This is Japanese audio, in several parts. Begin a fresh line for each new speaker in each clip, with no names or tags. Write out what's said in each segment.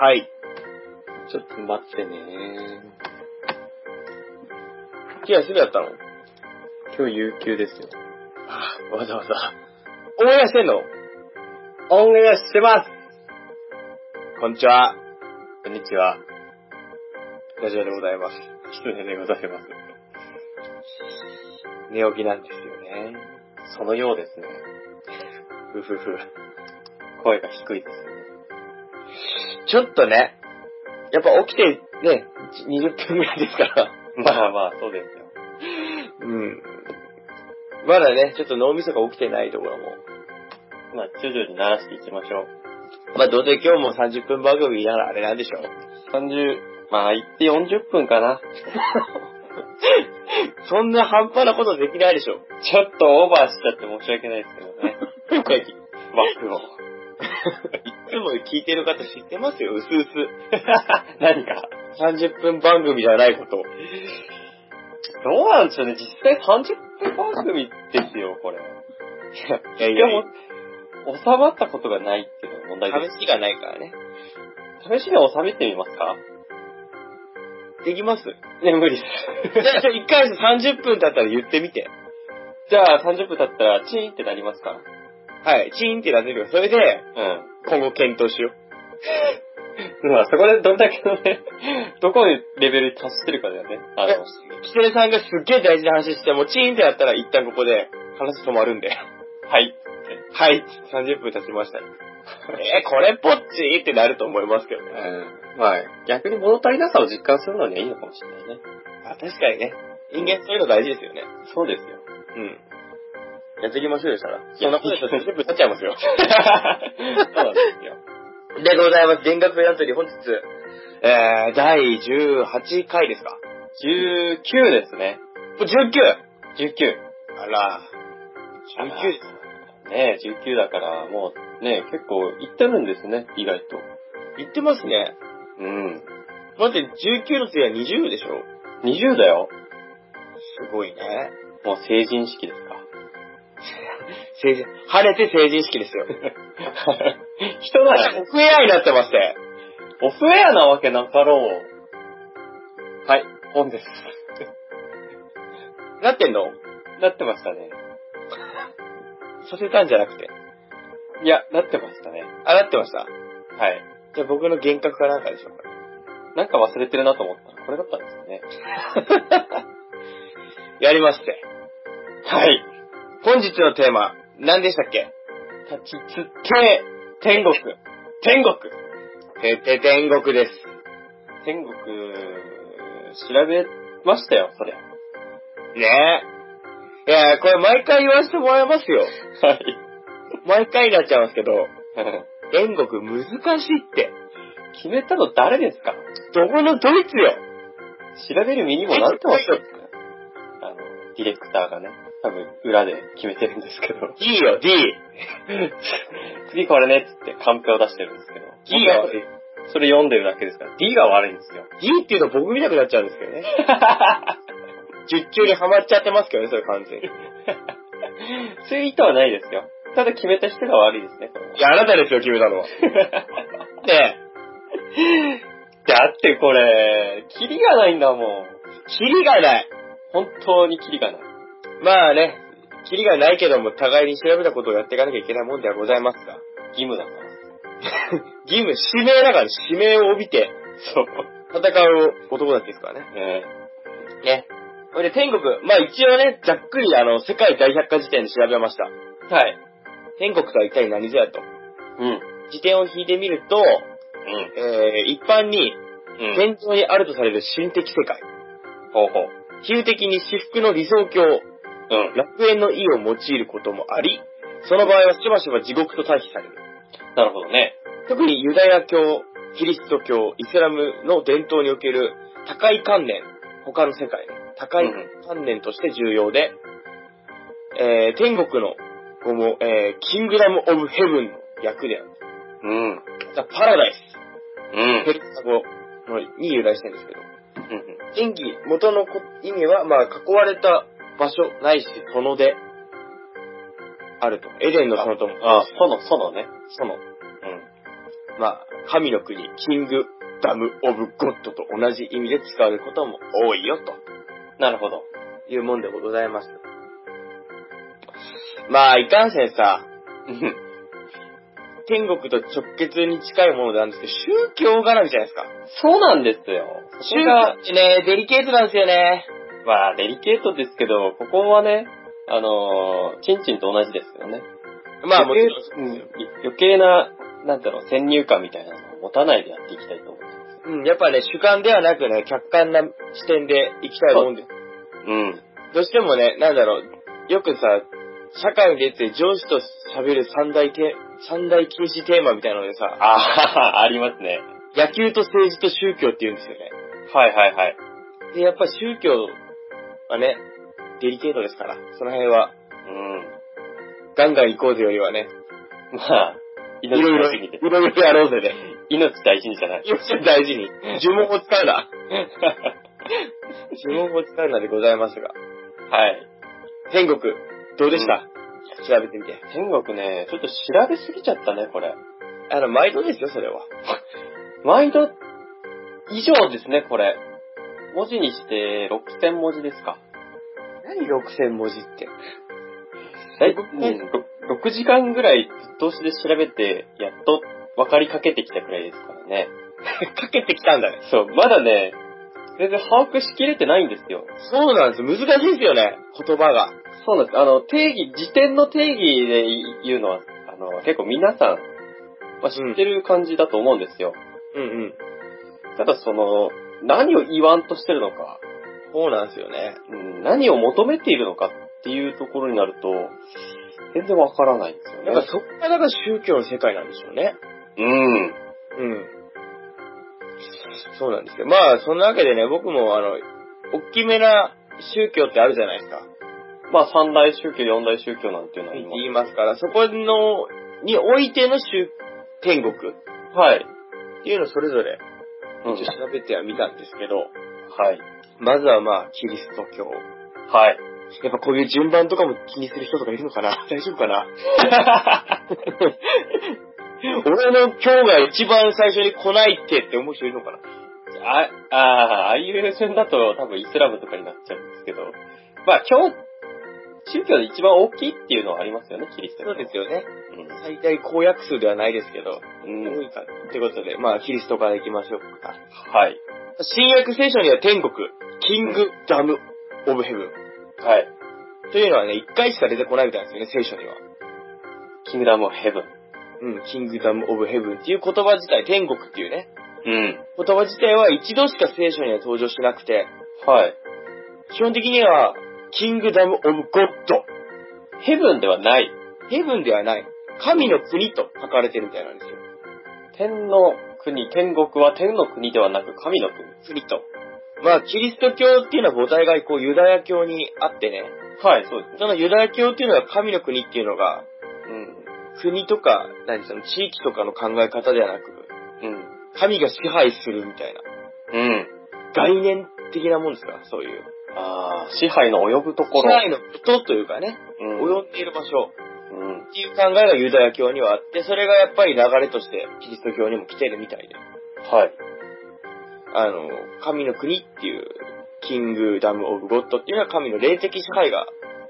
はい。ちょっと待ってね。今日休みだったの
今日有給ですよ。
あわざわざ。オンエアしてんのオンエアしてますこんにちは。
こんにちは。
ラジオでございます。
失礼でございます。
寝起きなんですよね。
そのようですね。
ふふふ。
声が低いですね。
ちょっとね、やっぱ起きてね、20分ぐらいですから。
まあまあ、そうですよ。
うん。まだね、ちょっと脳みそが起きてないところも。
まあ、徐々に鳴らしていきましょう。
まあ、どうせ今日も30分番組ならあれなんでしょう。
30、まあ、行って40分かな。
そんな半端なことできないでしょ。
ちょっとオーバーしちゃって申し訳ないですけど ね。
い
はい。枠を。
つも聞いてる方知ってますよ、うす うす。
何か。
30分番組じゃないこと。
どうなんでしょうね。実際30分番組ですよ、これ。
いやい
い
や
や、、もう、収まったことがないっていうのが問題です。
試しがないからね。
試しに収めてみますか
できます
ね、無理です。
じゃあ、一回30分だったら言ってみて。
じゃあ、30分経ったら、チーンってなりますか
はい、チーンってなってるから、それで、
うん。
今後検討しよう。
まあ、そこでどれだけのね、 どこでレベルに達してるかだよね。あ
え
の、
キツネさんがすっげえ大事な話しても、チーンってなったら一旦ここで話止まるんで。
はい。
はい、30分経ちました。えー、これっぽっちーってなると思いますけどね。
うん。まあ、逆に物足りなさを実感するのにはいいのかもしれないね。
あ、確かにね。人間そういうの大事ですよね。
そうですよ。
うん。やっていきましょうよ、したら。そんなことやったら30分経っちゃいますよ。
そうなんですよ。
でございます。弦楽ペダントリー本日、えー、第18回ですか
19ですね。
もう ?19!
19。
あら、19です。
ねえ、19だから、もう、ねえ、結構行ってるんですね、意外と。
言ってますね。
うん。
待って、19の次は20でしょ
20だよ。
すごいね。
もう成人式ですか。
成人、晴れて成人式ですよ。
人ならね、
オ フエアになってまして。
オフエアなわけなかろう。はい、本です。
なってんの
なってましたね。
させたんじゃなくて。
いや、なってましたね。
あ、なってました。
はい。
じゃあ僕の幻覚かなんかでしょうか。
なんか忘れてるなと思ったら、これだったんですよね。
やりまして。
はい。
本日のテーマ、何でしたっけ
立ちつけ、天国。天国
てて天国です。
天国、調べましたよ、それ。
ねえ。いや、これ毎回言わせてもらいますよ。
はい。
毎回になっちゃいますけど、天国難しいって。
決めたの誰ですか
どこのドイツよ。
調べる身にもなってますよ。あの、ディレクターがね、多分裏で決めてるんですけど、
いいよ、D。
次これねっつってカンペを出してるんですけど、
D が、
それ読んでるだけですから、D が悪いんです よ。
D っていうの僕見なくなっちゃうんですけどね。十中にハマっちゃってますけどね、それ完全に。い
そういう意図はないですよ。ただ決めた人が悪いですね、これは。
や、あなたですよ、決めたのは。ねえ、
だってこれ、キリがないんだもん。
キリがない。
本当にキリがない。
まあね、キリがないけども、互いに調べたことをやっていかなきゃいけないもんではございますが。
義務だから。
義務、使命だから、使命を帯びて、
そう。
戦う男たちですからね。
ね
ね。これで天国、まあ一応ね、ざっくりあの、世界大百科事典で調べました。
はい。
天国とは一体何ぞやと。
うん。
辞典を引いてみると、えー、一般に、
うん。うん。
天上にあるとされる神的世界。
ほうほう。
比喩的に至福の理想郷、
うん。
楽園の意を用いることもあり、その場合はしばしば地獄と対比される。
なるほどね。
特にユダヤ教、キリスト教、イスラムの伝統における高い観念、他の世界ね、高い観念として重要で、えー、天国の、この、えー、キングダム・オブ・ヘブンの役である。
うん。うん。
ザ・パラダイス、
うん
ヘルツ語に由来してるんですけど、
うん。
天気、元のこ意味は、まあ、囲われた場所、ないし、園で、あると。エデンの園とも、
あ、その、そのね。
園。
う
まあ、神の国、キングダム・オブ・ゴッドと同じ意味で使われることも多いよ、と
なるほど。
いうもんでございます。まあ、いかんせんさ、
うん
天国と直結に近いものなんですけど、宗教絡みじゃないですか。
そうなんですよ。そ
宗
こが
教、ってね、デリケートなんですよね。
まあ、デリケートですけど、ここはね、あのー、チンチンと同じですよね。
まあ、もち
余
ろん
計
そうですよ。
うん余計な、なんだろう、先入観みたいなのを持たないでやっていきたいと思います。
うん、やっぱね、主観ではなくね、客観な視点でいきたいもんです。
うん。
どうしてもね、なんだろう、よくさ、社会に出て上司と喋る三大テ、三大禁止テーマみたいなのでさ、
ああ、ありますね。
野球と政治と宗教って言うんですよね。
はいはいはい。
で、やっぱ宗教はね、デリケートですから、その辺は、ガンガン行こうぜよりはね、
うん。まあ、
い
命
ろいろ、
大事に
いろいろやろうぜで、
命大事にじゃない。
よっしゃ大事に、呪文を使うな。呪文を使うなでございますが、
はい。
天国、どうでした、調べてみて。
天国ね、ちょっと調べすぎちゃったね、これ。
あの、毎度ですよ、それは。
毎度、以上ですね、これ。文字にして6000文字ですか。
何6000文字って。
だい
すごく
う
ない
んろ 6, 時間ぐらいぶっ通しで調べて、やっと分かりかけてきたくらいですからね。
かけてきたんだね。
そう、まだね、全然把握しきれてないんですよ。
そうなんです。難しいですよね、言葉が。
そうなんです。あの、定義、辞典の定義で言うのは、あの、結構皆さん、まあ、知ってる感じだと思うんですよ。
うんうん。
ただその、何を言わんとしてるのか、
そうなんですよね。
うん何を求めているのかっていうところになると、全然わからないんですよね。
だからそこがだから宗教の世界なんでしょうね。
うん。
うん。そうなんですよ。まあ、そんなわけでね、僕もあの、大きめな宗教ってあるじゃないですか。
まあ、三大宗教、四大宗教なんていうのは今。
言いますから、そこの、においての宗、天国っ
はい。
ていうのをそれぞれ、
うん
一応調べてはみたんですけど、
はい。
まずはまあ、キリスト教。
はい。
やっぱこういう順番とかも気にする人とかいるのかな 大丈夫かな俺の今日が一番最初に来ないってって思う人いるのかな
あ、ああ、ああいう順だと多分イスラムとかになっちゃうんですけど。まあ、今日、宗教で一番大きいっていうのはありますよね、キリスト教。
よね。最大公約数ではないですけど、
うん。うん。
多いかってことで、まあ、キリストから行きましょうか。
はい。
新約聖書には天国、キングダム・オブ・ヘブン。
はい。
というのはね、一回しか出てこないみたいなんですよね、聖書には。
キングダム・ヘブン。
うん、キングダム・オブ・ヘブンっていう言葉自体、天国っていうね、
うん。
言葉自体は一度しか聖書には登場しなくて、
はい。
基本的には、キングダム・オブ・ゴッド。
ヘブンではない。
ヘブンではない。神の国と書かれてるみたいなんですよ。
天の国、天国は天の国ではなく神の国。
国と。まあ、キリスト教っていうのは母体がこうユダヤ教にあってね、
はい、そうですね。
そのユダヤ教っていうのは神の国っていうのが、
うん。
国とか、何その地域とかの考え方ではなく、
うん。
神が支配するみたいな、
うん。
概念的なもんですから、そういう。
ああ、支配の及ぶとこ
支
ろ。
配のことというかね、
うん。
及んでいる場所
うん。
っていう考えがユダヤ教にはあって、それがやっぱり流れとしてキリスト教にも来てるみたいで、
はい。
あの、神の国っていう、キングダム・オブ・ゴッドっていうのは神の霊的支配が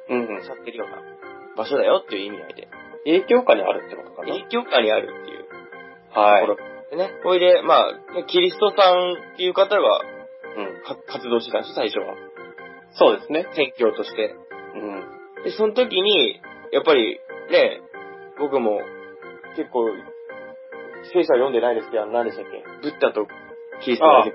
うん。
去ってるような場所だよっていう意味合いで、
影響下にあるってことかな
影響下にあるっていう
は
と
い
ころ。。でね、これで、まあ、ねキリストさんっていう方が
うん。
か活動してたんですよ、最初は。
そうですね。
宣教として。
うん。
で、その時に、やっぱり、ね、僕も結構、聖書は読んでないですけど、あの何でしたっけブッダとキリスト
あ
の
あ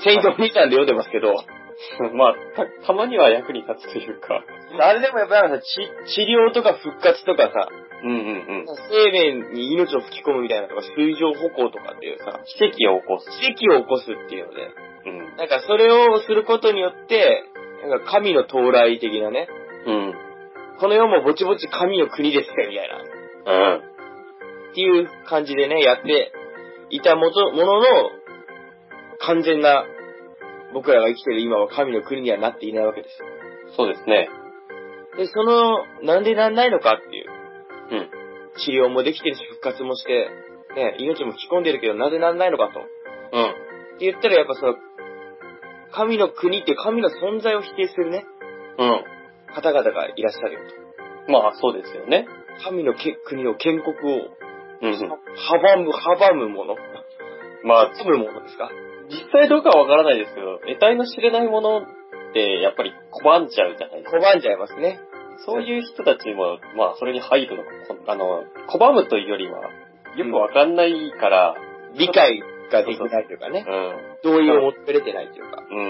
宣教見たんで読んでますけど、
まあ、た、たまには役に立つというか。
あれでもやっぱりなんかち治療とか復活とかさ、
うんうんうん。
生命に命を吹き込むみたいなとか、水上歩行とかっていうさ、
奇跡を起こす。
奇跡を起こすっていうので、
うん。
なんかそれをすることによって、なんか神の到来的なね、
うん。
この世もぼちぼち神の国ですよ、みたいな、
うん。
っていう感じでね、やっていたもとものの、完全な、僕らが生きてる今は神の国にはなっていないわけですよ。
そうですね。
で、その、なんでなんないのかっていう、
うん。
治療もできてるし、復活もして、ね、命も吹き込んでるけど、なぜなんないのかと。
うん。
って言ったら、やっぱその、神の国っていう神の存在を否定するね、
うん。
方々がいらっしゃるよ
まあ、そうですよね。
と。神のけ国の建国を
うん
阻む、阻むもの。
まあ、
阻むものですか
実際どうかはわからないですけど、得体の知れないものって、やっぱり拒んじゃうじゃないですか。
拒んじゃいますね。
そういう人たちも、まあ、それに入るのか、こあの、拒むというよりは、よくわかんないから、
理解ができないというかね。
う
同意を求めれてないというか、
ん。う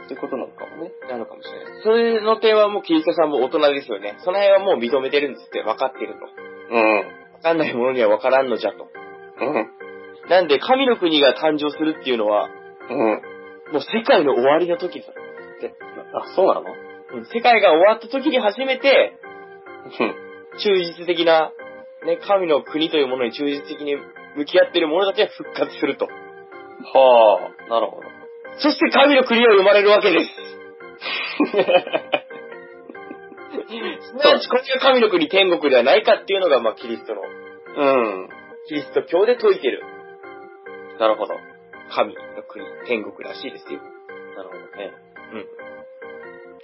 ん。ってことなのかもね。
なのかもしれない。それの点はもうキリストさんも大人ですよね。その辺はもう認めてるんですって、分かってると。
うん。
分かんないものには分からんのじゃと。
うん。
なんで、神の国が誕生するっていうのは、
うん。
もう世界の終わりの時だ。
あ、そうなの
うん、世界が終わった時に初めて、
うん。
忠実的な、ね、神の国というものに忠実的に向き合っている者たちが復活すると。
はあ、なるほど。
そして神の国は生まれるわけです。すなわちこれが神の国、天国ではないかっていうのが、まあ、キリストの、
うん。
キリスト教で説いてる
なるほど。
神の国、天国らしいですよ。
なるほどね。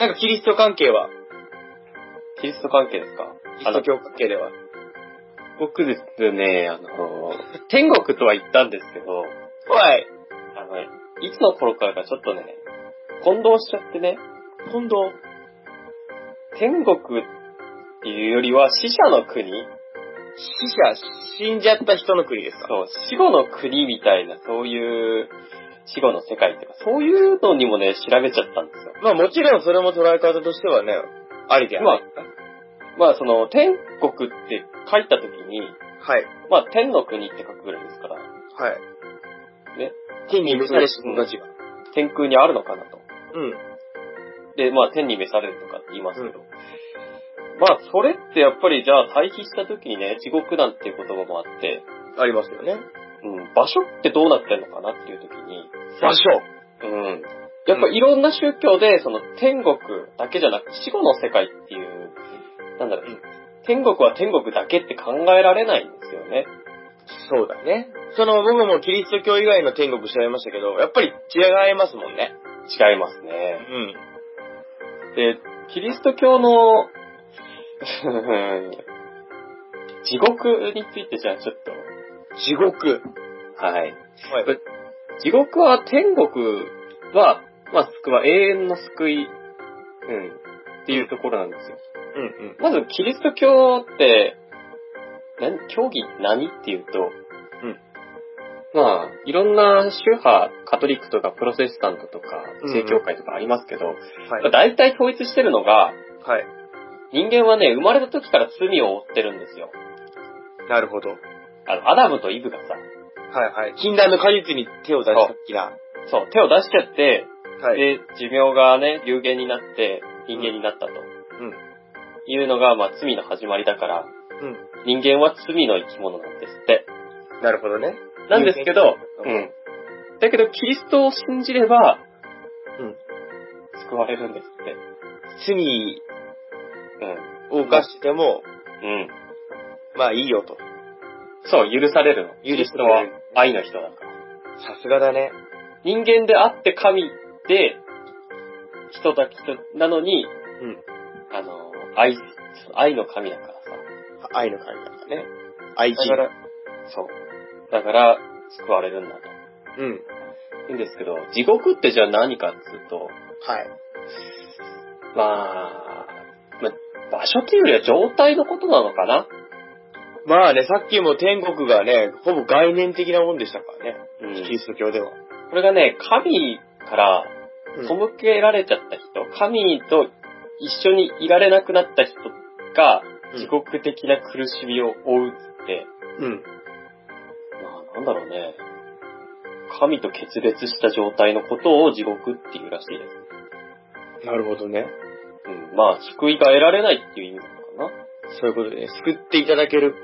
なんかキリスト関係は、
キリスト関係ですか
キリスト教関係では。
僕ですね、あの、 天国とは言ったんですけど、
はい。
あの、いつの頃からかちょっとね、混同しちゃってね、
今度、
天国っていうよりは死者の国
死者、死んじゃった人の国ですか
そう、死後の国みたいな、そういう、死後の世界っていうか、そういうのにもね、調べちゃったんですよ。
まあもちろんそれも捉え方としてはね、ありであ
まあ
る。、
まあその、天国って書いた時に、
はい。
まあ天の国って書くぐらいですから、
はい。
ね。
天に召されし者たちが。
天空にあるのかなと。
うん。
で、まあ天に召されるとかって言いますけど、まあそれってやっぱりじゃあ対比した時にね、地獄なんていう言葉もあって、
ありますよね。
うん、場所ってどうなってんのかなっていう時に、
場所。
うん。やっぱいろんな宗教で、その天国だけじゃなく、死後の世界っていう、なんだろう、
うん
天国は天国だけって考えられないんですよね。
そうだね。その僕もキリスト教以外の天国調べましたけど、やっぱり違いますもんね。
違います
う
ね。
ん。
で、キリスト教の、 地獄についてじゃあちょっと、
地獄。
はい。
はい。
地獄は天国は、まあ、救わ、永遠の救い、うん、っていうところなんですよ。
うんうん。
まず、キリスト教って、何、教義何っていうと、
うん
まあ、いろんな宗派、カトリックとかプロセスタントとか、
うん
正教会とかありますけど、
はい
まあ。大体統一してるのが、
はい。
人間はね、生まれた時から罪を負ってるんですよ。
なるほど。はい
あの、アダムとイブがさ、
はい。禁断の果実に手を出した的な。
そう、手を出しちゃって、
はい。
で、寿命がね、有限になって、人間になったと。
うん。
いうのが、まあ、罪の始まりだから、
う
人間は罪の生き物なんですって。
ん。なるほどね。
なんですけど、
う
うんん。だけど、キリストを信じれば、
うん。
救われるんですって。
罪
う
を犯しても、
ん。うん。
まあいいよと。
そう、許されるの。キリストは
許される
愛の人だから。
さすがだね。
人間であって神で、人だけ人なのに、
うん。
あの、愛、愛の神だからさ。
愛の神だからね。愛
だ
人。
から、そう。だから、救われるんだと。
うん。
いいんですけど、地獄ってじゃあ何かっつうと、
はい。
まあ、まあ、場所というよりは状態のことなのかな。
まあね、さっきも天国がね、ほぼ概念的なもんでしたからね。
う
キリスト教では。
これがね、神から
うん
背けられちゃった人、神と一緒にいられなくなった人が、
うん
地獄的な苦しみを負うっつって、
うん。
まあ、なんだろうね。神と決別した状態のことを地獄っていうらしいです。
なるほどね。
うん、まあ、救いが得られないっていう意味なのかな。
そういうことでね、救っていただける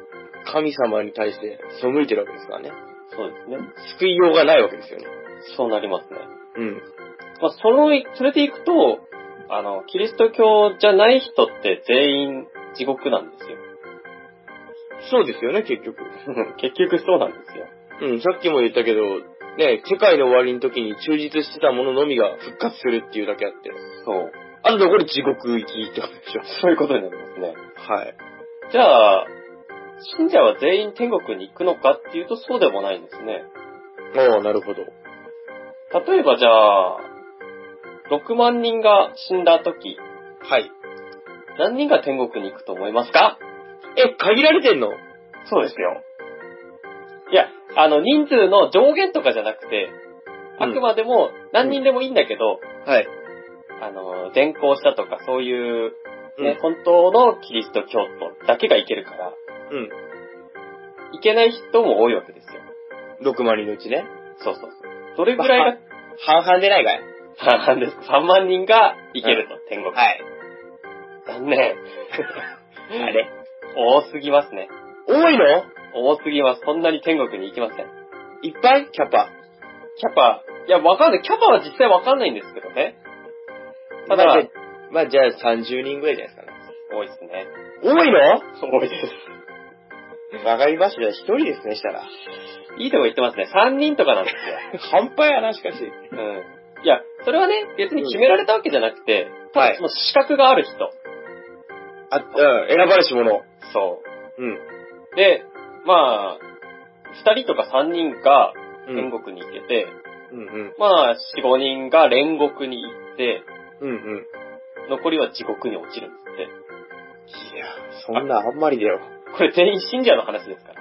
神様に対して背いてるわけですからね。
そうですね。
救いようがないわけですよね。
そうなりますね。
うん。
まあ、その、連れていくと、あの、キリスト教じゃない人って全員地獄なんですよ。
そうですよね、結局。
結局そうなんですよ。
うん、さっきも言ったけど、ね、世界の終わりの時に充実してたもののみが復活するっていうだけあって。
そう。
あと残り地獄行きってことでしょ。
そういうことになりますね。
はい。
じゃあ、信者は全員天国に行くのかっていうとそうでもないんですね。
ああ、なるほど。
例えばじゃあ、6万人が死んだ時、
はい。
何人が天国に行くと思いますか
え、限られてんの
そうですよ。いや、あの、人数の上限とかじゃなくて、あくまでも何人でもいいんだけど、
はい。
あの、善行したとかそういう、
う
ね
ん、。
本当のキリスト教徒だけが行けるから、
うん。
行けない人も多いわけですよ。
6万人のうちね。
そうそうそう。どれぐらいが
半々でないかい
半々です。3万人が行けると、天国。
はい。
残念。
あれ
多すぎますね。
多いの
多すぎます。そんなに天国に行きません。
いっぱいキャパ。
キャパ、いや、わかんない。キャパは実際わかんないんですけどね。ただ
まあ、じゃあまあ、じゃあ30人ぐらいじゃないですかね。
多いですね。
多いの
多いです。
わかりました。じゃあ1人ですね、したら。
いいとこ言ってますね。3人とかなんですよ。
半端やな、しかし。
うん。いや、それはね、別に決められたわけじゃなくて、ただその資格がある人。
あ、うん、選ばれし者。
そ
うん。
う。で、まあ、2人とか3人が天国に行けて、
うんうん。
まあ、4、5人が煉獄に行って、
うんうん。
残りは地獄に落ちるんです
いや、そんなあんまりだよ。
って。これ全員信者の話ですから。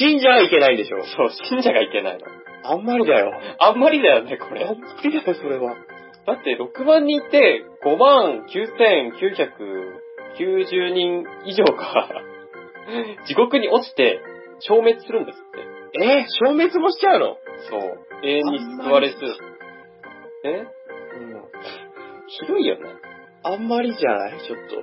信者はいけないんでしょ
そう、信者がいけないの。
あんまりだよ。
あんまりだよね、こ
あ
れ。
んまりだよ、それは。
だって6万人いて5万9990人以上が 地獄に落ちて消滅するんですっ
えー、消滅もしちゃうの
て。そう。永遠に救われず。え
うん。
ひどいよね、
あんまりじゃないちょっと。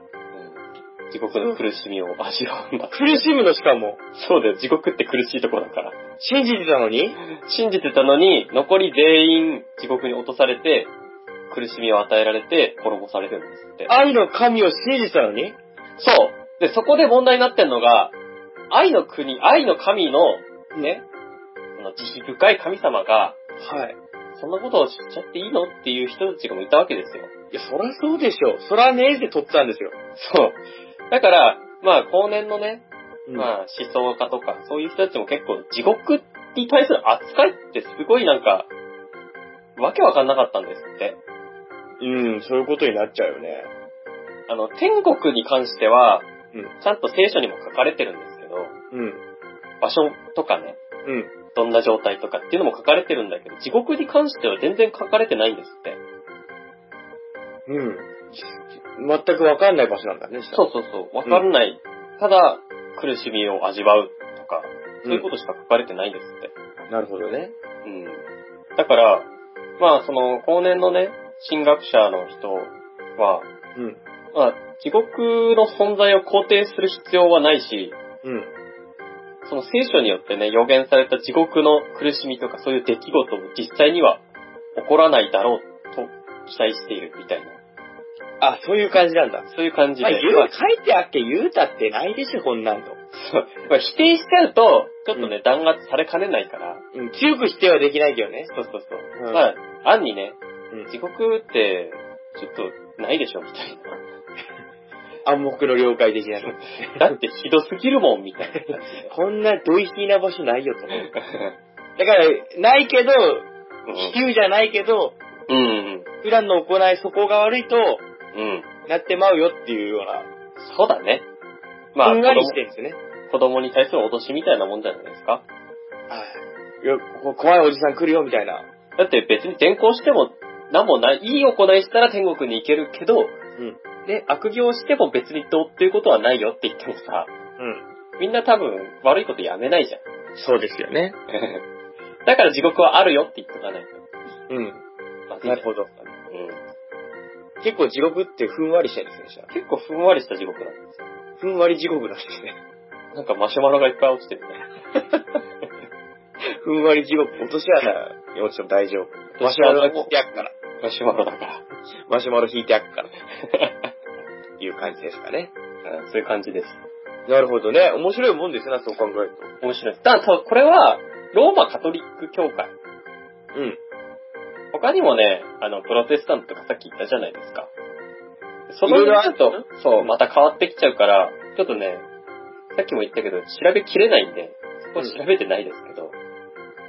うん。地獄の苦しみを味わうんだ。
苦しむのしかも。
そうだよ、地獄って苦しいとこだから。
信じてたのに
信じてたのに、残り全員地獄に落とされて、苦しみを与えられて、滅ぼされてるんですって。
愛の神を信じてたのに
そう。で、そこで問題になってんのが、愛の国、愛の神の、ね、その慈悲深い神様が、
はい。
そんなことをしちゃっていいのっていう人たちがもいたわけですよ。
いや、そらそうでしょ。そらねえで取ったんですよ。
そう。だから、まあ、後年のね、
うん。
まあ、思想家とか、そういう人たちも結構、地獄に対する扱いってすごいなんか、わけわかんなかったんですって。
うん、そういうことになっちゃうよね。
あの、天国に関しては、
うん
ちゃんと聖書にも書かれてるんですけど、
うん。
場所とかね、
うん。
どんな状態とかっていうのも書かれてるんだけど、地獄に関しては全然書かれてないんですって。
うん。全くわかんない場所なんだね、。
そううそうそう。わかんない。ただ、苦しみを味わうとか、そういうことしか書かれてないんですって。
なるほどね。
うん。だから、まあその、後年のね、神学者の人は、
うん。
まあ、地獄の存在を肯定する必要はないし、
うん。
その聖書によってね、予言された地獄の苦しみとかそういう出来事も実際には起こらないだろうと期待しているみたいな。
あ、そういう感じなんだ。
そういう感じで。
まあ、言
まあ
う、書いてあって言うたってないでしょ、こんなんと。
そうまあ否定しちゃうと、ちょっとね、弾圧されかねないから。
うん、強く否定はできないけどね。
そうそうそう。
うん
まあ、案にね、
うん
地獄って、ちょっと、ないでしょ、みたい
暗黙の了解的なの。
な。だって、ひどすぎるもん、みたいな。
こんなドイヒーな場所ないよと。だから、ないけど、気球じゃないけど、
うん、うん、
普段の行い、そこが悪いと、
うん。
なってまうよっていうような、
そうだね。まあ、
ふ
子
んわり
供
してるんですね。
子供に対する脅しみたいなもんじゃないです
は
か。
い。よ、こ怖いおじさん来るよ、みたいな。
だって別に転校しても、なんもない、いい行いしたら天国に行けるけど、
うん。
ね、悪行しても別にどうっていうことはないよって言ってもさ、
うん。
みんな多分悪いことやめないじゃん。
そうですよね。
だから地獄はあるよって言っとかないと。
うん。
まずいじゃ
な
ん
るほど。
うん。
結構地獄ってふんわりしてるんですねじゃ
結構ふんわりした地獄なんですよ。
あ、ふんわり地獄なんですね。
なんかマシュマロがいっぱい落ちてるね。
ふんわり地獄、落とし穴に落ちても大丈夫。マシュマロが引いてやっから。
マシュマロだから。
マシュマロ引いてやっから。いう感じですかね。
うんそういう感じです。
なるほどね。面白いもんですね、そう考える
面白いです。ただ、そうこれは、ローマカトリック教会。
と。うん。
他にもね、あの、プロテスタントとかさっき言ったじゃないですか。そ
いろ
の
いろあ
辺
る
ちょっと、そう、また変わってきちゃうから、ちょっとね、さっきも言ったけど、調べきれないんで、そこは調べてないですけど、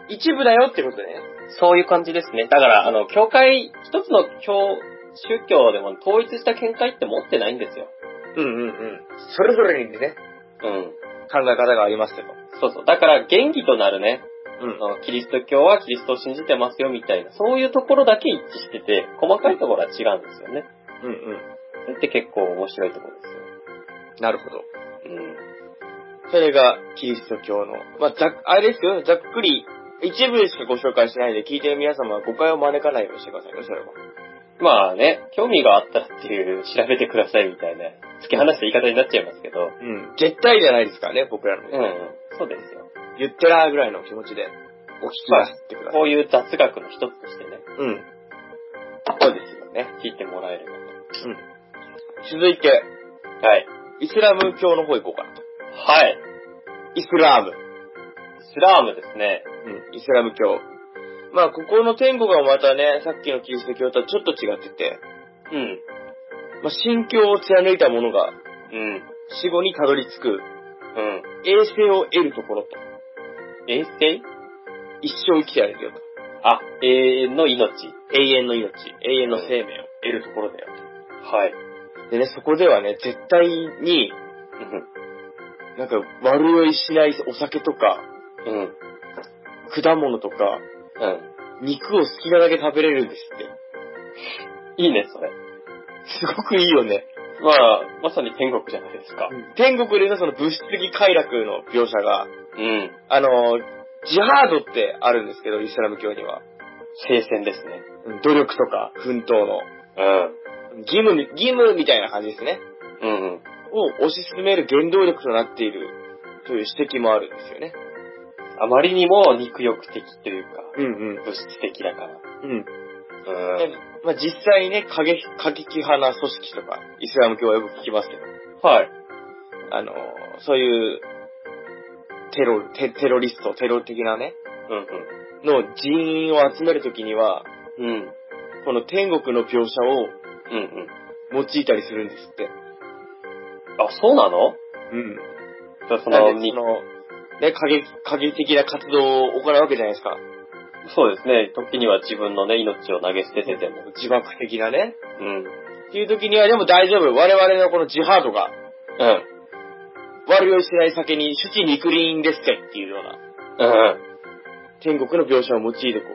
一部だよってことね。
そういう感じですね。だから、あの、教会、一つの教、宗教でも統一した見解って持ってないんですよ。
うんうんうん。それぞれにね、
うん。
考え方がありますけど。
そうそう。だから、原義となるね、
う
あ。のキリスト教はキリストを信じてますよみたいな、そういうところだけ一致してて、細かいところは違うんですよね。
うんうん。
それって結構面白いところですよ。
なるほど。
うん。
それがキリスト教の。まあ、ざっ、あれですよ、ざっくり、一部しかご紹介しないで聞いてる皆様は誤解を招かないようにしてくださいよ、それは。
まあね、興味があったらっていう、調べてくださいみたいな、突き放した言い方になっちゃいますけど。
うん。絶対じゃないですからね、僕らの。
うん、うん、そうですよ。
言ってらーぐらいの気持ちで、お聞きなさってください。
こういう雑学の一つとしてね、
うん。そうですよね。
聞いてもらえれば
うん。続いて、
と。はい。
イスラム教の方行こうかなと。
はい。
イスラーム。
スラームですね。
うん、イスラム教。まあ、ここの天国はまたね、さっきのキリスト教とはちょっと違ってて、
うん。
まあ、信教を貫いた者が
うん。
死後にたどり着く、
うん。
永世を得るところと、
衛星
一生生きてやれるよと。
あ、永遠の命。
永遠の命、永遠の生命を得るところだよ
はい。
と。でね、そこではね、絶対に、なんか、悪酔いしないお酒とか、
うん。うん。
果物とか、
うん。
肉を好きなだけ食べれるんですって。
いいね、それ。
すごくいいよね。
まあ、まさに天国じゃないですか。
天国でのその物質的快楽の描写が、
うん。
あの、ジハードってあるんですけど、イスラム教には。
聖戦ですね。
うん努力とか、奮闘の。
うん。
義務、義務みたいな感じですね。
うんうん。
を推し進める原動力となっている、という指摘もあるんですよね。
あまりにも肉欲的というか、
うんうん。
物質的だから。
うん。
うん。
まあ、実際にね、過激、過激派な組織とか、イスラム教はよく聞きますけど、
はい。
あの、そういう、テロ、テテロリスト、テロ的なね、
う
の人員を集めるときには、
んうん。うん。
この天国の描写を
うんうん。
用いたりするんですって。
あ、そうなの
うん。
じゃあそ
な
の、
んで、
に
その、ね、過激、過激的な活動を行うわけじゃないですか。
そうですね。時には自分のね、命を投げ捨ててても。
自爆的なね。
うん。うん。
っていう時には、でも大丈夫。我々のこのジハードが、悪酔いしない酒に、主治肉林ですってっていうような、
うん。
天国の描写を用いてこ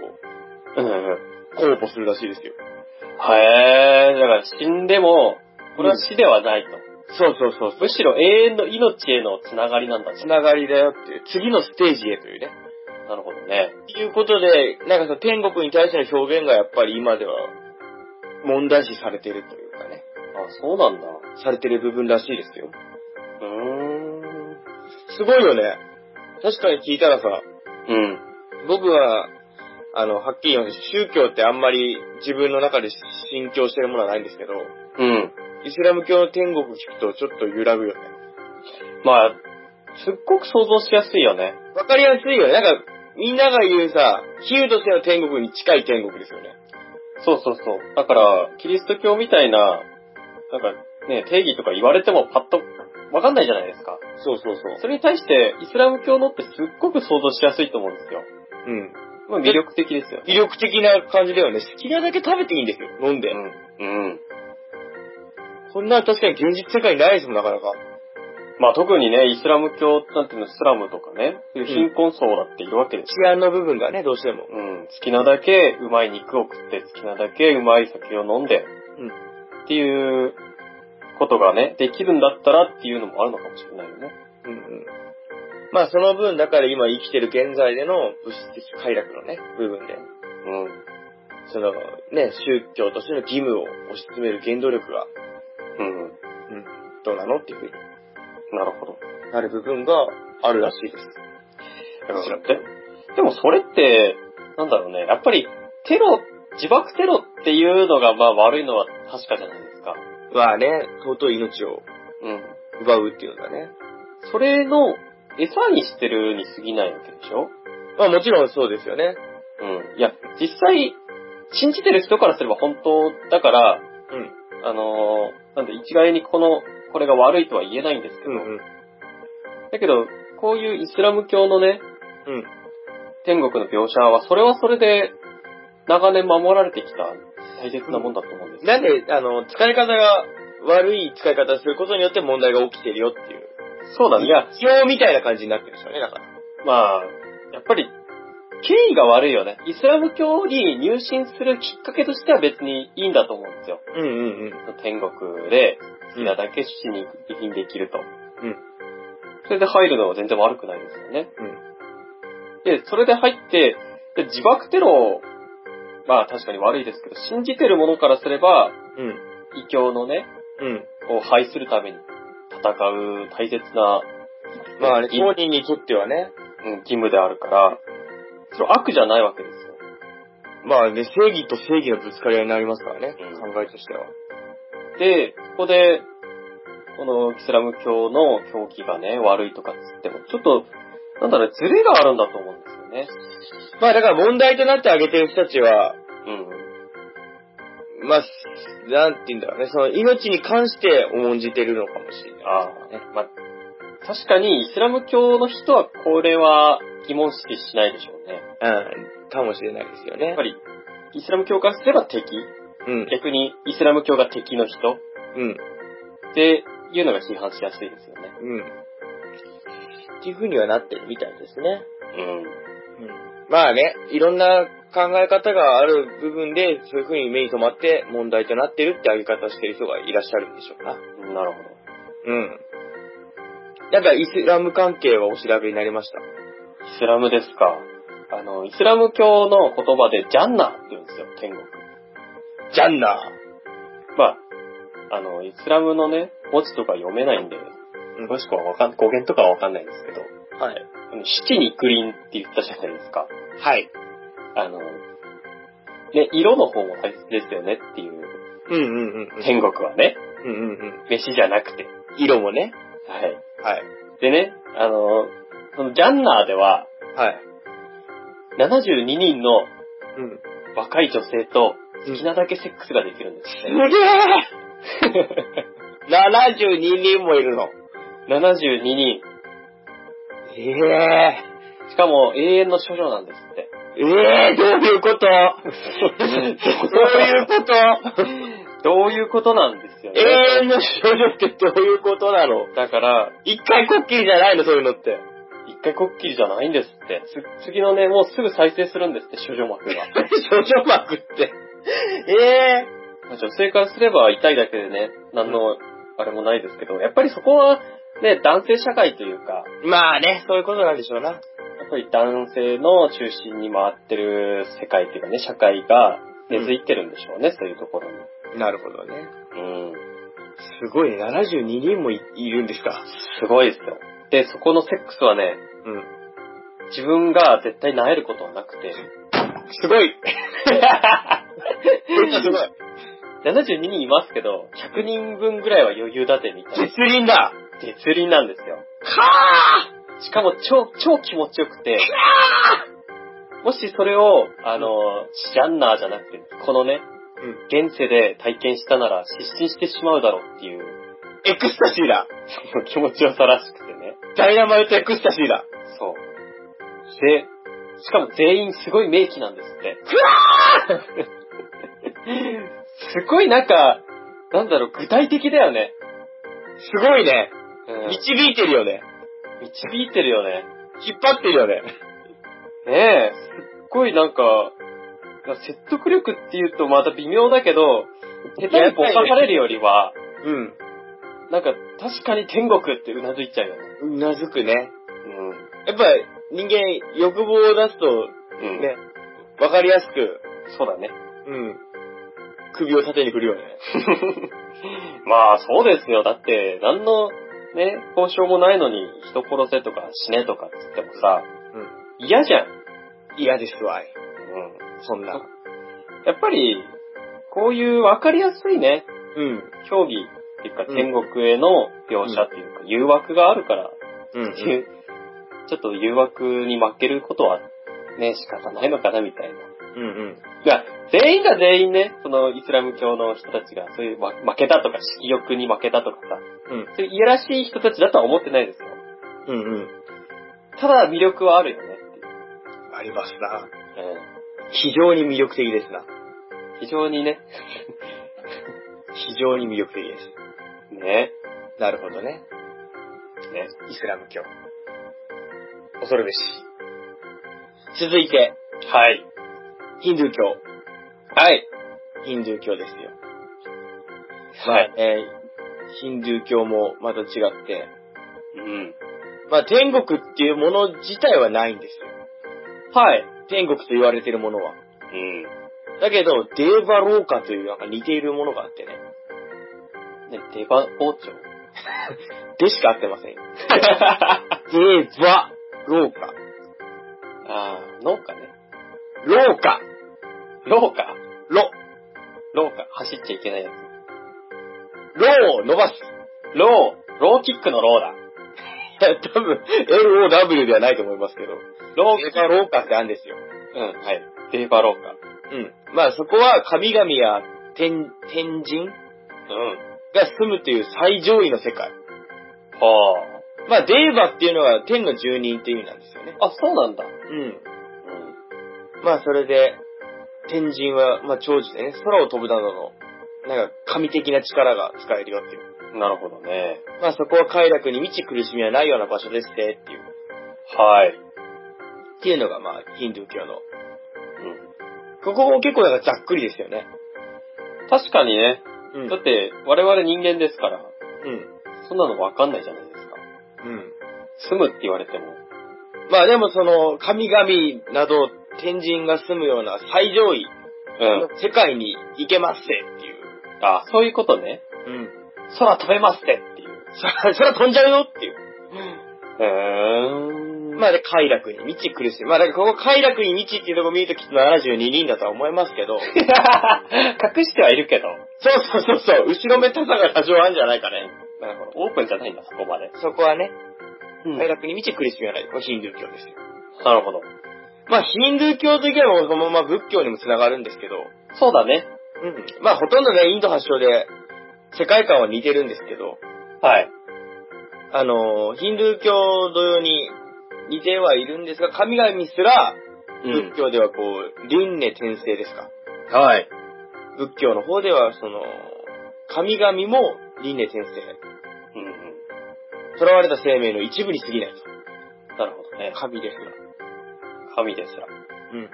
う、
うん。
公募するらしいですよ。
へえ、だから死んでも、これは死ではないと。
そうそうそうそう。
むしろ永遠の命へのつながりなんだと。
つながりだよっていう、次のステージへというね。
なるほどね。
ということで、なんかその天国に対しての表現がやっぱり今では、問題視されてるというかね、
あ、そうなんだ。う
されてる部分らしいですよ。
ーん。
すごいよね。確かに聞いたらさ、
うん。
僕は、あの、はっきり言います。宗教ってあんまり自分の中で信教してるものはないんですけど、
うん。
イスラム教の天国聞くとちょっと揺らぐよね。
まあ、すっごく想像しやすいよね。
わかりやすいよね。なんか、みんなが言うさ、比喩としての天国に近い天国ですよね。
そうそうそう。だから、キリスト教みたいな、なんかね、定義とか言われてもパッとわかんないじゃないですか。
そうそうそう。
それに対して、イスラム教のってすっごく想像しやすいと思うんですよ。
うん。
まあ、魅力的ですよね。
魅力的な感じだよね。好きなだけ食べていいんですよ。飲んで。
うん。うん。
こんな確かに現実世界にないですもん、なかなか。
まあ特にね、イスラム教なんていうのスラムとかね、そういう貧困層だっているわけです
治
よ。
安の部分がね、どうしても。
うん。好きなだけうまい肉を食って、好きなだけうまい酒を飲んで、
うん
っていうことがね、できるんだったらっていうのもあるのかもしれないよね。
うんうん。まあその分、だから今生きてる現在での物質的快楽のね、部分で、
うん。
そのね、宗教としての義務を推し進める原動力が、
うん。
うん、どうなのっていうふうに
なるほど。
なる部分があるらしいです。
だからででもそれって、なんだろうね、やっぱりテロ、自爆テロっていうのがまあ悪いのは確かじゃないですか。
はね、尊い命を
うん。
奪うっていうのがね。
それの餌にしてるに過ぎないわけでしょ
まあもちろんそうですよね。
うん。いや、実際、信じてる人からすれば本当だから、
うん。
あのーなんで一概にこの、これが悪いとは言えないんですけど、
うんうん。
だけど、こういうイスラム教のね、
うん。
天国の描写は、それはそれで、長年守られてきた大切なもんだと思うんですよ
なんで、あの、使い方が、悪い使い方をすることによって問題が起きてるよっていう。
そうなんだ。いや、
不況みたいな感じになってるんですよね、だから。
まあ、やっぱり、経緯が悪いよね。イスラム教に入信するきっかけとしては別にいいんだと思うんですよ。
うんうんうん。
天国で、好きなだけ死に遺品できると。
うん。
それで入るのは全然悪くないですよね。
うん。
で、それで入って、で自爆テロ、まあ確かに悪いですけど、信じてる者からすれば、
うん。
異教のね、
うん。
を排するために戦う大切な、
まあ、あれ、
義務
当人にとってはね、
うん義務であるから、それは悪じゃないわけですよ。
まあね、正義と正義のぶつかり合いになりますからね、
うん
考えとしては。
で、ここで、このイスラム教の狂気がね、悪いとかっつっても、ちょっと、なんだろうね、ズレがあるんだと思うんですよね。
まあだから問題となってあげてる人たちは、
うん。
まあ、なんて言うんだろうね、その命に関して重んじてるのかもしれない。
ああ、まあ、確かにイスラム教の人はこれは疑問視しないでしょうね。
うん、かもしれないですよね。
やっぱり、イスラム教からすれば敵。
うん、
逆に、イスラム教が敵の人
うん、
っていうのが批判しやすいですよね。
うん。っていう風にはなってるみたいですね。
うん。
うん。まあね、いろんな考え方がある部分で、そういう風に目に留まって問題となってるってあげ方をしてる人がいらっしゃるんでしょうな。
なるほど。
うん。なんかイスラム関係はお調べになりました。
イスラムですか。あの、イスラム教の言葉でジャンナーって言うんですよ、天国。
ジャンナ
まあ、あの、イスラムのね、文字とか読めないんで、
うん
もしくはわかん、語源とかはわかんないんですけど、
ー。はい。
あの七肉林って言ったじゃないですか。
はい。
あの、ね、色の方も大切ですよねっていう、
うんうんうんうん。
天国はね、
うんうんうん。
飯じゃなくて。
色もね。
はい。
はい。
でね、あの、そのジャンナーでは、
はい。
72人の
うん。
若い女性と好きなだけセックスができるんです
すげ
っ て。
え !72 人もいるの。
72人。
ええ
しかも永遠の処女なんですって。
ええどういう ことどういうこと
どういうことなんですよね。
永遠の少女ってどういうことなの
だから、
一回こっきりじゃないの、そういうのって。
一回こっきりじゃないんですって。つ次のね、もうすぐ再生するんですって、処女膜が。
少女膜って。ええ
女性からすれば痛いだけでね、何の、あれもないですけど、やっぱりそこは、ね、男性社会というか、
まあね、そういうことなんでしょうな。
やっぱり男性の中心に回ってる世界っていうかね、社会が根付いてるんでしょうね、そういうところに。
なるほどね。
うん。
すごいね、72人もいいるんですか。
すごいですよ。で、そこのセックスはね、
うん。
自分が絶対萎えることはなくて、
すごいすごい。
72人いますけど、100人分ぐらいは余裕だてみたい な。
絶倫だ
絶倫なんですよ。
かー
しかも超、超気持ちよくて、もしそれを、あの、ジャンナーじゃなくて、このね、
うん。
現世で体験したなら失神してしまうだろうっていう、
エクスタシーだ
その気持ちよさらしくてね。
ダイナマイトエクスタシーだ
そう。で、しかも全員すごい名機なんですって。 すごいなんか、なんだろう、具体的だよね。
すごいね。
うん
導いてるよね。
導いてるよね。
引っ張ってるよね。
ねえ、すっごいなんか、説得力って言うとまた微妙だけど、下手にぼかされるよりは、なんか確かに天国ってうなずいちゃうよね。
うん。うなずくね。
うん。
やっぱ人間欲望を出すと
うん。
ね、わかりやすく、
そうだね。
うん。首を縦に振るよね。
まあそうですよ。だって、何のね、交渉もないのに人殺せとか死ねとかっつってもさ、
うん。
嫌じゃん。
嫌ですわい。
う
そんな。
ん。やっぱり、こういうわかりやすいね、
うん。
競技っていうか天国への描写っていうか誘惑があるから、
うん
っていう、 ちょっと誘惑に負けることはね、仕方ないのかなみたいな。
うんうん。
いや、全員が全員ね、そのイスラム教の人たちが、そういう、ま、負けたとか、色欲に負けたとかさ、
うん
そういういやらしい人たちだとは思ってないですよ。
うんうん。
ただ魅力はあるよねっていう。
ありますな。非常に魅力的ですな。
うん非常にね、
非常に魅力的です。
ね、
なるほどね。
ね。
イスラム教。恐るべし。続いて、
はい。
ヒンドゥー教。
はい。
ヒンドゥー教ですよ。
はい。
えーヒンドゥー教もまた違って、
うん。
まあ天国っていうもの自体はないんですよ。
はい。
天国と言われてるものは。
うん。
だけど、デーバローカというなんか似ているものがあってね。
ね、出番包丁。
でしか合ってませんよ。デーバローカ。
あー、農家ね。
ローカ。
農家
ロ。
農家。走っちゃいけないやつ。
ロを伸ばす。
ロー、ローキックのローだ。
多分、LOW ではないと思いますけど。
ロー
デーバローカってあるんですよ。
うん、はい。デーバローカ。
うん。まあそこは神々や天、天神
う
が住むという最上位の世界。
ん。はあ。
まあ、デーバっていうのは天の住人っていう意味なんですよね。
あ、そうなんだ。
う
うん。
ん。まあ、それで、天神は、まあ、長寿でね、空を飛ぶなどの、なんか、神的な力が使えるよっていう。
なるほどね。
まあ、そこは快楽に満ち苦しみはないような場所ですね、っていう。
はい。
っていうのが、まあ、ヒンドゥー教の。
う
ここも結構、なんか、ざっくりですよね。
ん。確かにね。
うん。
だって、我々人間ですから、
うん。
そんなのわかんないじゃないですか。
うん。
住むって言われても。
まあ、でも、その、神々など、天神が住むような最上位
う
の。世界に行けますぜ、っていう。
あ、そういうことね。
うん。
空飛べますってっていう。
そ、それは飛んじゃうよっていう。
へー
まあ、で、快楽に満ち苦しみ。まあ、だからここ快楽に満ちっていうとこ見るときっと72人だとは思いますけど、そう
あ、 隠してはいるけど。
そうそうそう、後ろめたさが多少あるんじゃないかね。
なるほど。オープンじゃないんだ、そこまで。
そこはね、
うん
快楽に満ち苦しみはない。これヒンドゥー教ですよ。
なるほど。
まあ、ヒンドゥー教といえば、そのまま仏教にもつながるんですけど、
そうだね。
うん。まあ、ほとんどね、インド発祥で、世界観は似てるんですけど、
はい。
あのーヒンドゥー教同様に似てはいるんですが、神々すら、仏。教ではこう、輪廻転生ですか。
はい。
仏教の方では、その、神々も輪廻転生。
うんうん。
囚われた生命の一部に過ぎないと。
なるほどね。
神ですが。
神ですら。
うん。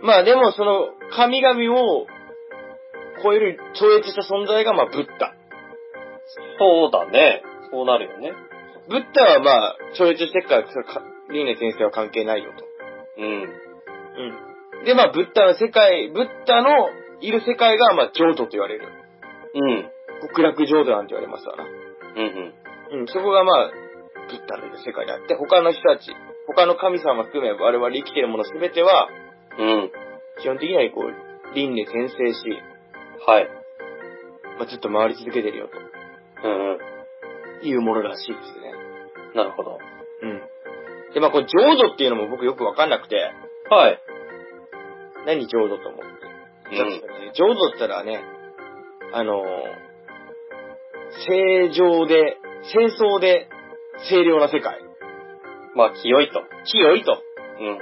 まあでも、その、神々を超える、超越した存在が、まあ、ブッダ。
そうだね。そうなるよね。
ブッダはまあ、超越してっから、それか輪廻転生は関係ないよと。
うん。
うん。で、まあ、ブッダの世界、ブッダのいる世界が、まあ、浄土と言われる。
うん。
極楽浄土なんて言われますわな。
うんうん。
うん、そこがまあ、ブッダの世界であって、他の人たち、他の神様含め我々生きてるもの全ては、
うん。
基本的にはこう、輪廻転生し、
はい。
まあ、ずっと回り続けてるよ、
うんうん。
というものらしいですね。
なるほど。
うん。で、まあ、この浄土っていうのも僕よくわかんなくて、
はい。
何浄土と思って。浄土って言ったらね、あのー正常で、清掃で、清涼な世界。
まあ、清いと。
清いと。
うん。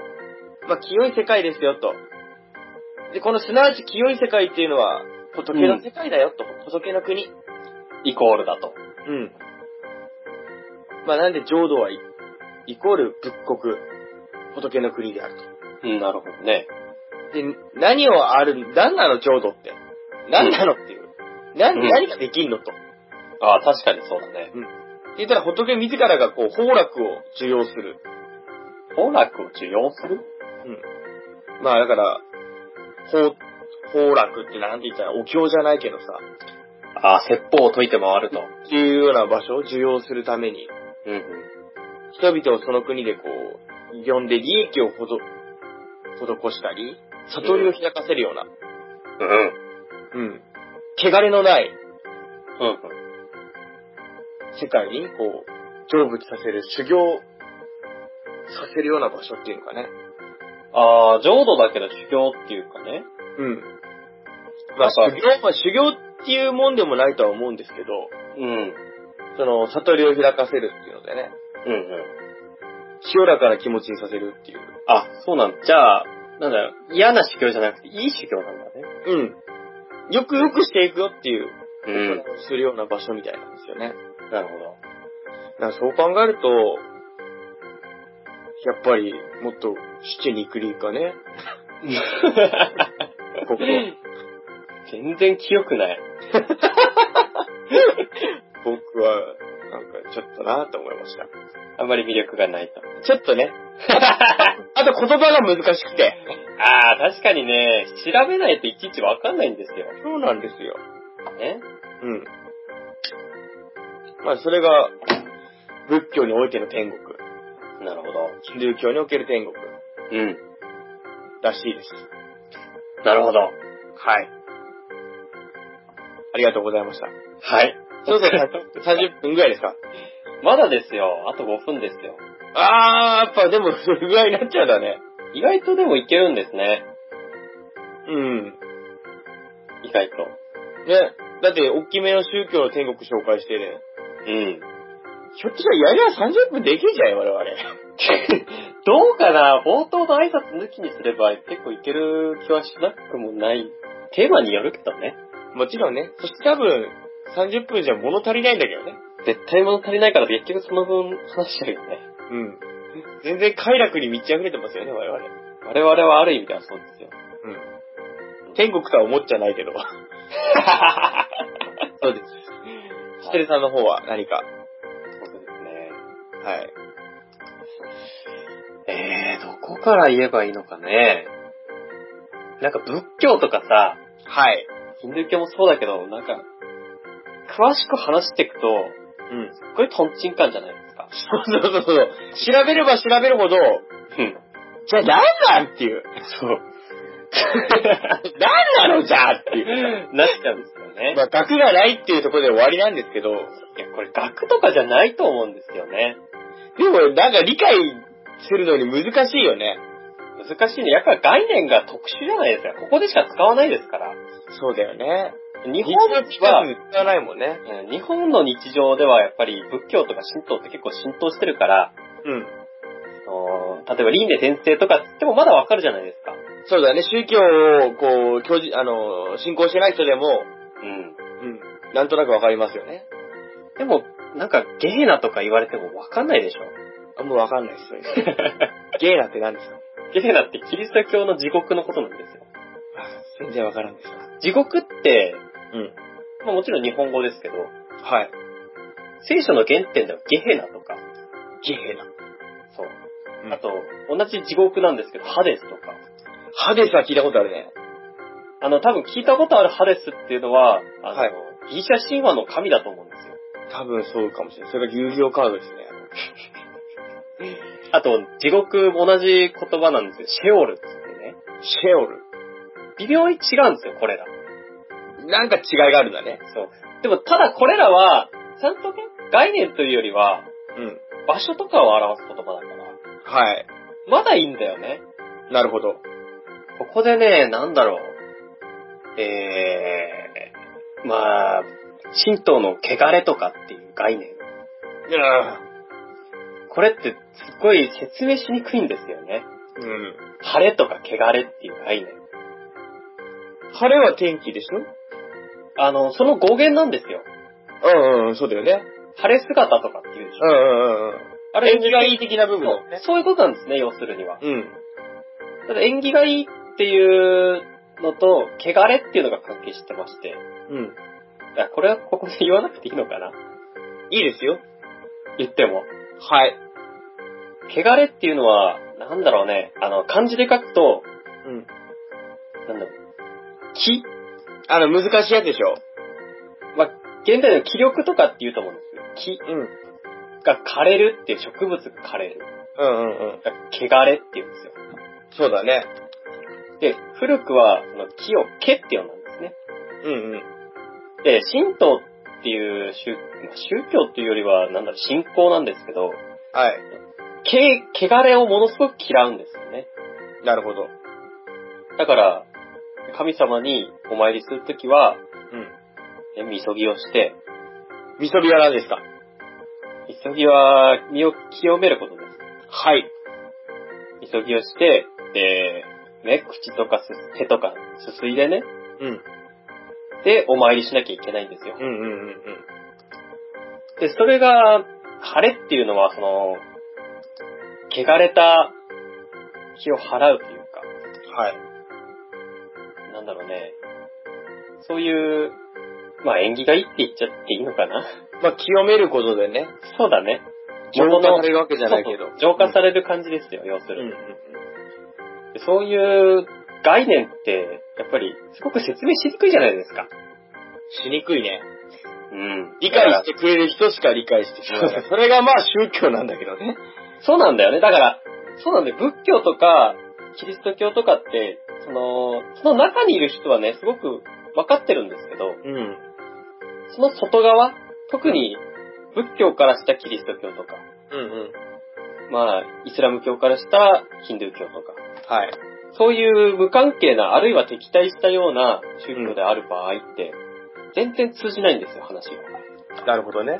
まあ、清い世界ですよ、と。で、このすなわち清い世界っていうのは、仏の世界だよ、と。仏の国。
イコールだと。
うん。まあ、なんで浄土はイ、イコール仏国、仏の国であると。
うん、なるほどね。
で、何をある、何なの浄土って。何なのっていう。何、
うん
何ができんのと。
ああ、確かにそうだ
っ
ね。
て言ったら仏自らがこう、崩落を受容する。
崩落を受容する
うん。まあ、だから、崩、崩落ってなんて言ったら、お経じゃないけどさ、
ああ、説法を解いて回ると。
っていうような場所を受容するために、
うん
人々をその国でこう、呼んで利益をほど、施したり、悟りを開かせるような、
うん。うん。
うん。汚れのない
うん
世界に、こう、成仏させる、修行させるような場所っていうのかね。
ああ、浄土だけど修行っていうかね。
うん。まあ、
やっ
修行、まあ、修行っていうもんでもないとは思うんですけど、
うん。うん
その、悟りを開かせるっていうのでね、
うん。
清らかな気持ちにさせるっていう。
あ、そうなんだ。じゃあ、なんだよ。嫌な修行じゃなくて、いい修行なんだね。
うん。よくよくしていくよっていう、
う
するような場所みたいなんですよね。
ん。なるほど。
だからそう考えると、やっぱり、もっと、七肉林か ね、ここ。
全然清くない。
僕は、なんか、ちょっとなと思いました。
あんまり魅力がないと。
ちょっと ね。あと言葉が難しくて。
ああ、確かにね、調べないといちいちわかんないんですよ。
そうなんですよ。
ね。
うん。まあ、それが、仏教においての天国。
なるほど。
ヒンドゥー教における天国
うん。
らしいです。
なるほど。
はい。ありがとうございました。
はい。
そろそろさ30分ぐらいですか
まだですよ。あと5分ですよ。
あー、やっぱでも、それぐらいになっちゃうんだね。
意外とでもいけるんですね。
うん。
意外と。
ね。だって、大きめの宗教の天国紹介してね。
うん。
ひょっとしたらやりゃ30分できるじゃん、我々。
どうかな冒頭の挨拶抜きにすれば結構いける気はしなくもない。テーマによるけどね。
もちろんね。そして多分、30分じゃ物足りないんだけどね。
絶対物足りないから結局その分話しちゃうよね。
うん。全然快楽に満ち溢れてますよね、我々。
我々はある意味ではそうですよ。
うん。天国とは思っちゃない けど。そうです。ひとりさんの方は何か。
そうですね。
はい。
えー、どこから言えばいいのかね。なんか仏教とかさ、
はい。
ヒンドゥー教もそうだけど、なんか、詳しく話していくと、
うん。
すっごいトンチンカンじゃないですか。
そうそうそうそう。調べれば調べるほど、
うん。
じゃあ何なんっていう。
そう。
何なのじゃあっていう。
なっちゃうんですよね。
まあ、学がないっていうところで終わりなんですけど、
いや、これ学とかじゃないと思うんですよね。
でもなんか理解するのに難しいよね。
難しいね。やっぱり概念が特殊じゃないですか。ここでしか使わないですから。
そうだよね。
日
日
本
本
は
の、近く使わないもんね。
うん日本の日常ではやっぱり仏教とか神道って結構浸透してるから、
うん。
あのー例えば輪廻転生とかっつってもまだわかるじゃないですか。
そうだね。宗教を、こう、教じ、あの、信仰してない人でも、
う
う
ん。
ん。なんとなくわかりますよね。
でも、なんかゲーナとか言われてもわかんないでしょ。
あ、もうわかんないです。そういうの ゲイナって何ですか
ゲーナってキリスト教の地獄のことなんですよ。
あ全然わからんですわ。
地獄って、
うん。
まあもちろん日本語ですけど、
はい。
聖書の原点ではゲヘナとか、
ゲイナ。
そう。
うん
あと、同じ地獄なんですけど、ハデスとか。
ハデスは聞いたことあるね。
あの、多分聞いたことあるハデスっていうのは、あの、
はい
ギリシャ神話の神だと思うんですよ。
多分そうかもしれない。それが遊戯王カードですね。
あと、地獄も同じ言葉なんですよ。シェオルっつってね。
シェオル。
微妙に違うんですよ、これら。
なんか違いがあるんだね。
そう。でも、ただこれらは、ちゃんとね、概念というよりは、
うん。
場所とかを表す言葉だから、
はい。
まだいいんだよね。
なるほど。
ここでね、なんだろう。えー、まあ、神道の汚れとかっていう概念。これってすっごい説明しにくいんですよね。
うん。
晴れとか汚れっていう概念。
晴れは天気でしょ
あの、その語源なんですよ。
うんうん、そうだよね。
晴れ姿とかっていうでし
う
ょ。
んうんうんうん。
あ
縁起がいい的な部分
そ
だ
う
よね。
そういうことなんですね、要するには。
うん。
ただ縁起がいいっていうのと、汚れっていうのが関係してまして。
うん。
あこれはここで言わなくていいのかない
いですよ。
言っても。
はい。
汚れっていうのは、なんだろうね。あの、漢字で書くと、
うん。
なんだろう。気
あの、難しいやつでしょ
まあ、現代の気力とかって言うと思うんですよ。気
うん。うん
が枯れるっていう植物が枯れる。
うんうん。
だから汚れって言うんですよ。
そうだね。
で、古くは、その木を毛って呼んだんですね。
うんうん。
で、神道っていう宗宗教っていうよりは、なんだろう、信仰なんですけど、
はい。
け、汚れをものすごく嫌うんですよね。
なるほど。
だから、神様にお参りするときは、
うん。
ね、みそぎをして、
みそびは何ですか
みそぎは身を清めることです。
はい。
みそぎをして、で、ね、口とかす手とかすすいでね、
うん。
で、お参りしなきゃいけないんですよ。
うんうんうんうん。
で、それが、晴れっていうのは、その、汚れた気を払うという
はい。
か、なんだろうね。そういう、まあ縁起がいいって言っちゃっていいのかな
まあ、清めることでね、
そうだね。
浄化されるわけじゃないけど
そう。そう浄化される感じですよ、要す
うんう
る
ん
に、でそういう概念って、やっぱり、すごく説明しにくいじゃないですか。
しにくいね。
うん
理解してくれる人しか理解してくれない。 それがまあ宗教なんだけどね。
そうなんだよね。だから、そうなんだよ。仏教とか、キリスト教とかって、その、その中にいる人はね、すごく分かってるんですけど、
うん。
その外側、特に仏教からしたキリスト教とか、
うんうん。
まあ、イスラム教からしたヒンドゥー教とか、
はい。
そういう無関係な、あるいは敵対したような宗教である場合って、全然通じないんですよ、話が。
なるほどね。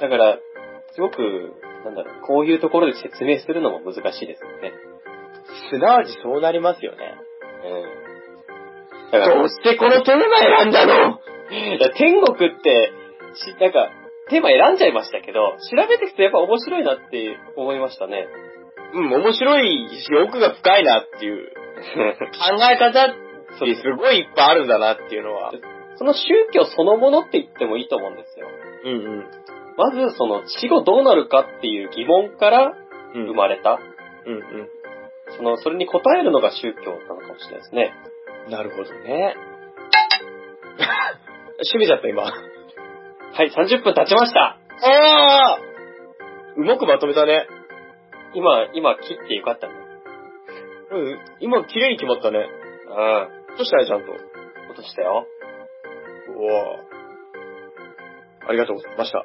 だから、すごく、なんだろう、こういうところで説明するのも難しいですよね。
すなわちそうなりますよね。
うん。だから
どうしてこのテーマ選んだの
いや天国って、し、なんか、テーマ選んじゃいましたけど、調べていくとやっぱ面白いなって思いましたね。
うん、面白いし、奥が深いなっていう考え方ってすごいいっぱいあるんだなっていうのは。
その宗教そのものって言ってもいいと思うんですよ。
うんうん。
まず、その死後どうなるかっていう疑問から
うん、
生まれた。
うんう
その、それに答えるのが宗教なのかもしれないですね。
ん。なるほどね。 閉めちゃった今。
はい、30分経ちました
ああうまくまとめたね。
今、今切ってよかったね。
うん、今綺麗に決まったね。
う
どうしたね、ちゃんと。
ん。落としたよ。
うわあありがとうございました。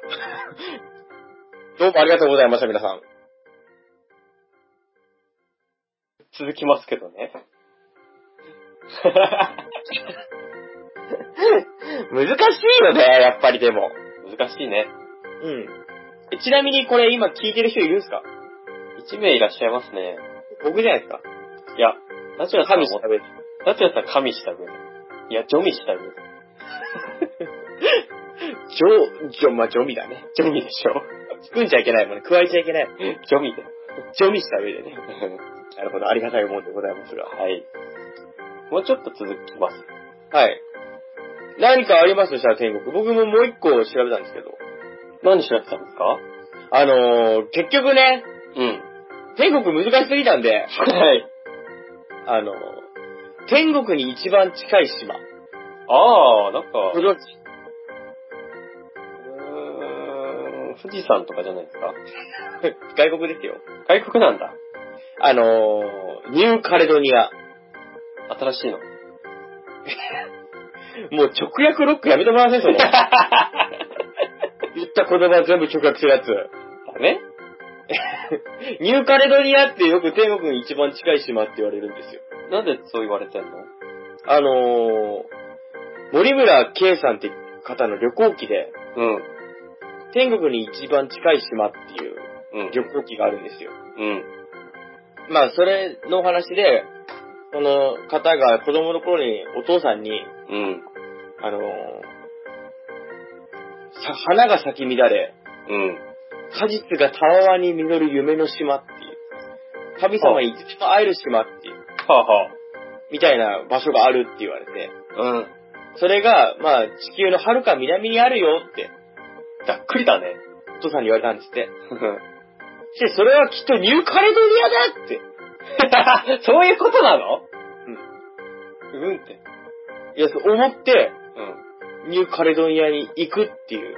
どうもありがとうございました、皆さん。
続きますけどね。
難しいよね、やっぱりでも。
難しいね。
うん。ちなみにこれ今聞いてる人いるんすか
1名いらっしゃいますね。
僕じゃないですか。
いや、ナチュラさん
神
も
し、べる。
ナチュラさん神した上で。いや、ジョミした上で。
ジョ、ジョ、まあ、ジョミだね。
ジョミでしょ。
含んじゃいけないもんね。加えちゃいけない。
ジョミで。
ジョミした上でね。なるほど。ありがたいもんでございますが。
はい。もうちょっと続きます。
はい。何かありますしたら天国。僕ももう一個調べたんですけど。
何調べてたんですか
あのー、結局ね、
うん。
天国難しすぎたんで、
はい。
あのー、天国に一番近い島。
あー、なんか、
ご存知
うーん、富士山とかじゃないですか
外国ですよ。
外国なんだ。
あのー、ニューカレドニア。
新しいの。
もう直訳ロックやめてもらわせその。言った言葉全部直訳するやつ。
ダメ
ニューカレドニアってよく天国に一番近い島って言われるんですよ。
なんでそう言われてんの
あのー、森村圭さんって方の旅行記で、
うん。
天国に一番近い島っていう
うん。
旅行記があるんですよ。
うん。
まあ、それのお話で、この方が子供の頃にお父さんに、
うん。
あのーさ花が咲き乱れ、
うん。
果実がたわわに実る夢の島っていう、神様に一番会える島っていう、
はあは
みたいな場所があるって言われて、
あ。うん。
それが、まあ、地球の遥か南にあるよって、
ざっくりだね。
お父さんに言われたんですって。で、それはきっとニューカレドニアだって。
そういうことなのうん。うんって。
いや、そう思って、
う
ニューカレドニアに行くっていう、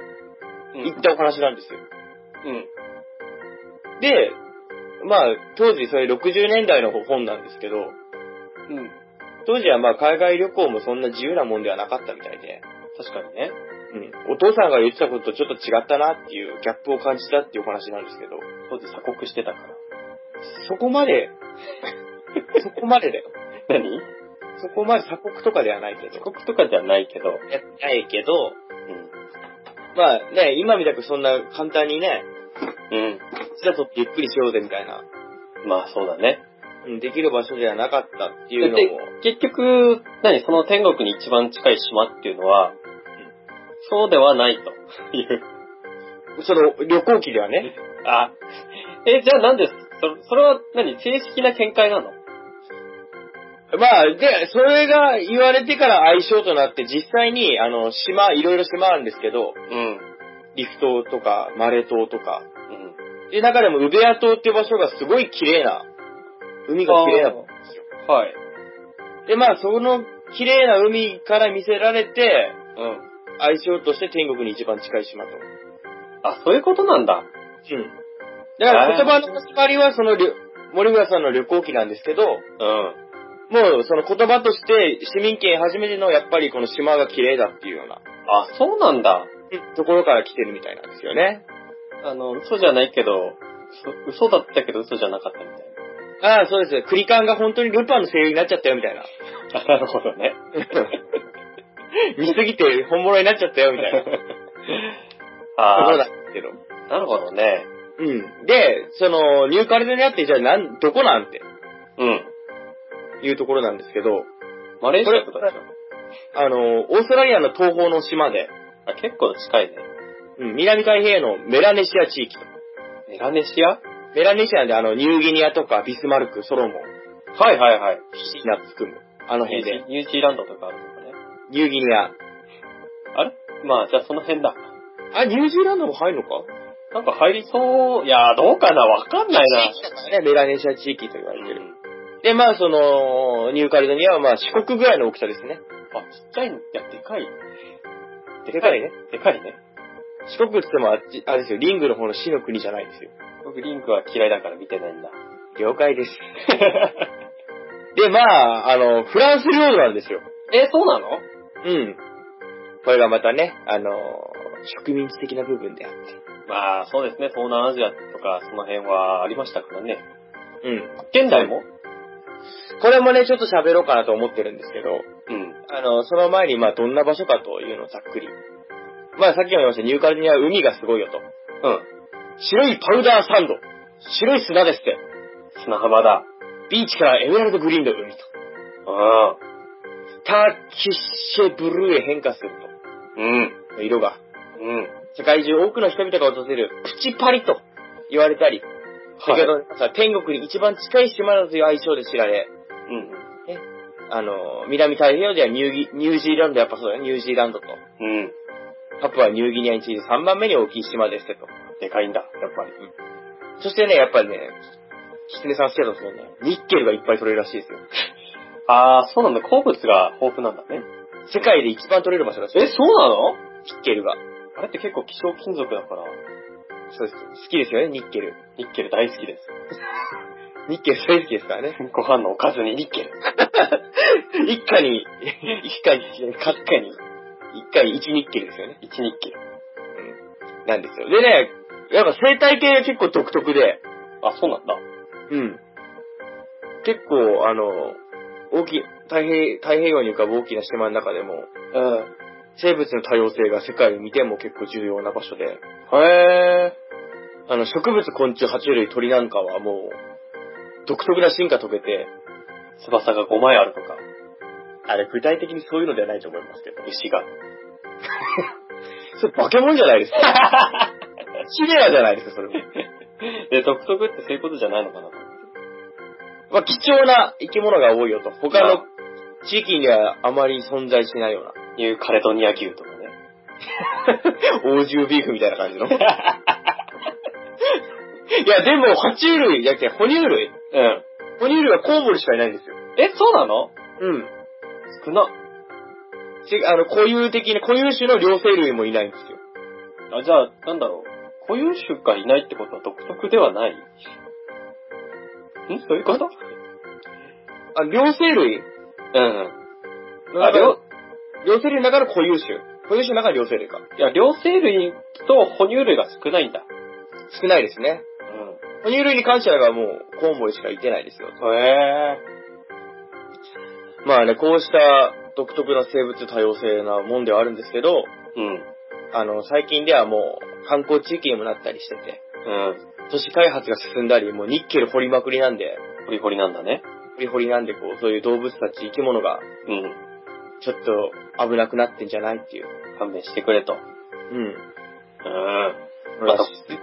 ん。
行ったお話なんですよ。
うん。
で、まあ、当時それ60年代の本なんですけど、
うん。
当時はまあ海外旅行もそんな自由なもんではなかったみたいで、
確かにね。
うん、お父さんが言ってたこととちょっと違ったなっていうギャップを感じたっていうお話なんですけど、
当時鎖国してたから。
そこまで、 そこまでだよ。
何
そこまで鎖国とかではないけど。
鎖国とかじゃないけど。
やってないけど、
うん。
まあね、今みたくそんな簡単にね、
う
一だとってゆっくりしようぜみたいな、
ん。まあそうだね。
うん、できる場所じゃなかったっていうの
で
も、、
結局、何その天国に一番近い島っていうのは、そうではないという。
その旅行記ではね、
あ、え、じゃあなんですそそれは何正式な見解なの
まあ、で、それが言われてから相性となって、実際に、あの、島、いろいろ島あるんですけど、
うん。
リフ島とか、マレ島とか、
うん。
で、中でも、ウベア島っていう場所がすごい綺麗な、海が綺麗な場所なんですよ。
はい。
で、まあ、その綺麗な海から見せられて、
うん。
相性として天国に一番近い島と。う
あ、そういうことなんだ。
ん。だから
あー
言葉の始まりは、その、りょ森村さんの旅行記なんですけど、
うん。
もうその言葉として市民権初めてのやっぱりこの島が綺麗だっていうような
あ、そうなんだ。
ところから来てるみたいなんですよね。
あの、嘘じゃないけど、嘘嘘だったけど嘘じゃなかったみたい
ああ、そうです。クリカンが本当にルパンの声優になっちゃったよみたいな。
な。 なるほどね。
見すぎて本物になっちゃったよみたいなところだ
あ
けど。
あ、なるほどね。
うん。で、その、ニューカレドニアってじゃあなん、どこなんて
うん。
いうところなんですけど、
マレーシアとかでし
あの、オーストラリアの東方の島で、
ょ。あ、結構近いね。
うん、南太平洋のメラネシア地域と。
メラネシア
メラネシアであの、ニューギニアとかビスマルク、ソロモン、
はいはいはい。
フィジーナ含む、あの
ニュ
辺
ージ
で
ー、ニュージーランドとかあるとかね。
ニューギニア。
あれまあじゃあその辺だ。
あ、ニュージーランドも入るのか
なんか入りそう、いやーどうかなわかんないな。
地域だからね、メラネシア地域と言われて
う
る。
ん
で、まあ、その、ニューカレドニアはまあ、四国ぐらいの大きさですね。
あ、ちっちゃい、いや、でかい。
でかいね。
でかいね。
四国って言ってもあっち、あれですよ、リングの方の死の国じゃないですよ。
僕リンクは嫌いだから見てないんだ。
了解です。で、まあ、あの、フランス領土なんですよ。
え、そうなの
うん。これがまたね、あの、植民地的な部分であって。
まあそうですね、東南アジアとかその辺はありましたからね。
うん。
現代も
これもね、ちょっと喋ろうかなと思ってるんですけど、
うん。
あの、その前に、まあ、どんな場所かというのをざっくり。まあ、さっきも言いました、ニューカレドニアは海がすごいよと。
うん。
白いパウダーサンド。白い砂ですって。
砂浜だ。
ビーチからエメラルドグリーンの海と。ターキッシェブルーへ変化する
うん。
と。色が。
うん。うん。
世界中多くの人々が訪れるプチパリと言われたり、先ほど言いました天国に一番近い島だという愛称で知られ、
うん。
あの、南太平洋ではニューギニュージーランド、やっぱそうだね、ニュージーランドと、
うん。
パプアニューギニアに次いで3番目に大きい島ですってと。
でかいんだ、やっぱり。
そしてね、やっぱりね、キツネさん好きだとですよね、ニッケルがいっぱい取れるらしいですよ。
あー、そうなんだ。鉱物が豊富なんだね。
世界で一番取れる場所らしい
え、
です。
そうなの
ニッケルが。
あれって結構希少金属だから、
そうです。好きですよね、ニッケル。
ニッケル大好きです。
ニッケル大好きですからね。
ご飯のおかずにニッケル。
一家に、 一家に、かっかに、一家に一ニッケルですよね。
一ニッケル。
うん。なんですよ。でね、やっぱ生態系が結構独特で、
あ、そうなんだ。
うん。結構、あの、大きい、太平、太平洋に浮かぶ大きな島の中でも、
うん。
生物の多様性が世界を見ても結構重要な場所で、
へ
あの、植物、昆虫、爬虫類、鳥なんかはもう、独特な進化遂げて、
ー。翼が5枚あるとか、
あれ、具体的にそういうのではないと思いますけど。
牛が。
それ、化け物じゃない ですか。シデラじゃないですか、それも。
で、独特ってそういうことじゃないのかなと思って。
まあ、貴重な生き物が多いよと。他の地域にはあまり存在しないような。
ニューカレドニア牛とかね。
王獣ビーフみたいな感じの。いや、でも、爬虫類じゃなくて、哺乳類。
うん。
哺乳類はコウモリしかいないんですよ。
え、そうなの
うん。
少な。
ちあの、固有的な、固有種の両生類もいないんですよ。
あ、じゃあ、なんだろう。固有種がいないってことは独特ではないんどういうこと
あ、両生類
うん。
の中
あ両
両生類の中の固有種。固有種の中に両生類か。
いや、両生類と哺乳類が少ないんだ。
少ないですね。哺乳類に関してはもうコウモリしかいてないですよ。
うん。へ
まあね、こうした独特な生物多様性なもんではあるんですけど、
ぇー。うん。
あの、最近ではもう観光地域にもなったりしてて、
うん。
都市開発が進んだり、もうニッケル掘りまくりなんで、
ホリホリなんだね。
掘り掘りなんでこう、そういう動物たち、生き物が
うん。
ちょっと危なくなってんじゃないっていう。
勘弁してくれ
う
と。
ん。
うん。
ま
ま
あ、
あ
そうで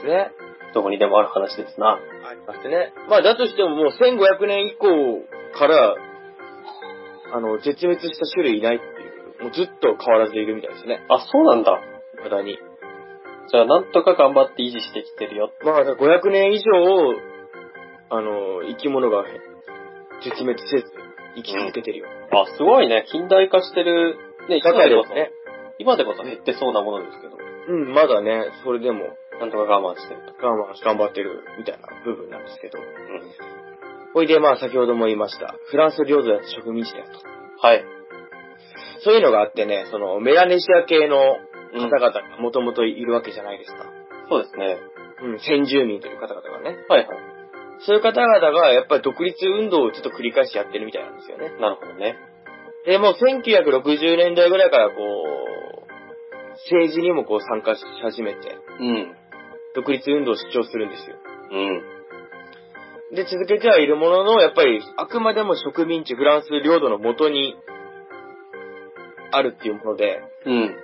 すね。
どこにでもある話ですな。
ありますね。まあ、だとしてももう1500年以降から、あの、絶滅した種類いないっていう、もうずっと変わらずいるみたいですね。
あ、そうなんだ。
無駄に。
じゃあ、なんとか頑張って維持してきてるよ。
まあ、だから500年以上、あの、生き物が絶滅せず生き続けてるよ。
あ、すごいね。近代化してる。ね、
だから
今でこ
です
そ、
ね。
今でこそ減ってそうなものですけど、
うん、まだね、それでも
なんとか我慢してると。
我慢頑張ってるみたいな部分なんですけど。
うん。
ほいで、まあ、先ほども言いました。フランス領土や植民地だと。
はい。
そういうのがあってね、その、メラネシア系の
う
方
ん
々がもともといるわけじゃないですか。
そうですね。
うん、先住民という方々がね。
はいはい。
そういう方々が、やっぱり独立運動をちょっと繰り返しやってるみたいなんですよね。
なるほどね。
で、もう1960年代ぐらいからこう、政治にもこう参加し始めて、
うん。
独立運動を主張するんですよ。
うん。
で、続けてはいるものの、やっぱり、あくまでも植民地フランス領土の元に、あるっていうもので、
うん。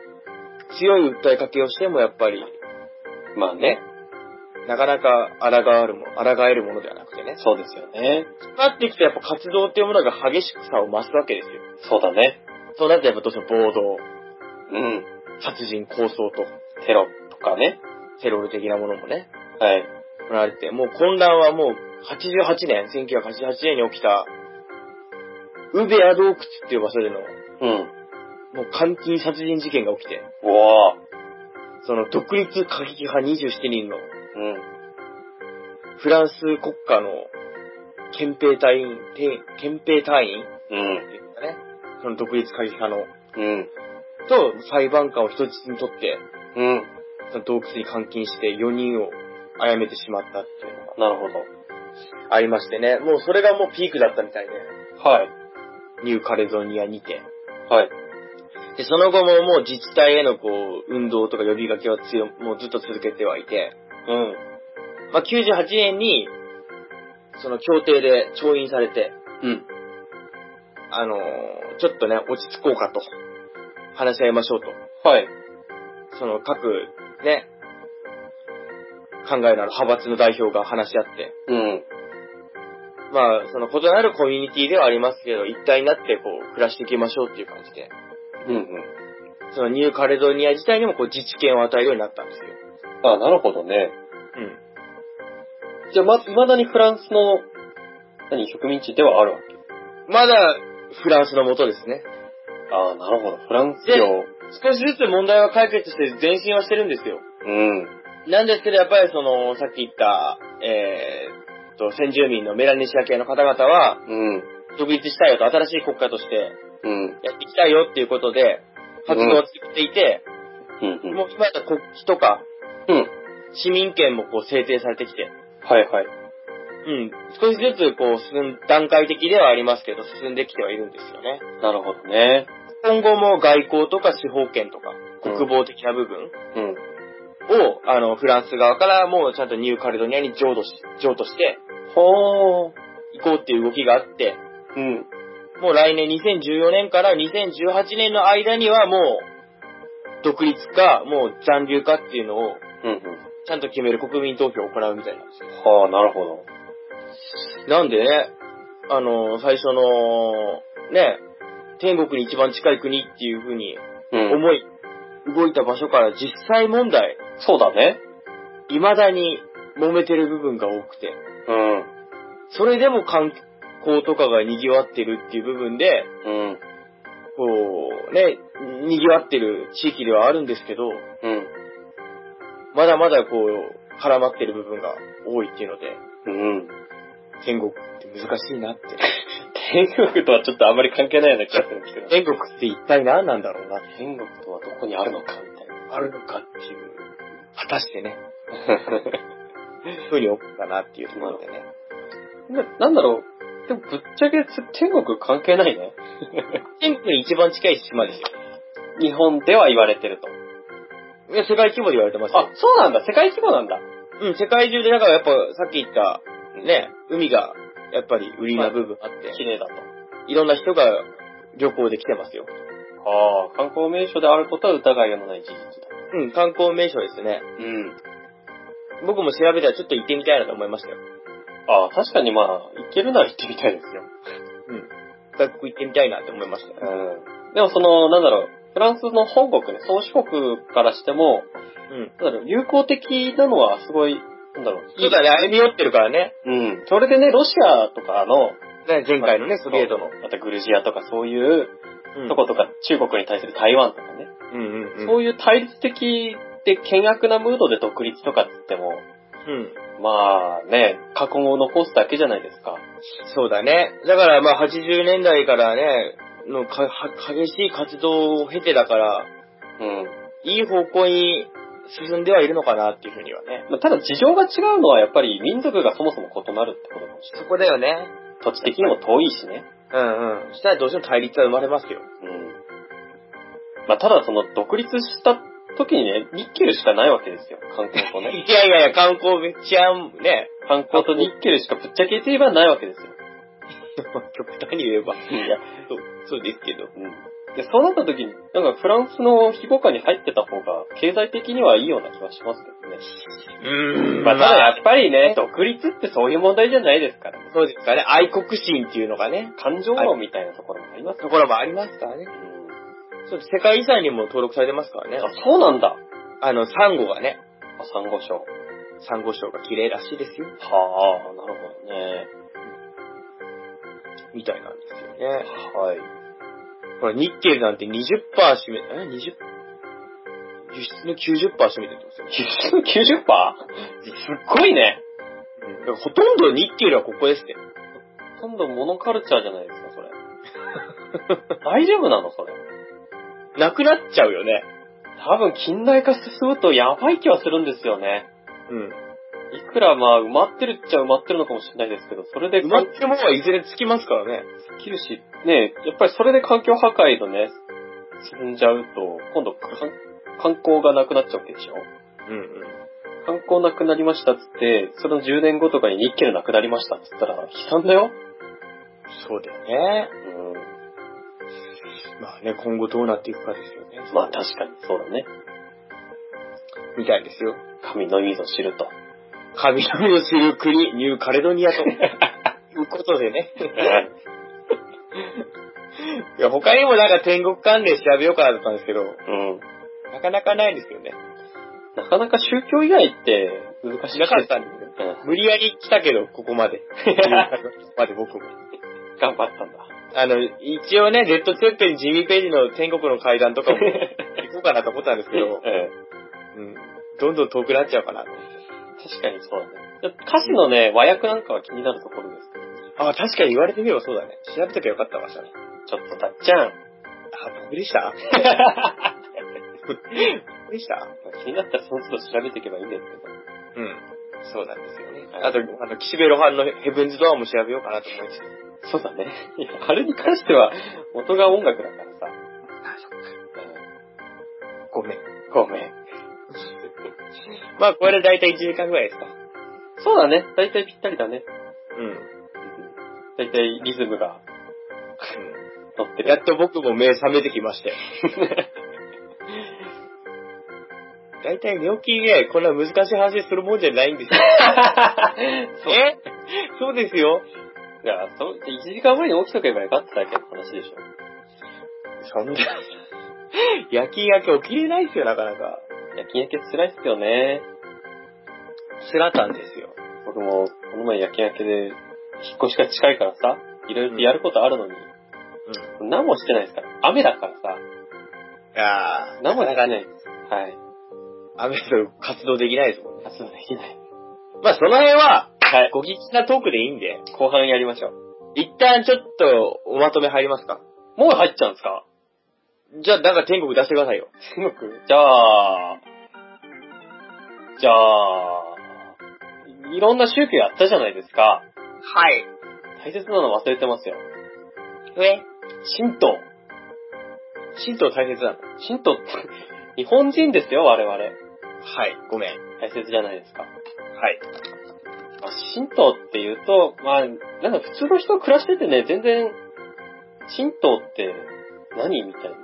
強い訴えかけをしても、やっぱり、
まあね。
なかなか抗えるも、抗えるものではなくてね。
そうですよね。
そうなってきて、やっぱ活動っていうものが激しくさを増すわけですよ。
そうだね。
そうなってやっぱどうしても暴動、
うん。
殺人、抗争と、
テロとかね。
テロール的なものもね、
はい。
行われて、もう混乱はもう88年、1988年に起きた、ウベア洞窟っていう場所での、
うん。
もう監禁殺人事件が起きて、
うわぁ。
その独立過激派27人の
うん。
フランス国家の憲兵隊員、て憲兵隊員っ
うん。
ていうんですかね、その独立過激派の、
うん。
と裁判官を人質にとって、
うん。
その洞窟に監禁して4人を殺めてしまったっていうのが
なるほど。
ありましてね、もうそれがもうピークだったみたいで、
はい。
ニューカレドニアにて。
はい。
で、その後ももう自治体へのこう、運動とか呼びかけは強い、もうずっと続けてはいて、
うん。
まあ、98年に、その協定で調印されて、
うん。
あのーちょっとね、落ち着こうかと、話し合いましょうと。
はい。
その各、ね、考えのある派閥の代表が話し合って、
うん。
まあ、その異なるコミュニティではありますけど、一体になってこう、暮らしていきましょうっていう感じで、
うんうん。
そのニューカレドニア自体にもこう、自治権を与えるようになったんですよ。
あなるほどね。
うん。
じゃあ、ま、未だにフランスの、何、植民地ではあるわけ。
まだ、フランスの元ですね。
ああ、なるほど。フランス
で
領。
少しずつ問題は解決して前進はしてるんですよ。
うん。
なんですけど、やっぱりその、さっき言った、えーっと、先住民のメラネシア系の方々は、
うん。
独立したいよと、新しい国家として
うん。
やっていきたいよっていうことで、活動を続けていて、
うん。うん。
もう今やった国旗とか、
うん。
市民権もこう制定されてきて、
はいはい。
うん、少しずつこう進ん、段階的ではありますけど、進んできてはいるんですよね。
なるほどね。
今後も外交とか司法権とか、国防的な部分、
うん。
を、あの、フランス側からもうちゃんとニューカレドニアに譲渡し、譲渡して、
ほー。
行こうっていう動きがあって、
うん。
もう来年2014年から2018年の間にはもう、独立か、もう残留かっていうのを、
うんうん。
ちゃんと決める国民投票を行うみたいなんですよ。
はあ、なるほど。
なんでね、あの、最初の、ね、天国に一番近い国っていう風に
うん。
思い、動いた場所から実際問題、
そうだね。
未だに揉めてる部分が多くて、
うん。
それでも観光とかが賑わってるっていう部分で、
うん。
こう、ね、賑わってる地域ではあるんですけど、
うん。
まだまだこう、絡まってる部分が多いっていうので、
うん。
天国って難しいなって。
天国とはちょっとあんまり関係ないような気がするんですけど。
天国って一体何なんだろうな。
天国とはどこにあるのかみたいな。
あるのかっていう。果たしてね。 ふうに思うかなっていうところでね。
な、なんだろう。でもぶっちゃけつ天国関係ないね。
天国に一番近い島ですよ。
日本では言われてると。
いや世界規模で言われてますよ
あ、そうなんだ。世界規模なんだ。
うん、世界中でだからやっぱさっき言った、ね、海がやっぱり売りな部分あって、
綺麗だと。
いろんな人が旅行で来てますよ。
ああ、観光名所であることは疑いのない事実だ。
うん、観光名所ですね。
うん。
僕も調べたらちょっと行ってみたいなと思いましたよ。
ああ、確かにまあ、行けるなら行ってみたいですよ。
うん。学校行ってみたいなって思いましたよ。
うん。でもその、なんだろう、フランスの本国ね、宗主国からしても、
うん。
なんだろう、友好的なのはすごい、なんだろう、い
そう
い
だね、歩み寄ってるからね。
うん。それでね、ロシアとかの、
ね、前回のね、ソビエトの。
またグルジアとかそういう
うん
とことか、中国に対する台湾とかね、
うんうんうん。
そういう対立的で険悪なムードで独立とかっつっても、
うん。
まあね、過去を残すだけじゃないですか。
そうだね。だからまあ80年代からね、のかは激しい活動を経てだから、
うん。
いい方向に進んではいるのかなっていうふうにはね。
まあただ事情が違うのはやっぱり民族がそもそも異なるってことかもしれ
そこだよね。
ない。土地的にも遠いしね。
うんうん。したらどうしても対立は生まれますよ。
うん。まあただその独立した時にね、ニッケルしかないわけですよ。観光と ね。
いやいやいや、観光めっちゃね、
観光とニッケルしかぶっちゃけて言えばないわけですよ。
極端に言えば、
いや、
そうそうですけど。
うん。で、そうなった時に、なんかフランスの非語下に入ってた方が経済的にはいいような気がしますけどね。
う
まあ、ただや
まあ、
っぱりね、独立ってそういう問題じゃないですからね。
そうですかね、愛国心っていうのがね、
感情論みたいなところもあります
と
よ、
ころもありますからね。
うん
そう世界遺産にも登録されてますからね。
あ、そうなんだ。
あの、サンゴがね、
あ、サンゴ礁。は
サンゴ礁が綺麗らしいですよ。
あ、なるほどね。
みたいなんですよね。
はい。
ほら、ニッケルなんて20%占め、え ?20? 輸出の90%占めてるんですよ。
90%? すっごいね。
だからほとんどニッケルはここですね。
今度モノカルチャーじゃないですか、 それ。大丈夫なのそれ。
なくなっちゃうよね。
多分近代化進むとやばい気はするんですよね。
うん。
いくらまあ埋まってるっちゃ埋まってるのかもしれないですけど、それで
埋まっ
環境
てるものはいずれつきますからね。
を切るし、ねやっぱりそれで環境破壊のね、進んじゃうと、今度か観光がなくなっちゃうわけでしょ。
うん
観光なくなりましたっつって、その10年後とかにニッケルなくなりましたっつったら悲惨だよ。
そうだよね
う。ん。
まあね、今後どうなっていくかですよね。
まあ確かにそうだね。
みたいですよ。
神の意味を知ると。
神々の知る国、ニューカレドニア と。いうことでね。いや、他にもなんか天国関連調べようかなと思ったんですけど、
うん。
なかなかないですよね。
なかなか宗教以外って難しい。
なかったんですよ。
うん。
無理やり来たけど、ここまで。ここまで僕も。
頑張ったんだ。
あの、一応ね、レッド・ツェッペン、ジミー・ペリの天国の階段と かも行こうかなと思ったんですけど、
うん。
うん、どんどん遠くなっちゃうかなと思って。
確かにそうだね。で歌詞のね、和訳なんかは気になるところですけど、
あ、確かに言われてみればそうだね。調べときゃよかったわ、したね。
ちょっとたっちゃん。
あ、僕でした僕でした
気になったらその都度調べていけばいいんですけど。
うん。そうなんですよね。
はい
あと、あの、岸辺露伴のヘブンズ・ドアも調べようかなと思いました。
そうだね。いや、あれに関しては、元が音楽だからさ。
ごめん。
うんごめん。
まあ、これで大体1時間ぐらいですか。
そうだね。だいたいぴったりだね。
うん。
だいたいリズムが乗ってる。
やっと僕も目覚めてきまして。大体寝起き以外こんな難しい話するもんじゃないんですよ。
そう い
えそうですよ。
や、そう、1時間前に起きとけばよかっただけの話でしょ。
そんな。夜勤明け起きれないですよ、なかなか。
夜勤明け辛いっすよね。
つらたんですよ。
僕も、この前夜勤明けで、引っ越しが近いからさ、いろいろとやることあるのに、
うん。
何もしてないですから。雨だからさ、
ああ。
何もでき
かか
な
ね
い。はい。
雨だと活動できないですもんね。
活動できない。
まあ、その辺は、
はい。
ご機嫌なトークでいいんで、
後半やりましょう。
一旦ちょっと、おまとめ入りますか。
もう入っちゃうんですか
じゃあ、なんか天国出してくださいよ。
天国じゃあ、じゃあ、いろんな宗教やったじゃないですか。
はい。
大切なの忘れてますよ。
え
神道。
神道大切なの
神道って、日本人ですよ、我々。
はい、ごめん。
大切じゃないですか。
はい。
まあ、神道って言うと、まあ、なんだ、普通の人暮らしててね、全然、神道って何みたいな。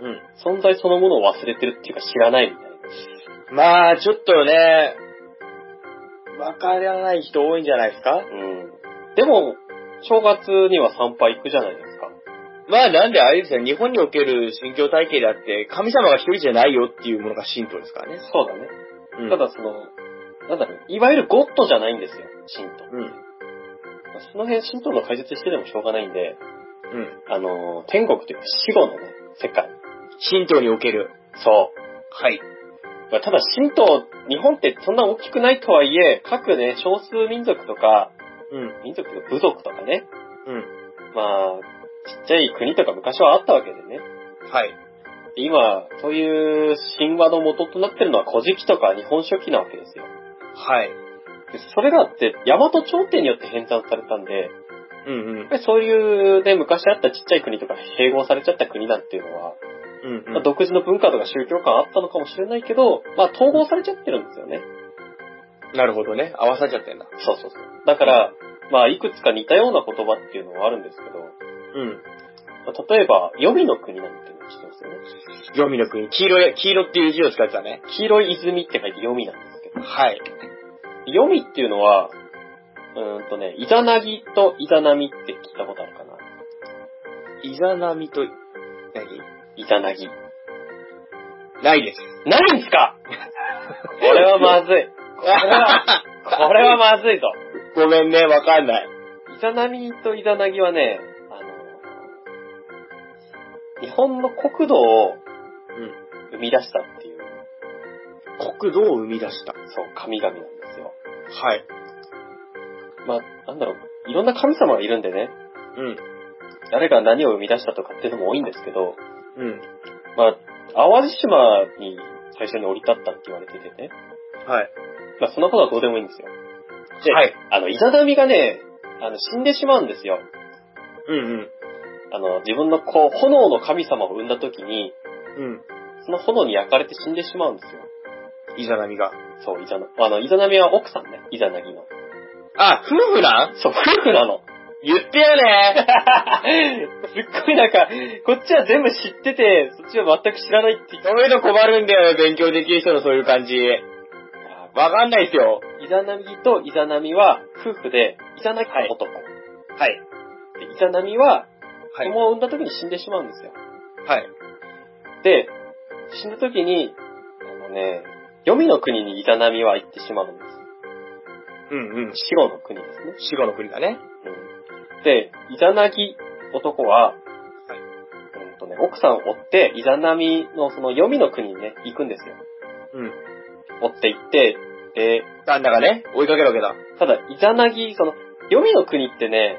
うん。
存在そのものを忘れてるっていうか知らないみたいな。
まあ、ちょっとね、わからない人多いんじゃないですか
うん。でも、正月には参拝行くじゃないですか。
まあ、なんであれですよ、日本における信教体系だって、神様が一人じゃないよっていうものが神道ですからね。
そうだね。
うん
た、だその、なんだろう、いわゆるゴッドじゃないんですよ、神道。
うん。
その辺神道の解説してでもしょうがないんで、
うん。
あのー、天国というか死後のね、世界。
神道における。
そう。
はい。
まあ、ただ、神道、日本ってそんな大きくないとはいえ、各ね、少数民族とか、
うん。
民族とか部族とかね、
うん。
まあ、ちっちゃい国とか昔はあったわけでね。
はい。
今、そういう神話の元となってるのは古事記とか日本書紀なわけですよ。
はい。
でそれがあって、大和朝廷によって編纂されたんで、
うんうん
やっ。ぱりそういうね、昔あったちっちゃい国とか併合されちゃった国なんていうのは、
うん、
まあ独自の文化とか宗教観あったのかもしれないけど、まあ統合されちゃってるんですよね。
なるほどね。合わさっちゃってんだ。
そうそうそう。だから、まあ、いくつか似たような言葉っていうのはあるんですけど、
うん。
まあ例えば、黄泉の国なんていうの知ってますよね。
黄泉の国。黄色い、黄色っていう字を使ってたね。
黄色い泉って書いて黄泉なんですけど、
はい。
黄泉っていうのは、うーんとね、イザナギとイザナミって聞いたことあるかな。
イザナミと、何
イザナギ。
ないです。
ないんすかこれはまずい。これは、これはまずいぞ。
ごめんね、わかんない。
イザナミとイザナギはね、あの、日本の国土を
う
生み出したっていう、
ん。国土を生み出した。
そう、神々なんですよ。
はい。
まあ、なんだろう、いろんな神様がいるんでね、
うん。
誰が何を生み出したとかっていうのも多いんですけど、
うん。
まあ、淡路島に最初に降り立ったって言われててね、
はい。
まあ、そんなことはどうでもいいんですよ。で、
はい。
あの、イザナミがね、あの、死んでしまうんですよ。
うん
あの、自分のこう、炎の神様を生んだ時に、
うん。
その炎に焼かれて死んでしまうんですよ。
うん。イザナミが。
そう、イザナ、あの、イザナミは奥さんね、イザナギの。
あ、夫婦なん
そう、夫婦なの。
言ってよ ね。
すっごいなんか、こっちは全部知ってて、そっちは全く知らないって言って
そういうの困るんだよね、勉強できる人のそういう感じ。わかんないっすよ。
イザナミとイザナミは夫婦で、イザナギは男。
はい。
でイザナミは子
はい。
供を産んだ時に死んでしまうんですよ。
はい。
で、死んだ時に、あのね、黄泉の国にイザナミは行ってしまうんで
うんうん。
す。白の国ですね。
死後の国だね。
うん、で、イザナギ男は、うんとね、奥さんを追って、イザナミのその黄泉の国にね、行くんですよ。
うん。
追って行って、で、
なんだかね、追いかけるわけだ。
ただ、イザナギ、その、黄泉の国ってね、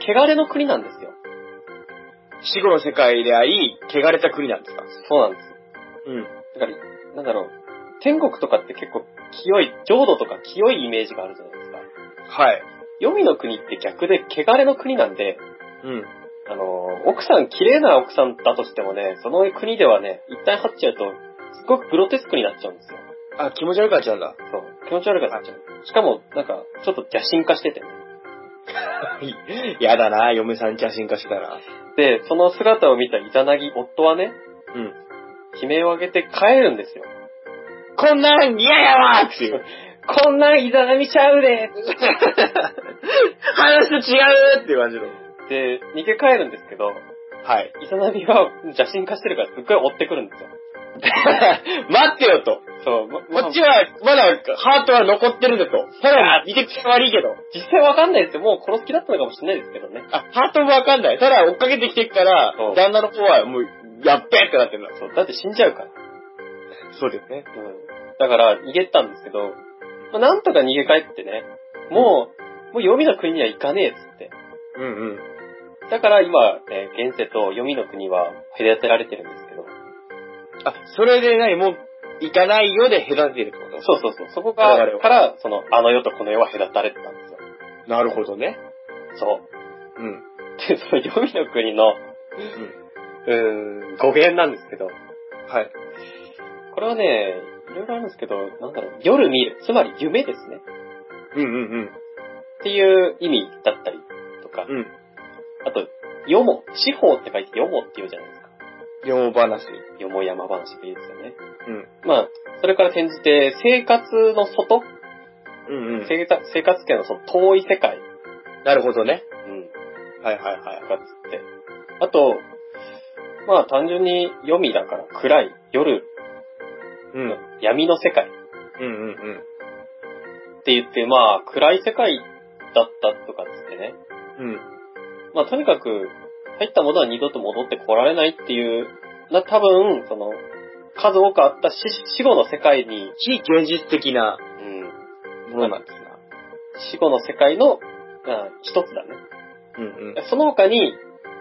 汚れの国なんですよ。
死後の世界であり、汚れた国なんですか
そうなんです。
うん。
だから、なんだろう、天国とかって結構清い、浄土とか清いイメージがあるじゃないですか。
はい。
黄泉の国って逆で汚れの国なんで、
うん。
あのー、奥さん、綺麗な奥さんだとしてもね、その国ではね、一旦張っちゃうと、すごくグロテスクになっちゃうんですよ。
あ、気持ち悪かったんだ。
そう。気持ち悪くなっちゃう。しかも、なんか、ちょっと邪神化しててね。
やだな、嫁さん写真化してたら。
で、その姿を見たイザナギ、夫はね、
うん。
悲鳴を上げて帰るんですよ。
こんなん嫌やわって いう。
こんなんイザナミちゃうで
話と違うっていう感じの。
で、逃げ帰るんですけど、
はい。
イザナミは邪神化してるからすっごい追ってくるんですよ。
待ってよと。
そう、ま
こっちは、まだ、ハートは残ってるぞと。ただ、見てくちゃ悪いけど。
実際わかんないですよ。もう殺す気だったのかもしれないですけどね。
あ、ハートもわかんない。ただ、追っかけてきてるから
そう、
旦那の方は、もう、やっべえってなってるんだ。
そう、だって死んじゃうから。
そうですね。
うん。だから、逃げたんですけど、まあ、なんとか逃げ帰ってね、もう、もう黄泉の国には行かねえっつって。
うんうん。
だから今、えー現世と黄泉の国は隔てられてるんですけど、
あ、それで何もう、行かないよで隔てるってこと
そうそうそう、そこ
我
が
々、は
から、その、あの世とこの世は隔たれてたんですよ。
う。なるほどね。
そう。
うん。
で、その黄泉の国の、
うん。
うーん、語源なんですけど、
はい。
これはね、いろいろあるんですけど、なんだろう、夜見る、つまり夢ですね。
うんうんうん。
っていう意味だったりとか、
うん。
あと、よも、四方って書いてよもって言うじゃないですか。
両話。
よも山話って言うんですよね。
うん。
まあ、それから転じて、生活の外、
うんうん。
生活生活圏のその遠い世界、
なるほどね。
うん、
はいはいはい。
生活って。あと、まあ単純に読みだから暗い、夜、
うん。
闇の世界
うんうんうん。
って言って、まあ暗い世界だったとかっつってね。
うん。
まあとにかく、入ったものは二度と戻ってこられないっていう、な、多分、その、数多くあった死死後の世界に、
非現実的な
うん、
ものなんですな。
死後の世界の、あ一つだね。
うんうん。
その他に、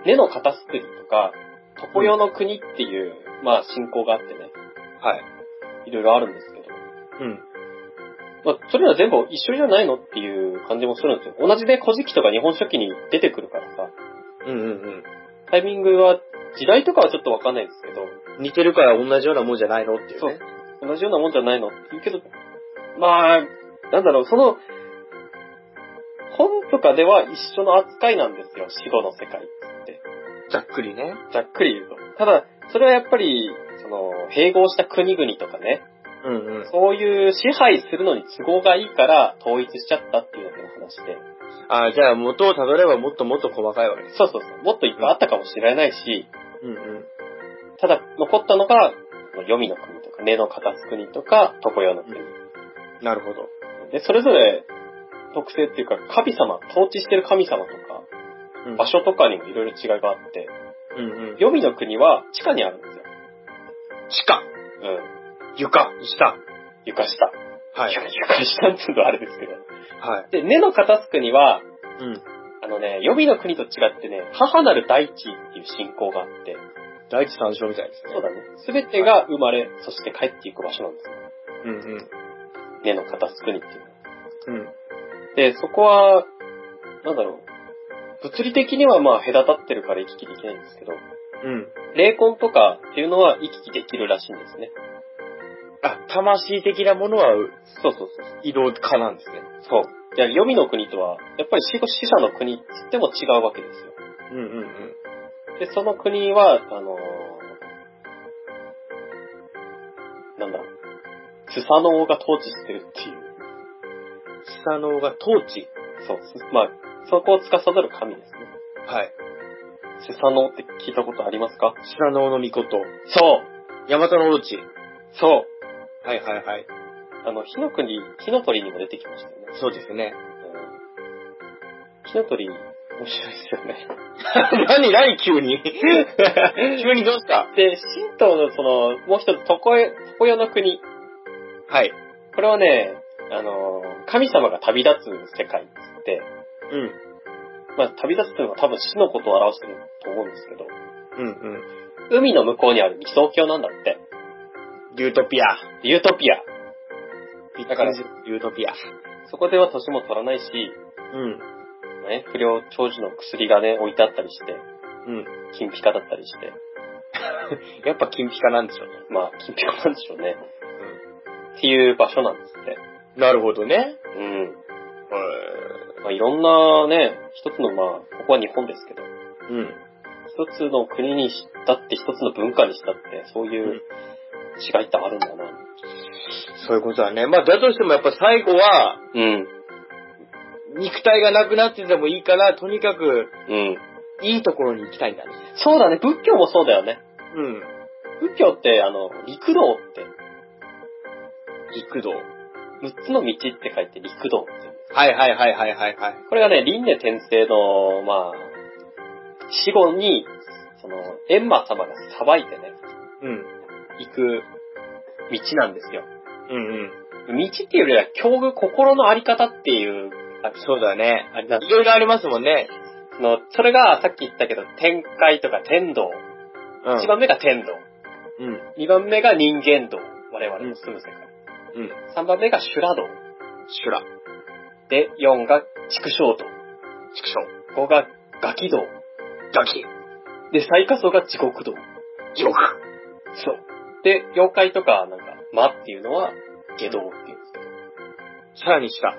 根の片作りとか、トポヨの国っていう、まあ信仰があってね、
はい。
いろいろあるんですけど、
うん。
まあそれら全部一緒じゃないのっていう感じもするんですよ。同じで古事記とか日本書紀に出てくるからさ、
うんうん
タイミングは、時代とかはちょっとわかんないですけど、
うん。似てるから同じようなもんじゃないのっていうね。
同じようなもんじゃないのって言うけど、まあ、なんだろう、その、本とかでは一緒の扱いなんですよ、死後の世界って。
ざっくりね。
ざっくり言うと。ただ、それはやっぱり、その、併合した国々とかね、
うんうん。
そういう支配するのに都合がいいから統一しちゃったっていうだけの話で。
あじゃあ元をたどればもっともっと細かいわけです。
そうそうそう、もっといっぱいあったかもしれないし、
うんうん。
ただ残ったのが、その黄泉の国とか、根の片す国とか、常世の国。
なるほど。
で、それぞれ特性っていうか、神様、統治してる神様とか、
うん
場所とかにもいろいろ違いがあって、
うんうん。
黄泉の国は地下にあるんですよ。
地下、
うん。
床、下。
床下。
はい。
床 床下っていうのはあれですけど。
はい。
で、根の片す国は、
うん。
あのね、予備の国と違ってね、母なる大地っていう信仰があって、
第一三章みたいですね。
そうだね。すべてが生まれ、そして帰っていく場所なんですよ。
うんうん。
根の片隅っていうのは。
うん。
で、そこは、なんだろう。物理的にはまあ隔たってるから行き来できないんですけど、
うん。
霊魂とかっていうのは行き来できるらしいんですね。
あ、魂的なものは
そうそうそう。
移動可なんですね。
そう。じゃあ、黄泉の国とは、やっぱり死後死者の国って言っても違うわけですよ。
うんうんうん。
で、その国は、あのー、なんだろう、スサノオが統治してるっていう。
下のが統治。
そう、すまあ、そこを司る神ですね。
はい。
スサノオって聞いたことありますか
下のの御事。
そう
ヤマタのオロチ。
そ
はいはいはい。
うあの、火の国、火の鳥にも出てきましたよね。
そうですね。
うん火の鳥、面白いですよね。
何何急に急にどうした
で、神道のその、もう一つ、常世、常世の国。
はい。
これはね、あのー、神様が旅立つ世界って言って、
うん。
まあ、旅立つというのは多分死のことを表してると思うんですけど、
うんうん。
海の向こうにある理想郷なんだって。
ユートピア。
ユートピア。だから、
ユートピア。
そこでは年も取らないし、
うん。
ね、不良長寿の薬がね、置いてあったりして、
うん。
金ピカだったりして、
やっぱ金ピカなんでしょうね。
まあ、金ピカなんでしょうね。っていう場所なんですって。
うん。なるほどね。
う
は
ん。まあ、いろんなね、一つのまあ、ここは日本ですけど、
い。うん。
一つの国にしたって、一つの文化にしたって、そういう違いってあるんだな。
そういうことだね。まあ、だとしてもやっぱ最後は、
うん。
肉体がなくなっててもいいから、とにかく、
うん。
いいところに行きたいんだね。
そうだね、仏教もそうだよね。
うん。
仏教って、あの、陸道って、
陸道。
6つの道って書いて陸道って言うんです。
はいはいはいはいはいはい。
これがね、輪廻転生の、まあ、死後に、その、閻魔様が裁いてね、
うん。
行く道なんですよ。
うんうん。
道っていうよりは、境遇、心のあり方っていう、あ
そうだね。
あれなん
いろいろありますもんね。
その、それがさっき言ったけど、天界とか天道。
うん。
一番目が天道。
うん。
二番目が人間道。我々の住む世界。
うん。
三番目が修羅道。
修羅。
で、四が畜生道。
畜生。
五がガキ道。
ガキ。
で、最下層が地獄道。
地獄。
そう。で、妖怪とか、なんか、魔っていうのは、下道っていうんですけど。
さらに下。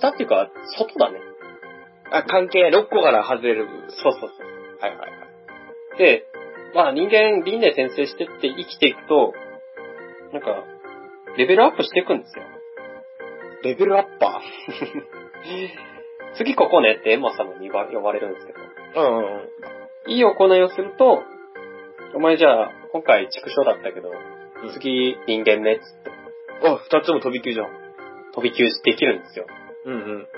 下っていうか、外だね。
あ、関係ない。6個から外れる。
そうそうそう。
はいはいはい。
で、まあ人間、輪廻転生してって生きていくと、なんか、レベルアップしていくんですよ。
レベルアッパ
次ここねってエンマ様に呼ば呼ばれるんですけど。
ーうんうんうん。
いい行いをすると、お前じゃあ、今回畜生だったけど、
うん
次人間ねっつって、
あ、二つも飛び級じゃん。
飛び級できるんですよ。
うんうん。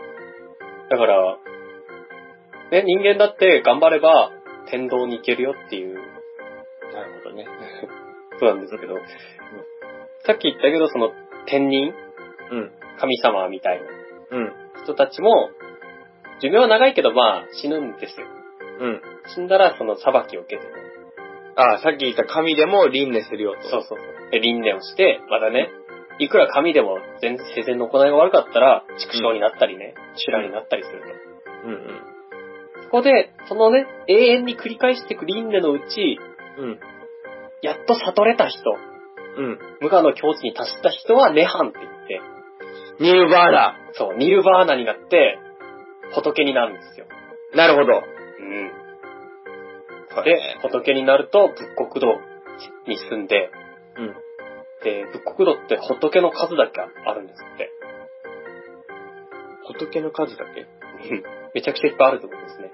だから、ね、人間だって頑張れば、天道に行けるよっていう
なるほどね。
ことなんですけど、さっき言ったけど、その、天人
うん。
神様みたいな
うん。
人たちも、寿命は長いけど、まあ、死ぬんですよ。
うん。
死んだら、その、裁きを受けてね。
あ、さっき言った神でも輪廻するよと。
そうそうそう。で、輪廻をして、またね、いくら神でも、全然、生前の行いが悪かったら、畜生になったりね、修羅になったりすると。
うん
そこで、そのね、永遠に繰り返していく輪廻のうち、
うん。うん。
やっと悟れた人、
うん。
無我の境地に達した人は、涅槃って言って、
ニルバーナ。
そう、ニルバーナになって、仏になるんですよ。
なるほど。
うん。
で
で、仏になると仏国道に住んで、
うん。
で、仏国道って仏の数だけあるんですって。
仏の数だけ
めちゃくちゃいっぱいあるってことですね。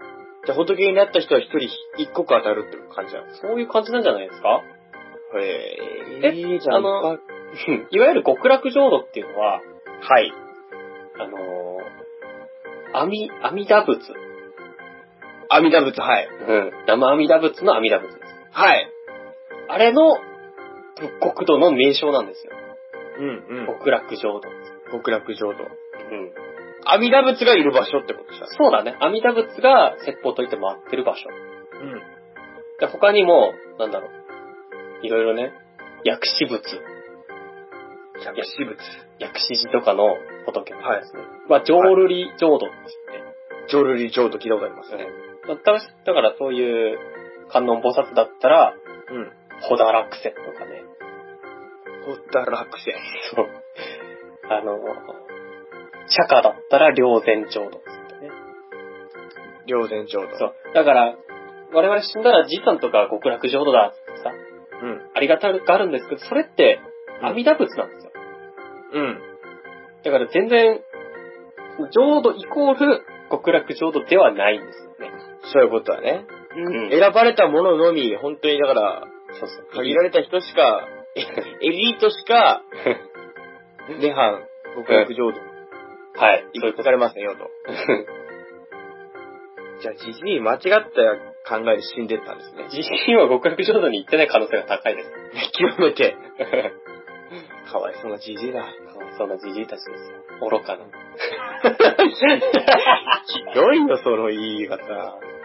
じゃあ仏になった人は一人一個か当たるって感じなの
そういう感じなんじゃないですか
へ
え
え、いいじゃん。
あの
いっ
いわゆる極楽浄土っていうのは、
ぱいはい。
あのー、阿弥、阿弥陀仏。
阿弥陀仏、はい。
うん。生阿弥陀仏の阿弥陀仏です。
はい。
あれの仏国道の名称なんですよ。
うん
極楽浄土。
うん。極楽浄土。
うん。
阿弥陀仏がいる場所ってことした。
そうだね。阿弥陀仏が説法を解いて回ってる場所。
うん。
で、他にも、なんだろう。いろいろね、薬師仏、
薬師仏。
薬師寺とかの仏の話ですね。まあ、浄瑠璃浄土って言って
浄瑠璃浄土聞いたことありますね。
まあただしだからそういう観音菩薩だったら、
うん。
ほだらくせとかね。
ほったらくせ。
そう。 あの、釈迦だったら両禅浄土って言ってね。
両前浄土。
そ。う。だから、我々死んだらじいさんとか極楽浄土だってさ、
うん。
ありがたがあるんですけど、それって阿弥陀仏なんですよ。
うん。
だから全然、浄土イコール極楽浄土ではないんですよね。
そういうことだね。
うん
選ばれたもののみ、本当にだから、
そうそう。
限られた人しか、エリートし か、涅槃、極楽浄土、
はい。そう
行
いう
か
こと。
れません よと。じゃあ、じじい間違った考えで死んでったんです ね。
自身は極楽浄土に行ってない可能性が高いです。
極め て、かわいそうなじじいだ。
かわいそうなじじいたちですよ。愚かな。
ひどいよ、その言い方。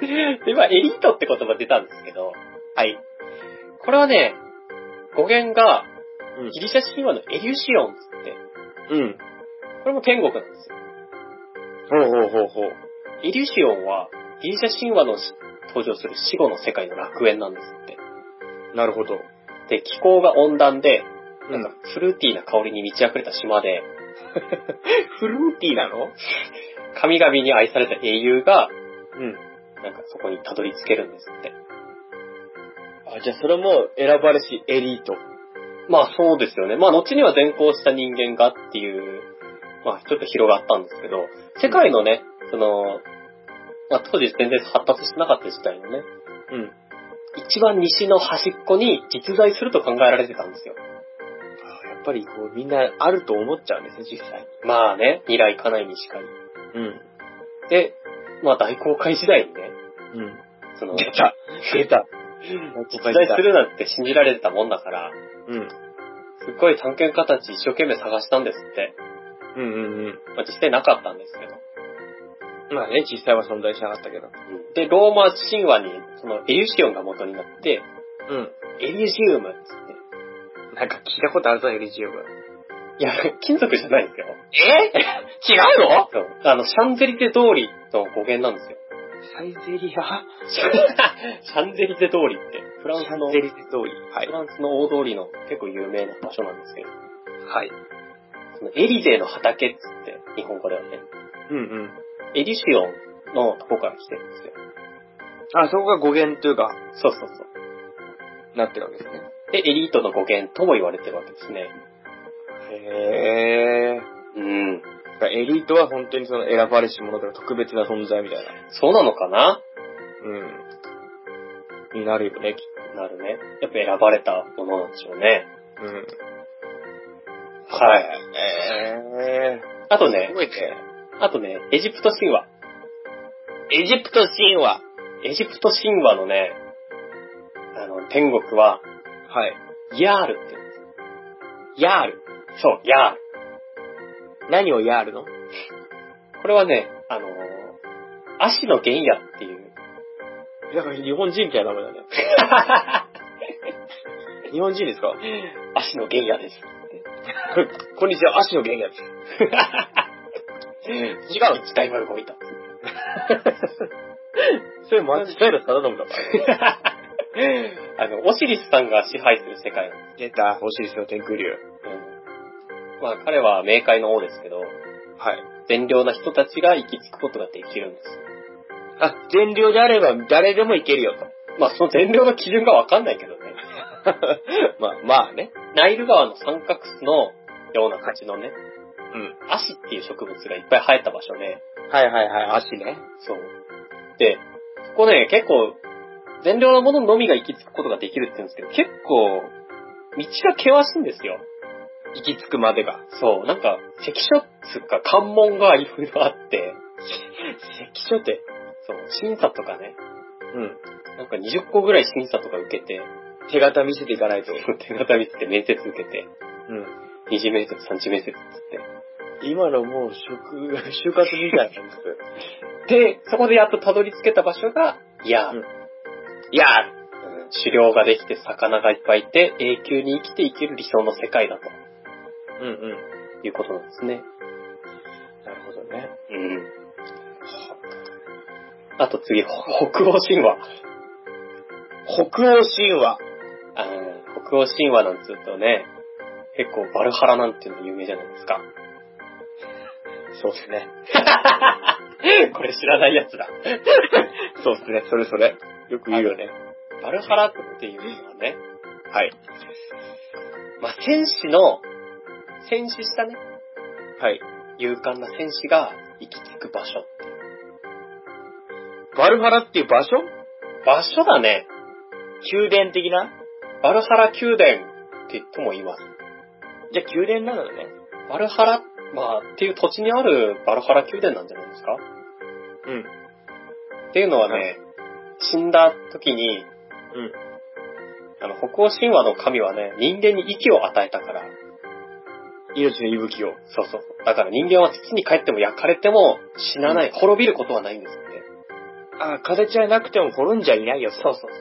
で、今、エリートって言葉出たんですけど、
はい。
これはね、語源が
うん
ギリシャ神話のエリュシオンっつって、
うん。
これも天国なんですよ。
ほうほうほうほう。
エリュシオンはギリシャ神話のし登場する死後の世界の楽園なんですって。
なるほど。
で、気候が温暖で、
う
なんか、フルーティーな香りに満ち溢れた島で、
フルーティーなの
神々に愛された英雄が、
うん。
なんかそこにたどり着けるんですって。
あ、じゃあそれも選ばれしエリート。
まあそうですよね。まあ後には善行した人間がっていう、まあちょっと広がったんですけど、世界のね、その、まあ当時全然発達してなかった時代のね、
うん。
一番西の端っこに実在すると考えられてたんですよ。
やっぱりこうみんなあると思っちゃうんですね、実際。
まあね、未来かないにしかり。
うん。
で、まあ大航海時代にね、
うん。
その、
出
実
た出た
在するなんて信じられてたもんだから、
うん。
すっごい探検家たち一生懸命探したんですって。
うんうんうん。
まあ、実際なかったんですけど。
まあね、実際は存在しなかったけど。
で、ローマ神話に、その、エリュシオンが元になって、
うん。
エリュシウムっつって。
なんか聞いたことあるぞ、エリジウム。
いや、金属じゃないんですよ。
え 違うの
そうあの、シャンゼリゼ通りの語源なんですよ。
サイゼリア
シャンゼリゼ通りって、フランスの、
ゼ
フ
リゼ通り。はい。
ランスの大通りの結構有名な場所なんですけど、
はい。
そのエリゼの畑っつって、日本語ではね、
うんうん。
エリシオンのとこから来てるんですよ。
あ、そこが語源というか、
そうそうそう。
なってるわけですね。
で、エリートの語源とも言われてるわけですね。
へえ。
う
だ
ん。
からエリートは本当にその選ばれし者とか特別な存在みたいな。
そうなのかな
うん。になるよね、きっ
なるね。やっぱ選ばれたものなんでしょうね。
と。うん。
はい。
ええ。
あとね
す、ごいね。
あとね、エジプト神話。
エジプト神話。
エジプト神話のね、あの、天国は、
はい。
ヤールって言うんですよ。
ヤール。
そう、ヤール。
何をヤールの
これはね、あのー、足の原野っていう。
なんか日本人みたいな名前 だね。日本人ですか
足の原野です。
こんにちは、足の原野です。
違う
う
時代が動いた。
それ間違える定信だから。
あの、オシリスさんが支配する世界なんです。
出た、欲しいですよ、天空竜。
うん、まあ、彼は冥界の王ですけど、
はい。
善良な人たちが行き着くことができるんです。
あ、善良であれば誰でもいけるよと。
まあ、その善良の基準がわかんないけどね。
まあ、まあね。
ナイル川の三角巣のような形のね、
うん。
アシっていう植物がいっぱい生えた場所で、
はいはいはい、足ね。
そう。で、そこね、結構、善良なもののみが行き着くことができるって言うんですけど、結構、道が険しいんですよ。
行き着くまでが。
そう、なんか、関所っつうか関門がいろいろあって、
関所って。
そう、審査とかね、
うん。
なんか20個ぐらい審査とか受けて、
手形見せていかないと。
手形見せて面接受けて、
うん。
二次面接、三次面接っつって。
今のもう、職、 就活みたいなもんです。
で、そこでやっとたどり着けた場所が、いや、
うんいや
狩猟ができて魚がいっぱいいて、永久に生きていける理想の世界だと
ー うんうん。
いうことなんですね。
なるほどね。
うん。あと次、ほ北欧神話。
北欧神話。
あの北欧神話なんつうとね、結構バルハラなんていうの有名じゃないですか。
そうですね。
これ知らないやつだ。
そうですね、それそれ。よく言うよね。
バルハラっていうのはね、
はい。
まあ、戦士の、戦死したね、
はい。
勇敢な戦士が行き着く場所。
バルハラっていう場所
場所だね。
宮殿的な
バルハラ宮殿ってとも言います。
じゃあ宮殿なのね。
バルハラ、まあ、っていう土地にあるバルハラ宮殿なんじゃないですか
うん。
っていうのはね、死んだ時に、
うん。
あの、北欧神話の神はね、人間に息を与えたから、
命の息吹を。
そうそう。だから人間は土に帰っても焼かれても死なない、滅びることはないんですよね。
ああ、風ちゃいなくても滅んじゃいないよ。
そうそうそう。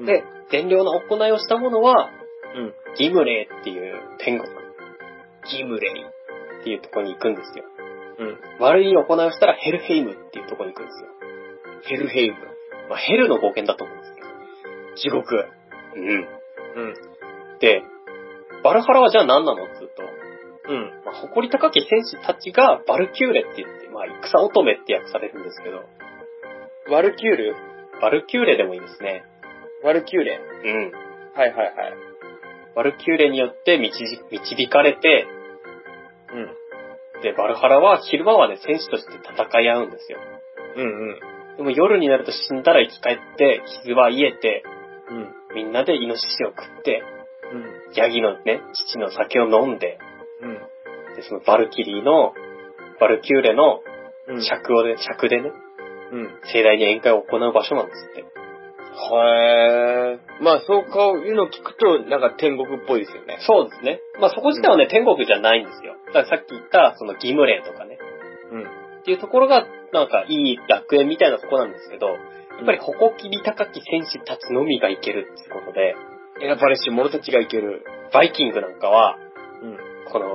うん。
で、善良な行いをした者は、
うん。
ギムレーっていう天国っ
ギムレイ。
ていうところに行くんですよ。
うん。
悪い行いをしたらヘルヘイムっていうところに行くんですよ。
ヘルヘイム。
まあ、ヘルの語源だと思うんですけど。
地獄。
うん。
うん。
で、バルハラはじゃあ何なのっつうと、
うん。
まあ、誇り高き戦士たちがバルキューレって言って、まあ、戦乙女って訳されるんですけど、
ワルキュール
バルキューレでもいいですね。
ワルキューレ。
うん。
はいはいはい。
バルキューレによって導導かれて、
うん。
で、バルハラは昼間はね、戦士として戦い合うんですよ。
うんうん。
でも夜になると死んだら生き返って、傷は癒えて、
うん。
みんなでイノシシを食って、
うん。
ヤギのね、父の酒を飲んで、
うん。
で、そのバルキリーの、バルキューレの
うん。
尺をで、尺でね、
うん。
盛大に宴会を行う場所なんですって。
へー。まあ、そうか、いうの聞くと、なんか天国っぽいですよね。
そうですね。まあそこ自体はね、天国じゃないんですよ。だからさっき言った、そのギムレーとかね、
うん。
っていうところが、なんかいい楽園みたいなとこなんですけど、やっぱり誇り高き戦士たちのみが行けるってことで、
選ばれし者たちがいける。
バイキングなんかは、
うん。
この、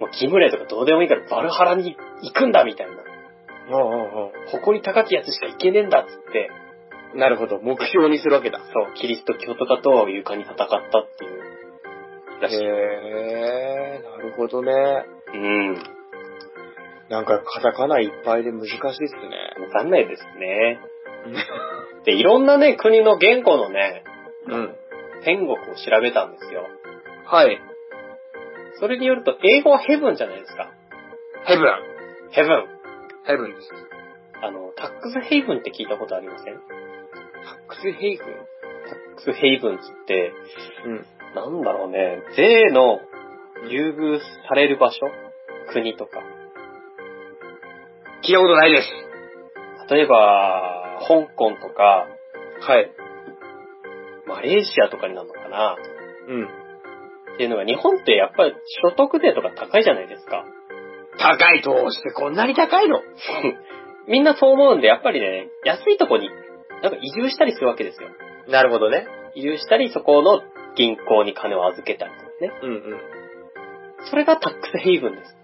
もうキムレとかどうでもいいからバルハラに行くんだみたいな。
うんうん
誇り高きやつしか行けねえんだっつって、
うん。なるほど。目標にするわけだ。
そう、キリスト教とかとは床に戦ったっていうらしい。
へえ、なるほどね。
うん。
なんかカタカナいっぱいで難しいっすね。
わかんないですね。で、いろんなね、国の言語のね、
うん。
天国を調べたんですよ。
はい。
それによると、英語はヘブンじゃないですか。
ヘブン。
ヘブン。
ヘブンです。
あの、タックスヘイブンって聞いたことありません
タックスヘイブ
タックスヘイブンってって、
ンうん。
なんだろうね、税の優遇される場所国とか。
聞いたことないです。
例えば、香港とか、
はい。
マレーシアとかになるのかな
うん。
っていうのが、日本ってやっぱり所得税とか高いじゃないですか。
高いどうしてこんなに高いの
みんなそう思うんで、やっぱりね、安いとこに、なんか移住したりするわけですよ。
なるほどね。
移住したり、そこの銀行に金を預けたりとかね。
うんうん。
それがタックスヘイブンです。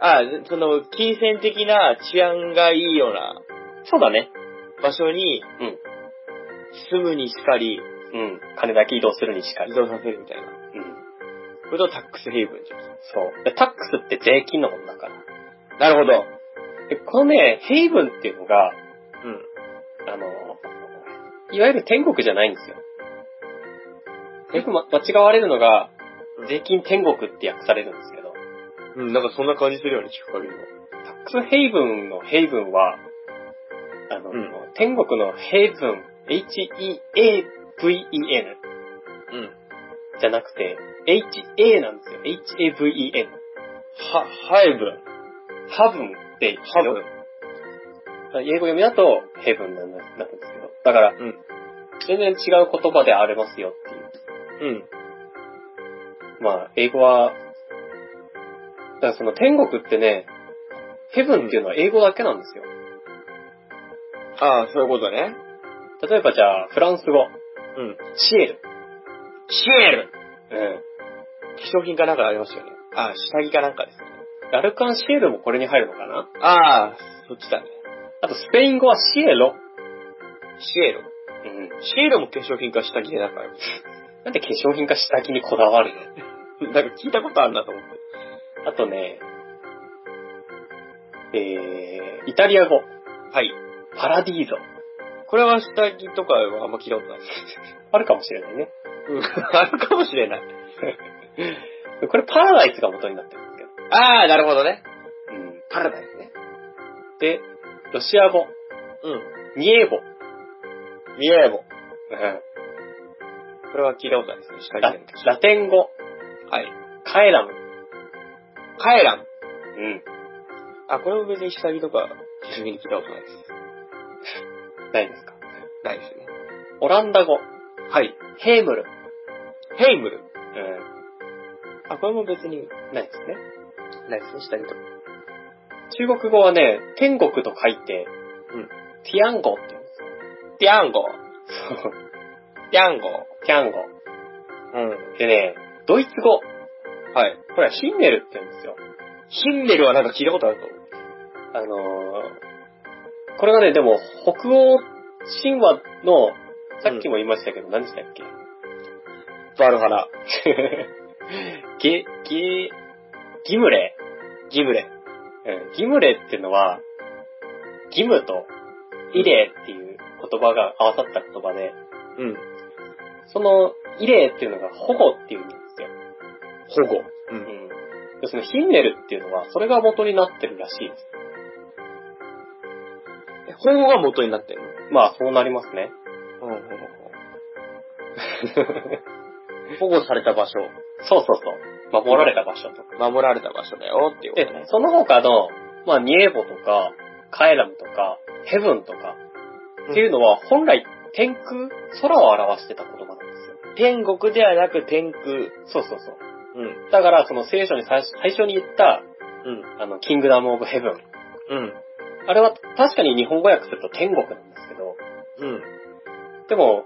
ああ、その、金銭的な治安がいいような
そうだね。
場所に
うん。
住むにしかり、
うん。金だけ移動するにしかり。
移
うん。
動させるみたいな。これをタックスヘイブンじゃん。
そう。でタックスって税金のもんだから。
なるほど。
で、このね、ヘイブンっていうのが、
うん。
あの、いわゆる天国じゃないんですよ。よく、ま、間違われるのが、税金天国って訳されるんですけど、
うん、なんかそんな感じするように聞く限りは。
タックスヘイブンのヘイブンは、あの、
うん
天国のヘイブン、H-E-A-V-E-N
うん。
じゃなくて、H-A なんですよ。H-A-V-E-N。
は、ハイブン。
ハブンって言って
ハ
る
ブ
よ
ン。
英語読みだと、ヘブンなんだなんですけど。だから、
うん
全然違う言葉であれますよっていう。
うん。
まあ、英語は、だからその天国ってね、ヘブンっていうのは英語だけなんですよ。
ああ、そういうことね。
例えばじゃあ、フランス語、
うん。
シエル。
シエル
う
化
ん。
粧品かなんかありますよね。ああ、下着かなんかですよね。
ラルカンシエルもこれに入るのかな
ああ、そっちだね。
あと、スペイン語はシエロ。
シエル。
うん。
シエルも化粧品か下着でなんか ありま
なんで化粧品か下着にこだわるの
すなんか聞いたことあるなと思って。
あとね、えー、イタリア語、
はい。
パラディーゾ。
これは下着とかはあんま聞いたことないです。
あるかもしれないね。
うん。 あるかもしれない。
これパラダイスが元になってるんですけど。
ああ、なるほどね。
うん。
パラダイスね。
で、ロシア語、
う
ニエボ。
ん。ミエーボ。
うん。
これは聞いたことないですね。下着
ラ
で
ラテン語、
はい。
カエラム。
カエラン。
うん。
あ、これも別に下着とか、基本的に聞いたことないです。
ないですか。
ないですね。
オランダ語、
はい。
ヘームル。
ヘイムル。
う
あ、これも別に、
ん。ないですね。
ないですね、下着とか。
中国語はね、天国と書いて、
うん
ティアンゴって言うんですよ。
ディアンゴ。
そう。
ディアンゴ。
ティアンゴ。
うん。
でね、ドイツ語、
はい。
これはヒンネルって言うんですよ。
ヒンネルはなんか聞いたことあると思う。
あのー、これがね、でも、北欧神話の、さっきも言いましたけど、何でしたっけ
バルハラ、
ゲ、ゲ、ギムレ。
ギムレ。
うんギムレっていうのは、ギムとイレーっていう言葉が合わさった言葉で、
うん。
そのイレーっていうのが保護っていうんですよ。
保護。う。
うんん。要するにヒンネルっていうのは、それが元になってるらしいです。
え保護が元になってるの
まあ、そうなりますね。
うん、うん、うん。保護された場所、
そうそうそう。守られた場所とか。
守られた場所だよっていうこと
で
ね、。
その他の、まあ、ニエボとか、カエラムとか、ヘブンとか、っていうのは、本来、天空、空を表してた言葉なんですよ。
天国ではなく天空。
そうそうそう。
うん。
だから、その聖書に最初最初に言った、
うん。
あの、キングダムオブヘブン
うん。
あれは確かに日本語訳すると天国なんですけど、
うん。
でも、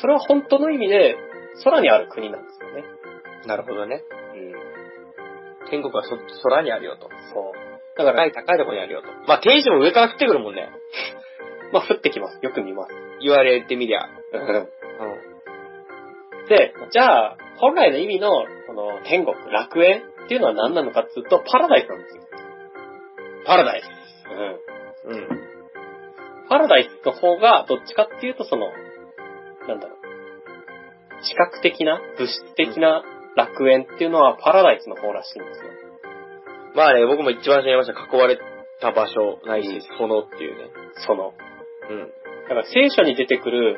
それは本当の意味で空にある国なんですよね。
なるほどね。
うん。
天国はそ空にあるよと。
そう。だから、
高い高いところにあるよと。まあ、天使も上から降ってくるもんね。
まあ降ってきます。よく見ます。
言われてみりゃ。
で、じゃあ、本来の意味の、この、天国、楽園っていうのは何なのかっていうと、パラダイスなんですよ。
パラダイス。
うん。
うん。
パラダイスの方が、どっちかっていうと、その、なんだろう、視覚的な、物質的な楽園っていうのは、パラダイスの方らしいんですよ。
まあね、僕も一番最初に言いました。囲われた場所、ないし、
うん
そのっていうね。
その。
うん。
だから、聖書に出てくる、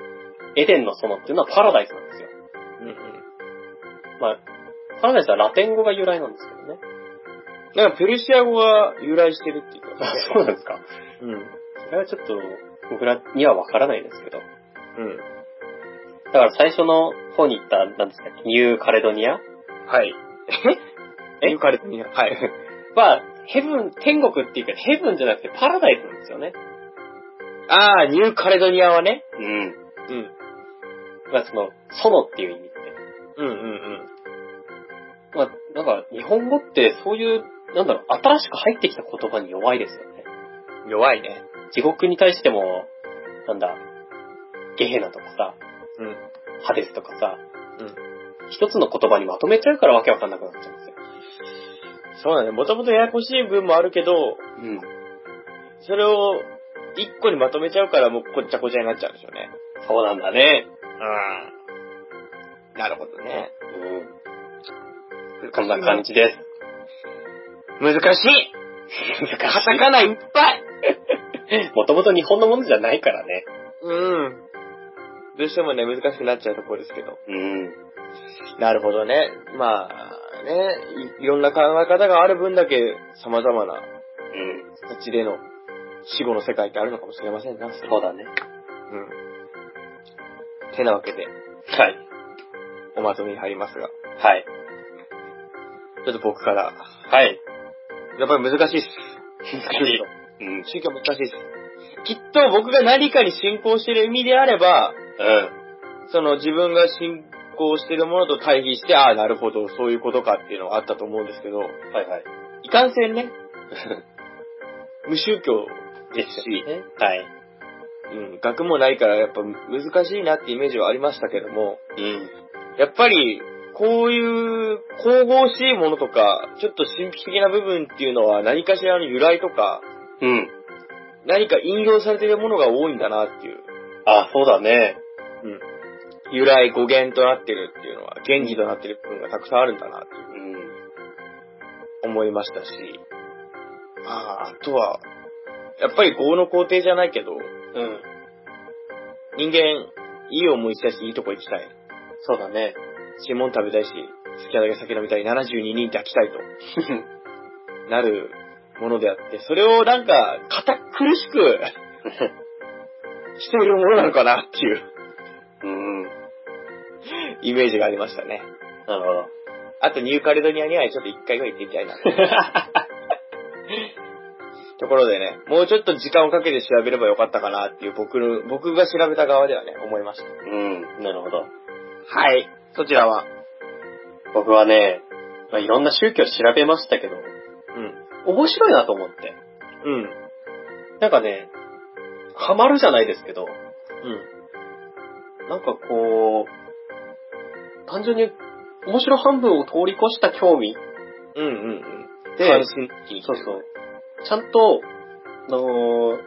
エデンの園っていうのはパラダイスなんですよ。
うんうん。
まあ、パラダイスはラテン語が由来なんですけどね。
なんかペルシア語が由来してるって言ってましたね。
そうなんですか。
うん。
それはちょっと、僕らにはわからないですけ
う
ど。
ん。
だから最初の方に行った、なんですか、ニューカレドニア
はい。
え
ユカリトニア。はい。
は、ヘブン、天国っていうか、ヘブンじゃなくてパラダイスなんですよね。
あー、ニューカレドニアはね。
うん。
うん。
まあその、園っていう意味で。
うんうん
まあ、なんか、日本語ってそういう、なんだろう、新しく入ってきた言葉に弱いですよね。
うん。弱いね。
地獄に対しても、なんだ、ゲヘナとかさ、
うん。
ハデスとかさ、
うん。
一つの言葉にまとめちゃうからわけわかんなくなっちゃうんですよ。
そうだね。もともとややこしい部分もあるけど、
うん。
それを一個にまとめちゃうからもうこっちゃこちゃになっちゃうんでしょうね。
そうなんだね。
うん。なるほどね。
うん。こんな感じです。
難しいカ タカナいっぱい
もともと日本のものじゃないからね。
うん。どうしてもね、難しくなっちゃうところですけど。
うん。
なるほどね。まあ、ね、いいろんな考え方がある分だけ様々な
うん。
形での死後の世界ってあるのかもしれませんな。
そうだね。
うん。てなわけで、
はい。
おまとめに入りますが、
はい。
ちょっと僕から、
はい。
やっぱり難しいっす。
うん。
宗教難しいっす。きっと僕が何かに信仰してる意味であれば、
う
その自分が信仰してるものと対比して、ああ、なるほど、そういうことかっていうのはあったと思うんですけど、
ん。はいはい。
いかんせんね、 無宗教ですし、
ね。はい。
うん、学もないからやっぱ難しいなってイメージはありましたけども、
うん。
やっぱり、こういう神々しいものとか、ちょっと神秘的な部分っていうのは何かしらの由来とか、
うん。
何か引用されてるものが多いんだなっていう、
あ、そうだね。
由来語源となってるっていうのは、原理となってる部分がたくさんあるんだなっていう
うん。
思いましたし、ああ、あとは、やっぱり業の工程じゃないけど、
うん。
人間、いい思いしたし、いいとこ行きたい。
そうだね。
新物食べたいし、好きなだけ酒飲みたい、72人抱きたいと。なるものであって、それをなんか、堅苦しくしているものなのかなっていう
うん。な
イメージがありましたね。
るほど。
あとニューカレドニアにはちょっと一回ぐらい行ってみたいな。ところでね、もうちょっと時間をかけて調べればよかったかなっていう僕の、僕が調べた側ではね、思いました。
うん。なるほど。
はい。そちらは。
僕はね、まあ、いろんな宗教調べましたけど、
うん。
面白いなと思って。
うん。
なんかね、ハマるじゃないですけ
う
ど、
ん。
なんかこう、単純に面白半分を通り越した興味
うんうんうん。
で、
関心的に
そうそう。ちゃんと、あのー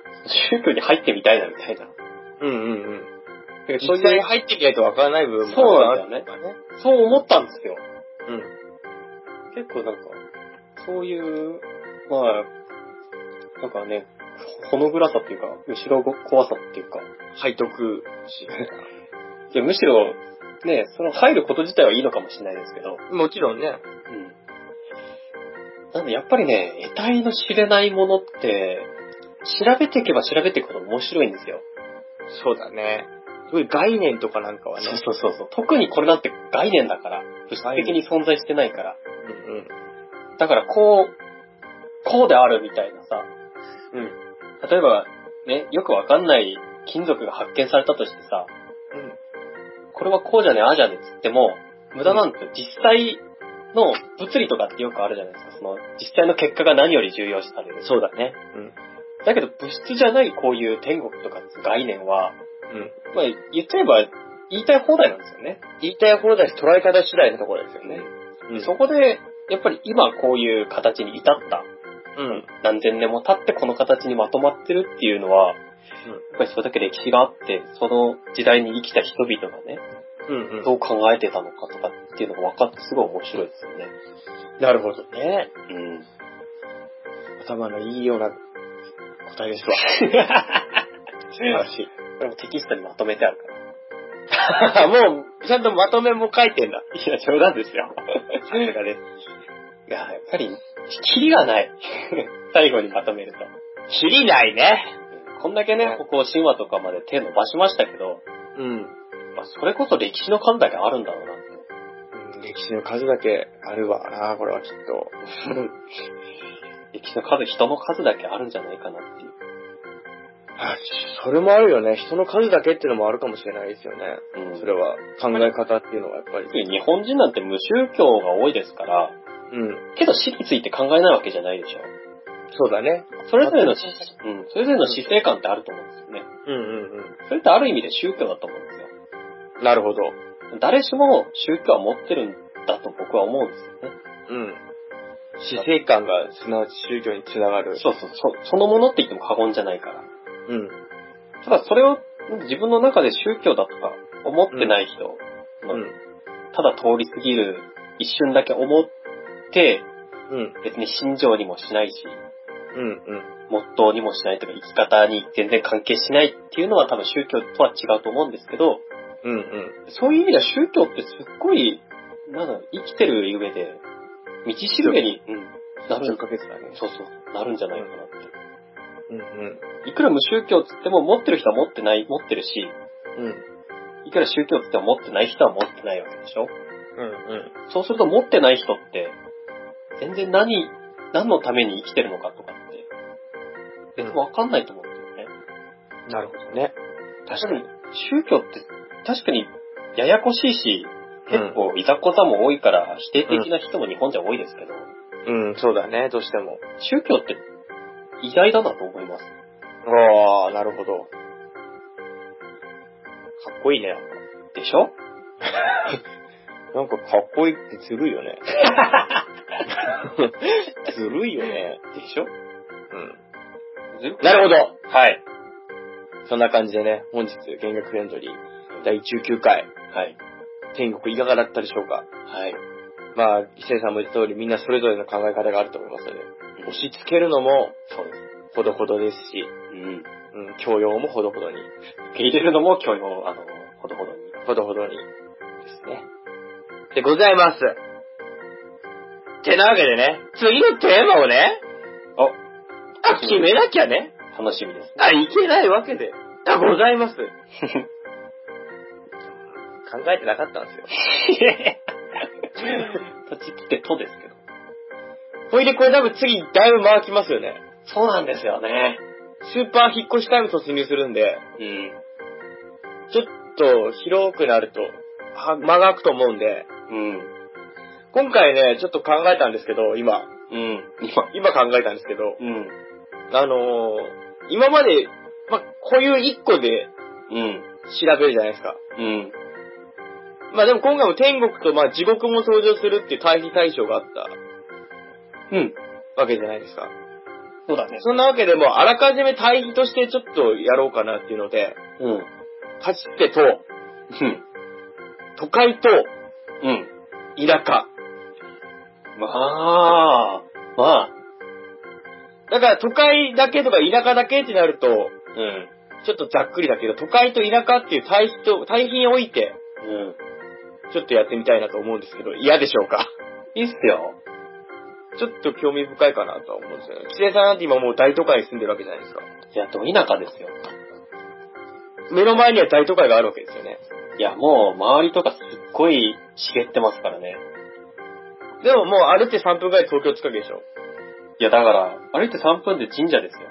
宗教に入ってみたいなみたいな。
うんうんうん。
そう
実際
い
に
う、
入ってみないとわからない部分も
そうなんだよね
あるからね。
そう思ったんですよ。
うん。
結構なんか、そういう、まあ、なんかね、ほの暗さっていうか、後ろ怖さっていうか、
背徳心。
いやむしろ、ね、その入ること自体はいいのかもしれないですけど、
もちろんね。
うん。なんでやっぱりね、得体の知れないものって、調べていけば調べていくほど面白いんですよ。
そうだね。そういう概念とかなんかはね。
そうそうそうそう。特にこれなんて概念だから。物質的に存在してないから。
うん
だからこう、こうであるみたいなさ、
うん。うん。
例えば、ね、よくわかんない金属が発見されたとしてさ、
うん。
これはこうじゃね、ああじゃねっつっても、無駄なんですよ。実際の物理とかってよくあるじゃないですか。その、実際の結果が何より重要視される。
そうだね。うん。
だけど物質じゃないこういう天国とかって概念は、
うん。
まあ、言っちゃえば言いたい放題なんですよね。
言いたい放題し、捉え方次第のところですよね。う
そこで、やっぱり今こういう形に至った、
うん。
何千年も経ってこの形にまとまってるっていうのは、
うん
やっぱりそれだけ歴史があって、その時代に生きた人々がね、
うん、
どう考えてたのかとかっていうのが分かってすごい面白いですよね。
なるほどね。
うん。
頭のいいような答えですわ。素晴らしい。
これもテキストにまとめてあるから。
もう、ちゃんとまとめも書いてんだ。
いや、冗談ですよ。
さすがです。
いや、やっぱり、キリがない。 最後にまとめると。
知りないね。
こんだけね、ここ神話とかまで手伸ばしましたけど、
うん。
まあ、それこそ歴史の数だけあるんだろうなって。
歴史の数だけあるわな、これはきっと。
歴史の数、人の数だけあるんじゃないかなっていう。
あそれもあるよね。人の数だけってのもあるかもしれないですよね。
うん
それは、考え方っていうのはやっぱり。
日本人なんて無宗教が多いですから、
うん。
けど死について考えないわけじゃないでしょ。
そうだね。
それぞれの、うん、それぞれの死生観ってあると思うんですよね。
うんうん
それってある意味で宗教だと思うんですよ。
うん。なるほど。
誰しも宗教は持ってるんだと僕は思うんですよね。
うん。死生観が、すなわち宗教につながる。
そうそう、そそのものって言っても過言じゃないから。
うん。
ただそれを自分の中で宗教だとか思ってない人、
う
ま
ん。
あただ通り過ぎる一瞬だけ思って、
うん。
別に信条にもしないし、
うん。うん。
モットーにもしないとか生き方に全然関係しないっていうのは多分宗教とは違うと思うんですけど、
うん。うん。
そういう意味では宗教ってすっごい、なんだろう、生きてる上で、道しるべに、うん、なる
追
ん
っ、かけてたね。
そうそう、なるんじゃないかなっ
うんうん。
て。いくら無宗教っつっても持ってる人は持ってない、持ってるし、
うん。
いくら宗教っつっても持ってない人は持ってないわけでしょ
うん
そうすると持ってない人って、全然何、何のために生きてるのかとかって、全然わかんないと思うんですよね。
うん。なるほどね。
確かに、宗教って確かにややこしいし、結構いざこざも多いから否定的な人も日本じゃ多いですけど、
うん、そうだね、どうしても。
宗教って偉大だなと思います。
ああ、なるほど。かっこいいね。
でしょ
なんかかっこいいってずるいよね。ずるいよね。
でしょ
うん。
な
なる
るほ
ほ
ど
ど
はい。
そんな感じでね、本日、弦楽フレンドリー第19回、
はい。
天国いかがだったでしょうか
はい。
まあ、伊勢さんも言った通り、みんなそれぞれの考え方があると思いますので、押し付けるのも
そうです。
ほどほどですし、
うん。受
うん、教養もほどほどに、
け入れるのも今日の、あの、ほどほどに。
ほどほどにですね。でございます。てなわけでね、次のテーマをね、
あ、
あ決めなきゃね、
楽しみです。
あ、いけないわけで、あ、ございます。考えてなかったんですよ。
とちってとですけど。
ほいでこれ多分次だいぶ回きますよね。
そうなんですよね。
スーパー引っ越しタイム突入するんで、
うん。
ちょっと広くなると、は間が空くと思うんで、
うん。
今回ね、ちょっと考えたんですけど、今、
うん。今。
今考えたんですけど、
うん。
あのー、今まで、まあ、こういう1個で
うん。
調べるじゃないですか。
うん。
まあ、でも今回も天国とまあ地獄も登場するっていう対比対象があった
うん。
わけじゃないですか。
そうだね。
そんなわけでも、あらかじめ対比としてちょっとやろうかなっていうので、
うん。
走ってと、
うん。
都会と
うん。
田舎。
まあ、まあ、
だから都会だけとか田舎だけってなると、
うん。
ちょっとざっくりだけど、都会と田舎っていう対比と、対比において、
うん。
ちょっとやってみたいなと思うんですけど、嫌でしょうか
いいっすよ。
ちょっと興味深いかなとは思うんですよね。知さんなんて今もう大都会に住んでるわけじゃないですか。
いや、ど田舎ですよ。
目の前には大都会があるわけですよね。
いや、もう、周りとかすっごい茂ってますからね。
でももう歩いて3分ぐらいで東京近くでしょ。
いや、だから、歩いて3分で神社ですよ。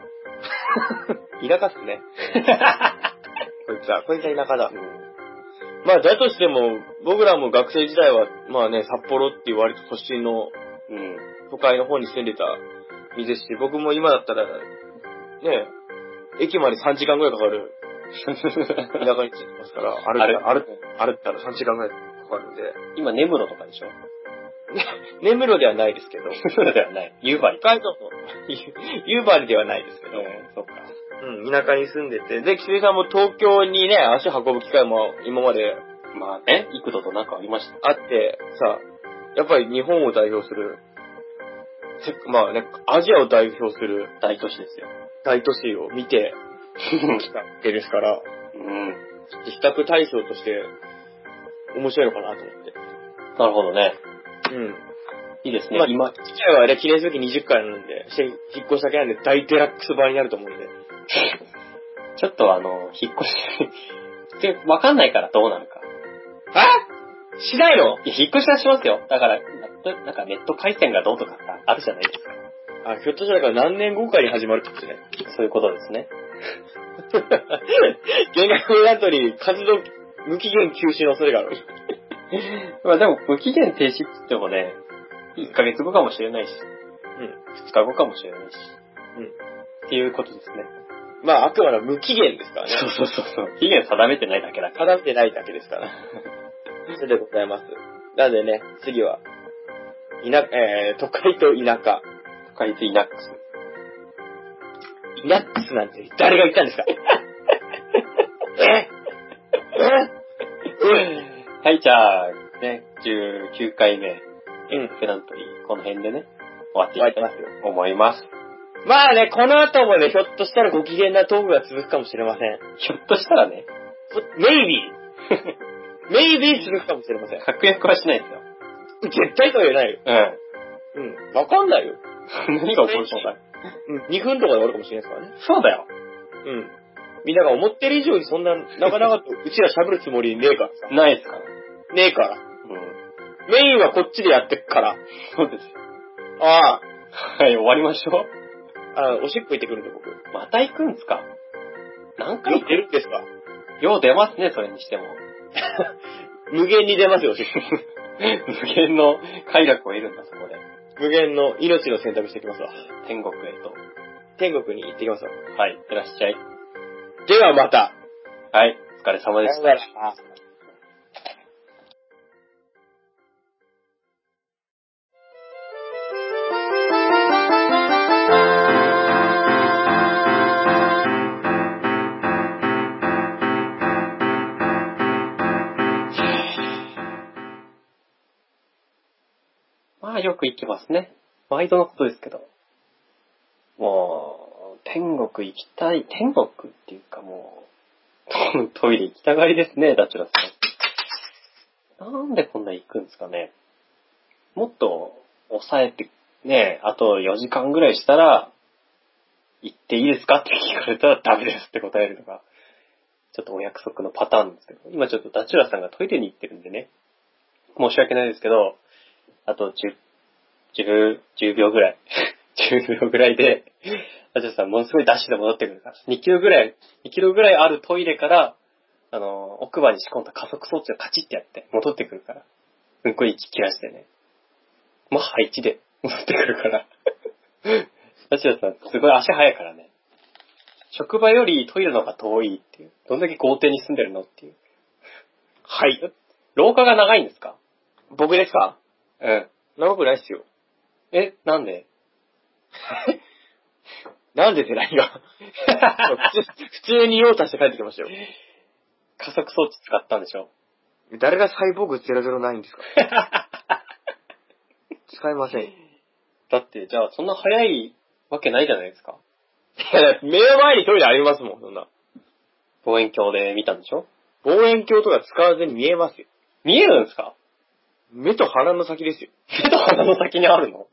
田舎っすね。こいつは、こいつは田舎だ。まあ、だとしても、僕らも学生時代は、まあね、札幌っていう割と都心の
うん。
都会の方に住んでた身ですし、僕も今だったら、ね、駅まで3時間ぐらいかかる田舎に住んでますから、歩いたら、
歩
歩歩ったら3時間ぐらいかかるんで、
今、根室とかでしょ
眠路ではないですけど、
根室ではない。夕張。
北海道の 夕張ではないですけど、
うん、そっか。
うん、田舎に住んでて、で、岸井さんも東京にね、足を運ぶ機会も今まで
まあね、幾度となんかありました。
あって、さ、やっぱり日本を代表する、せまあね、アジアを代表する
大都市ですよ。
大都市を見てきたわけですから、
うん。
比較対象として面白いのかなと思って。
なるほどね。
うん。
いいですね。
まあ、
今、
今、次回はね、記念すべき20回なんで、して引っ越しだけなんで大デラックス版になると思うんで。
ちょっとあの、引っ越し で、わかんないからどうなるか。
あしないの
いや引っ越しはしますよ。だから、ななんかネット回線がどうとかさあるじゃないですか。
あ、ひょっとしたら何年後かに始まるってことね。
そういうことですね。
原額裏取り、活動無期限休止の恐れがある。
まあでも、無期限停止って言ってもね、1ヶ月後かもしれないし、2日後かもしれないし、
うん。
っていうことですね。
うん。まあ、あくまで無期限ですからね。
そうそうそうそう。期限定めてないだけだから。
定めてないだけですから。それでございます。なんでね、次は、田、えー、都会と田舎。
都会とイナックス。
イナックスなんて誰が言ったんですかええ
はい、じゃあ、ね、19回目、
うん。
ペナントリー、この辺でね、終わって
終
い
わ
き
りま
たい
すよ。
と思います。
まあね、この後もね、ひょっとしたらご機嫌なトークが続くかもしれません。
ひょっとしたらね、
メイビーメイビー続くかもしれません。
確約はしないですよ。
絶対とは言えないよ。
うん。
う ん。わかんないよ。
何が起こるのか。
うん。2分とかで終わるかもしれないですからね。
そうだよ。
うん。みんなが思ってる以上にそんな、なかなかと、 うちら喋るつもりねえからさ。
ないですから。う
ねえから。
ん。
メインはこっちでやってくから。
そうですよ。
ああ、
はい、終わりましょ
あおしっこ行ってくるんで僕。
う。また行くんすか何
よ
回
く出るんですか
よう出ますね、それにしても。
無限に出ますよ、おしっこ。
無限の快楽を得るんだ、そこで。
無限の命の選択してきますわ。
天国へと。
天国に行ってきますわ。
はい、いってらっしゃい。
ではまた。
はい、お疲れ様でした。
ます。
まあよく行きますね。毎度のことですけど。もう、天国行きたい、天国っていうかもう、 トトイレ行きたがりですね、ダチュラさん。なんでこんな行くんですかね。もっと抑えて、ね、あと4時間ぐらいしたら、行っていいですかって聞かれたらダメですって答えるのが、ちょっとお約束のパターンですけど、今ちょっとダチュラさんがトイレに行ってるんでね、申し訳ないですけど、あと10、10、10秒ぐらい。10秒ぐらいで、あちょっとさ、ものすごいダッシュで戻ってくるから、2キロぐらい、2キロぐらいあるトイレから、あの、奥歯に仕込んだ加速装置をカチッってやって、戻ってくるから。うんこ息切らしてね。マッハ1で戻ってくるから。ダチュラさん、すごい足速いからね。職場よりトイレの方が遠いっていう。どんだけ豪邸に住んでるのっていう。はい。廊下が長いんですか
僕ですか
うん。
長くないっすよ。
え、なんで
なんでって何が 普通普通に用足して帰ってきましたよ。
加速装置使ったんで しょ
誰がサイボーグ009ですか使いません。い
だって、じゃあ、そんな早いわけないじゃないですか。
や、目の前にトイレありますもん、そんな。
望遠鏡で見たんでしょ
望遠鏡とか使わずに見えますよ。
見えるんですか
目と鼻の先 ですよ。
手と鼻の先にあるの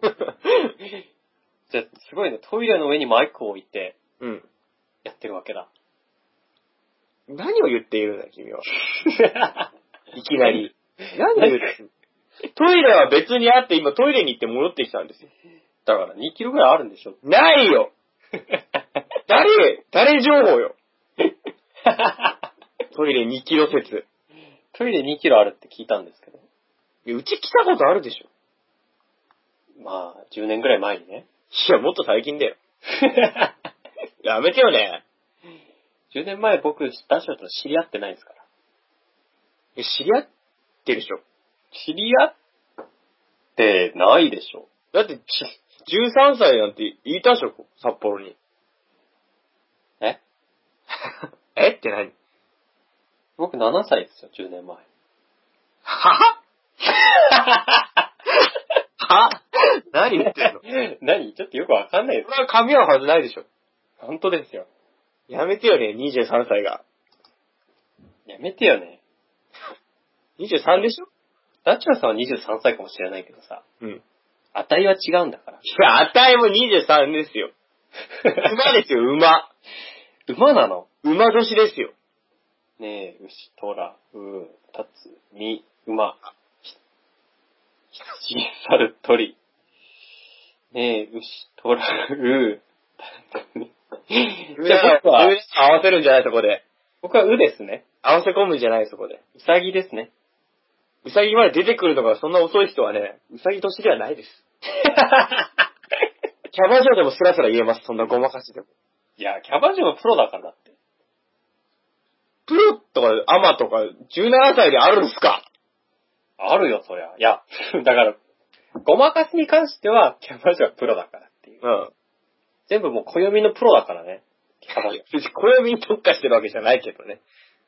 じゃあ、すごいね。トイレの上にマイクを置いて
うん。
やってるわけ だ。
何を言っているんだ、君は。いきなり。何を言ってるトイレは別にあって、今トイレに行って戻ってきたんですよ。
だから、2キロぐらいあるんでしょ
ないよ誰、誰情報よ。トイレ2キロ説。
トイレ2キロあるって聞いたんですけど。
いやうち来たことあるでしょ。
まあ、10年ぐらい前に ね。
いや、もっと最近だよ。やめてよね。
10年前僕、ダッシュと知り合ってないですから。
いや知り合ってるでしょ。
知り合ってないでしょ。
だって、ち13歳なんて言いたでしょ、札幌に。
え
えって何
僕7歳ですよ、10年前。
はは 何言ってんの
何ちょっとよくわかんないで
それは髪ははずないでしょ。
す。本当ですよ。
やめてよね、23歳が。
やめてよね。
23でしょ
ダチュラさんは23歳かもしれないけどさ、
うん。
値は違うんだ から。
いや、あたいも23ですよ。馬ですよ、馬。
馬なの
馬年ですよ。
ねえ、牛、虎、う、たつ、み、馬、ひ、羊、猿、鳥。ねえ、牛、虎、う、たつ、み。じゃあ僕は、
合わせるんじゃない、そこで。
僕はうですね。
合わせ込むんじゃない、そこで。
うさぎですね。
うさぎまで出てくるのがそんな遅い人はね、うさぎ年ではないです。キャバ嬢でもスラスラ言えます、そんなごまかしでも。
いや、キャバ嬢はプロだからだって。
プロとかアマとか17歳であるんすか
あるよ、そりゃ。いや、 だから、ごまかしに関しては、キャバ嬢はプロだからっていう。
うん。
全部もう暦のプロだからね。キャバ嬢。
別に暦に特化してるわけじゃないけどね。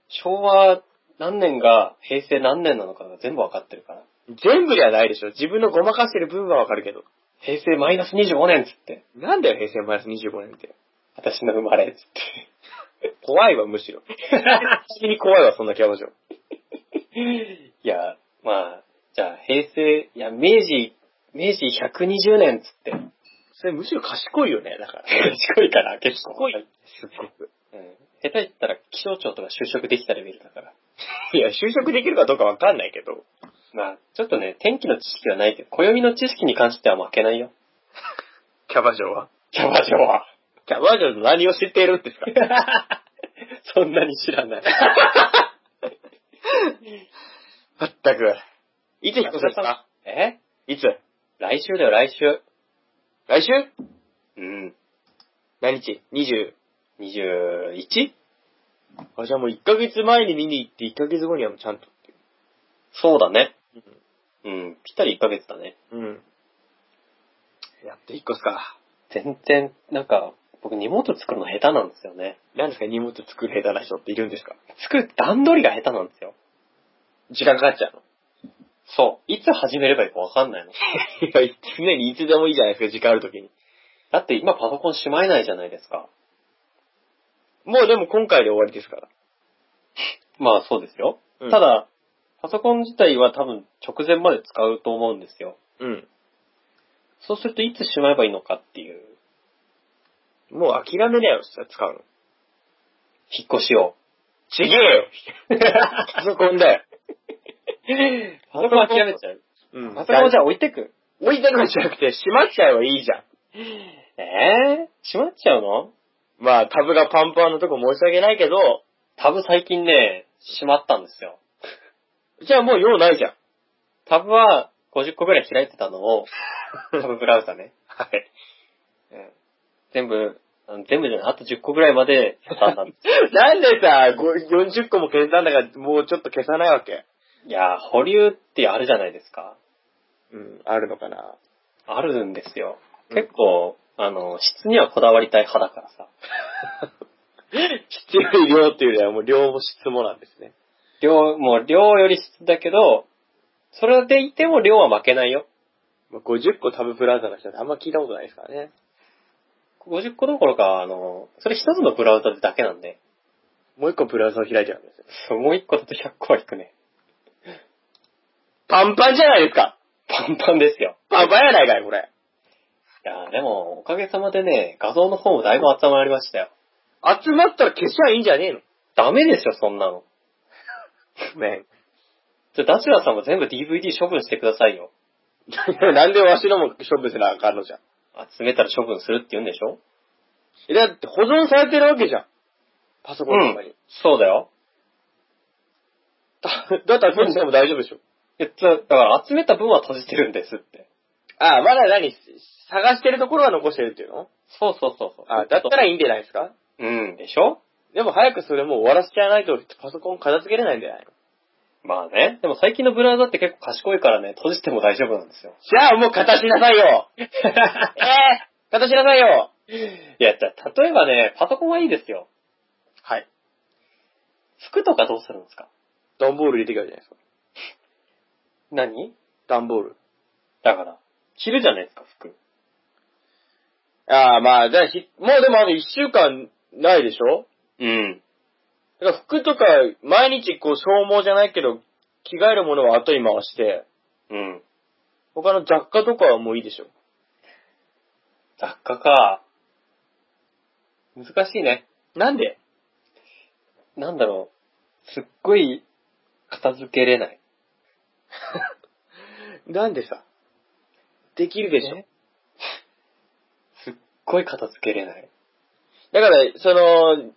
昭和何年が平成何年なのかが全部わかってるから。
全部ではないでしょ。自分のごまかしてる部分はわかるけど。
平成マイナス25年っつって。
なんだよ、平成マイナス25年って。
私の生まれっつっ
怖いわ、むしろ。急に怖いわ、そんなキャバ嬢。
て。いや、まあ、じゃあ平成、いや、明治、明治120年っつ って。
それむしろ賢いよね、だから。
賢いから、結構。
賢い。すっごく。
うん。下手言ったら気象庁とか就職できたレベルだから。
いや、就職できるかどうかわかんないけど。
まあ、ちょっとね、天気の知識はないけど、暦の知識に関しては負けな いよ。
キャバ嬢は。
キャバ 嬢は。
キャバ嬢の何を知っているんですか
そんなに知らない。
まったく。いつ引っ越すんですか
え
いつ
来週だよ、来週。
来週
うん。
何日 ?20。
21?
あ、じゃあもう1ヶ月前に見に行って1ヶ月後にはもうちゃんとってい
そうだね。
う。
うん。ぴったり1ヶ月だね。
うん。やって引っ越すか。
全然、なんか、僕荷物作るの下手なんですよね。
何ですか荷物作る下手な人っているんですか
作る段取りが下手なんですよ。
時間かかっちゃうの
そう。いつ始めればいいかわかんないの。
いや、常にいつでもいいじゃないですか、時間あるときに。
だって今パソコンしまえないじゃないですか。
もうでも今回で終わりですから。
まあそうですよ。
うん
ただ、パソコン自体は多分直前まで使うと思うんですよ。
うん。
そうするといつしまえばいいのかっていう、
もう諦めなよ、そしたら使うの。
引っ越し を。
ちげえよパソコンだよ。
パソコン諦めちゃう。
うん
パソコンじ
ゃ、
ゃ置いてく。
置いてるのじゃなくて、閉まっちゃえばいいじゃん。
えー、しまっちゃうの
まあ、タブがパンパンのとこ申し訳ないけど、
タブ最近ね、しまったんですよ。
じゃあもう用ないじゃん。
タブは50個ぐらい開いてたのを、タブブラウザね。
はい。
うん全部、あの全部じゃない、あと10個ぐらいまで畳んだんで
なんでさ、ご40個も消したんだから、もうちょっと消さないわけ
す。いやー、保留ってあるじゃないですか。
うん、あるのかな。
あるんですよ。
うん
結構、あの、質にはこだわりたい派だからさ。
必要量っていうよりはもう量も質もなんですね。
量、もう量より質だけど、それでいても量は負けないよ。
まあ、50個タブプラザの人ってあんま聞いたことないですからね。
50個どころか、あの、それ一つのブラウザでだけなんで、
もう一個ブラウザを開いちゃうんですよ。
そうもう一個だと100個は引くね。
パンパンじゃないですか
パンパンですよ。
パンパンやないかい、これ。
いやーでも、おかげさまでね、画像の方もだいぶ集まりましたよ。
集まったら消しちゃいいんじゃねえの
ダメでしょ、そんなの。
ごめ ん。
じゃ、ダチュラさんも全部 DVD 処分してくださいよ。
なんでわしのも処分せなあかんのじゃん。
集めたら処分するって言うんでしょ
えだって保存されてるわけじゃん。パソコンとかに。
そうだよ。
だ だったら閉じても大丈夫でしょ。
えっと、だから集めた分は閉じてるんですって。
ああ、まだ何探してるところは残してるっていうの
そうそうそうそう。
ああ、だったらいいんじゃないですか
うん、でしょ
でも早くそれもう終わらせちゃわないとパソコン片付けれないんじゃないの
まあね。でも最近のブラウザって結構賢いからね、閉じても大丈夫なんで すよ。
じゃあもう片しなさいよ ええー、片しなさいよ
いや、じゃあ例えばね、パソコンはいいですよ。
はい。
服とかどうするんですか
段ボール入れてきたじゃないですか。
何
段ボール。
だから、着るじゃないですか、服。
ああ、まあ、じゃあひ、もうでもあの一週間ないでしょ
うん。
だから服とか、毎日こう消耗じゃないけど、着替えるものは後に回して、
うん。
他の雑貨とかはもういいでしょ。
雑貨か。難しいね。
なんで
なんだろう。すっごい、片付けれない。
なんでさ。できるでしょ
え。すっごい片付けれない。
だから、その、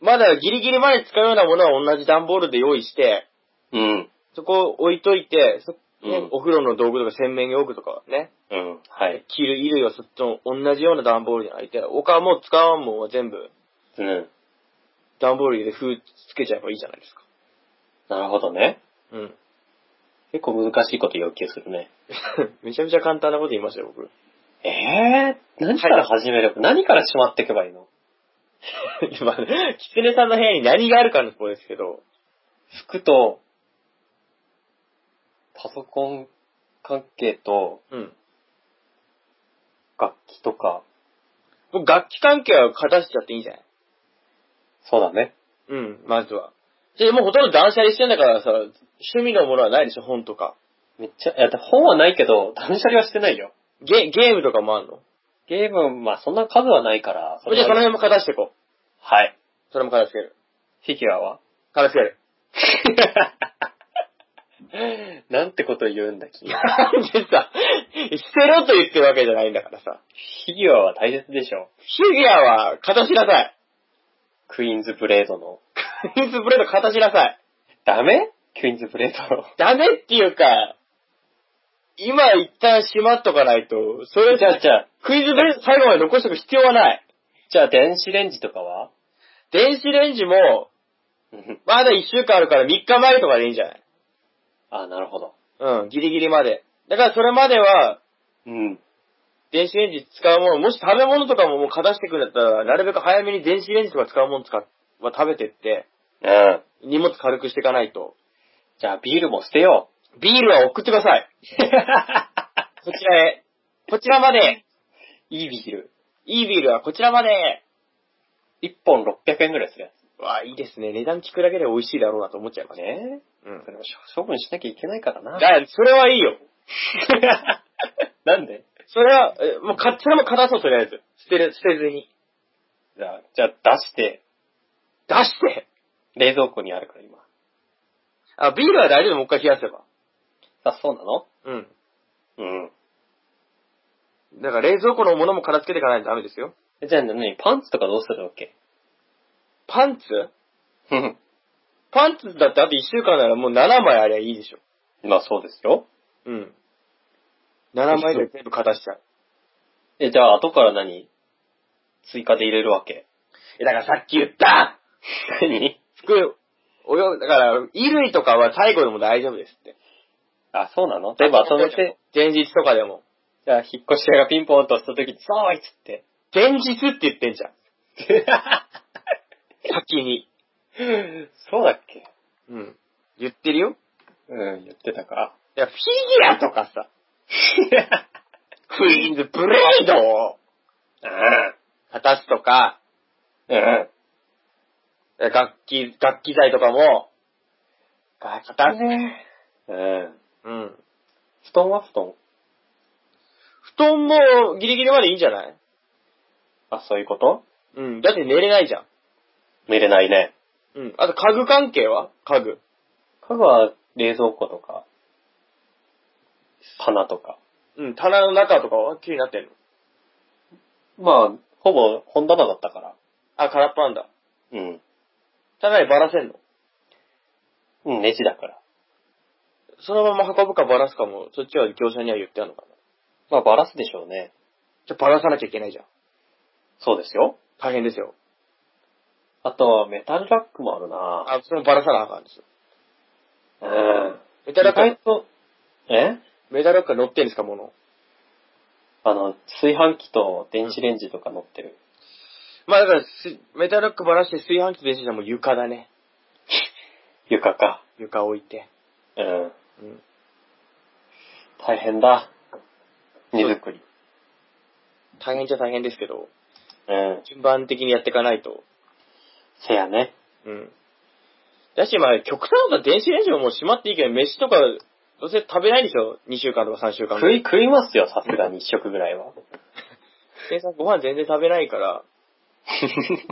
まだギリギリまで使うようなものは同じ段ボールで用意して、
うん。
そこを置いといて、そね
うん
お風呂の道具とか洗面用具とかね、
うん。はい。
着る衣類はそっちの同じような段ボールに入って、他はもう使わんもんは全部
うん。
段ボールで封つけちゃえばいいじゃないですか。
なるほどね。
うん。
結構難しいこと要求するね。
めちゃめちゃ簡単なこと言いましたよ、僕。
ええー、何から始めれば、何からしまっていけばいいの
今、キツネさんの部屋に何があるかのとこですけど、
服と、パソコン関係と、
うん。
楽器とか、
僕、楽器関係は片しちゃっていいんじゃない
そうだね。
うん、まずは。で、もうほとんど断捨離してんだからさ、趣味のものはないでしょ、本とか。
めっちゃ、いや、本はないけど、断捨離はしてないよ。
ゲ、ゲームとかもあんの
ゲームは、まあそんな数はないから、
じゃあその
は
辺も片していこう。
はい。
それも片付ける。
フィギュアは
片付ける。
なんてこと言うんだ、君。フ
なんでさ、捨てろと言ってるわけじゃないんだからさ。
ィギュアは大切でしょ。
フィギュアは片しなさい。
クイーンズブレードの。
クイーンズブレード片しなさい。
ダメクイーンズブレードの。
ダメっていうか、今一旦閉まっとかないと、それ
じゃあ、じゃあ、
クイズブレード最後まで残しておく必要はない。
じゃあ電子レンジとかは
電子レンジも、
うん
まだ一週間あるから3日前とかでいいんじゃない
あ、なるほど。
うん、ギリギリまで。だからそれまでは、
うん。
電子レンジ使うもの、もし食べ物とかももうかだしてくんだったら、なるべく早めに電子レンジとか使うもの使っは食べてって、
うん。
荷物軽くしていかないと。
じゃあビールも捨てよ
ビールは送ってください。
う。
こちらへ。こちらまで。
いいビール。
いいビールはこちらまで。
一本600円ぐらいするや
わあ、いいですね。値段聞くだけで美味しいだろうなと思っちゃいま
つ。
す。
ね
うん。
それを処分しなきゃいけないからな
だ。からそれはいいよ。
なんで
それは、えもうか、それも片そうとりあえず。捨てる、捨てずに。
じゃあ、じゃあ出して、
出して
冷蔵庫にあるから今。
あ、ビールは大丈夫、もう一回冷やせば。
あ、そうなの
うん。
うん。
だから冷蔵庫のものも片付けていかないとダメですよ。
えじゃあ何パンツとかどうするわけ
パンツ
うん。
パンツだってあと1週間ならもう7枚ありゃいいでしょ。
まあそうですよ。
うん。7枚で全部片しちゃう。
え、じゃあ後から何追加で入れるわけ
え、だからさっき言った
何
服、およ、だから、衣類とかは最後でも大丈夫ですって。
あ、そうなの例えば遊べて、
前日とかでも。
じゃあ、引っ越し屋がピンポンと押した時に、そういっつって。
前日って言ってんじゃん。先に。
そうだっけ
うん。言ってるよ。
うん、言ってたか。
いや、フィギュアとかさ、クイーンズブレイドを
うん。
片すとか、
うん。
楽器、楽器材とかも、片す。
ね。うん。
うん。
布団は布団。
布団もギリギリまでいいんじゃない
あ、そういうこと
うん。だって寝れないじゃん。
寝れないね。
うん。あと家具関係は家具。
家具は冷蔵庫とか、棚とか。
うん。棚の中とかは気になってんの
まあ、ほぼ本棚だったから。
あ、空っぽなんだ。
うん。
ただにばらせんの
うん、ネジだから。
そのまま運ぶかばらすかも、そっちは業者には言ってあるのかな。
まあ、バラすでしょうね。
じゃあ、ばらさなきゃいけないじゃん。
そうですよ。
大変ですよ。
あとは、メタルラックもあるな
あ、それもばらさなあかんですよ。
うん。
メ
メ
タルラッ
意外と、え
ク、メタルラックが乗ってんですか、もの。
あの、炊飯器と電子レンジとか乗ってる。
まあだからす、メタルラックばらして炊飯器電子じゃもう床だね。
床か。
床置いて。
うん。
うん。
大変だ。荷造り。
大変じゃ大変ですけど、
うん。
順番的にやっていかないと。
せやね。
うん。だし、まあ、極端なことは電子レンジももう閉まっていいけど、飯とか、どうせ食べないでしょ ?2 週間とか3週間とか
食い、食いますよ、さすがに一食ぐらい は。
生産ご飯全然食べないから、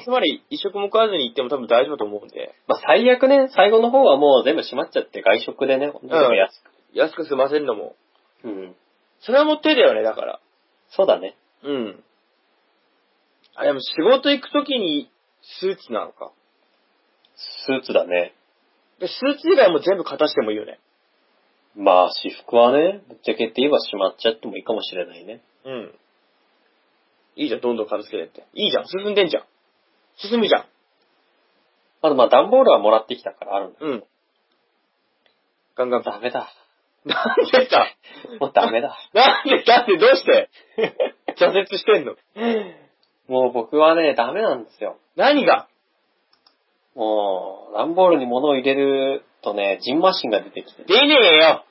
つまり一食も食わずに行っても多分大丈夫だと思うんで、
まあ、最悪ね、最後の方はもう全部閉まっちゃって外食でね、ほんとに安く。
安く済ませるのも。
うん。
それはもってだよね、だから。
そうだね。
うん。あ、でも仕事行くときにスーツなのか。
スーツだね。
でスーツ以外も全部片してもいいよね。
まあ、私服はね、ぶっちゃけて言えば閉まっちゃってもいいかもしれないね。
うん。いいじゃん、どんどん片付けてって。いいじゃん、進んでんじゃん。進むじゃん。
あとまあ、段ボールはもらってきたからあるんだ。
うん。ガンガン。
ダメだ。
なんでだ
もうダメ だ。
なんでだってどうして挫折してんの
もう僕はね、ダメなんですよ。
何が
もう、段ボールに物を入れるとね、ジンマシンが出て きて。
出ねえよ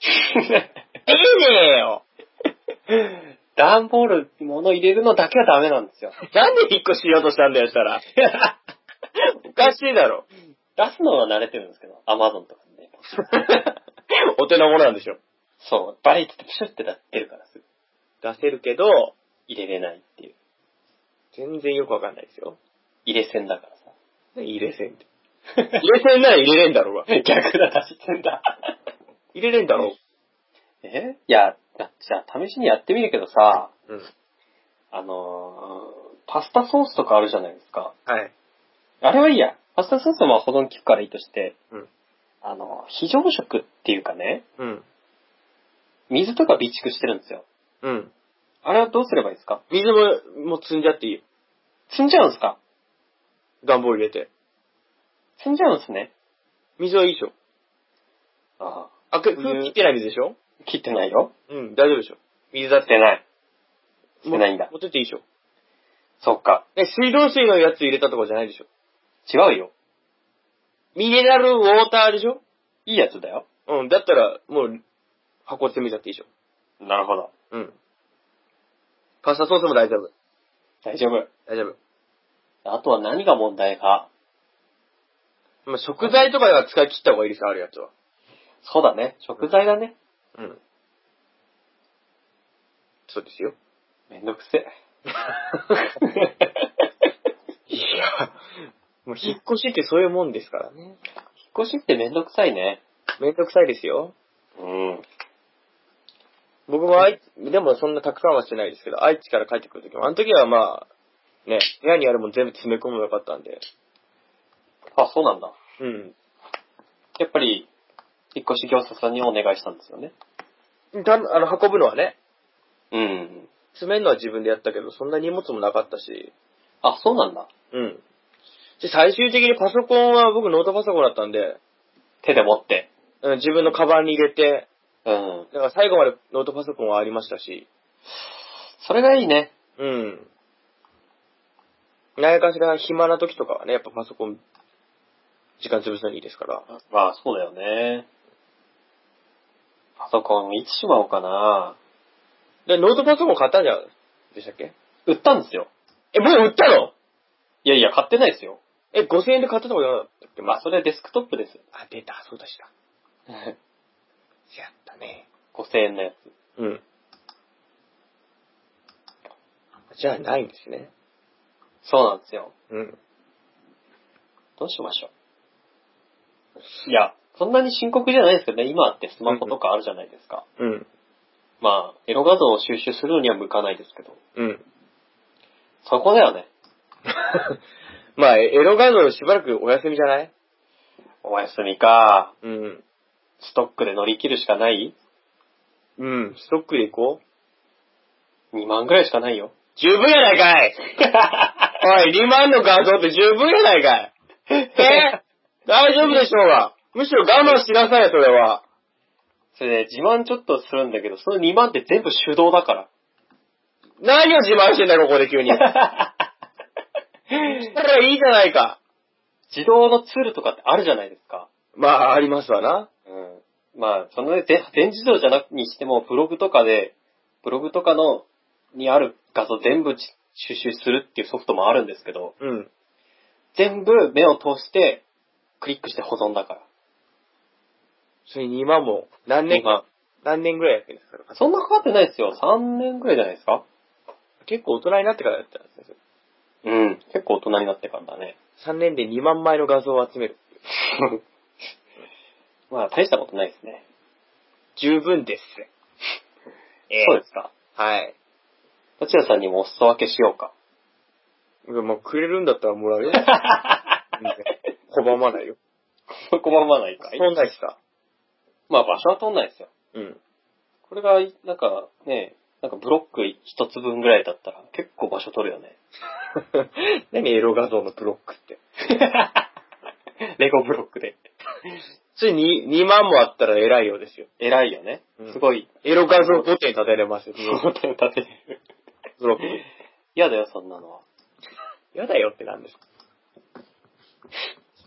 出ねえよ
段ボールに物を入れるのだけはダメなん ですよ。
なんで引っ越しようとしたんだよ、したら。おかしいだ ろ。
出すのは慣れてるんですけど、アマゾンとかで、ね。
お手のものなんでしょ。
そう、バリッてプシュって出るからすぐ。
出せるけど、
入れれないっていう。
全然よくわかんないですよ。
入れ線だからさ。
入れせんって。入れせんなら入れれんだろうが。
逆だ、出し線だ。
入れれんだろ
えいや、じゃあ試しにやってみるけどさ、
う。うん。
あのーパスタソースとかあるじゃないですか。
はい。
あれはいいや。パスタソースはまあ保存効くからいいとして、
うん
あの、非常食っていうかね、
うん。
水とか備蓄してるんですよ。
うん。
あれはどうすればいいですか
水も、もう積んじゃっていいよ。
積んじゃうんですか
暖房入れて。
積んじゃうんですね。
水はいいでしょ。
ああ。
あ、く空気切ってない水でしょ
切ってないよ。
うん、大丈夫でしょ。水だっ
捨て
て。
ない。捨てないんだ
持。ってっていいでしょ。
そっか。
ね、水道水のやつ入れたとかじゃないでしょ。
違うよ。
ミネラルウォーターでしょ
いいやつだよ。
うん、だったら、もう、箱詰めちゃっていいでしょ。
なるほど。
うん。パスタソースも大丈夫。
大丈夫。
大丈夫。
あとは何が問題か。
まあ、食材とかは使い切った方がいいですよ、あるやつは。
そうだね。食材だね。
うん。そうですよ。
めんどくせえ。
いや、もう引っ越しってそういうもんですからね。
引っ越しってめんどくさいね。
めんどくさいですよ。
うん。
僕も愛、でもそんなたくさんはしてないですけど、愛知から帰ってくるときも、あの時はまあ、ね、部屋にあるもん全部詰め込むのよかったんで。
あ、そうなんだ。
うん。
やっぱり、引っ越し業者さんにお願いしたんですよね。
たあの、運ぶのはね、
うん。
詰めるのは自分でやったけど、そんな荷物もなかったし、
あ、そうなんだ。
うん。で、最終的にパソコンは僕ノートパソコンだったんで、
手で持って。
うん自分のカバンに入れて、
うん。
だから最後までノートパソコンはありましたし、
それがいいね。
うん。何かしら暇な時とかはね、やっぱパソコン、時間潰すのにいいですから。
まあ、そうだよね。パソコン、いつしまおうかな。
で、ノートパソコン買ったんじゃんでしたっけ
売ったんですよ。
え、もう売ったの
いやいや、買ってないですよ。
え、5000円で買ったとこじゃなかったっけ
まあ、それはデスクトップです。
あ、出た、そうでした。やったね。
5000円のやつ。
うん。じゃあ、ないんですね。
そうなんですよ。
うん。
どうしましょう。いや、そんなに深刻じゃないですけどね、今ってスマホとかあるじゃないですか。
うん。
まあ、エロ画像を収集するのには向かないですけど、
うん。
そこだよね。
まあ、エロガードしばらくお休みじゃない
お休みか。
うん。
ストックで乗り切るしかない
うん、ストックで行こう。
?2 万ぐらいしかないよ。
十分やないかいおい、2万の画像って十分やないかいえ 大丈夫でしょうが。むしろ我慢しなさいよ、それは。
それね、自慢ちょっとするんだけど、その2万って全部手動だか
何を自慢してんだよ、ここで急に。した
ら。
らいいじゃないか。
自動のツールとかってあるじゃないですか。
まあ、ありますわな。
うん。まあ、そのね全全自動じゃなくにしても、ブログとかで、ブログとかの、にある画像全部ち収集するっていうソフトもあるんですけど、
うん。
全部目を通して、クリックして保存だから。
それ2万も、何年、
今、
何年ぐらいやってるんですか
そんなかかってないですよ。3年くらいじゃないですか
結構大人になってからやったんですよ。
うん。結構大人になってからだね。
3年で2万枚の画像を集める。
まあ、大したことないですね。
十分です。え
そうですか。
はい。
どちらさんにもお裾分けしようか。
もうくれるんだったらもら うよ。拒まないよ。
そこままないかい
そんなしさ。
まあ、場所は取んないですよ。
うん。
これが、なんかね、なんかブロック一つ分ぐらいだったら結構場所取るよね。
何エロ画像のブロックって。
レゴブロックで。
ついに2万もあったら偉いようですよ。
偉いよね
うん。
すごい。
エロ画像5点立てれますよ。
立てる。
ブロック。
嫌だよ、そんなのは。
やだよってなんですか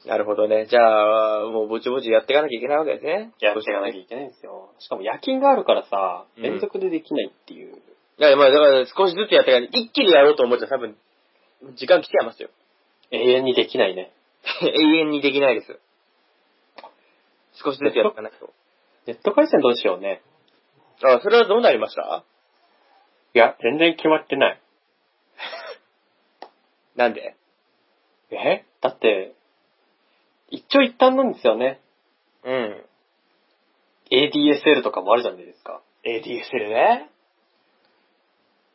なるほどね。じゃあ、もうぼちぼちやっていかなきゃいけないわけですね。
やっていかなきゃいけないんですよ。しかも夜勤があるからさ、
うん
連続でできないっていう。
いや、まあだから少しずつやっていかない。一気にやろうと思っちゃ多分、時間来ちゃいますよ。
永遠にできないね。
永遠にできないです。少しずつやっていかないと。
ネット回線どうしようね。
あ、それはどうなりました
いや、全然決まってない。
なんで
えだって、一長一短なんですよね。
うん。
ADSL とかもあるじゃないですか。
ADSL ね。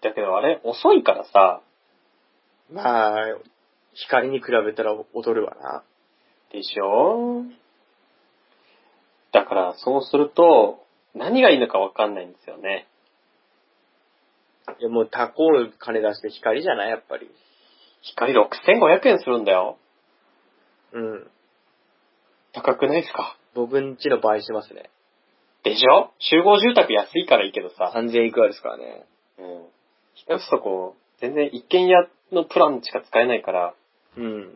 だけどあれ、遅いからさ、
まあ、光に比べたら劣るわな。
でしょだから、そうすると、何がいいのかわかんないんですよね。
いや、もうタコを金出して光じゃないやっぱり。
光6500円するんだよ。
うん。
高くないですか
僕んちの倍しますね。
でしょ集合住宅安いからいいけどさ。
3000いくらですからね。
うん。引っ越すとこ、全然一軒家のプランしか使えないから、
うん。
い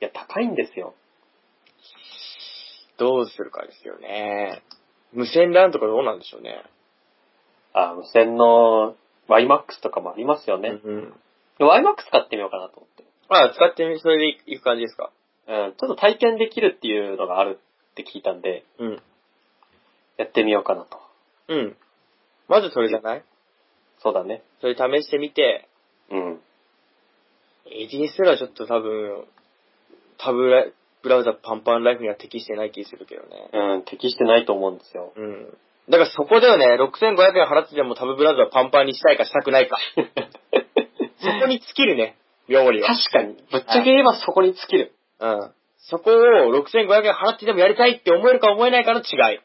や、高いんですよ。
どうするかですよね。無線 LAN とかどうなんでしょうね。
あ、無線の YMAX とかもありますよね。
うん。
YMAX 使ってみようかなと思って。
まあ、使ってみ、それでいく感じですか。
うん、ちょっと体験できるっていうのがあるって聞いたんで、
うん。
やってみようかなと。
うん。まずそれじゃない
そうだね。
それ試してみて、
うん。
ADSL はちょっと多分、タブラブラウザパンパンライフには適してない気するけどね。
うん、適してないと思うんですよ。
うん。だからそこだよね、6500円払ってでもタブブラウザパンパンにしたいかしたくないか。そこに尽きるね、料理は。
確かに。ぶっちゃけ言えばそこに尽きる。
うん。そこを6500円払ってでもやりたいって思えるか思えないかの違い。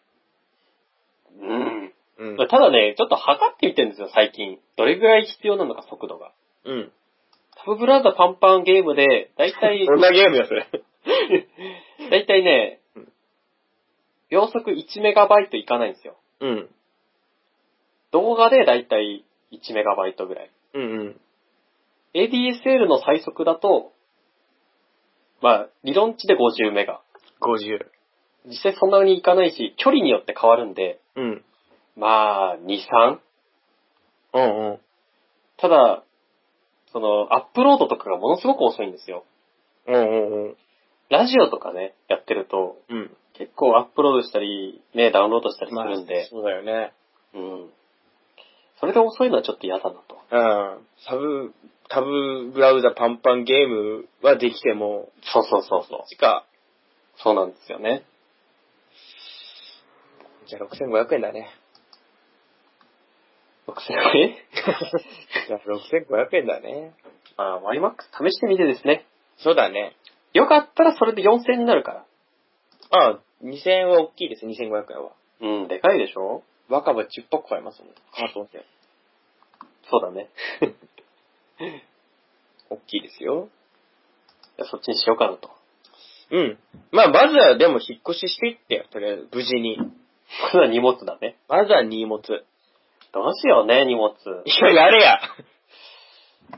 うん。
うん
まあ。ただね、ちょっと測ってみてるんですよ、最近。どれぐらい必要なのか、速度が。
うん。
タブブラウザパンパンゲームで、だいたい
こ、んなゲームだ、それ。
だいたいね、秒速1メガバイトいかないんですよ。
うん。
動画でだいたい1メガバイトぐらい。
うんうん。
ADSL の最速だと、まあ、理論値で50メガ。
50。
実際そんなにいかないし、距離によって変わるんで、
うん。
まあ、2、3。
うんうん。
ただ、その、アップロードとかがものすごく遅いんですよ。
うんうんうん。
ラジオとかね、やってると、
うん。
結構アップロードしたり、ね、ダウンロードしたりす
まあ
るんで、、
そうだよね。
うん。それで遅いのはちょっと嫌だなと。
うん。サブ、タブブラウザパンパンゲームはできても、
そうそうそうそう。
しか、
そうなんですよね。
じゃあ6500円だね。
6000円
じゃあ6500円だね。
まあ、マリマックス試してみてですね。
そうだね。
よかったらそれで4000円になるから。
ああ、2000円は大きいです、2500円は。
うん、でかいでしょ
若葉10箱買いますもん。カートンで。
そう だね。
大きいですよ。
じゃあそっちにしようかなと。
うん。まあ、まずはでも引っ越ししていってよ、とりあえず、無事に。
これは荷物だね。
まずは荷物。 い
どうしようね、荷物。
や、やれや。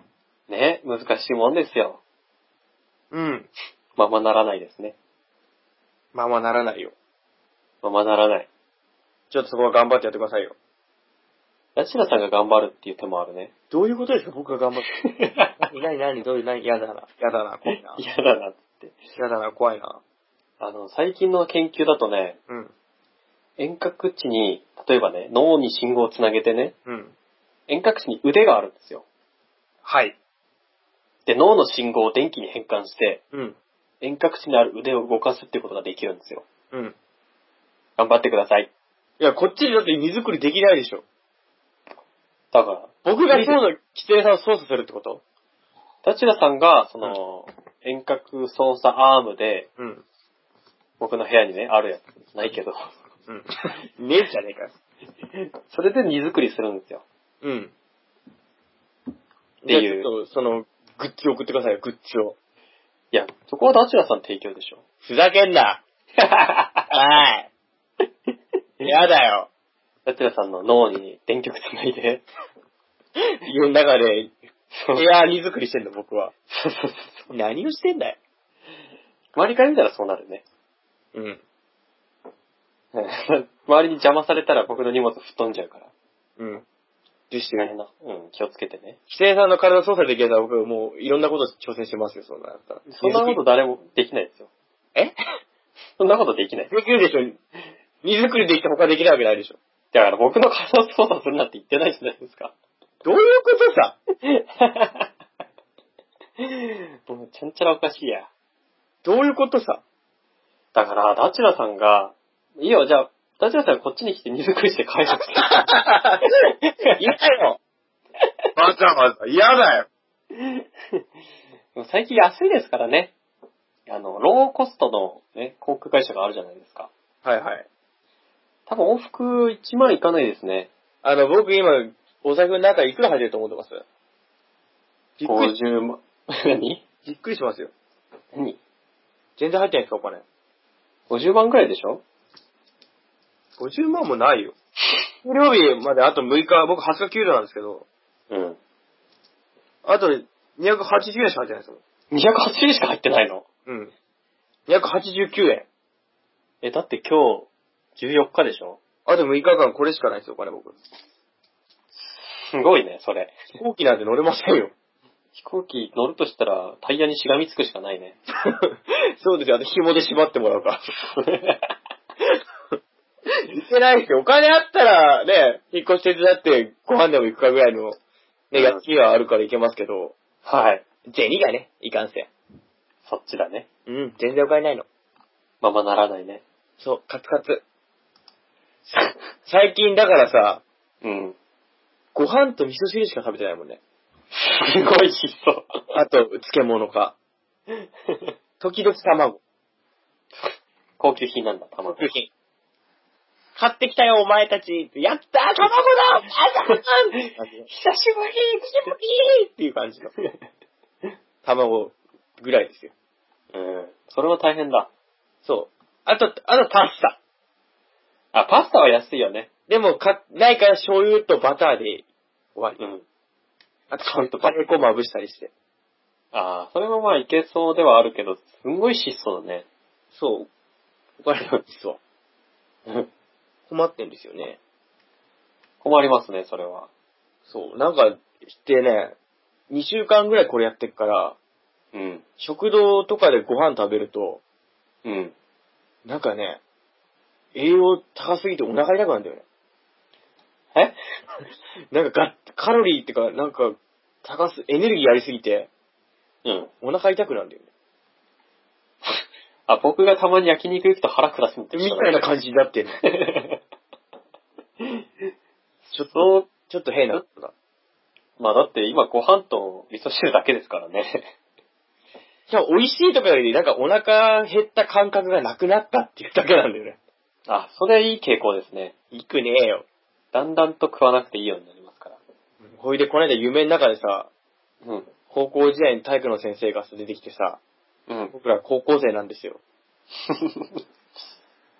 ね、難しいもんですよ。
うん。
ままならないですね。
まあまあならないよ。
ままならない。
ちょっとそこは頑張ってやってくださいよ。
ラチラさんが頑張るっていう手もある ね。
どういうことですか僕が頑張って。 何何どういう何やだな。やだな、怖 いな。
嫌だなって。
やだな、怖いな。
あの、最近の研究だとね、
うん。
遠隔地に、例えばね、脳に信号をつなげてね、
うん。
遠隔地に腕があるんですよ。
はい。
で、脳の信号を電気に変換して、
うん。
遠隔地にある腕を動かすっていうことができるんですよ。
うん。
頑張ってください。
いや、こっちでだって荷造りできないでしょ。
だから、
僕が今日の規定さを操作するってこと
ダチラさんが、その、遠隔操作アームで、
うん。
僕の部屋にね、あるやつ、ないけど、
うん。ねえじゃねえかよ。
それで荷造りするんですよ。
うん。
ってい
じゃ
う
あちょっと、その、グッズを送ってくださいよ、グッズを。
いや、そこはダチラさん提供でしょ。
ふざけんな。はい。 やだよ。
ダチラさんの脳に電極つないで、
家の中で、
そう
部屋荷造りしてんの、僕は。
そうそうそう。
何をしてんだよ。
周りから見たらそうなるね。
うん。
周りに邪魔されたら僕の荷物吹っ飛んじゃうから。
うん。でして
大変な。うん、気をつけてね。
規制さんの体操作できるなら僕もういろんなこと挑戦してますよ、そんなやったら。
そんなこと誰もできないですよ。
え
そんなことできない。
できるでしょ。荷造りできて他できないわけないでしょ。
だから僕の体を操作するなって言ってないじゃないですか。
どういうことさ
もう ちゃんちゃらおかしいや。
どういうこと さ
だから、ダチュラさんが、いいよ、じゃあ、ダチュラさんこっちに来て荷造りして解 釈して。
嫌だ よわざわざ嫌だよ
もう最近安いですからね。あの、ローコストの、ね、航空会社があるじゃないですか。
はいはい。
多分往復1万いかないですね。
あの、僕今、お財布の中いくら入ってると思ってますびっくり、
50万。 何
びっくりしますよ。
何
全然入ってないですか、お金。
?50 万くらいでしょ
50万もないよ。給料日まであと6日、僕20日給料なんですけど、
うん。
あと280円しか入ってないですもん。
280円しか入ってないの
うん。289円。
え、だって今日、14日でしょ
あと6日間これしかないですよ、お金僕。
すごいね、それ。
飛行機なんて乗れませんよ。
飛行機乗るとしたら、タイヤにしがみつくしかないね。
そうですよ、あと紐で縛ってもらうから。 いけないですよ。お金あったら、ね、引っ越し手伝ってご飯でも行くかぐらいの、ね、
うん
やっきはあるから行けますけど、
はい。
銭がね、いかんせん。
そっちだね。
うん、全然お金ないの。
ままならないね。
そう、カツカツ。最近だからさ、
うん。
ご飯と味噌汁しか食べてないもんね。
すごい悲壮。
あと、漬物か。時々卵。
高級品なんだ、 卵。
食品。買ってきたよ、お前たち。やったー、卵だあだあん久しぶり久しぶりっていう感じの。卵ぐらいですよ。
うん。それは大変だ。
そう。あと、あとパスタ。
あ、パスタは安いよね。
でも、か、ないから醤油とバターで終わり。
うん。
あと、
醤油と
カ
バ
レー粉まぶしたりして。
ああ、それもまあいけそうではあるけど、すんごい質素だね。
そう。お金なんですわ。困ってんですよね。
困りますね、それは。
そう。なんか、してね、2週間ぐらいこれやってっから、
うん。
食堂とかでご飯食べると、
うん。
なんかね、栄養高すぎてお腹痛くなるんだよね。
え
なんかが、カロリーってか、なんか、高す、エネルギーありすぎて、
うん。
お腹痛くなるんだよね。
あ、僕がたまに焼肉行くと腹下すみた
みたいな感じにな ってる。
じ。
ちょっと、
そう、
ちょっと変なことだ。
まあだって今ご飯と味噌汁だけですから ね。
しかも美味しいとかより、なんかお腹減った感覚がなくなったっていうだけなんだよね。
あ、それいい傾向ですね。
行くねえよ。
だんだんと食わなくていいようになりますから。
ほいで、この間夢の中でさ、
うん。
高校時代に体育の先生が出てきてさ、
うん。
僕ら高校生なんですよ。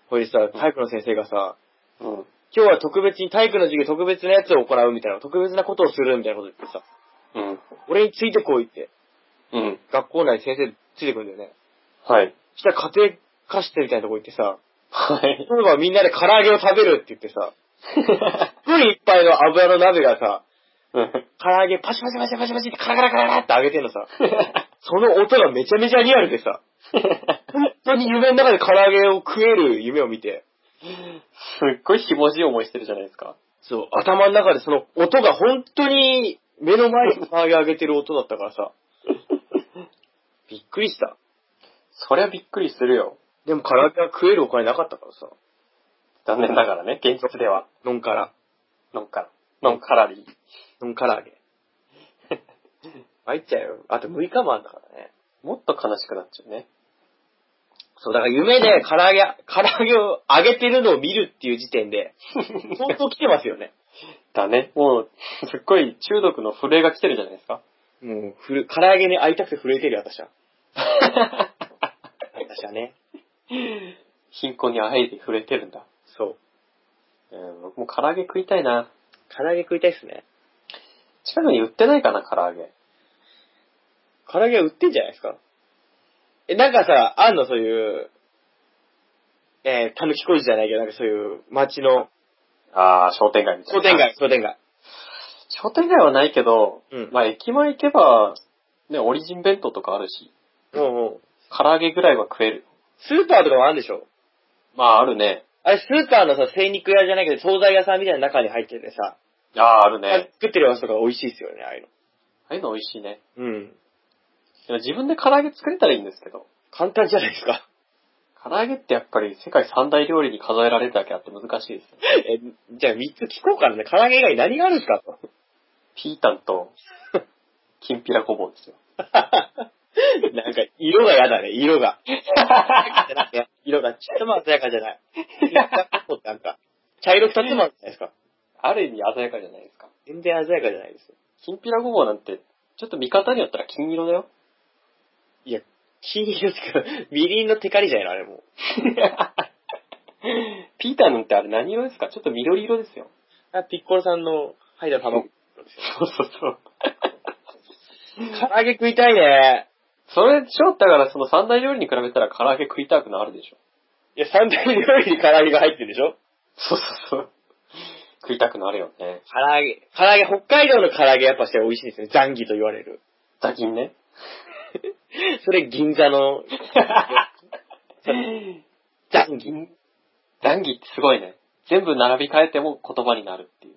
ほいでさ、体育の先生がさ、
うん。
今日は特別に体育の授業特別なやつを行うみたいな、特別なことをするみたいなこと言ってさ、
うん。
俺についてこいって、
うん。
学校内先生ついてくんだよね。
はい。
そしたら家庭科室みたいなとこ行ってさ、
はい。
例えばみんなで唐揚げを食べるって言ってさ、すごいいっぱいの油の鍋がさ、
うん
唐揚げパシパシパシパシパシってカラカラカラカラって揚げてんのさ、その音がめちゃめちゃリアルでさ、本当に夢の中で唐揚げを食える夢を見て、
すっごいひもじい思いしてるじゃないですか。
そう、頭の中でその音が本当に目の前に唐揚げ揚げてる音だったからさ、びっくりした。
そりゃびっくりするよ。
でも唐揚げは食えるお金なかったからさ、
残念ながらね、現実では。
ノンカラ、
ノンカラ。ノンカラリー。
ノン唐揚げ。参っちゃうよ。あと6日もあんだからね。
もっと悲しくなっちゃう ね。
そう、だから夢で唐揚げ、唐揚げを揚げてるのを見るっていう時点で、相当来てますよね。
だね。もう、すっごい中毒の震えが来てるじゃないですか。
もう、ふる、唐揚げに会いたくて震えてるよ、私は。 私はね。
貧困にあえて震えてるんだ。
そう。
うん、僕も唐揚げ食いたいな。
唐揚げ食いたいっすね。
近くに売ってないかな、唐揚げ。
唐揚げは売ってんじゃないですかえ、なんかさ、あんの、そういう、えー、たぬき工事じゃないけど、なんかそういう、街の、
ああ、商店街みたい
商
な。
店街、商店街。
商店街はないけど、
うん
まあ駅前行けば、ね、オリジン弁当とかあるし、
うんうん。
唐揚げぐらいは食える。
スーパーとかもあるんでしょ
まああるね。
あれ、スーパーのさ、精肉屋じゃないけど、惣菜屋さんみたいな中に入っててさ、
ああ、あるね。
あれ作ってるやつとか美味しいっすよね、ああいう
ああいうの美味しいね。
の。うん。
でも自分で唐揚げ作れたらいいんですけど、
簡単じゃないですか。
唐揚げってやっぱり世界三大料理に数えられるだけあって難しいですね。
え、じゃあ3つ聞こうかなね。唐揚げ以外に何があるんですかと。
ピータン と、きんぴらごぼうですよ。
なんか、色が嫌だね、色が。 じゃなくて色がちょっとも鮮やかじゃない。なんか、茶色二つもあるじゃないですか。
ある意味鮮やかじゃないですか。
全然鮮やかじゃないですよ。
きんぴらごぼうなんて、ちょっと見方によったら金色だよ。
いや、金色ですから、みりんのテカリじゃないの、あれもう。
ピーターなんてあれ何色ですかちょっと緑色ですよ。
あ、ピッコロさんの剥いだ卵。
そうそうそう。
唐揚げ食いたいね。
それでしょだからその三大料理に比べたら唐揚げ食いたくなるでしょ。
いや、三大料理に唐揚げが入ってるでしょ
そうそうそう。食いたくなるよね。
唐揚げ、唐揚げ、北海道の唐揚げやっぱして美味しいですね。ザンギと言われる。
ザキン ね。
それ銀座の、ザンギ。
ザンギってすごいね。全部並び替えても言葉になるっていう。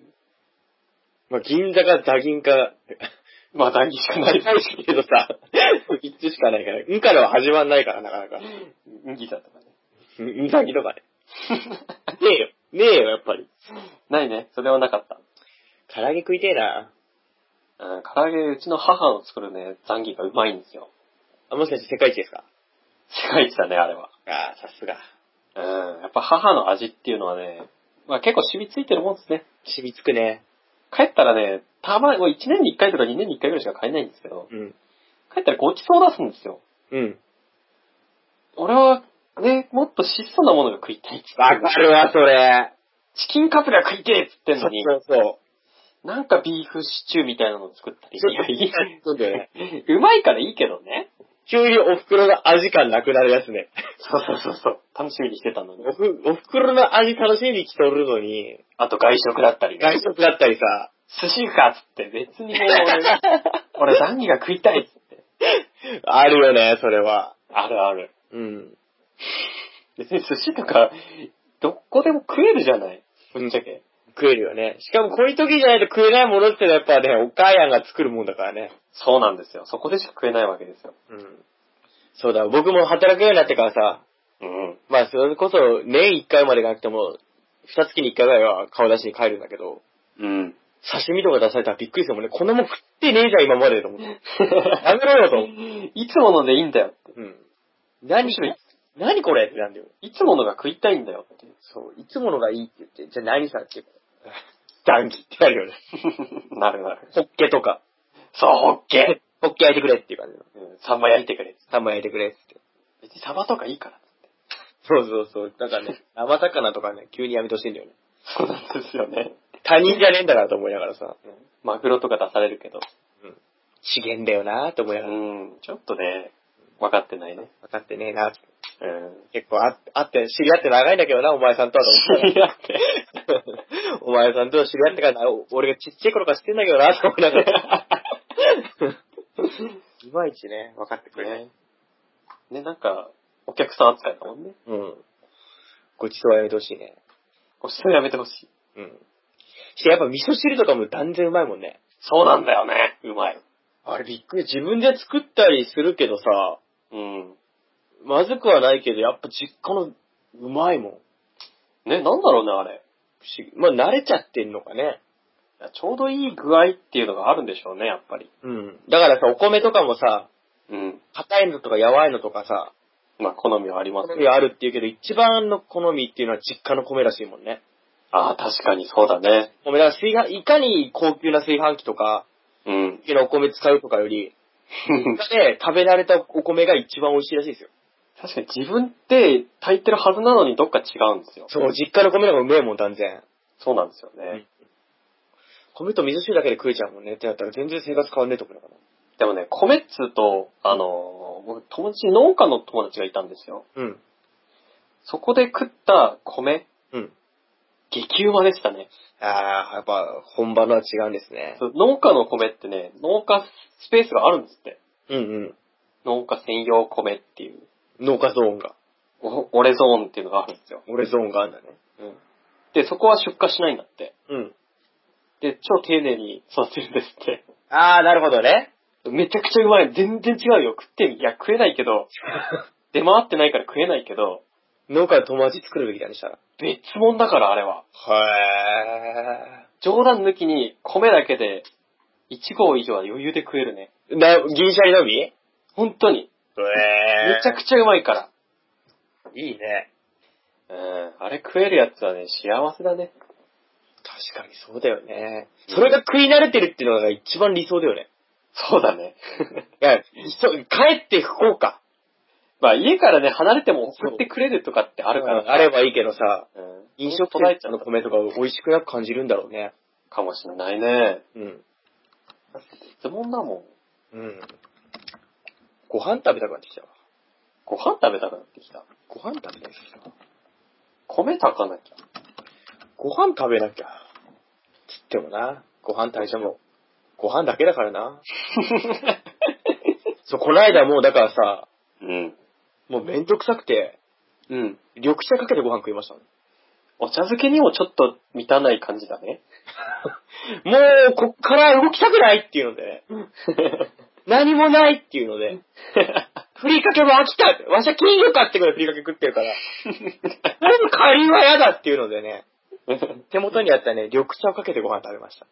まあ、銀座かザギンか、
まあザンギしか
な
ないい。
けどさ、3つしかないから、うんからは始まんないから、なかなか。
うん ギザとかね。
うんざぎとかね。ねえよ。ねえよ、やっぱり。
ないね。それはなかった。
唐揚げ食いてえな。
うん、唐揚げ、うちの母の作るね、ザンギがうまいんですよ。
あ、もしかして世界一ですか
世界一だね、あれは。
ああ、さすが。
うん、やっぱ母の味っていうのはね、まあ結構染みついてるもんですね。
染みつくね。
帰ったらね、たまに、もう1年に1回とか2年に1回ぐらいしか帰んないんですけど、
うん。
帰ったらごちそう出すんですよ。
うん。
俺は、ね、もっと質素なものが食いたいっつって。
わかるわ、それ。
チキンカツが食いてえっつってん
そ
の
う
に、
そうそ
なんかビーフシチューみたいなの作ったり。
ちょっと
いや、いい。
う。そうだよね。
うまいからいいけどね。
急にお袋の味感なくなるやつね。
そうそうそうそう。楽しみにしてたのに
お。ふ、お袋の味楽しみに来とるのに、
あと外食だったりね、
外食だったりさ、
寿司かっつって別にね、 俺、俺ザンギが食いたいっつって。
あるよね、それは。
あるある。
うん。
別に寿司とか、どこでも食えるじゃない。ぶっちゃけ。
食えるよね。しかもこういう時じゃないと食えないものってのはやっぱね、お母やんが作るもんだからね。
そうなんですよ。そこでしか食えないわけですよ。
うん。そうだ、僕も働くようになってからさ、
うん。
まあ、それこそ、年1回までがなくても、2月に1回ぐらいは顔出しに帰るんだけど、
うん。
刺身とか出されたらびっくりするもんね。こんなもん食ってねえじゃん、今までと思って。やめろよと思って。
いつものでいいんだよって。
うん。何、何これってなんだよ。
いつものが食いたいんだよって。
そう、いつものがいいって言って、じゃあ何さっていう 談義ってあるよね。
なるなる。
ホッケとか。
そう、ホッケ
ホッケ焼いてくれっていう感じの。
うんサンマ焼いてくれ。
サンマ焼いてくれっつって。
別にサバとかいいから。
そうそうそう。だからね、生魚とかね、急にやめてほしいんだよね。
そうなんですよね。
他人じゃねえんだなと思いながらさ、
マグロとか出されるけど。
資源だよなと思いうながら、
ん、ちょっとね、分かってないね。
分かってねえなって
う
結構あ会って、知り合って長いんだけどな、お前さんとはと思って。
ん。いやって。
お前さんと知り合ってからな、お俺がちっちゃい頃から知ってんだけどなと思いながら。 いまいちね、分かってくれない。
ね。ね、なんか、お客さん扱いだもんね。
うん。ごちそうはやめてほしいね。
おすすめやめてほしい。
うん。してやっぱ味噌汁とかも断然うまいもんね。
そうなんだよね。うまい。
あれびっくり。自分で作ったりするけどさ、
うん。
まずくはないけど、やっぱ実家のうまいもん。
ね、なんだろうね、あれ。
不思議。まあ慣れちゃってんのかね。
いやちょうどいい具合っていうのがあるんでしょうね、やっぱり。
うん。だからさ、お米とかもさ、
うん。
硬いのとか柔らいのとかさ、
まあ、好みはあります
好
け
み
ど。
はあるっていうけど、一番の好みっていうのは実家の米らしいもんね。
ああ、確かにそうだね。
もうだから炊飯、いかに高級な炊飯器とか、
うん。
高級なお米使うとかより、で、食べ慣れたお米が一番美味しいらしいですよ。
確かに自分って炊いてるはずなのにどっか違うんですよ。
そう、実家の米の方がうめえもん、断然。
そうなんですよね。
米と味噌汁だけで食えちゃうもんねってなったら全然生活変わんねえと思うか
でもね、米っつうと、あのー、僕友達、農家の友達がいたんですよ。
ら。うん。
そこで食った米、
うん。
激うまでしたね。
ああ、やっぱ本場のは違うんですね。
そう農家の米ってね、農家スペースがあるんですって。
うんうん。
農家専用米っていう、
農家ゾーンが。
お俺ゾーンっていうのがあるんですよ。
俺ゾーンがあるんだね。
うんで、そこは出荷しないんだって。
うん。
で、超丁寧に育てるんですって。
ああ、なるほど ね。
めちゃくちゃうまい。全然違うよ。食ってみ。いや、食えないけど、出回ってないから食えないけど、
農家の友達作るべきだね、したら。
別物だから、あれは。
へ
冗談抜きに、米だけで、1合以上は余裕で食えるね。
え。な、銀シャリのみへえ。
本当に。めちゃくちゃうまいから。
いいね。
うん。あれ食えるやつはね、幸せだね。
確かにそうだよね。それが食い慣れてるっていうのが一番理想だよね。
そうだね。
いや、そう帰って福岡。
まあ、家からね、離れても送ってくれるとかってあるから
うんあればいいけどさ、
うん。
飲食
途絶え
店
ちゃ
の
う
米とか美味しくなく感じるんだろうね。
かもしれないね。
うん。
質問だもん。
うん。ご飯食べたくなってきたわ。
ご飯食べたくなってきた。
ご飯食べたくなってきたわ。
米炊か なきゃ。
ご飯食べなきゃ。つってもな、ご飯代謝も、ご飯だけだからな。そう、こないだもうだからさ、
うん。
もうめんどくさくて、
うん。
緑茶かけてご飯食いましたもん。
お茶漬けにもちょっと満たない感じだね。
もう、こっから動きたくないっていうのでね。 何もないっていうので。ふりかけも飽きたわしゃ金魚買ってくれふりかけ食ってるから。でもカニは嫌だっていうのでね。
手
手元にあったね、緑茶をかけてご飯食べました。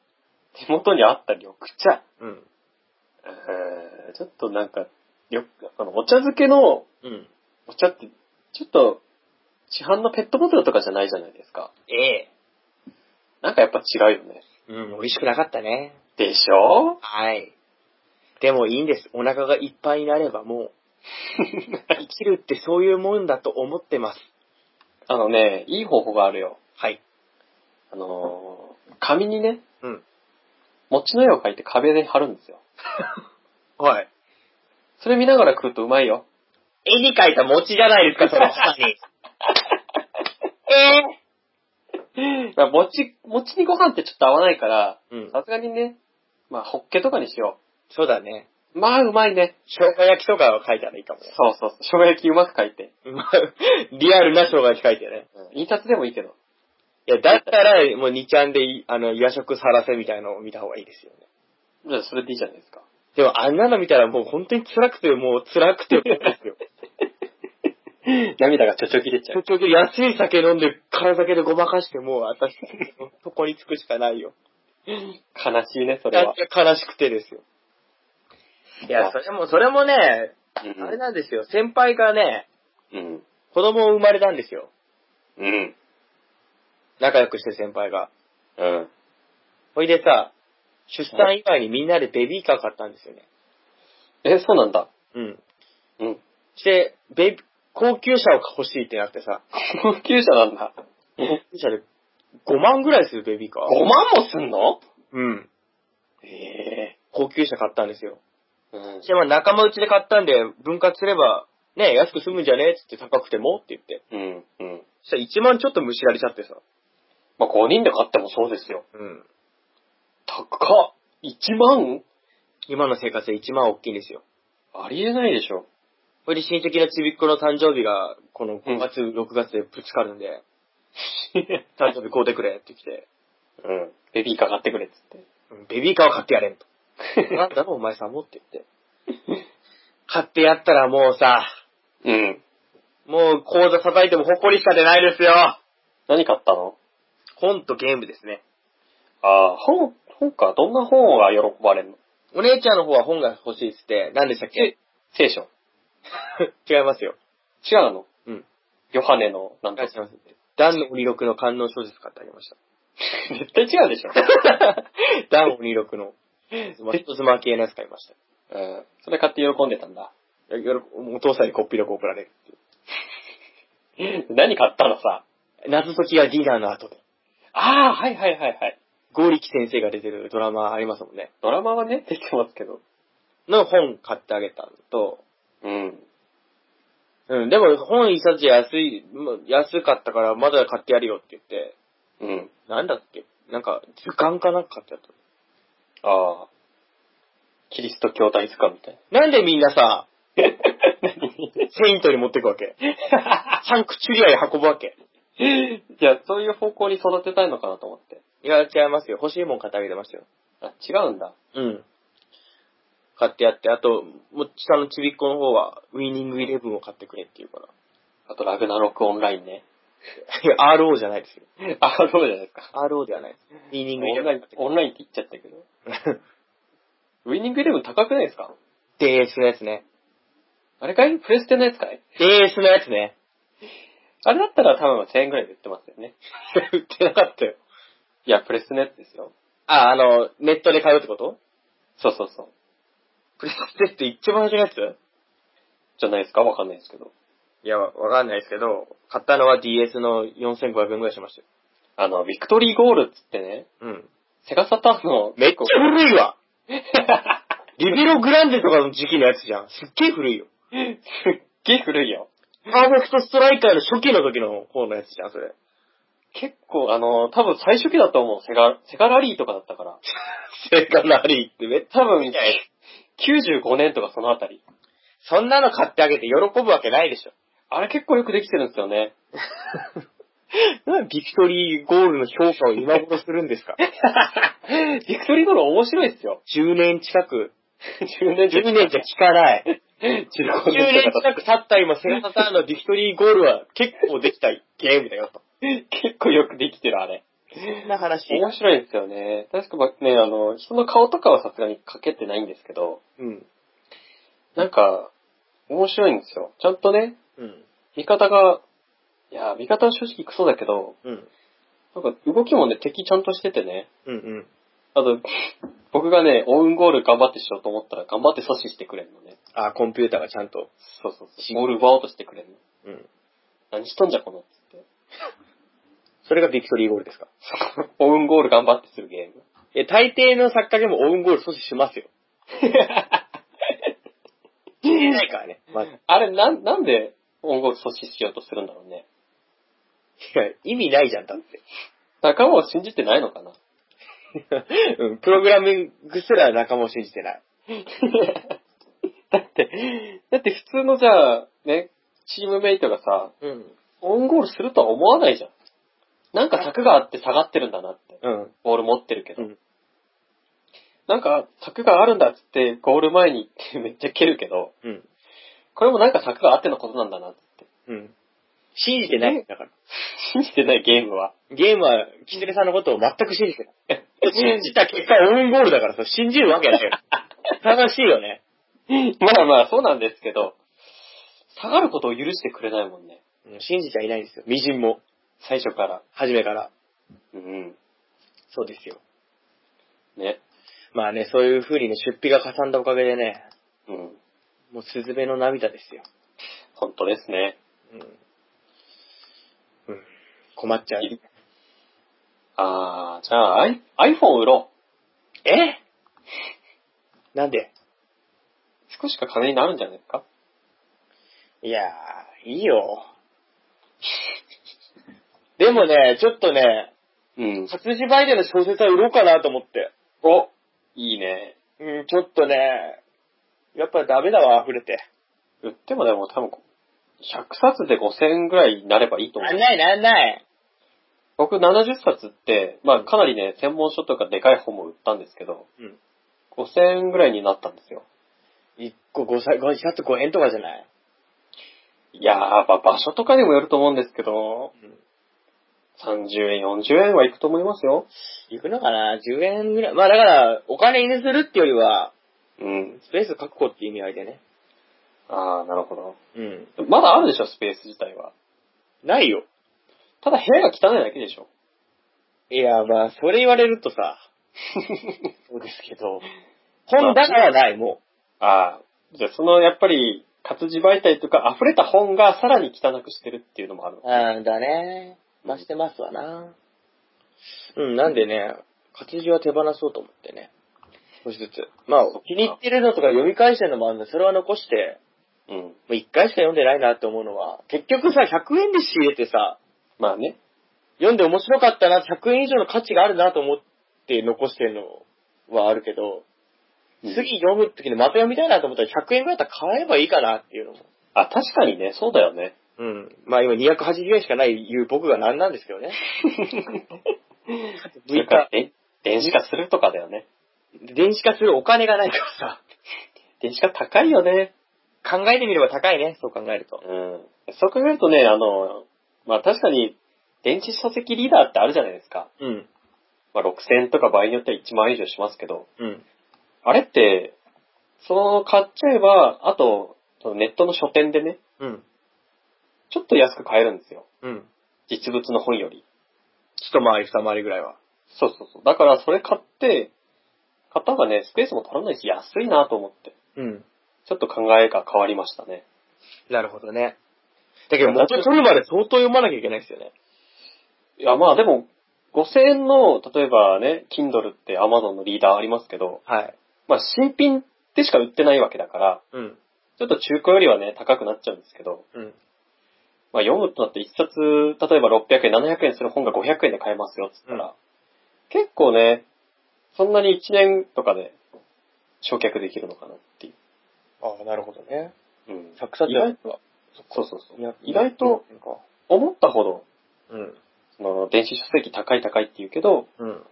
元にあった緑茶。
うん。
えーちょっとなんか、緑あのお茶漬けの
うん。
お茶って、ちょっと、市販のペットボトルとかじゃないじゃないですか。
ええ。
なんかやっぱ違うよね。
うん、美味しくなかったね。
でし ょ
はい。でもいいんです。お腹がいっぱいになればもう、生きるってそういうもんだと思ってます。
あのね、いい方法があるよ。
はい。
あのー紙にね、
うん。
餅の絵を描いて壁に貼るんですよ。
はい。
それ見ながら食うとうまいよ。
絵に描いた餅じゃないですか、それ。下に え
まあ、餅、餅にご飯ってちょっと合わないから、
えうん。
さすがにね、まあ、ホッケとかにしよ
そうだね。
う。まあ、うまいね。
生姜焼きとかは描いたらいいかもね。
そうそうそう。生姜焼きうまく書いて。
まあ リアルな生姜焼き描いてね。
印刷でもいいけど。
いや、だったら、もう2ちゃんでい、あの、夜食さらせみたいのを見た方がいいですよね。
じゃあ、それでいいじゃないですか。
でも、あんなの見たらもう本当に辛くて、もう辛くて、です よ。
涙がちょちょぎれちゃう。
結局安い酒飲んで、辛酒でごまかして、もう私、そこに着くしかないよ。
悲しいね、それは。
悲しくてですよ。いや、それも、それもね、
うん
あれなんですよ。先輩がね、
うん。
子供を生まれたんですよ。
うん。
仲良くしてる先輩が。
うん。
ほいでさ、出産以外にみんなでベビーカー買ったんですよね。
え、そうなんだ。
うん。
うん。
して、ベビ、高級車を欲しいってなってさ、
高級車なんだ。
高級車で5万ぐらいするベビーカー。
5万もすんの
うん。
ええ
高級車買ったんですよ。
うん
して、まあ仲間内で買ったんで、分割すれば、ね、安く済むんじゃねえっつって高くてもって言って。
うん。うん。
そしたら1万ちょっとむしられちゃってさ。
まあ、5人で買ってもそうですよ。
うん。
高っ !1 万
今の生活で1万大きいんですよ。
ありえないでしょ。
それで親戚のちびっ子の誕生日が、この5月、6月でぶつかるんで、誕生日買うてくれって来て、
うん。ベビーカー買ってくれっつって。
うんベビーカーを買ってやれ んと。 なんだろうお前さんもって言って。買ってやったらもうさ、
うん。
もう口座叩いても誇りしか出ないですよ
何買ったの
本とゲームですね。
ああ、本、本か。どんな本が喜ばれるの
お姉ちゃんの方は本が欲しいっつって、何でしたっけ
聖書。
違いますよ。
違うの
うん。
ヨハネの、なん
違
か
い、ます。ダン鬼六の観音小説買ってあげました。
絶対違うでしょ。
ダン鬼六の、一つま系のやつ買いました。
うん。それ買って喜んでたんだ。
いや喜お父さんにこっぴどく怒られるっていう。
何買ったのさ。
謎解きはディナーの後で。
ああ、はいはいはいはい。
剛力先生が出てるドラマありますもんね。
ドラマはね、出てますけど。
の本買ってあげたのと、
うん。
うん、でも本一冊じゃ安い、ま安かったからまだ買ってやるよって言って、
うん。
なんだっけなんか、図鑑かなんか買ってやった。
ああ。キリスト教大図鑑みたい
なんでみんなさ、
な。何
セイントに持ってくわけサンクチュリアに運ぶわけ
いや、そういう方向に育てたいのかなと思って。
いや、違いますよ。欲しいもん買ってあげてましたよ。
あ、違うんだ。
うん。買ってやって、あと、もう下のちびっ子の方は、ウィニングイレブンを買ってくれって言うから。
あと、ラグナロクオンラインね。
いや、RO じゃないですよ。
あ、そうじゃないですか。
RO ではないです。ウィニ
オ
ングイレ
ン
ブ
ラ
ン
イン
買って、く
オンラインって言っちゃったけど。
れ。
ウィニングイレブン高くないですか
DS のやつね。
あれかいプレステのやつかい
DS のやつね。
あれだったら多分1000円ぐらいで売ってますよね。
売ってなかったよ。
いや、プレステのやつですよ。
あ、あの、ネットで買うってこと
そうそうそう。
プレステって一番初めのやつ
じゃないですかわかんないですけど。
いや、わかんないですけど、買ったのは DS の4500円ぐらいしましたよ。
あの、ビクトリーゴールっつってね、
うん。
セガサターンの、
めっちゃ古いわ
ゃ
リベログランデとかの時期のやつじゃん。すっげえ古いよ。
すっげえ古いよ。
パーフェクトストライカーの初期の時の方のやつじゃん、そ れ。
結構、あの、多分最初期だと思う。セガ、セガラリーとかだったから。
セガラリーってめっち
多分
ゃ、い。
95年とかそのあたり。
そんなの買ってあげて喜ぶわけないでしょ。
あれ結構よくできてるんですよね。
なんでビクトリーゴールの評価を今頃するんですか
ビクトリーゴール面白いっすよ。
10年近く。
10年
10年じゃ効かない。10
15
年
年とか
近く経った今、セガサターンのビクトリーゴールは結構できたゲームだよと。
結構よくできてる、あれ。
そんな話。
面白いですよね。確かまあね、あの、人の顔とかはさすがにかけてないんですけど、
うん。
なんか、面白いんですよ。ちゃんとね、
うん。
味方が、いや、味方は正直クソだけど、
うん。
なんか動きもね、敵ちゃんとしててね、
うんうん。
あと、僕がね、オウンゴール頑張ってしようと思ったら頑張って阻止してくれるのね。
あ、コンピューターがちゃんと。
そうそう
し
そう。ゴール奪おうとしてくれるの。
うん。
何しとんじゃこのっつって。
それがビクトリーゴールですか
オウンゴール頑張ってするゲー ム。
え、大抵の作家でもオウンゴール阻止しますよ。言えないからね。まず。い
あれ、なん、なんでオウンゴール阻止しようとするんだろうね。
や、意味ないじゃん、だって。
仲間を信じてないのかな
うん、プログラミングすら仲間を信じてない。
だって、だって普通のじゃあ、ね、チームメイトがさ、
うん。
オウンゴールするとは思わないじゃん。なんか柵があって下がってるんだなって。
うん。
ボール持ってるけど。
うん
なんか、柵があるんだっつって、ゴール前に行って めっちゃ蹴るけど、
うん。
これもなんか柵があってのことなんだなっつって。
うん。信じてないんだから。
信じてないゲームは。
ゲームは、キツネさんのことを全く信じてない。信じた結果オウンゴールだからさ、信じるわけ だよ。悲しいよね。
まあまあ、そうなんですけど、下がることを許してくれないもんね。
うん信じちゃいないんですよ。微塵も、
最初から。
初めから。
うん。
そうですよ。
ね。
まあね、そういう風にね、出費がかさんだおかげでね、
うん。
もうスズメの涙ですよ。
本当ですね。
うん。うん。困っちゃう。
あー、じゃあ、アイ iPhone 売ろう。
えなんで
少しか金になるんじゃないですか
いやー、いいよ。でもね、ちょっとね、
うん。
活字バイデンの小説は売ろうかなと思って。
お、いいね。
うん、ちょっとね、やっぱダメだわ、溢れて。
売ってもでも多分、100冊で5000円ぐらいになればいいと思う。
ないなんない。
僕70冊って、まあかなりね、専門書とかでかい本も売ったんですけど、
うん。
5000円ぐらいになったんですよ。
1個5歳、5冊5円とかじゃない
いやー、まあ場所とかにもよると思うんですけど、
うん
30円、40円はいくと思いますよ。
いくのかな ?10 円ぐらい。まあだから、お金にするってよりは、
うん。
スペース確保って意味合いでね。
あー、なるほど。
うん。
まだあるでしょ、スペース自体は。
ないよ。
ただ部屋が汚いだけでしょ。
いや、まあ、それ言われるとさ、そうですけ ど、本だからない、も
ああ、じゃあそのやっぱり活字媒体とか溢れた本がさらに汚くしてるっていうのもあるの
う。。うんだね。増してますわな。うん、なんでね、活字は手放そうと思ってね。少しずつ。まあ、気に入ってるのとか読み返してるのもあるんで、それは残して、
うん。
もう一回しか読んでないなって思うのは、結局さ、100円で仕入れてさ、
まあね。
読んで面白かったな、100円以上の価値があるなと思って残してるのはあるけど、
うん
次読む時にまた読みたいなと思ったら100円ぐらいだったら買えばいいかなっていうのも。
あ、確かにね、そうだよ ね。
うん。まあ今280円しかないいう僕が何なんですけ どね。
それからで電子化するとかだよね。
電子化するお金がないから
電子化高いよね。
さ、考えてみれば高いね、そう考えると。
うん。そう考えるとね、あの、まあ確かに、電子書籍リーダーってあるじゃないですか。
うん。
まあ6000とか場合によっては1万円以上しますけど、
うん。
あれって、その買っちゃえば、あと、そのネットの書店でね、
うん。
ちょっと安く買えるんですよ。
うん。
実物の本より。
一回り二回りぐらいは。
そうそうそう。だからそれ買って、買った方がね、スペースも取らないし安いなと思って、
うん。
ちょっと考えが変わりましたね。
なるほどね。だけど元取るまで相当読まなきゃいけないですよね。
いや、まあでも、5000円の、例えばね、Kindle って Amazon のリーダーありますけど、
はい。
まあ新品でしか売ってないわけだから、
うん。
ちょっと中古よりはね、高くなっちゃうんですけど、
うん。
まあ読むとなって一冊、例えば600円、700円する本が500円で買えますよ、つったら、
う
結構ね、そんなに1年とかで、焼却できるのかなっていう。
ああ、なるほどね。
うん
100冊
意外
とは。
そうそうそう
いや
意外と、思ったほど、
うん。
その電子書籍高い高いって言うけど、
うん。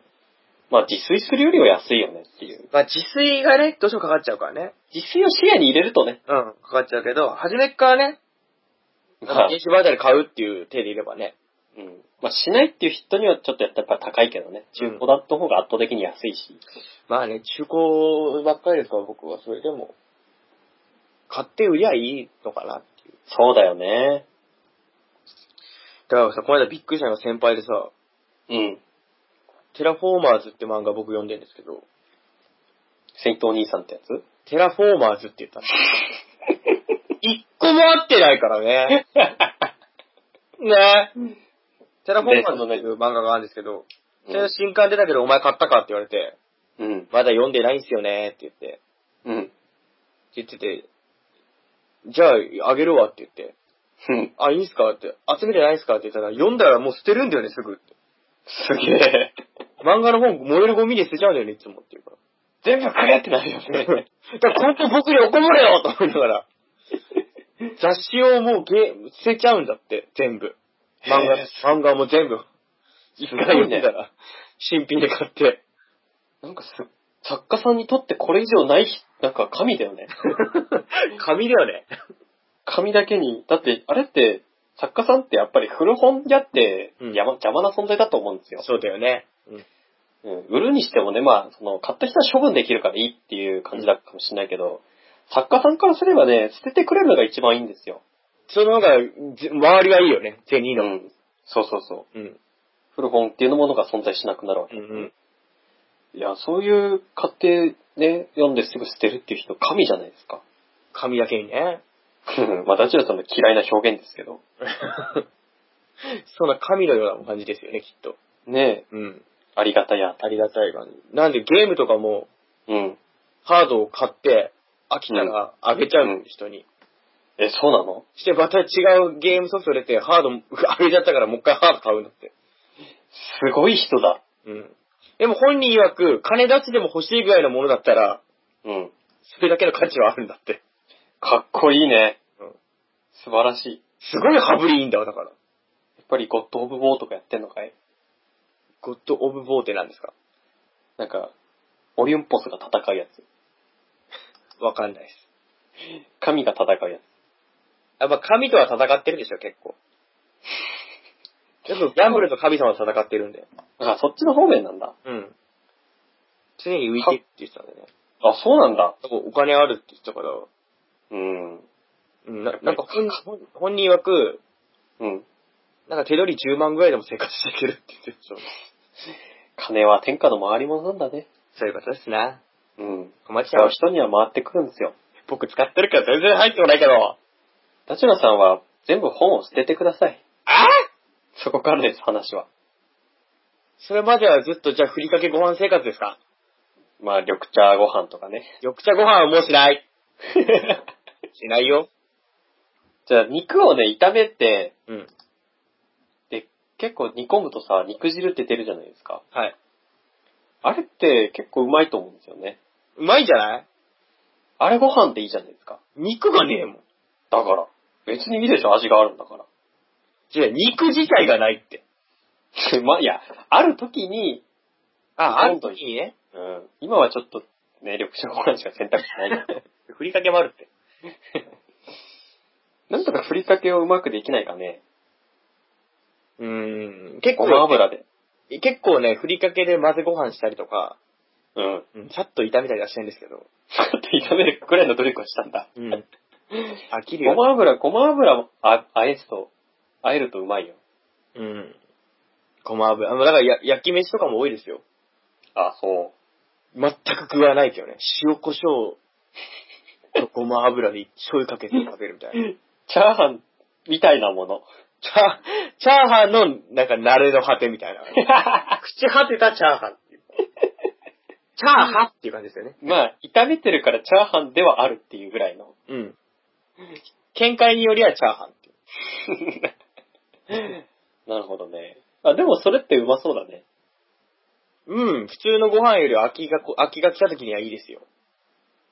まあ自炊するよりは安いよねっていう。
まあ、自炊がね、どうしてもかかっちゃうからね。
自炊を視野に入れるとね、
うん、かかっちゃうけど、初めっからね、
まあ、
電子媒体で買うっていう手でいればね。
うん。まあしないっていう人にはちょっとやっぱ高いけどね、中古だった方が圧倒的に安いし。
まあね、中古ばっかりですから、僕は。それでも、買って売りゃいいのかなっていう。
そうだよね。
だからさ、この間びっくりしたのが先輩でさ、
うん。
テラフォーマーズって漫画僕読んでるんですけど、
戦闘兄さんってや つ
テラフォーマーズって言ったの。一個も合ってないからね。ねテラフォーマーズっていう漫画があるんですけど、
うん
それ新刊出たけどお前買ったかって言われて、
うん。
まだ読んでないんすよねって言って、
うん。
って言ってて、じゃあ、あげるわって言って、
うん。
あ、いいんすかって、集めてないんすかって言ったら、読んだらもう捨てるんだよね、すぐって。
すげえ。
漫画の本、燃えるゴミで捨てちゃうんだよね、いつもっていうから。
全部くれってなるよ
だ
ね。
から、ここ僕に怒れよと思いなが ら。雑誌をもうゲ、捨てちゃうんだって、全部。漫
へえ
画、漫画も全部。一回読んだら、新品で買 って。
なんかす、作家さんにとってこれ以上ない日、なんか神だよね。
紙だよね。
紙だけに、だって、あれって、作家さんってやっぱり古本屋って
うん
邪魔,、邪魔な存在だと思うんですよ。
そうだよね。
うん、売るにしてもね、まあ、その、買った人は処分できるからいいっていう感じだかもしれないけど、作家さんからすればね、捨ててくれるのが一番いいんですよ。
その方が、じ周りはいいよね、銭
う
の。
ん。そうそうそう。
うん。
古本っていうものが存在しなくなるわ
う
け。
んうん。
いや、そういう買ってね、読んですぐ捨てるっていう人、神じゃないですか。
紙だけに ね。
まあ、ダチュラさんの嫌いな表現ですけど。
そんな紙のような感じですよね、きっと。
ねえ、
うん。
ありがたや。
ありがたい感じ。なんでゲームとかも、
うん。
ハードを買って、飽きたらあげちゃう、
うん
人に。
え、そうなの
して、また違うゲームソフト入れて、ハード、あげちゃったからもう一回ハード買うんだって。
すごい人だ。
うん。でも本人曰く、金出しでも欲しいぐらいのものだったら、
うん。
それだけの価値はあるんだって。
かっこいいね。
うん
素晴らしい。
すごい羽振りいいんだわ、だから。
やっぱりゴッド・オブ・ボーとかやってんのかい
ゴッド・オブ・ボーテなんですか
なんか、オリュンポスが戦うやつ。
わかんないです。
神が戦うやつ。
あ、まあ、神とは戦ってるでしょ、結 構。ちょっとギャンブルと神様と戦ってるんで。
あ、そっちの方面なんだ。
うん。常に浮いてるって言ってたんでね。
あ、そうなんだ。
なんかお金あるって言ってたから、
うん。
うん、ななんか本本本人曰く、
うん。
なんか手取り10万ぐらいでも生活していけるって言ってるでしょ。
金は天下の回り物なんだね。
そういうことですな。
うん。
小町ちゃ
使
ん
う、人には回ってくるんですよ。
僕使ってるから全然入ってもないけど。あ
ダチュラさんは全部本を捨ててください。
あ
そこからです、話は。
それまではずっとじゃあふりかけご飯生活ですか
まあ、緑茶ご飯とかね。
緑茶ご飯はもうしない。しないよ。
じゃあ、肉をね、炒めて、
うん。
で、結構煮込むとさ、肉汁って出るじゃないですか。
はい。
あれって結構うまいと思うんですよね。
うまいんじゃない
あれご飯でいいじゃないですか。
肉がねえもん。
だから。別にいいでしょ、味があるんだから。
じゃあ肉自体がないって。
まあ、いや、ある時に、
あ、ある
本当に
時にね。
うん、今はちょっと、ね、緑茶ご飯しか選択肢ないけど。
ふりかけもあるって。
なんとかふりかけをうまくできないかね。
うーん。結
ごま
構、
油で。
結構ね、ふりかけで混ぜご飯したりとか、
うん。
うん、さっと炒めたりはしてるんですけど。
ちょっと炒めるくらいの努力をしたんだ。
うん。飽きる
ご
よ。
ま油、ごま油も、あ、あえすと、あえるとうまいよ。
うん。ごま油。あの、だからや焼き飯とかも多いですよ。
あ、そ
全く具はないけどね。塩胡椒とごま油で醤油かけて食べるみた いな。
う。チャーハンみたいなも の。
チャー、チャーハンの、なんか、慣れの果てみたいな。 朽ち果てたチャーハンっていう。チャーハンっていう感じですよね。
まあ、炒めてるからチャーハンではあるっていうぐらい の。
うん。見解によりはチャーハンっていう。
なるほどね。あ、でもそれってうまそうだね。
うん、普通のご飯より秋がこ、秋が来た時にはいいですよ。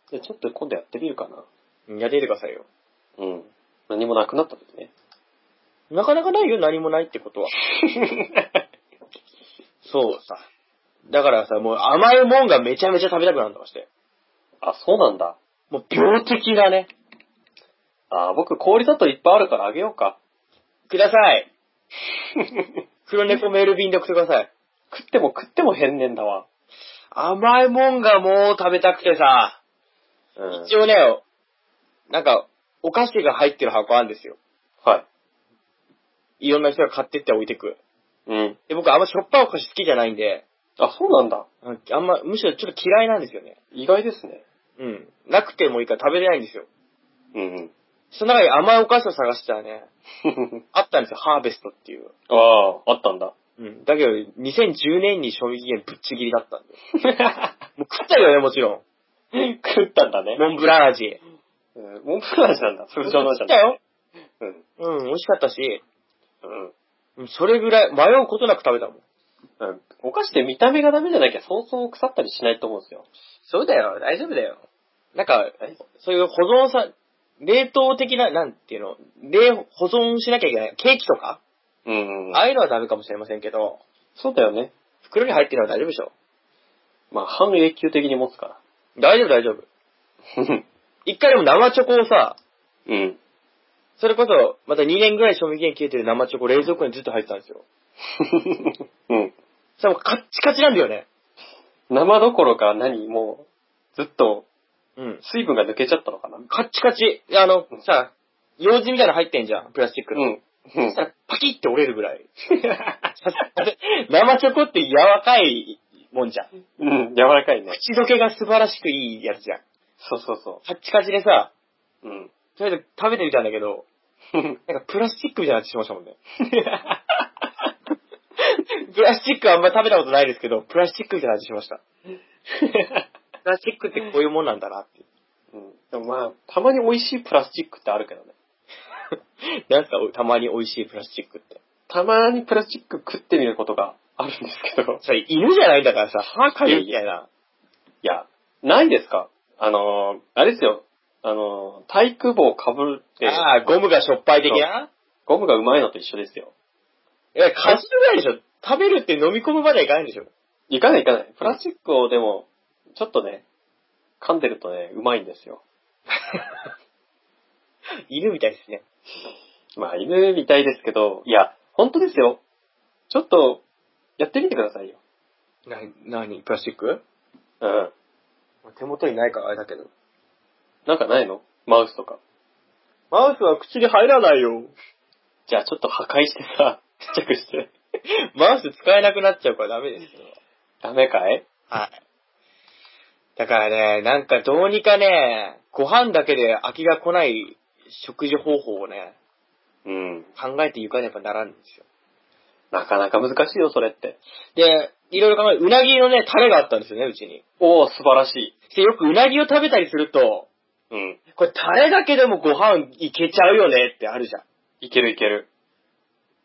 じゃあちょっと今度やってみるかな。
うんやってみてくださいよ。
うん。何もなくなったですね。
なかなかないよ、何もないってことは。そうさ。だからさ、もう甘いもんがめちゃめちゃ食べたくなるんだまして。
あ、そうなんだ。
もう病的だね。
あ、僕氷砂糖いっぱいあるからあげようか。
ください。黒猫メール便で送ってください。
食っても食っても変年だわ。
甘いもんがもう食べたくてさ。
うん
一応ね、なんか、お菓子が入ってる箱あるんですよ。
はい。
いろんな人が買ってって置いてく。
うん。
で、僕あんましょっぱいお菓子好きじゃないんで、
あ、そうなんだ。
ああんま、むしろちょっと嫌いなんですよね。
意外ですね。
うん。なくてもいいから食べれないんですよ。
うん。
その中に甘いお菓子を探したらね、あったんですよ、ハーベストっていう。
あ あ、あったんだ。
うん。だけど、2010年に賞味期限ぶっちぎりだったんで。もう食ったよね、もちろ
食ったんだね
ん。。モンブラン味。
うんモンブラン味なんだ。通常の味
食った
なんだ。
よ。
うん。
うん、美味しかったし、
うん。
うんそれぐらい、迷うことなく食べたもん。
うんお菓子って見た目がダメじゃなきゃそうそう腐ったりしないと思うんですよ。
そうだよ、大丈夫だよ。なんか、そういう保存さ、冷凍的な、なんていうの、冷、保存しなきゃいけない。ケーキとか、
うん
ああいうのはダメかもしれませんけど、
そうだよね。
袋に入ってるのは大丈夫でしょ。
まあ、半永久的に持つか
大丈夫、大丈夫。
ら。
一回でも生チョコをさ、
うん。
それこそ、また2年ぐらい賞味期限切れてる生チョコ冷蔵庫にずっと入ってたんですよ。
うん。
それもうカッチカチなんだよね。
生どころか何もう、ずっと
うん。
水分が抜けちゃったのかな。
カッチカチ。あの、さ、用紙みたいなの入ってんじゃん、プラスチック
う
の。
ん。う
そし
ん
たらパキって折れるぐらい。 生チョコって柔らかいもんじゃん。
うん、柔らかいね。
口どけが素晴らしくいいやつじゃん。
そうそうそ
カッチカチでさ、
う。うん。
とりあえず食べてみたんだけど、なんかプラスチックみたいな味しましたもんね。 プラスチックはあんま食べたことないですけど、プラスチックみたいな味しました。プラスチックってこういうもんなんだなって。
うん、でもまあ、たまに美味しいプラスチックってあるけどね。
なんかたまに美味しいプラスチックって。
たまにプラスチック食ってみることがあるんですけど。
それ犬じゃないんだからさ、歯かゆいみたいな。
いや、ないですかあのー、あれですよ。あのー、体育帽かぶって、
ああ、ゴムがしょっぱい的な
ゴムがうまいのと一緒ですよ。
いや、かじるぐらいでしょ。食べるって飲み込むまではいかないでしょ。
いかないいかない。プラスチックをでも、ちょっとね、噛んでるとね、うまいんですよ。
犬みたいですね。
まあ、犬みたいですけど、いや、本当ですよ。ちょっと、やってみてくださいよ。
な、なにプラスチック
うん。
手元にないからあれだけど。
なんかないのマウスとか。
マウスは口に入らないよ。
じゃあちょっと破壊してさ、ちっちゃくして。
マウス使えなくなっちゃうからダメですよ。
ダメかい
はい。だからね、なんかどうにかね、ご飯だけで飽きが来ない食事方法をね、
うん。
考えていかねばならんんですよ。
なかなか難しいよ、それって。
で、いろいろ考える、うなぎのね、タレがあったんですよね、うちに。
おお素晴らしい。
で、よくうなぎを食べたりすると、
うん。
これタレだけでもご飯いけちゃうよねってあるじゃん。
いけるいける。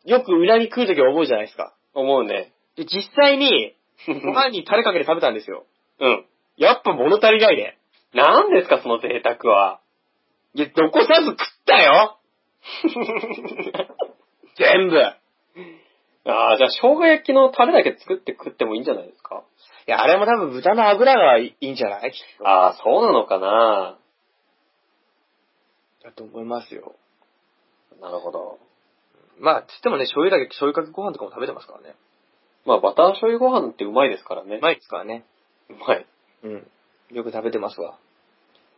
よくうなぎ食うとき思うじゃないですか。
思うね。
で、実際に、
う
ご 飯にタレかけて食べたんですよ。
ん。
やっぱ物足りないね。
なんですか、その贅沢は。
いや、残さず食ったよ全部い
ああ、じゃあ、生姜焼きのタレだけ作って食ってもいいんじゃないですか
や、あれも多分豚の油がいいんじゃないきっと
ああ、そうなのかな
だと思いますよ。
なるほど。
まあ、つってもね、醤油だけ、醤油かけご飯とかも食べてますからね。
まあ、バター醤油ご飯ってうまいですからね。
うまいですからね。
うまい。
うん。よく食べてますわ。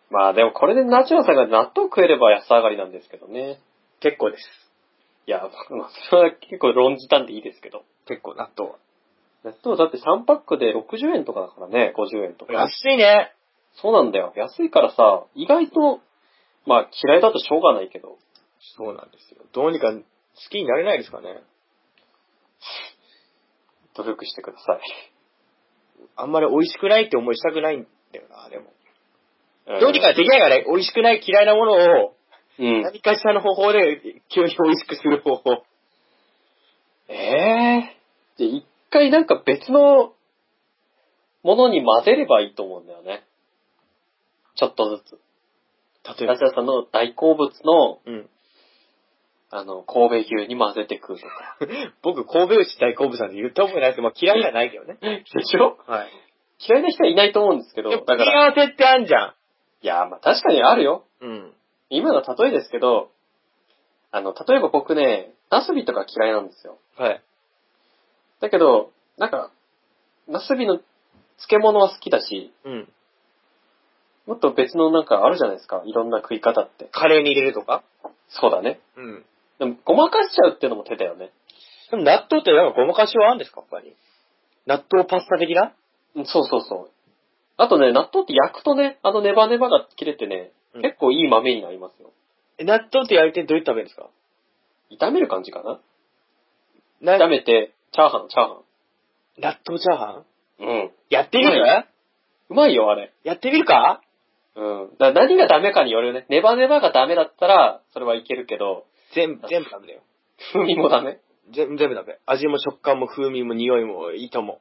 まあ、でもこれでナチュラさんが納豆食えれば安上がりなんですけどね。
結構です。
いや、まあ、それは結構論じたんでいいですけど。
結構、納豆は。
納豆だって3パックで60円とかだからね、50円とか。
安いね。
そうなんだよ。安いからさ、意外と、まあ嫌いだとしょうがないけど。
そうなんですよ。どうにか好きになれないですかね。
努力してください。
あんまり美味しくないって思いしたくないんだよな、でも。
ん
どうにかできないからね、美味しくない嫌いなものを、
うん。
何かしらの方法で急に美味しくする方法。
ええー。で、一回なんか別のものに混ぜればいいと思うんだよね。ちょっとずつ。
例え
ナ
ば
チ。ュラさんの大好物の、
うん。
あの、神戸牛に混ぜて食うとか。
僕、神戸牛大好物なんて言った覚えないですけど、まあ嫌いじゃないけどね。
でしょ
はい。
嫌いな人はいないと思うんですけど、
でも、
だ
組
か
み
ら、
合わせってあんじゃん。
いや、まあ確かにあるよ。
うん。
今の例えですけど、あの、例えば僕ね、ナスビとか嫌いなんですよ。
はい。
だけど、なんか、ナスビの漬物は好きだし、
うん。
もっと別のなんかあるじゃないですか。いろんな食い方って。
カレーに入れるとか
そうだね。
うん。
でも、ごまかしちゃうっていうのも手だよね。
でも納豆ってなんかごまかしはあるんですか他に。納豆パスタ的な
うんそうそうそう。あとね、納豆って焼くとね、あのネバネバが切れてね、
うん
結構いい豆になりますよ。
え納豆って焼いてどうやって食べるんですか
炒める感じかな
な
炒めて、チャーハン、チャーハン。
納豆チャーハン
うん。
やってみる、
はうまいよ、あれ。
やってみるか
うん。だから何がダメかによるよね。ネバネバがダメだったら、それはいけるけど、
全部、全部ダメだよ。
風味もダメ。
全全部ダメ。味も食感も風味も匂いも糸も。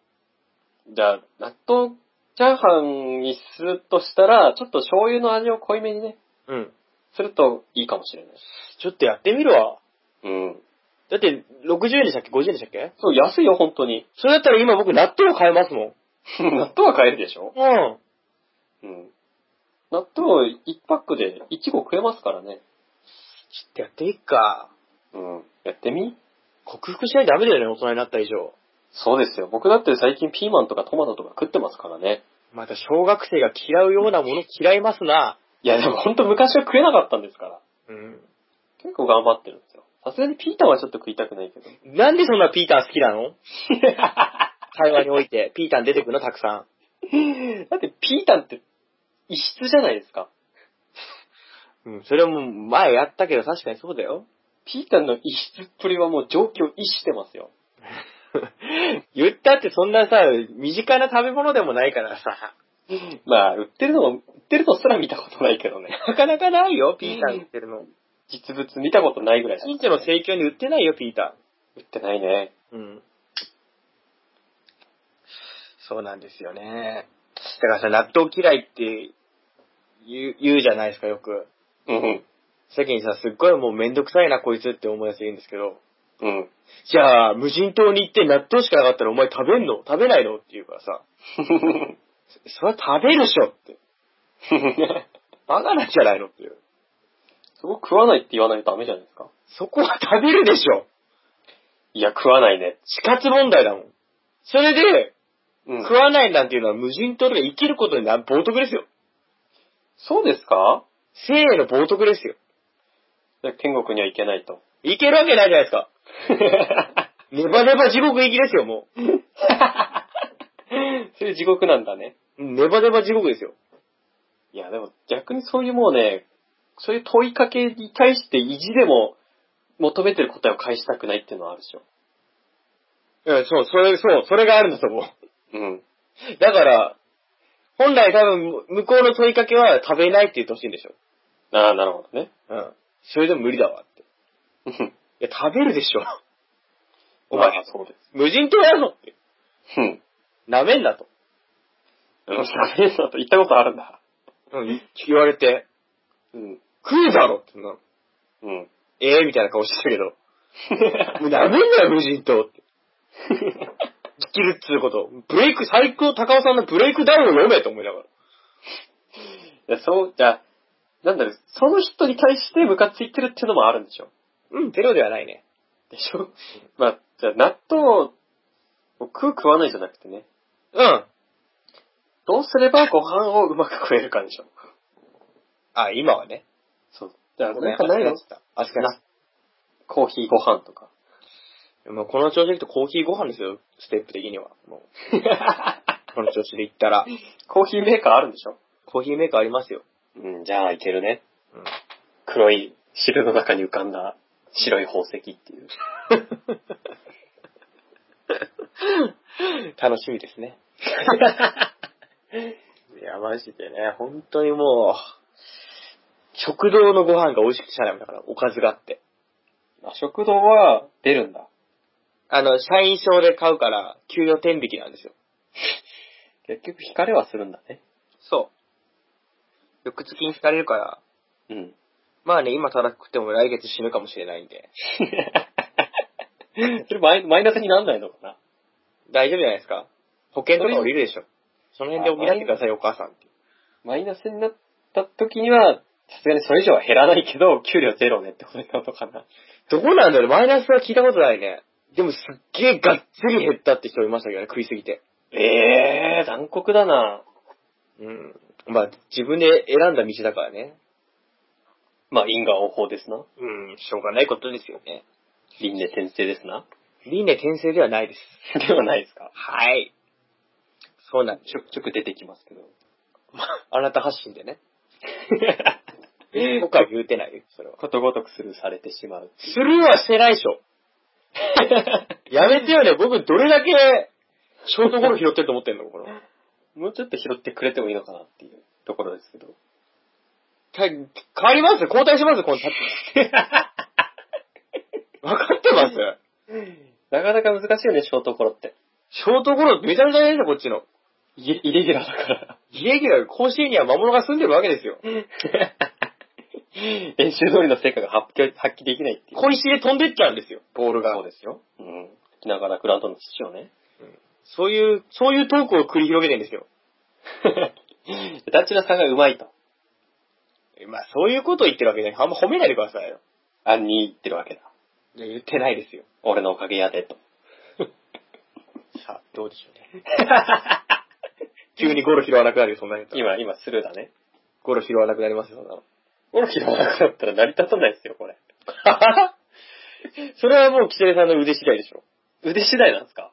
じゃあ、納豆チャーハンにするとしたら、ちょっと醤油の味を濃いめにね、
うん。
するといいかもしれない。
ちょっとやってみるわ。
うん。
だって、60円でしたっけ ?50 円でしたっけ
そう、安いよ、本当に。
それだったら今僕納豆を買えますもん。
納豆は買えるでしょ
うん。
うん。納豆1パックで1個食えますからね。
ちょっとやってみっか。
うん。やってみ
克服しないとダメだよね、大人になった以上。
そうですよ。僕だって最近ピーマンとかトマトとか食ってますからね。
また小学生が嫌うようなもの嫌いますな。
いやでもほんと昔は食えなかったんですから。
うん。
結構頑張ってるんですよ。さすがにピータンはちょっと食いたくない けど。
なんでそんなピータン好きなの会話において、ピータン出てくるのたくさん。
だってピータンって異質じゃないですか。
うん、それはもう前やったけど確かにそうだよ。
ピータンの異質っぷりはもう状況意してますよ。
言ったってそんなさ、身近な食べ物でもないからさ。
まあ、売ってるのも、売ってるのすら見たことないけど ね。
なかなかないよ、ピータン売ってるの。
実物見たことないぐらいだ
近所の盛況に売ってないよ、ピータ
売ってないね。
ン。うん。そうなんですよね。だからさ、納豆嫌いって言う言うじゃないですか、よく。
うん。
世間にさ、すっごいもうめんどくさいな、こいつって思うやついるんですけど。
うん。
じゃあ、無人島に行って納豆しかなかったらお前食べんの食べないのって言うからさ、 そそれは食べるっしょって。バカなんじゃないのっていう。
そこ食わないって言わないとダメじゃないですか。
そこは食べるでしょ
いや、食わないね。
死活問題だもん。それで、
う
食わないなんていうのは無人島とか生きることにな、冒涜ですよ。
そうですか
生への冒涜ですよ。
じゃあ天国には行けないと。
いけるわけないじゃないですか。ネバネバ地獄行きですよ、も
それ地獄なんだね。
う。ネバネバ地獄ですよ。
いや、でも逆にそういうもうね、そういう問いかけに対して意地でも求めてる答えを返したくないっていうのはあるでしょ。
うん、そう、それ、そう、それがあるんだと思う。
うん。
だから、本来多分、向こうの問いかけは食べないって言ってほしいんでしょ。
ああ、なるほ どね。
うん。それでも無理だわって。いや、食べるでしょ。お
ま
前
あ、そうです。
無人島やろって。
うん。
舐めんなと。
ダメだと言ったことあるんだ。
うん、言われて、
うん。
食うだろってな。
うん。
ええみたいな顔してたけど。もう舐めんなよ、無人島って。生きるっつうこと。ブレイク、最高高尾さんのブレイクダウンを読めと思いながら。
いやそう、じゃあなんだろう、その人に対してムカついてるっていうのもあるんでしょ。
うん、ゼロではないね。
でしょまあ、じゃあ納豆を食う食わないじゃなくてね、
うん。
どうすればご飯をうまく食えるかでしょ。
あ、今はね。
そう。じゃあ、なんかないの
あ、確かに。
コーヒーご飯とか。
もうこの調子でいくとコーヒーご飯ですよ、ステップ的には。 もうこの調子でいったら、
コーヒーメーカーあるんでしょ
コーヒーメーカーありますよ。
うん、じゃあいけるね。
うん
黒い汁の中に浮かんだ白い宝石っていう。
楽しみですね。 いや、マジでね、本当にもう、食堂のご飯が美味しくしゃないだから、おかずがあって。
あ食堂は出るんだ。
あの、社員証で買うから、給与天引きなんですよ。
結局惹かれはするんだね。
そう。翌月に引かれるから、
うん。
まあね、今辛くても来月死ぬかもしれないんで、
それマイマイナスになんないのかな
大丈夫じゃないですか保険とか降りるでしょ。その辺で補ってください、お母さんって。
マイナスになった時には、さすがにそれ以上は減らないけど、給料ゼロねってことなのかな。
どこなんだろうマイナスは聞いたことないね。でもすっげえがっつり減ったって人いましたけどね、食いすぎて。
ええー、残酷だな。
うん。まあ、自分で選んだ道だからね。
まあ、因果応報ですな。
うん、しょうがないことですよね。
輪廻転生ですな。
輪廻転生ではないです。
ではないですか。
はい。そうなんです
ちょくちょく出てきますけど。
あなた発信でね。僕は言うてないよ、それは。
ことごとくスルーされてしまう。
するはしてないでしょ。やめてよね、僕どれだけ、ショートゴロ拾ってると思ってんのこれ。
もうちょっと拾ってくれてもいいのかなっていうところですけど。
た変わります交代しますこのタッチ。わかってます
なかなか難しいよね、ショートコロって。
ショートゴロめちゃめちゃいいね、こっちの。
イレイレギュラーだから。
イレギュラー、甲子園には魔物が住んでるわけ ですよ。
練習通りの成果が発揮発揮できないっていう。
小石で飛んでっちゃうんですよ、ボールが。
そうですよ。うん。吹きながらグラウンドの土をね。
そういう、そういうトークを繰り広げてるんですよ。
ダチュラさんがうまいと。
まあ、そういうことを言ってるわけじゃない。あんま褒めないでくださいよ。
あんに言ってるわけだ。
いや言ってないですよ。
俺のおかげやでと。
さあ、どうでしょうね。急にゴロ拾わなくなるよ、そんなに。
今、今スルーだね。
ゴロ拾わなくなりますよ、そんなの。
ゴロ拾わなくなったら成り立たないですよ、これ。
それはもう、キセレさんの腕次第でしょ。
腕次第なんですか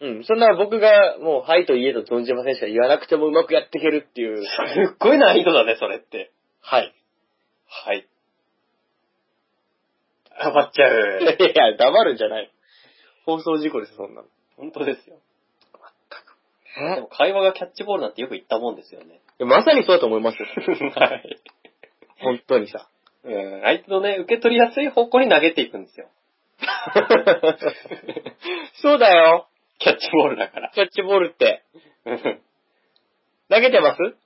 うん、そんな僕が、もう、はいと言えと存じませんしか言わなくてもうまくやっていけるっていう。
すっごい難易度だね、それって。
はい。
はい。黙っち ゃ。
いう や、黙るんじゃない。放送事故ですよ、そんなの。
本当ですよ。でも会話がキャッチボールなんてよく言ったもんですよね。
いやまさにそうだと思いますよ。
はい。
本当にさ。
うん、相手のね、受け取りやすい方向に投げていくんですよ。
そうだよ。
キャッチボールだ から。
キャッチボールって。
うん
投げてます
い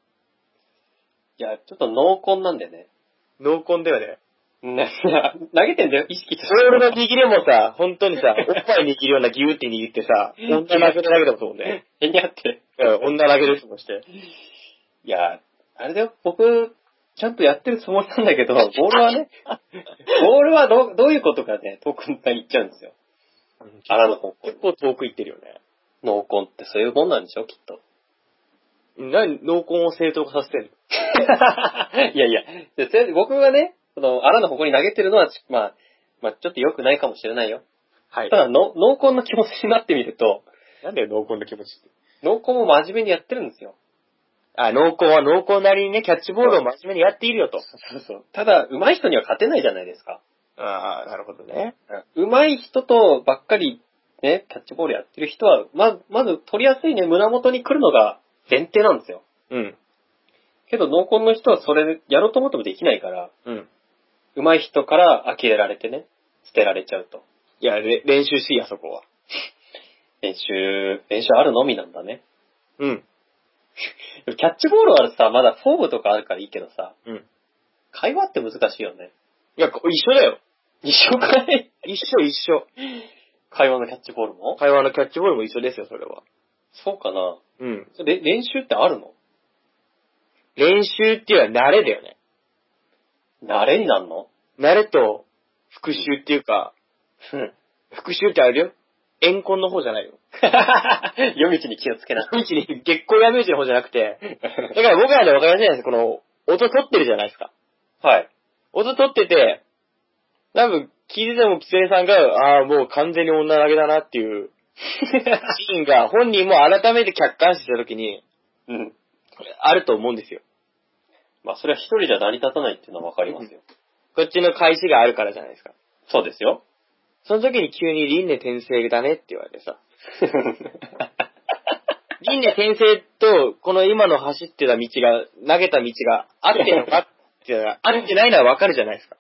や、ちょっと濃厚なんでね。
濃厚だよね。
ねいや投げてんだよ、意識として。
ボールの握りもさ、本当にさ、おっぱい握るようなギューって握ってさ、女投げで投げたこともね。
えにゃって。
うん女投げですもんして。
いや、あれだよ、僕、ちゃんとやってるつもりなんだけど、ボールはね、ボールはどうどういうことかね、遠くに行っちゃうんですよ。あらの方向
結。構遠く行ってるよね。
濃厚ってそういうもんなんでしょ、きっと。
何、濃厚を正当化させてんの
いやいや、でせ僕がね、その、穴の方向に投げてるのは、ちまあ、まあ、ちょっと良くないかもしれないよ。
は
た。だ、の濃厚な気持ちになってみると、
なんだよ、濃厚の気持ちって。
濃厚も真面目にやってるんですよ。
あ、濃厚は濃厚なりにね、キャッチボールを真面目にやっているよと。
そうそう。ただ、上手い人には勝てないじゃないですか。
ああ、なるほどね。
上手い人とばっかり、ね、キャッチボールやってる人は、ま、まず取りやすいね、胸元に来るのが前提なんですよ。
うん。
けど、濃厚の人はそれ、やろうと思ってもできないから、
うん。
上手い人から呆れられてね、捨てられちゃうと。
いや、れ練習しいや、そこは。
練習、練習あるのみなんだね。
うん。
でもキャッチボールはさ、まだフォームとかあるからいいけどさ、
うん。
会話って難しいよね。
いや、こ一緒だよ。
一緒かい
一緒一緒。
会話のキャッチボールも
会話のキャッチボールも一緒ですよ、それは。
そうかな。
うん。
れ練習ってあるの
練習っていうのは慣れだよね。
慣れになんの
慣れと復習っていうか、
うん。
復習ってあれだよ。怨恨の方じゃないよ。
夜道に気をつけな。
うちに月光闇討ちの方じゃなくて、だから僕らで分かりやすいんですこの、音取ってるじゃないですか。
はい。
音取ってて、多分聞いててもキツネさんが、ああ、もう完全に女投げだなっていうシーンが本人も改めて客観視した時に
うん。
あると思うんですよ。
まあ、それは一人じゃ成り立たないっていうのはわかりますよ。
こっちの返しがあるからじゃないですか。
そうです よ。
その時に急に輪廻転生だねって言われてさ。輪廻転生と、この今の走ってた道が、投げた道が合ってるのかっていうのが、合ってないのはわかるじゃないですか。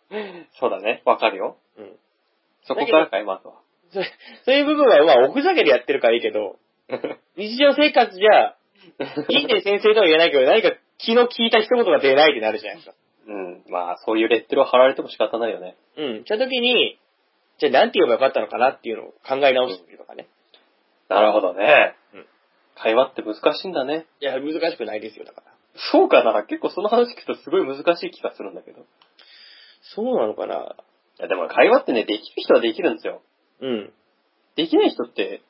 そうだね。わかるよ。
うん。
そこからかい、まずは。
そ そういう部分は、まあ、おふざけでやってるからいいけど、日常生活じゃ、輪廻転生とは言えないけど、何か気の利いた一言が出ないってなるじゃないですか。
うん。まあ、そういうレッテルを貼られても仕方ないよね。
うん。そういう時に、じゃあ何て言えばよかったのかなっていうのを考え直してみるとかね。
なるほどね。
うん
会話って難しいんだね。
いや、難しくないですよ、だから。
そうかな結構その話聞くとすごい難しい気がするんだけど。い
そうなのかな
や、でも会話ってね、できる人はできるんですよ。
うん。
できない人って、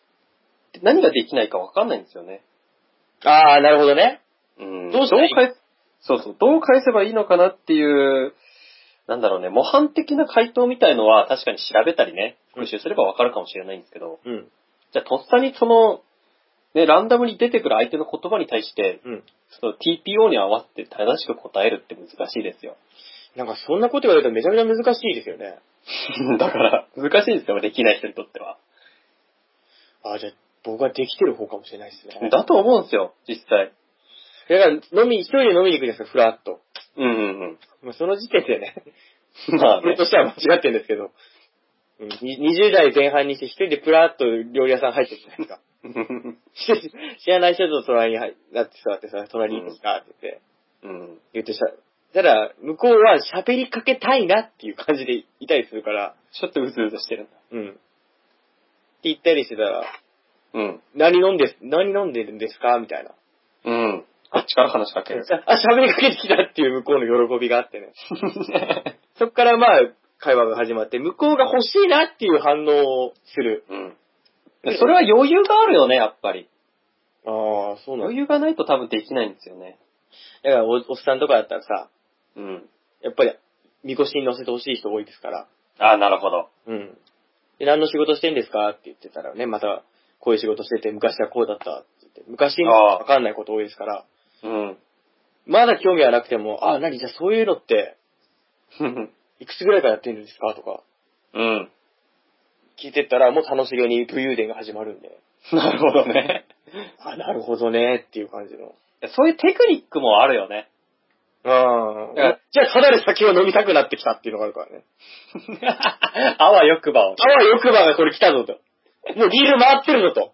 何ができないかわかんないんですよね。
ああ、なるほどね。
うん
ど
ど
う
う
したらいい
返そうそう、どう返せばいいのかなっていう、なんだろうね、模範的な回答みたいのは確かに調べたりね、復習すればわかるかもしれないんですけど、
うん。
じゃあとっさにその、ね、ランダムに出てくる相手の言葉に対して、
うん。
その TPO に合わせて正しく答えるって難しいです よ。
なんかそんなこと言われるとめちゃめちゃ難しいですよね。
だから、難しいんですよ、できない人にとっては。
ああ、じゃあ僕はできてる方かもしれないですね。
だと思うんですよ、実際。
だから飲み、一人で飲みに行くんですよ、ふらっと。
うんうん
まあ、その時点でね、
うん。 まあ
俺
ね
と。しては間違ってるんですけど、うん、に20代前半にして一人でプラーっと料理屋さん入ってるじゃないです か。知らない人と隣に入なって座ってさ、隣にいいですかって言って、
うん。
言ってしゃ、たら、向こうは喋りかけたいなっていう感じでいたりするから、
ちょっとうずうずしてるんだ。
うん。って言ったりしてたら、
うん。
何飲んで、何飲んでるんですかみたいな。
うん。あっちから話しかける。
あ、喋りかけてきたっていう向こうの喜びがあってね。そっからまあ、会話が始まって、向こうが欲しいなっていう反応をする。
うん。でそれは余裕があるよね、やっぱり。
ああ、そうなんだ
余。裕がないと多分できないんですよね。
だからお、おっさんとかだったらさ、
うん。
やっぱり、みこしに乗せてほしい人多いですから。
ああ、なるほど。
うん。で、何の仕事してんですかって言ってたらね、また、こういう仕事してて、昔はこうだったって言って、昔に
あー
わかんないこと多いですから、
うん。
まだ興味はなくても、あ、何じゃあそういうのって、いくつぐらいからやってるんですかとか、
うん。
聞いてったら、もう楽しげに武勇伝が始まるんで、
なるほどね。
あ、なるほどね、っていう感じの。
そういうテクニックもあるよね。
あ
ん
あ。じゃあ、ただで酒を飲みたくなってきたっていうのがあるからね。
あわよくばを。
あわよくばがこれ来たぞと。もうリール回ってるぞと。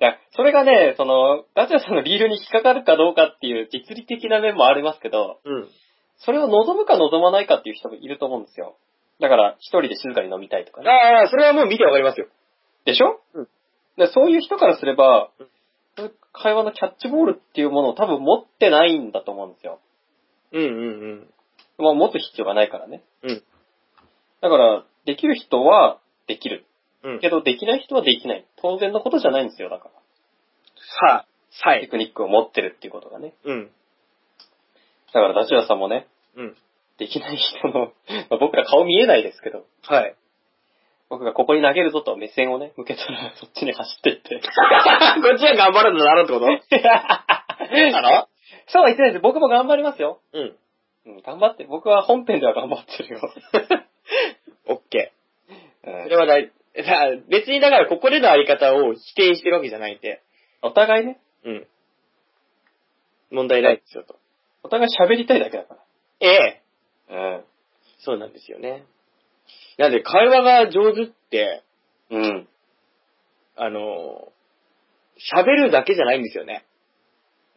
いや、それがね、その、ガチャさんのリールに引っかかるかどうかっていう実利的な面もありますけど、
うん。
それを望むか望まないかっていう人もいると思うんですよ。だから、一人で静かに飲みたいとかね。
ああ、それはもう見てわかりますよ。
でしょ
うん
でそういう人からすれば
うん、
そういう会話のキャッチボールっていうものを多分持ってないんだと思うんですよ。
うんうん
まあ、持つ必要がないからね。
うん。うん。
だから、できる人はできる。
うん。
けど、できない人はできない。当然のことじゃないんですよ、だか
さあ、は
ら。テ。クニックを持ってるっていうことがね。
うん。
だから、ダチュラさんもね、
うん。
できない人の、 まあ僕ら顔見えないですけど、
はい。
僕がここに投げるぞと目線をね、向けたらそっちに走っていって。
こっちは頑張るんだなってことろ
そうは言ってないです。僕も頑張りますよ。
うん。
うん、頑張って。僕は本編では頑張って るよ。
オッケー。それ
うん
は大 だ別にだからここでのあり方を否定してるわけじゃないんで。
お互いね、
うん。問題ないですよと。
お互い喋りたいだけだか
ええ。
ら。
そうなんですよね。なんで会話が上手って、
うん。うん。
あの、喋るだけじゃないんですよね。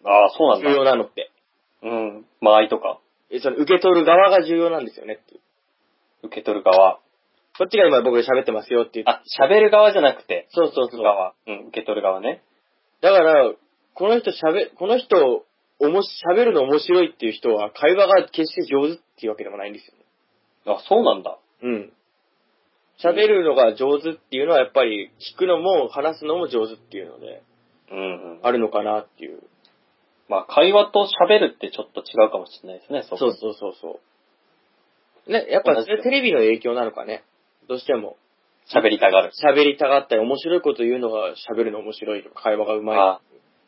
ああ、そうなん
重要
だ。
なのって。
うん。間合いとか、
えその受け取る側が重要なんですよねっていう。
受け取る側。
こっちが今僕喋ってますよっていう。
あ、喋る側じゃなくて、
そうそうそう。
側。うん、受け取る側ね。
だから、この人喋、この人、おもし、喋るの面白いっていう人は、会話が決して上手っていうわけでもないんですよね。
あ、そうなんだ。
うん。喋るのが上手っていうのは、やっぱり、聞くのも、話すのも上手っていうので、
うん、うん。
あるのかなっていう。
まあ、会話と喋るってちょっと違うかもしれないですね、そこ
そうそうそうそう。ね、やっぱ、
同じだよ
テレビの影響なのかね。どうしても、
喋りたがる。
喋りたがったり、面白いこと言うのが喋るの面白いとか、会話が上手い。あ
あ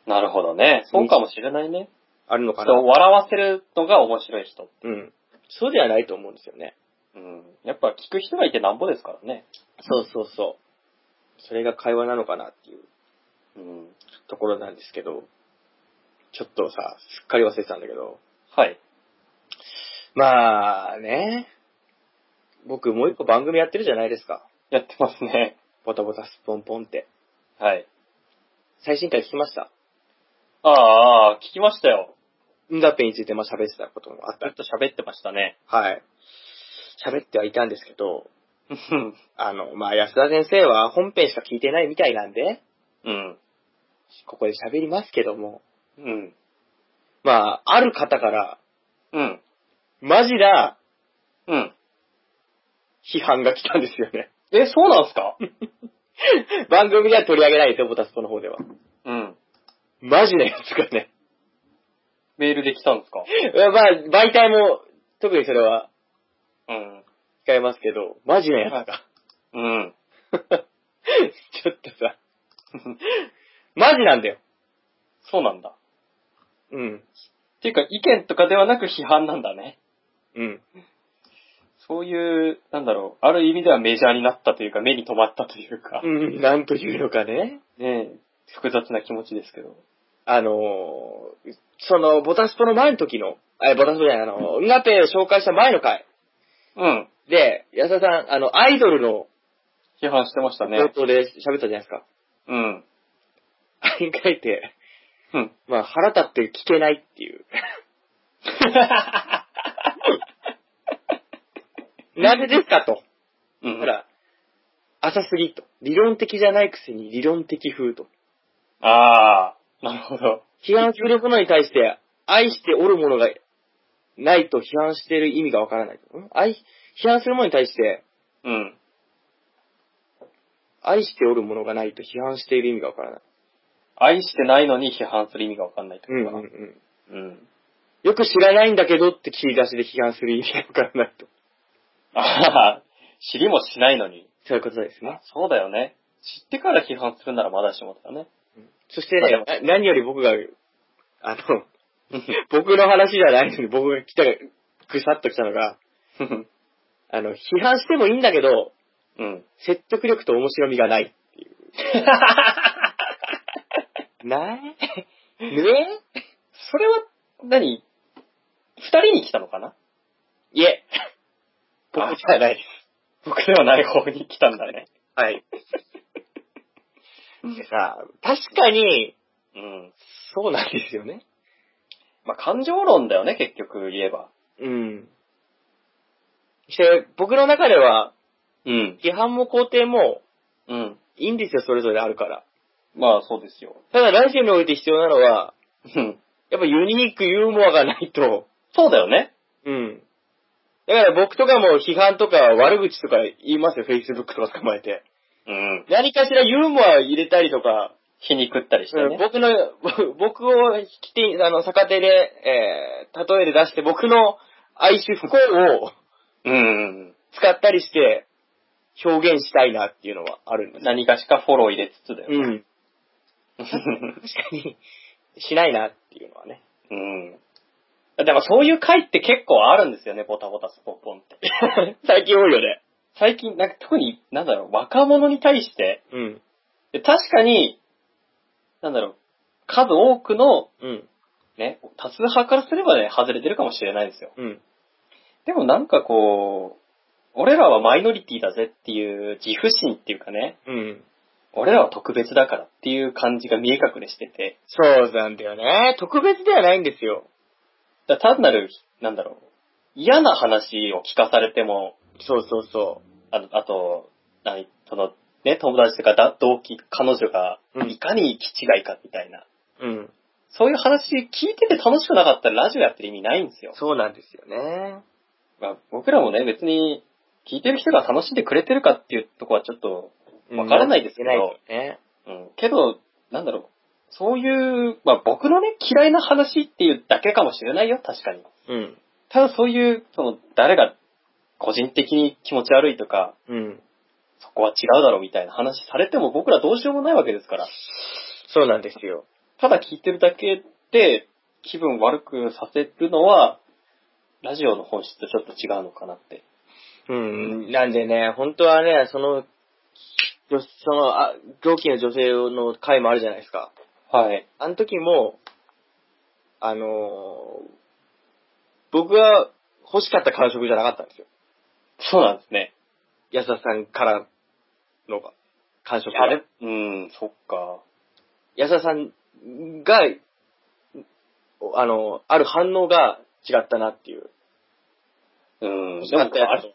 なるほどね。そうかもしれないね。
るのか
人を
な。
笑わせるのが面白い人。
うん。そうではないと思うんですよね。
うん。やっぱ聞く人がいてなんぼですからね。
そうそうそう。それが会話なのかなっていう
うん。
ところなんですけど、ちょっとさ、すっかり忘れてたんだけど、
はい。
まあね、僕もう一個番組やってるじゃないですか。
やってますね。
ボタボタスポンポンって。
はい。
最新回聞きました。
ああああ、聞きましたよ。
んだっぺについてまあ喋ってたこともあっ
ず
た
っ。と喋ってましたね。
はい。喋ってはいたんですけど、
うん。
あの、まあ安田先生は本編しか聞いてないみたいなんで、
うん。
ここで喋りますけども、
うん。
まあ、ある方から、
うん。
マジな
うん。
批判が来たんですよね。
え、そうなんすか
番組では取り上げないですよ、ボタスポの方では。
うん。
マジなやつがね。
メールで来たんですか
まあ、媒体も、特にそれは
うん。
控えますけど、マジなやつが。
うん。
ちょっとさ、 マジなんだよ。
そうなんだ。
うん。
っていうか、意見とかではなく批判なんだね。
うん。
そういう、なんだろう、ある意味ではメジャーになったというか、目に留まったというか、
うん、なんというのかね。
ねえ、複雑な気持ちですけど。
あのーその、ボタスポの前の時の、あ、ボタスポじゃない、あの、うんがぺを紹介した前の回
うん。
で、安田さん、あの、アイドルの
批判してました
冒
ね。
頭で喋ったじゃないですか。
うん。
あれに書いて、
うん。
まあ、腹立って聞けないっていう。 なんでですかと。
うん。
ほ。ら、浅すぎと。理論的じゃないくせに理論的風と。
ああ、なるほど。
批判するものに対して、愛しておるものがないと批判している意味がわからない。ん愛、批判するものに対して、
うん。
愛しておるものがないと批判している意味がわからない。
愛してないのに批判する意味がわかんないって
う
こと
ん
か
うんうん。
な。うん。
よく知らないんだけどって切り出しで批判する意味がわからないと。
あはは知りもしないのに。
そういうことですね。
そうだよね。知ってから批判するならまだしもだよね。
そしてね
あでも、
な何より僕が、あの、 僕の話じゃないのに僕が来た、ぐさっと来たのが、あの、批判してもいいんだけど、
うん。
説得力と面白みがないっていう。ない ね
それは何、二人に来たのかない
え。僕じゃないです。
僕ではない方に来たんだね。
はい。でさ、確かに、
うん。
そうなんですよね。
まあ、感情論だよね、結局言えば。
うん。して、僕の中では、
うん。
批判も肯定も、
うん。
いいんですよ、それぞれあるから。
まあ、そうですよ。
ただ、ラジオにおいて必要なのは、
うん。
やっぱユニークユーモアがないと。
そうだよね。
うん。だから僕とかも批判とか悪口とか言いますよ、Facebook とか捕まえて。
うん。
何かしらユーモア入れたりとか、
皮肉ったりして
うん
ね。
僕の、 僕を引きて、あの、逆手で、えー、例えで出して僕の哀愁不幸を
うん。
使ったりして表現したいなっていうのはあるんです。
何かしかフォロー入れつつだよ
う
ね。
ん。確かに、しないなっていうのはね。
うん。でも そういう回って結構あるんですよね、ボタボタスポッポンって。
最近多いよね。
最近、なんか特に、なんだろう、若者に対して、
うん。
で確かに、なんだろう、数多くの、
うん。
ね、多数派からすればね、外れてるかもしれないですよ。
うん。
でもなんかこう、俺らはマイノリティだぜっていう自負心っていうかね、
うん。
俺らは特別だからっていう感じが見え隠れしてて、
そうなんだよね。特別ではないんですよ。
だから単なる、なんだろう、嫌な話を聞かされても、
そうそうそ
あのあと、何その、ね、友達とかだ同期、彼女が
う、ん
いかに気違いかみたいな、
う。うん。
そういう話聞いてて楽しくなかったらラジオやってる意味ないんですよ。
そうなんですよね。
まあ、僕らもね、別に、聞いてる人が楽しんでくれてるかっていうとこはちょっと、わからないですけど
うんわかんないですね。
うん、けど、なんだろう、そういう、まあ僕のね、嫌いな話っていうだけかもしれないよ、確かに。
うん。
ただそういう、その、誰が個人的に気持ち悪いとか、
うん。
そこは違うだろうみたいな話されても僕らどうしようもないわけですから。
そうなんですよ。
ただ聞いてるだけで気分悪くさせるのは、ラジオの本質とちょっと違うのかなって。
うん。なんでね、本当はね、その、女その、あ、同期の女性の会もあるじゃないですか。
はい。
あの時も、あのー僕が欲しかった感触じゃなかったんですよ。
そうなんですね。
安田さんからのが感触が。
あれうん、そっか。
安田さんが、あの、ある反応が違ったなっていう。
うん。
欲し
でも
か
あ
ったやつ
れ、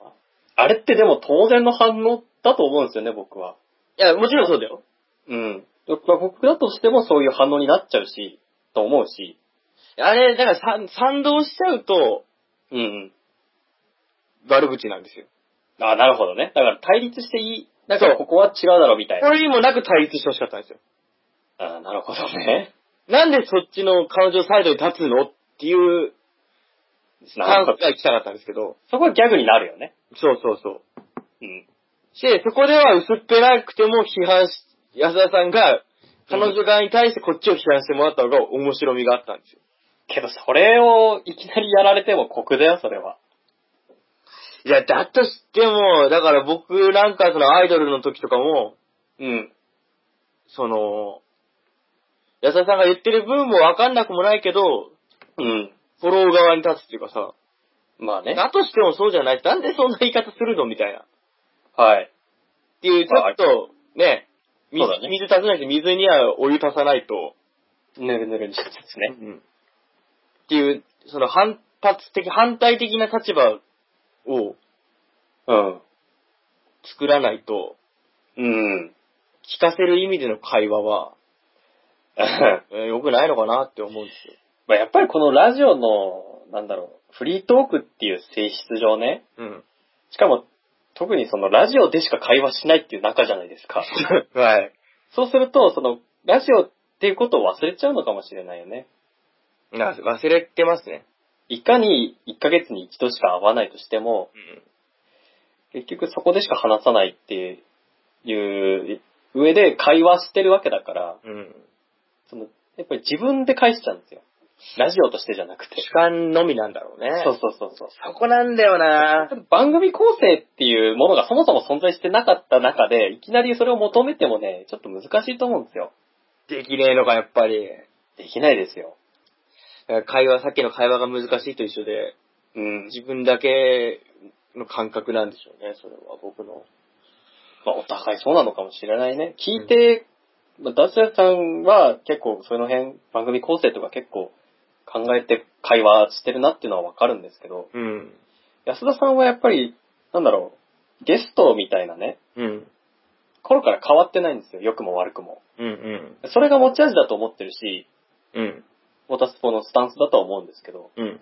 あれってでも当然の反応だと思うんですよね、僕は。
いや、もちろんそうだよ。
うん。僕だとしてもそういう反応になっちゃうし、と思うし。
あれ、だから賛賛同しちゃうと
うんうん。
悪口なんですよ。
あ、なるほどね。だから対立していい。だから
そう
ここは違うだろうみたい
こ
な。
れにもなく対立してほしかったんですよ。
あなるほどね。
なんでそっちの彼女サイドに立つのっていう
な
感
るほ
想
ど。
が来たかったんですけど。
そこはギャグになるよね。
そうそうそう。
うん。
して、そこでは薄っぺらくても批判し、安田さんが彼女側に対してこっちを批判してもらった方が面白みがあったんですよ。
けど、それをいきなりやられても酷だよ、それは。
いや、だとしても、だから僕なんかそのアイドルの時とかも、
うん。
その、安田さんが言ってる分もわかんなくもないけど、
うん。
フォロー側に立つっていうかさ、
まあね。
だとしてもそうじゃない。なんでそんな言い方するのみたいな。っ
はい。
ていう、ちょっと、ね、水
そうだね
水足さないと水にはお湯足さないと、
ぬるぬるにしてですね。
っていう、その反発的、反対的な立場を
うん。
作らないと、
うん。
聞かせる意味での会話は、えー良くないのかなって思うんですよ。
まあやっぱりこのラジオの、なんだろう、フリートークっていう性質上ね、
うん。
しかも、特にそのラジオでしか会話しないっていう仲じゃないですか。
はい。
そうすると、その、ラジオっていうことを忘れちゃうのかもしれないよね。
な忘れてますね。
いかに1ヶ月に一度しか会わないとしても、結局そこでしか話さないっていう上で会話してるわけだから、
うん。うん。
その、やっぱり自分で返しちゃうんですよ。ラジオとしてじゃなくて。
主観のみなんだろうね。
そうそうそうそう。
そこなんだよな
番組構成っていうものがそもそも存在してなかった中で、いきなりそれを求めてもね、ちょっと難しいと思うんですよ。
できねえのか、やっぱり。
できないですよ。
会話、さっきの会話が難しいと一緒で、
うん。
自分だけの感覚なんでしょうね、それは僕の。
まあ、お互いそうなのかもしれないね。聞いて、まあ、ダチュさんは結構その辺、番組構成とか結構考えて会話してるなっていうのはわかるんですけど、
うん。
安田さんはやっぱり、なんだろう、ゲストみたいなね、
うん。
頃から変わってないんですよ。良くも悪くも。
うんうん。
それが持ち味だと思ってるし、
うん。
ウォータースポのスタンスだとは思うんですけど、
うん。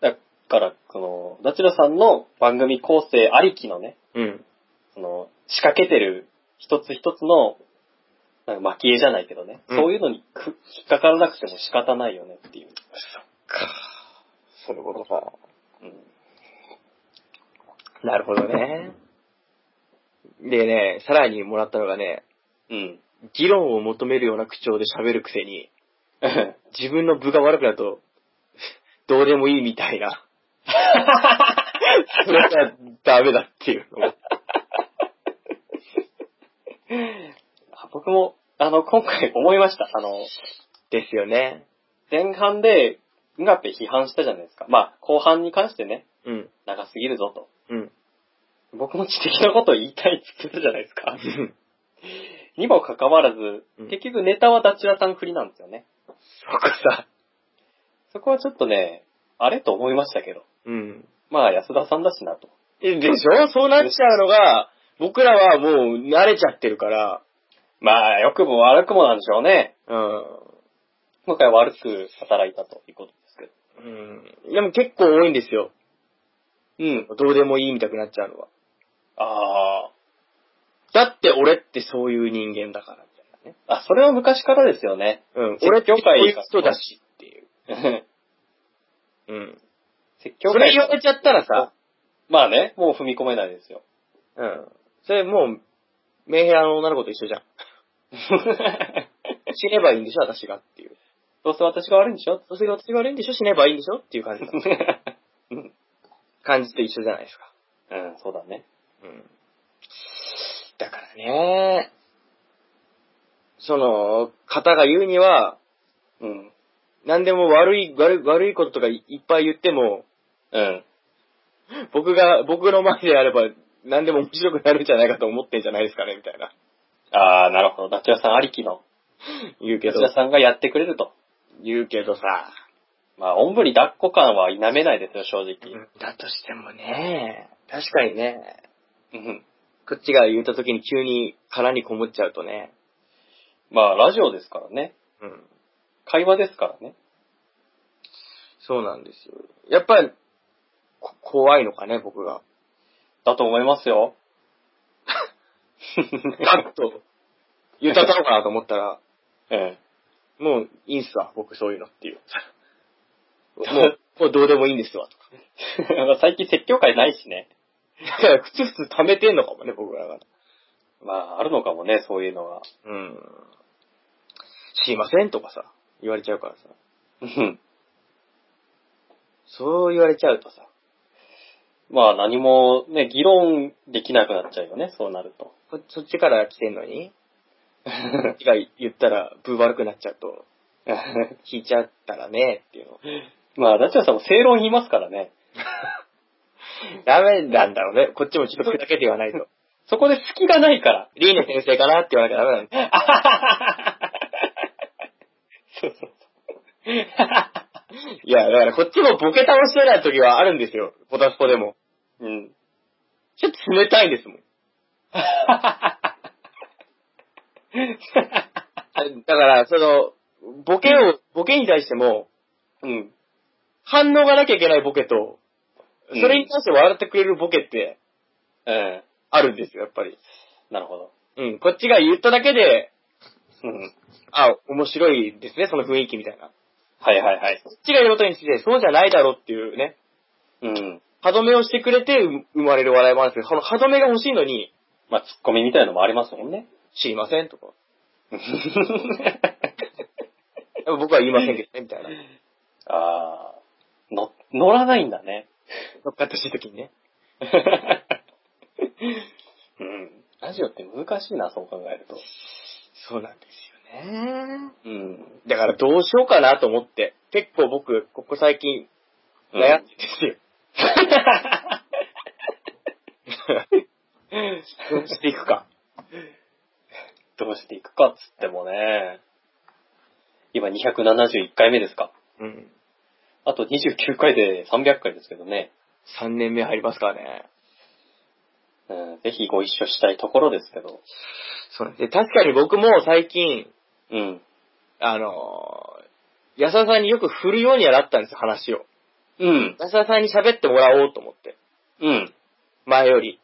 だから、その、ダチュラさんの番組構成ありきのね、
うん。
その、仕掛けてる一つ一つの、なんか蒔絵じゃないけどね、
うん
そういうのにく引っかからなくても仕方ないよねっていう。
そういうことか。
うん。
なるほどね。でね、さらにもらったのがね、
うん。
議論を求めるような口調で喋るくせに、自分の部が悪くなると、どうでもいいみたい な。それはダメだっていうのを。
あ 僕も、あの、今回思いました。あの、
ですよね。
前半で、うがぺ批判したじゃないですか。まあ、後半に関してね、
うん。
長すぎるぞと。
うん。
僕も知的なことを言いたいって言ってたじゃないですか。にもかかわらず
うん、
結局ネタはダチュラさん振りなんですよね。
そこさ。
そこはちょっとね、あれと思いましたけど。
うん。
まあ、安田さんだしなと。
えでしょそうなっちゃうのが、僕らはもう慣れちゃってるから、
まあ、良くも悪くもなんでしょうね。
うん。
今回は悪く働いたということですけど。
うん。でも結構多いんですよ。
うん。
どうでもいいみたくなっちゃうのは。
あ
だって俺ってそういう人間だから、みたい
あ。あ、それは昔からですよね。
なね。うん。
説
俺って
教
こう
会
いう
が
人だしっていう。うん。
説教
それ
会
言われちゃったらさ、
まあね、もう踏み込めないですよ。
うん。それもう、メンヘラの女の子と一緒じゃん。死ねばいいんでしょ、私がっていう。
どうせ私が悪いんでしょ
どうせ私が悪いんでしょ、死ねばいいんでしょっていう 感じだ。
うん。
感じと一緒じゃないですか。
うん、そうだね。
うん。だからね、その、方が言うには、
うん。
何でも悪い、悪い、悪いこととかいいっぱい言っても、
うん。
僕が、僕の前でやれば、何でも面白くなるんじゃないかと思ってんじゃないですかね、みたいな。
ああ、なるほど。ダチュラさんありきの。
言うけ
ダチ
ど
ュ、ラさんがやってくれると。
言うけどさ、
まあ、おんぶに抱っこ感は否めないですよ、正直。
だとしてもね、確かにね、
うん。
こっちが言った時に急に殻にこもっちゃうとね、
まあ、ラジオですからね。
うん。
会話ですからね。
そうなんですよ。やっぱり、こ怖いのかね、僕が。
だと思いますよ。
ガッと、言ったろうかなと思ったら、
うん。
もういいんすわ、僕そういうのっていう。 もう、もうどうでもいいんですわ、とか。
最近説教会ないしね。
だから、ふつふつ溜めてんのかもね、僕らが。
まあ、あるのかもね、そういうのは。
うん。知りませんとかさ、言われちゃうからさ。
うん。
そう言われちゃうとさ、
まあ、何もね、議論できなくなっちゃうよね、そうなると。
こそっちから来てんのに、こっちが言ったら、分悪くなっちゃうと、引いちゃったらね、っていうの。
まあ、ダチュラさんも正論言いますからね。
ダメなんだろうね。こっちもちょっと砕けて言わない と。
そこで隙がないから。
リーネ先生かなって言わなきゃダメなんだ。
そうそうそう。
いや、だからこっちもボケ倒してない時はあるんですよ。ポタスポでも。
うん。
ちょっと冷たいんですもん。だから、その、ボケを、ボケに対しても、
うん。
反応がなきゃいけないボケと、それに対して笑ってくれるボケって、
え
あるんですよ、やっぱり。
えなるほど。
うん、こっちが言っただけで、
うん。
あ、面白いですね、その雰囲気みたいな。こ
はいはいはい。
っちが言うことにして、そうじゃないだろうっていうね、
うん。
歯止めをしてくれて生生まれる笑いもあるんですけど、その歯止めが欲しいのに、
まあ、ツッコミみたいのもありますもんね。
知りませんとか。でも僕は言いませんけどね、みたいな。
あー、の、乗らないんだね。
乗っかってほしい時にね。
うん。ラジオって難しいな、そう考えると。
そうなんですよね。
うん。
だからどうしようかなと思って、結構僕、ここ最近、悩んでるんですよ。どうしていくか。
どうしていくかっつってもね。今271回目ですか。
うん。
あと29回で300回ですけどね。
3年目入りますからね。
うん、ぜひご一緒したいところですけど。
そうなんです。で、確かに僕も最近、
うん。
あのー、安田さんによく振るようにはなったんですよ、話を。
うん。
安田さんに喋ってもらおうと思って。
うん。
前より。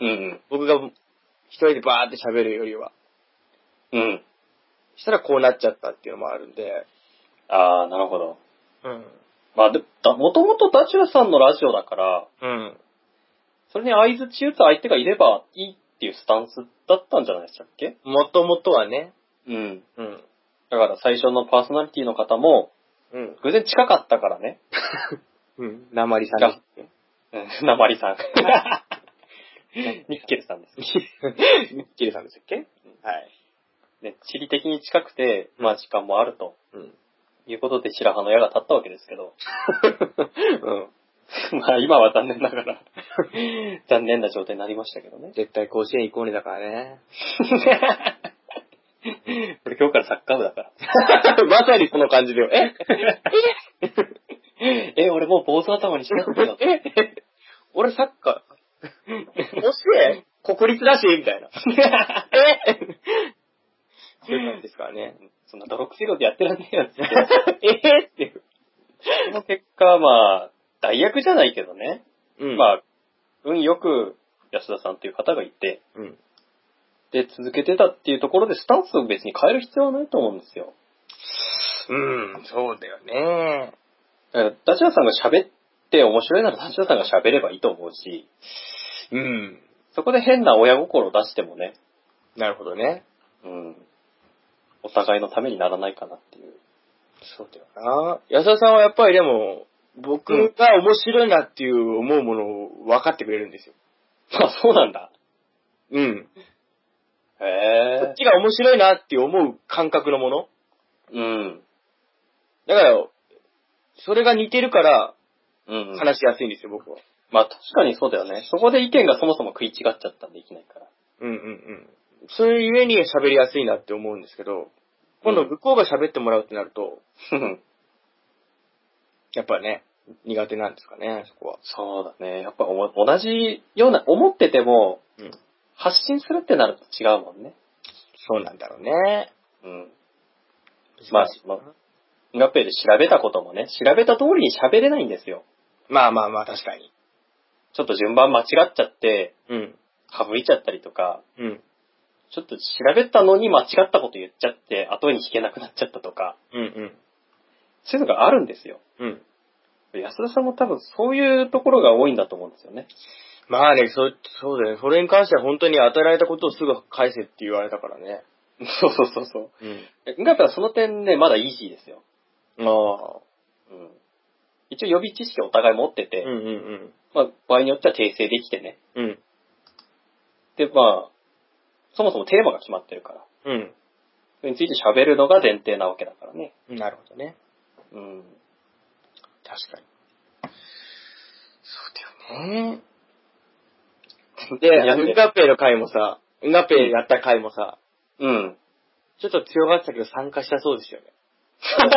うん。
僕が一人でバーって喋るよりは。
うん。
したらこうなっちゃったっていうのもあるんで。
あー、なるほど。
うん。
まあ、でだ、もともとダチュラさんのラジオだから、
うん。
それに合図打つ相手がいればいいっていうスタンスだったんじゃないでしたっけ
もともとはね。
うん。
うん。
だから最初のパーソナリティの方も、
うん。
偶然近かったからね。
うん。鉛さん に。
うん、 なまりさん。ニッケルさんです。
ミッキーさんでしたっけはい。
ね、地理的に近くて、まあ時間もあると
うん。
いうことで白羽の矢が立ったわけですけど、
うん。
まあ今は残念ながら、 残念な状態になりましたけどね。
絶対甲子園行こうねだからね。
これ今日からサッカー部だか ら。
まさにこの感じでよ。え
え、俺もう坊主頭にしなくていいの
え 俺サッカ ー。もしい国立だしみたいな。えそういう感じですからね。
そんな泥臭いことやってらんねえやつ。
えっていう。
その結果、まあ、代役じゃないけどね。
うん
まあ、運よく安田さんという方がいて、
うん。
で、続けてたっていうところで、スタンスを別に変える必要はないと思うんですよ。
うん、そうだよね。
だからダチュラさんが喋って面白いならダチュラさんが喋ればいいと思うし、
うん。
そこで変な親心を出してもね、
なるほどね。
うん、お互いのためにならないかなっていう。
そうだよな。安田さんはやっぱりでも、僕が面白いなっていう思うものを分かってくれるんですよ。
あ、そうなんだ。
うん。こ
へ
っちが面白いなって思う感覚のもの。
え。うん。
だから、それが似てるから
うん、うん。
話しやすいんですよ、僕は。
まあ確かにそうだよね。そこで意見がそもそも食い違っちゃったんでいけないから。
うんうんうん。それゆえに喋りやすいなって思うんですけど、今度向こうが喋ってもらうってなると、やっぱね、苦手なんですかね、そこは。
そうだね。やっぱおも同じような、思ってても、
うん。
発信するってなると違うもんね。
そうなんだろうね。
うん。まあ、その、ガッペで調べたこともね、調べた通りに喋れないんですよ。
まあまあまあ、確かに。
ちょっと順番間違っちゃって、
うん。
省いちゃったりとか、
うん。
ちょっと調べたのに間違ったこと言っちゃって、後に弾けなくなっちゃったとか、
うん
そういうのがあるんですよ。
うん。うん。
安田さんも多分そういうところが多いんだと思うんですよね。
まあね、そ、そうだよね。それに関しては本当に与えられたことをすぐ返せって言われたからね。
そうそうそうそう。
うん。
ガッペはその点ね、まだイージーですよ。
ああ。
うん。一応予備知識をお互い持って
う
て、
んうん
まあ場合によっては訂正できてね。
うん。うん。
で、まあ、そもそもテーマが決まってるから、
う
それについて喋るのが前提なわけだからね。
ん。なるほどね。
うん。
確かに。そうだよね。で、
や
ウンガッペイの回もさ、ウンガッペイやった回もさ、
うん。
ちょっと強がってたけど参加したそうですよね。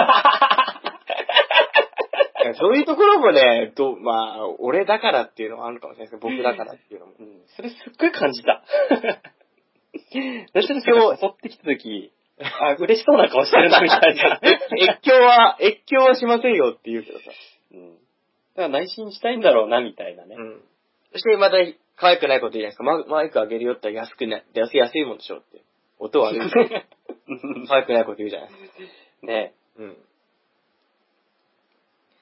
いやそういうところもね、どうまあ、俺だからっていうのもあるかもしれないですけど、僕だからっていうのも。
うんそれすっごい感じた。私たち今日、襲ってきた時、あ、嬉しそうな顔してるな、みたい な。
越境は、越境はしませんよって言うけどさ。
うん。だから内心したいんだろうな、みたいなね
う。ん。そしてまた、可愛くないこと言うじゃないですか。ママイクあげるよって言ったら安くない、安い安いもんでしょって。音悪い。 可愛くないこと言うじゃないですか。
ね
うん。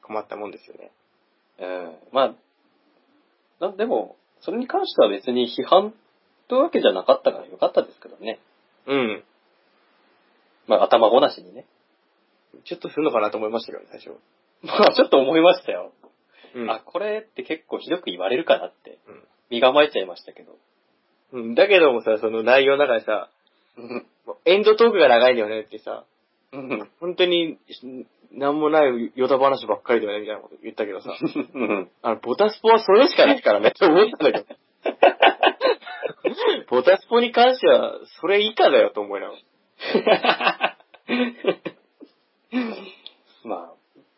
困ったもんですよね。
うん。まあ、なでも、それに関しては別に批判というわけじゃなかったからよかったですけどね。
うん。
まあ、頭ごなしにね。
ちょっとするのかなと思いましたけど、最初。
まあ、ちょっと思いましたよ。
うん。
あ、これって結構ひどく言われるかなって
うん、
身構えちゃいましたけど。
うん、だけどもさ、その内容の中でさ、もうエンドトークが長いんだよねってさ、
うん
本当に、しなんもないヨタ話ばっかりだよねみたいなこと言ったけどさ、
うん
あの、ボタスポはそれしかない からねって思ったんだけど。ボタスポに関しては、それ以下だよと思いながら。
ま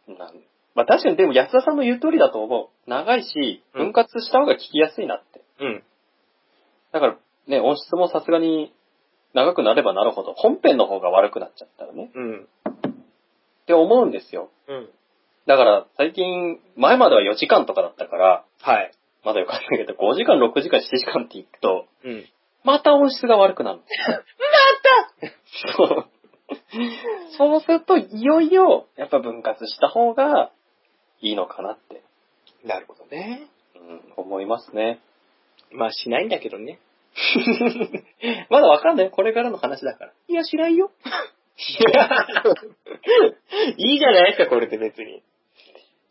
あ、なんまあ確かにでも安田さんの言う通りだと思う。長いし、
うん
分割した方が聞きやすいなって。
うん。
だからね、音質もさすがに長くなればなるほど、本編の方が悪くなっちゃったらね。
うん。
って思うんですよ。
うん。
だから最近、前までは4時間とかだったから、
はい。
まだよかったけど、5時間、6時間、7時間っていくと、
うん。
また音質が悪くなる。またそう。そうすると、いよいよ、やっぱ分割した方がいいのかなって、
なるほどね。
うん、思いますね。
まあ、しないんだけど ね。
まだわかんない。これからの話だから。
いや、しないよ。いいじゃないですか、これって別に。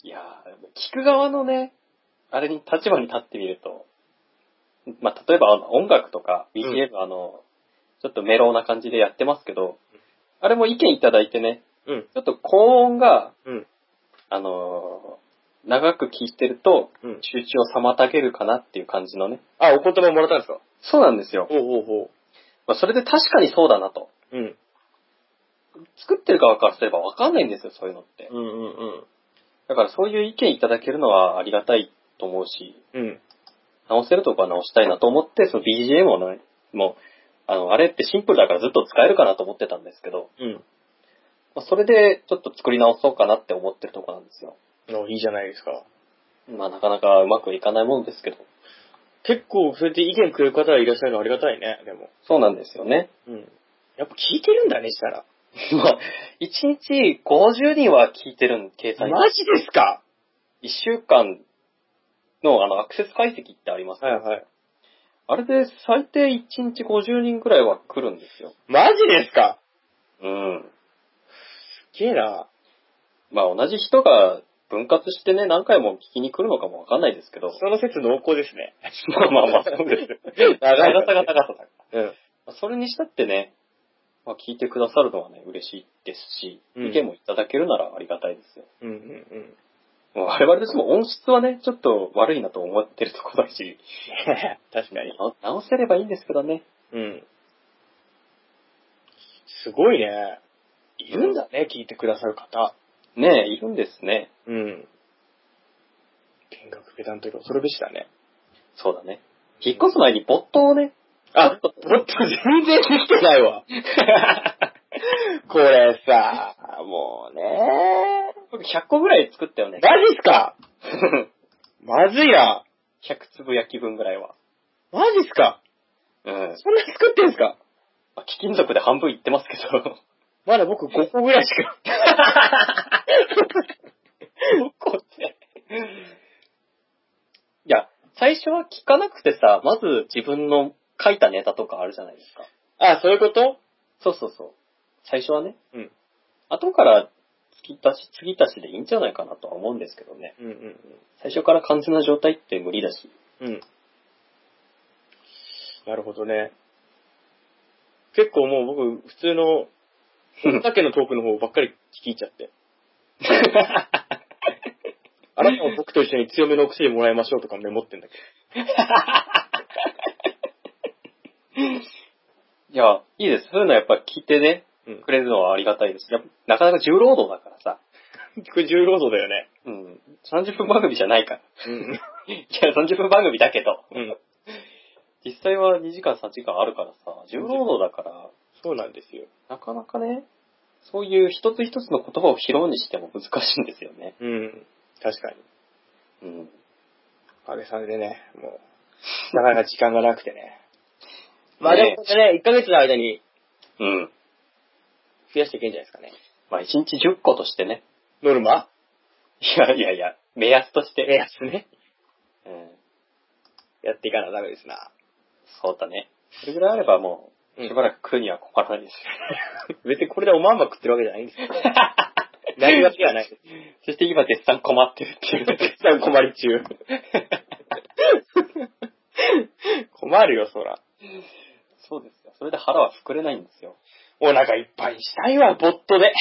いやー、でも聞く側のね、あれに立場に立ってみると、まあ、例えばあの音楽とか
ん
BGM、あの、ちょっとメローな感じでやってますけど、あれも意見いただいてね、
うん。
ちょっと高音が、
うん。
あのー長く聞いてると、
うん。
集中を妨げるかなっていう感じのね。
あ、お言葉もらったんですか
そうなんですよ。
おうおうおう。
まあ、それで確かにそうだなと。
うん。
作ってる側からすればわかんないんですよ、そういうのって。
うんうん
だからそういう意見いただけるのはありがたいと思うし、
うん。うん。
直せるとこは直したいなと思って、その BGM をね、もう、あの、あれってシンプルだからずっと使えるかなと思ってたんですけど、
うん。
まあそれでちょっと作り直そうかなって思ってるとこなんですよ。
あ、いいじゃないですか。
まあなかなかうまくいかないもんですけど、
結構、そうやって意見くれる方がいらっしゃるのありがたいね、でも。
そうなんですよね。
うん。やっぱ聞いてるんだね、したら。
まあ、1日50人は聞いてるん、計算
マジですか
1週間のあのアクセス解析ってありますね、
はいはい。
あれで最低1日50人ぐらいは来るんですよ。
マジですか
うん。
すげえな。
まあ同じ人が分割してね、何回も聞きに来るのかもわかんないですけど。
その説濃厚ですね。
まあま あまあ、そうです
長
よ
い。からね
長さが高さだから。
うん。
まあそれにしたってね、まあ聞いてくださるのはね、嬉しいですし、
うん
意見もいただけるならありがたいですよ。
うんうんうん。
もう我々としても音質はね、ちょっと悪いなと思ってるところだし、
確かに。
直直せればいいんですけどね。
うん。すごいね。いるんだね、聞いてくださる方。
ねえ、いるんですね。
うん。見学ペダントリー恐るべしだね。
そうだね。引っ越す前にボットを ね、
あ、
ちょ
も
っ
っ
と
と全然できてないわ。これさ、もうね。
僕100個ぐらい作ったよね。
マジっすか まずいな。
100粒焼き分ぐらいは。
マジっすか
うん。
そんな作ってんすか
まあ、貴金属で半分いってますけど。
まだ僕5個ぐらいし か。
こって。いや、最初は聞かなくてさ、まず自分の書いたネタとかあるじゃないですか。
あ、そういうこと
そうそうそう。最初はね。
うん。
後から、突き足し、継ぎ足しでいいんじゃないかなとは思うんですけどね。
うんうん
最初から完全な状態って無理だし。
うん。うん。なるほどね。結構もう僕、普通の、だけのトークの方ばっかり聞いちゃ って。あなたも僕と一緒に強めのお薬もらいましょうとかメモってんだけ
いや、いいです。そういうのやっぱ聞いて
ど。
ね、
うん。
くれるのはありがたいです。やっぱなかなか重労働だからさ。
これ重労働だよね。
うん。30分番組じゃないから。
うん。
いや、30分番組だけど。
うん。
実際は2時間3時間あるからさ、重労働だから、
そうなんですよ。
なかなかね、そういう一つ一つの言葉を拾うにしても難しいんですよね。
うん。確かに。
うん。
安倍さんでね、もう、
なかなか時間がなくてね。
まあで
ね
もこれね、1ヶ月の間に
うん。
増やしていけんじゃないですかね。
まあ、1日10個としてね。
ノルマ
いやいやいや、目安として。
目安ね。
うん。
やっていかなダメですな。
そうだね。それぐらいあれ ばもう、
うん
しばらく食うには困らないです
別にこれでおまんま食ってるわけじゃないんですよ。 何がけはない。
よ。 そして今絶賛困ってるってい う。
絶対困り中。 困るよ、そら。
そうですよ。それで腹は膨れないんですよ。
お腹いっぱいにしたいわ、ボット で。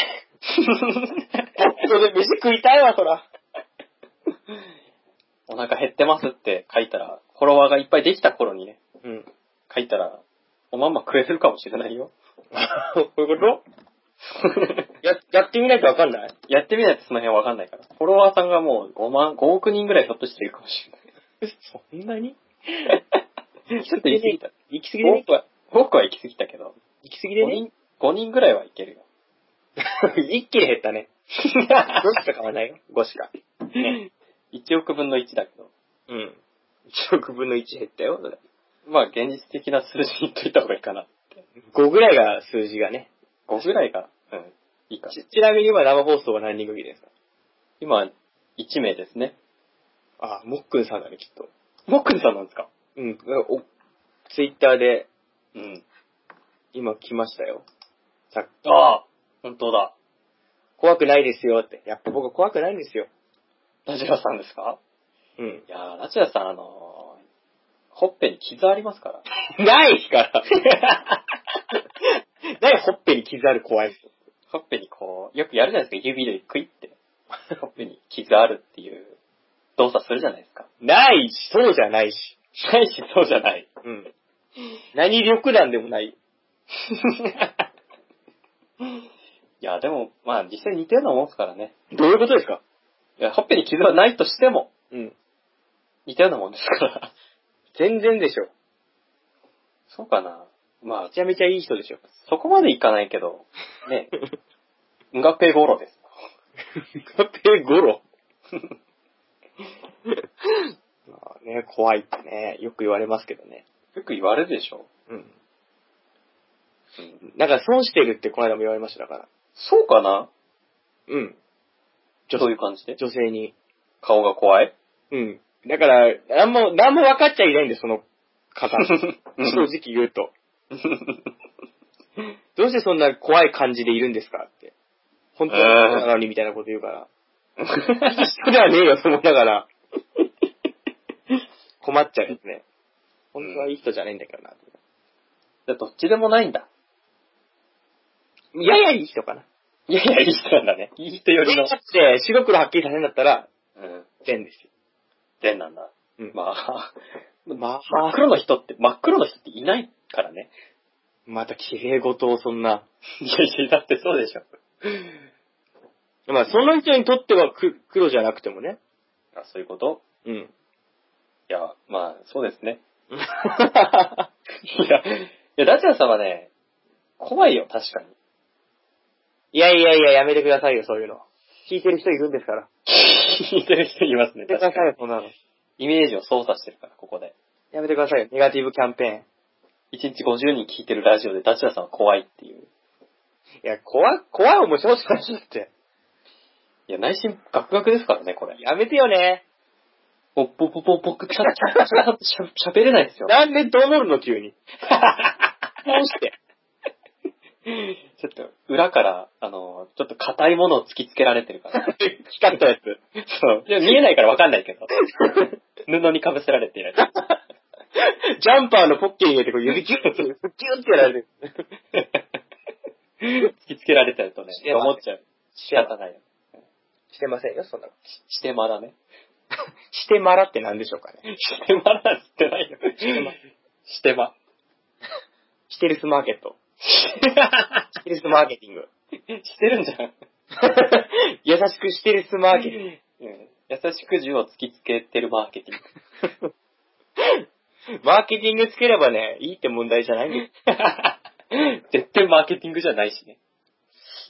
ボットで飯食いたいわ、そら。
お腹減ってますって書いたら、フォロワーがいっぱいできた頃にね、
うん。 こ
書いたら、おまんま食えるかもしれないよ。
ういうことや、やってみないとわかんない
やってみないとその辺わかんないから。フォロワーさんがもう5万、5億人ぐらいひょっとしているかもし
そんなに
れない。ちょっと行き過ぎた。
行き過ぎで
5億は、5億は行き過ぎたけど、
行き過ぎで
5
ね。
人、5人ぐらいはいけるよ。
一気に減ったね。どっちか買わないよ。5しか。ね
1億分の1だけど。
うん。1億分の1減ったよ。
まあ現実的な数字にといた方がいいかな。
5ぐらいが数字がね。
5ぐらいが、うん、いいか。
ちちなみに今生放送は何人組ですか
今、1名ですね。
あ、もっくんさんだね、きっと。
もっくんさんなんですか
うん。おツイッターで
うん。
今来ましたよ。さっき
ああ本当だ。
怖くないですよって。やっぱ僕怖くないんですよ。
ラジラさんですか
うん。
いやー、ラジラさん、あのー、ほっぺに傷ありますから。
ない から。ないほっぺに傷ある怖い人。
ほっぺにこう、よくやるじゃないですか、指でクイって。 ほっぺに傷あるっていう動作するじゃないですか。
ないし、そうじゃないし。
ないし、そうじゃない。
うん。何力弾でもない。
いや、でも、まあ、実際似たようなもんですからね。
どういうことですか
いや、ほっぺに傷はないとしても、
うん。
似たようなもんですから。
全然でしょ。
そうかな。まあ
め、ちゃめちゃいい人でしょ。
そこまでいかないけど、ね。無学平五郎です。
カペゴロ。まあね、怖いってね、よく言われますけどね。
よく言われるでしょ。
うん。なんか損してるってこの間も言われましただから。
そうかな
うん。女
そう
性
いう感じで。
女性に。
顔が怖い
うん。だから、なんも、なんも分かっちゃいないんで、その 方。正
うん
直言うと。どうしてそんな怖い感じでいるんですかって。本当は女なのにみたいなこと言うから。人ではねえよ、と思いながら。困っちゃうよね。本当はいい人じゃないんだけどな。
じゃあどっちでもないんだ。
ややいい人かな。
いやいや、いい人なんだね。いい人より
だ
の
っ。て、白黒はっきりさせるんだったら、
うん。
善ですよ。
善なんだ。
うん
まあ、
ま
真っ黒の人って、真っ黒の人っていないからね。
また綺麗事をそんな。
いやいや、だってそうでしょ。
まあ、その人にとってはく黒じゃなくてもね。
あそういうこと
うん。
いや、まあ、そうです ね。
う
いや、いや、ダチャンさんはね、怖いよ、確かに。
んいやいやいや、やめてくださいよ、そういうの。聞いてる人いるんですから。や
聞いてる人いますね、
めてく
確
ださい
かに。
よ、そんなの。
イメージを操作してるから、ここで。
やめてくださいよ、ネガティブキャンペ
1日50人聞いてるラジオでダチュラさんは怖いっていう。
ーン。いや、怖、怖い思いしてほしくないだって。
いや、内心ガクガクですからね、これ。
やめてよね。
ぽぽぽぽぽくしゃしゃしゃべれないですよ。
なんでどうなるの、急に。 どうして。
ちょっと、裏から、あの、ちょっと硬いものを突きつけられてるから。
光ったやつ。
そう。で見えないからわかんないけ ど。布にかぶせられているや
ジャンパーのポッケに入れて、こう指ギュッて、ギュッてやられてる。
つ。突きつけられてるとね、
してます
思っちゃう。仕方ないよ。
してませんよ、そんなの。
してまだね。
してまらって何でしょうかね。
してまだなんつってないよ。
してま
してま。
してるスマーケット。してるスマーケティング。
してるんじゃん。
優しくしてるスマーケティング。
うん優しく銃を突きつけてるマーケティング。
マーケティングつければね、いいって問題じゃないんです。
絶対マーケティングじゃないしね。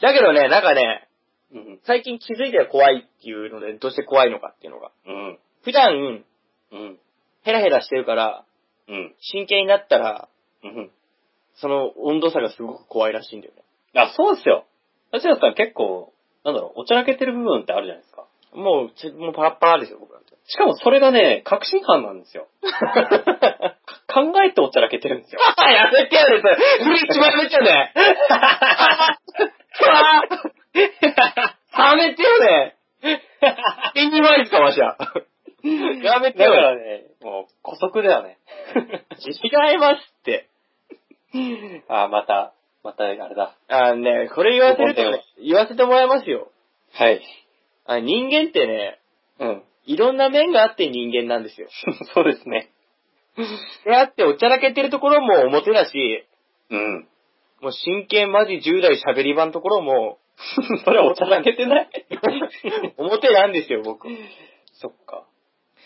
だけどね、なんかね、
うん。
最近気づいたら怖いっていうので、どうして怖いのかっていうのが。
うん。
普段、
うん。
ヘラヘラしてるから、
うん。
真剣になったら、
うん。
その温度差がすごく怖いらしいんだよね。
あ、そうですよ。確かさん結構、なんだろう、おちゃらけてる部分ってあるじゃないですか。
もう、ちもうパラッパラですよ、僕なんて。
しかもそれがね、確信犯なん ですよ。か考えておちゃらけてるん ですよ。
やめてよね、それ。それ一番やめちゃうね。やめてよね。手に前ですか、わしゃ。やめて
だか
よ。
らね、もう、古速だよね。
違いますって。
あ、また、また、あれだ。
あのね、これ言わせるとね、言わせてもらいますよ。
はい。
あ人間ってね、
うん。
いろんな面があって人間なんです よ。
そうですね。
であって、おちゃらけてるところも表だし、
うん。
もう真剣マジ10代喋り場のところも、
それはおちゃらけてない
表なんですよ、僕。
そっか。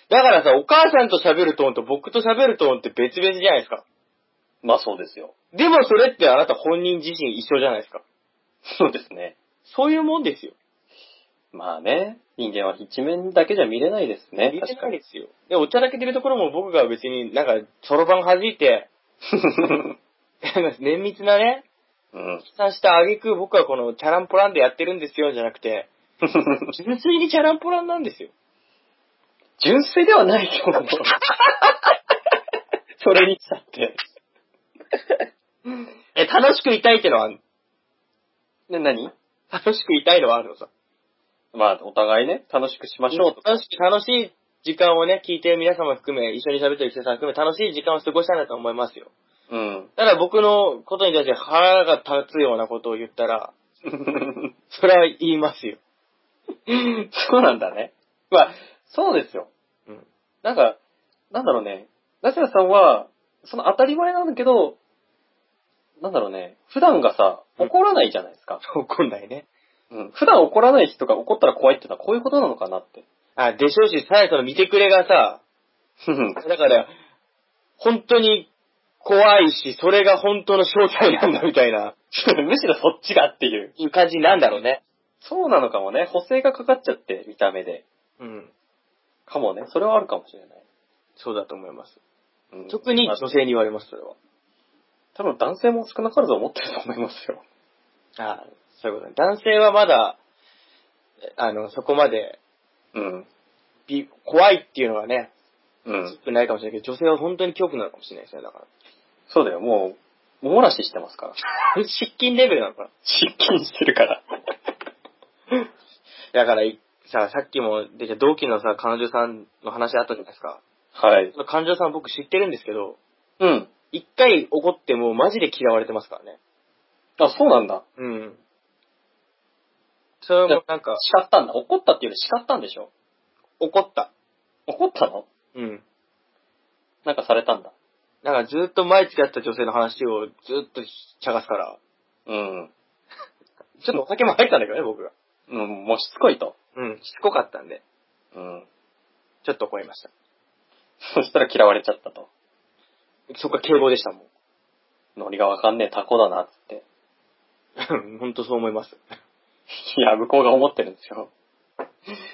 だからさ、お母さんと喋るトーンと僕と喋るトーンって別々じゃないですか。
まあそうですよ。
でもそれってあなた本人自身一緒じゃないですか。
そうですね。
そういうもんですよ。
まあね、人間は一面だけじゃ見れないですね。
見て
確
な
か
い
に
で。すよ。で、おちゃらけてるところも僕が別になんか、そろばん弾いて、 なんか綿密なね、
うん。
計算した挙句僕はこのチャランポランでやってるんですよ、じゃなくて、純粋にチャランポランなんですよ。
純粋ではない と思う。それにしたって。
え、楽しくいたいってのはある
ね、何
楽しくいたいのはあるのさ。
まあ、お互いね、楽しくしましょうと。
楽しく、楽しい時間をね、聞いてる皆様含め、一緒に喋ってる人さん含め、楽しい時間を過ごしたいなと思いますよ。
うん。
ただ僕のことに対して腹が立つようなことを言ったら、それは言いますよ。
そうなんだね。まあ、そうですよ。
うん。
なんか、なんだろうね。ナセラさんは、その当たり前なんだけど、なんだろうね。普段がさ、
うん
怒らないじゃないですか。
怒んないね。
うん。普段怒らない人が怒ったら怖いってのはこういうことなのかな って。
あ、でしょうし、さらにその見てくれがさ、だから、本当に怖いし、それが本当の正体なんだみたいな
むしろそっちがっていう。
いう感じなんだろうね。
そうなのかもね。補正がかかっちゃって、見た目で。
うん。
かもね。それはあるかもしれない。
そうだと思います。
うん
特に
まあ
女性に言われます、それは。
多分男性も少なからず思ってると思いますよ。
あそういうことね。男性はまだ、えあの、そこまで、
うん。
び怖いっていうのはね、
うん。
ないかもしれないけど、女性は本当に恐怖なのかもしれないですね、だから。
そうだよ。もう、お漏らししてますから。
失禁レベルなのかな。
失禁してるから。
だから、いさ、さっきも出た同期のさ、彼女さんの話あったじゃないですか。
はい。
その彼女さん僕知ってるんですけど、
うん。
一回怒ってもうマジで嫌われてますからね。
あ、そうなんだ。
うん。それもなんか、
叱ったんだ。怒ったっていうより叱ったんでしょ
怒った。
怒ったの
うん。
なんかされたんだ。
なんかずっと前付き合ってた女性の話をずっとちゃかすから、
うん。
ちょっとお酒も入ったんだけどね、僕が。
うん、もうしつこいと。
うん、しつこかったんで、
うん。
ちょっと怒りました。
そしたら嫌われちゃったと。
そっから敬語でしたもん。
ノリがわかんねえタコだな、つって。
うん ほんとそう思います。
いや、向こうが思ってるんですよ。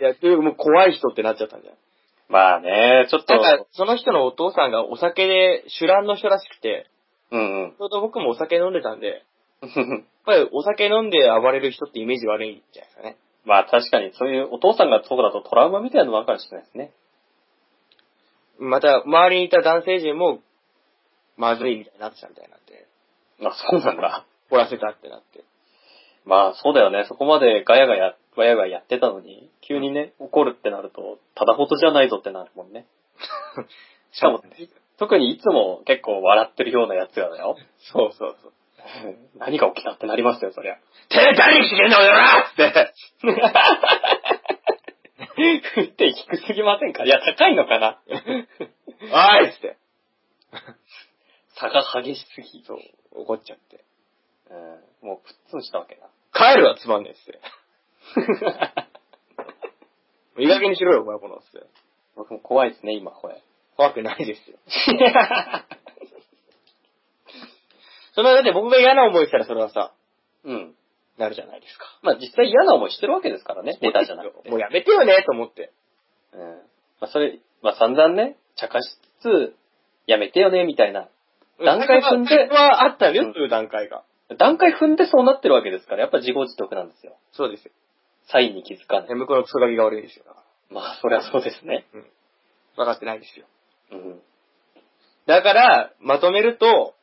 いや、というかもう怖い人ってなっちゃったんじゃない
まあね、ちょっと。
なんか、その人のお父さんがお酒で酒乱の人らしくて、
うんうん
ち。ょうど僕もお酒飲んでたんで、やっ
うん
ぱりお酒飲んで暴れる人ってイメージ悪いんじゃないですかね。
まあ確かに、そういうお父さんがそうだとトラウマみたいなのもあるかもしれないですね。
また、周りにいた男性陣も、まずいみたいになってたみたいになって、
まあそうなんだ。
怒らせたってなって。
まあそうだよね。そこまでガヤガヤ、ガヤガヤやってたのに、急にね、怒るってなると、ただほどじゃないぞってなるもんね。
し
かも特にいつも結構笑ってるようなやつがだよ。
そうそうそう。
何が起きたってなりますよ、そりゃ。
てめえ誰にしてんの俺はって。
って低すぎません かいや、高いのかな
おいっつって。
差が激しすぎ。
そう、怒っちゃって。
うん、もう、プッツンしたわけだ。
帰るはつまんねえっつって。もういい加減にしろよ、お前このっつって。
僕も怖いですね、今、こ れ。
怖くないですよ。それはだって僕が嫌な思いしたらそれはさ、
うん。
なるじゃないですか。
まあ、実際嫌な思いしてるわけですから ね、ネタじゃなくて。
もうやめてよね、と思って。
うん。まあ、それ、まあ、散々ね、茶化しつつ、やめてよね、みたいな。
うん
段階踏んで
それはそれはあったね、
うん
そういう段階が。
段階踏んでそうなってるわけですから、やっぱ自業自得なんですよ。
そうですよ。
サインに気づかない。
向こうのクソガキが悪いですよ。だか
まあ、そりゃそうですね。
ら分かってないですよ。
うん。
だから、まとめると、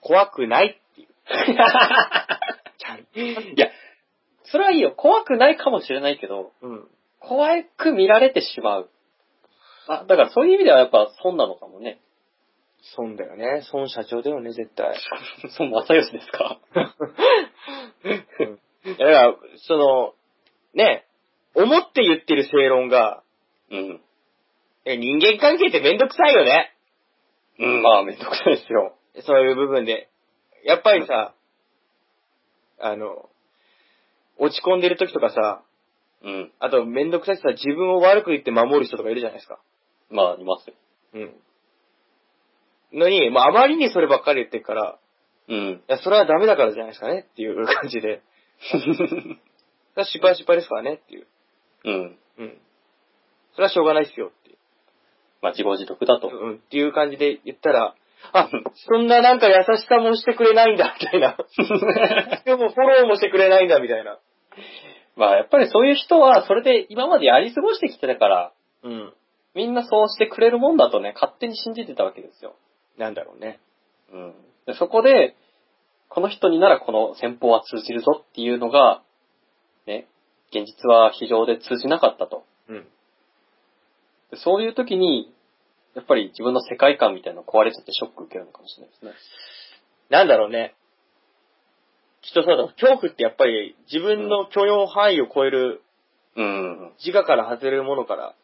怖くないっていう。ちゃん
いや、それはいいよ。怖くないかもしれないけど、
うん。
怖く見られてしまう。あ、だからそういう意味ではやっぱ損なのかも ね。
損だよね。損社長だよね、絶 対。
損正義ですか
いやだから、その、ね、思って言ってる正論が、
うん。
え人間関係ってめんどくさいよね。
うん、まあ、めんどくさいですよ。
そういう部分で。やっぱりさ、あの、落ち込んでる時とかさ、
うん。
あとめんどくさいしさ、自分を悪く言って守る人とかいるじゃないですか。
まあ、いますよ。
うん。のに、まあ、あまりにそればっかり言ってるから、
うん。
いや、それはダメだからじゃないですかねっていう感じで。それは失敗は失敗ですからねっていう。
うん。
うん。それはしょうがないっすよっていう。
まあ、自業自得だと。
うん、っていう感じで言ったら、あ、そんななんか優しさもしてくれないんだ、みたい な。でもフォローもしてくれないんだ、みたいな。
まあ、やっぱりそういう人は、それで今までやり過ごしてきてたから、
うん。
みんなそうしてくれるもんだとね、勝手に信じてたわけですよ。
なんだろうね。
うん。でそこで、この人にならこの戦法は通じるぞっていうのが、ね、現実は非常で通じなかったと。
うん。
でそういう時に、やっぱり自分の世界観みたいなの壊れちゃってショック受けるのかもしれないですね。
なんだろうね。きっとそうだ。恐怖ってやっぱり自分の許容範囲を超える
うん。
自我から外れるものから、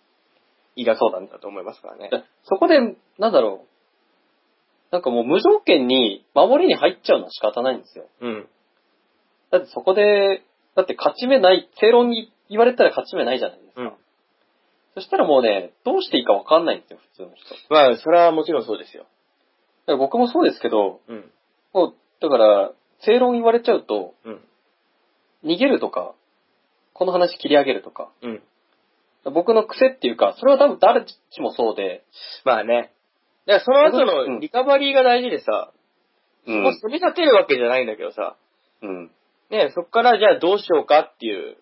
いが
そうだね
だと思いますからね。
でそこで、なんだろう。なんかもう無条件に守りに入っちゃうのは仕方ないんですよ。
うん。
だってそこで、だって勝ち目ない、正論に言われたら勝ち目ないじゃないですか。
うん。
そしたらもうね、どうしていいかわかんないんですよ、普通の人。だか
まあ、それはもちろんそうですよ。
ら僕もそうですけど、
うん。
もう、だから、正論言われちゃうと、
うん。
逃げるとか、この話切り上げるとか、
うん。
僕の癖っていうか、それは多分誰しもそうで、
まあね。だからその後のリカバリーが大事でさ、
う
そこ
ん。
攻め立てるわけじゃないんだけどさ、
うん。
ね、そこからじゃあどうしようかっていう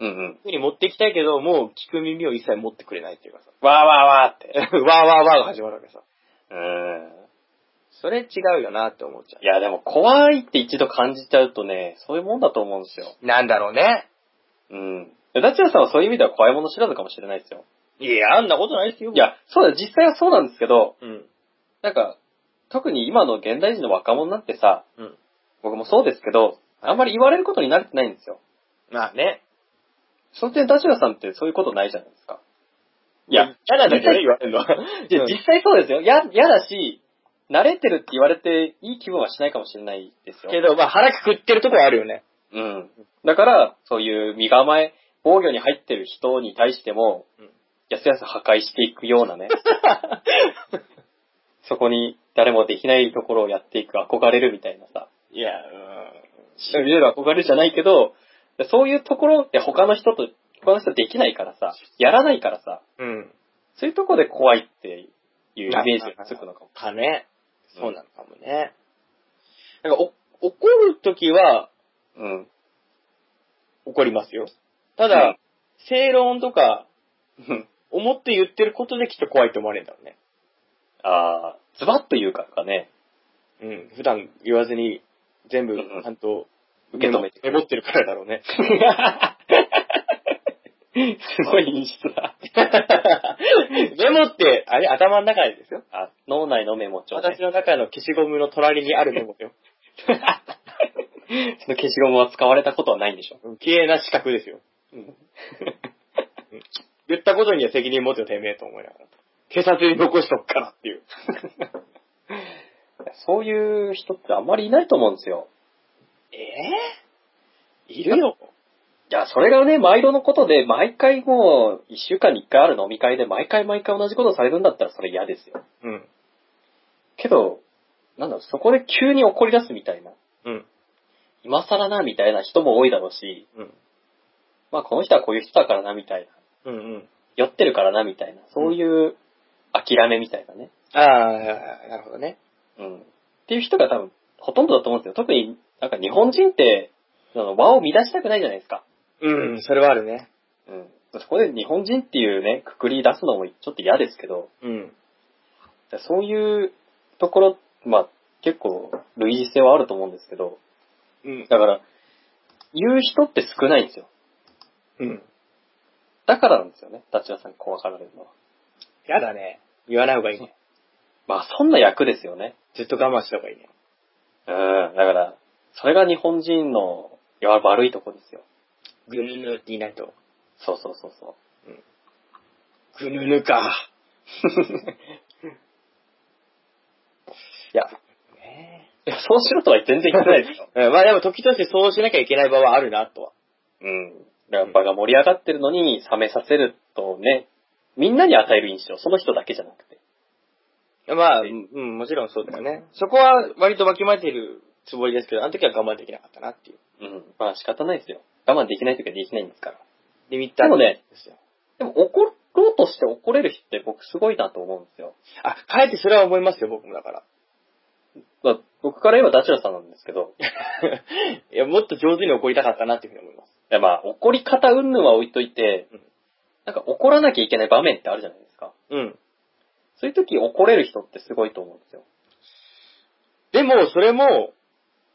うんうん。
ふうに持っていきたいけど、もう聞く耳を一切持ってくれないって いうか
わーわーわーって。
さ、わーわーわーが始まるわけさ。
うーん。
それ違うよなって思っちゃ
いや、でも怖いって一度感じちゃうとね、そういうもんだと思うんですよ。
う。なんだろうね。
うん。ダチアさんはそういう意味では怖いもの知らずかもしれないですよ。
いや、あんなことないですよ。
い、や、そうだ、実際はそうなんですけど、
うん。
なんか、特に今の現代人の若者なんてさ、
うん。
僕もそうですけど、あんまり言われることに慣れてないんですよ。
まあね。
その点、ダチュラさんってそういうことないじゃないで すか。いや、
嫌なんだけどね、言われるのは。
いや実際そうですよ。や、嫌だし、慣れてるって言われていい気分はしないかもしれないです
け
よ。
ど、まあ腹くくってるとこはあるよね。
うん。だから、そういう身構え、防御に入ってる人に対しても
うん、
やすやす破壊していくよ うなね。そこに誰もできないところをやっていく憧れるみたいなさ。
いや、
しびれる憧れじゃないけど、そういうところって他の人と、他の人できないからさ、やらないからさ、
うん。うん。
そういうところで怖いっていうイメージがつくのかも。
かね。そうなのかもね。なんか、お怒るときは
うん。
怒りますよ。ただ、
うん
正論とか、
うん
思って言ってることできっと怖いと思われるんだろうね。
あー、ズバッと言うからか ね。
うん。普段言わずに、全部
うんうん
ちゃんと
受け止めて
メモメモってるからだろうね。
すごい品質 だ。
メモって、あれ頭の中ですよ。
あ、脳内のメモ帳ね
私。の中の消しゴムの隣にあるメモよ。
その消しゴムは使われたことはないんでしょ。
綺麗な四角ですよ。言ったことには責任持てよ、てめえと思いながら。警察に残しとくからっていう。
そういう人ってあんまりいないと思うんですよ。
ええいるよ。
いや、それがね、毎度のことで、毎回もう、一週間に一回ある飲み会で、毎回毎回同じことされるんだったら、それ嫌ですよ。
うん。
けど、なんだろう、そこで急に怒り出すみたいな、
うん。
今更な、みたいな人も多いだろうし、
うん。
まあ、この人はこういう人だからな、みたいな、
うんうん。
酔ってるからな、みたいな、そういう、諦めみたいなね。
ああ、なるほどね。
うん。っていう人が多分、ほとんどだと思うんですよ。特になんか日本人って、その和を乱したくないじゃないですか。
うん、それはあるね。
うん。そこで日本人っていうね、くくり出すのもちょっと嫌ですけど、
うん。
そういうところ、まあ、結構、類似性はあると思うんですけど、
うん。
だから、言う人って少ないんですよ。
うん。
だからなんですよね、ダチュラさん怖がられるのは。
やだね。言わない方がいいね。
まあ、そんな役ですよね。
ずっと我慢した方がいいね。
うん、だから、それが日本人の、いわば悪いとこですよ。
ぐぬぬって言いないと。
そうそうそうそう。
ぐぬぬか。
いや、
ね
いやそうしろとは全然言ってな いですよ。
えうんまあでも時としてそうしなきゃいけない場はあるな、とは。
うん。だから場が盛り上がってるのに冷めさせるとね、みんなに与える印象、その人だけじゃなくて。
まあ、うんうん、もちろんそうだよね。そこは割とわきまえているつもりですけど、あの時は我慢できなかったなっていう。
うん。まあ仕方ないですよ。我慢できない時はできないんですから。
リミッター
でもね
ですよ。
でも怒ろうとして怒れる人って僕すごいなと思うんですよ。
あ、かえってそれは思いますよ、僕もだから。
まあ、僕から言えばダチュラさんなんですけど、い
いや、もっと上手に怒りたかったなっていうふうに思います。
やまあ怒り方云々は置いといて
うん、
なんか怒らなきゃいけない場面ってあるじゃないですか。
うん。
そういう時怒れる人ってすごいと思うんですよ。
でも、それも、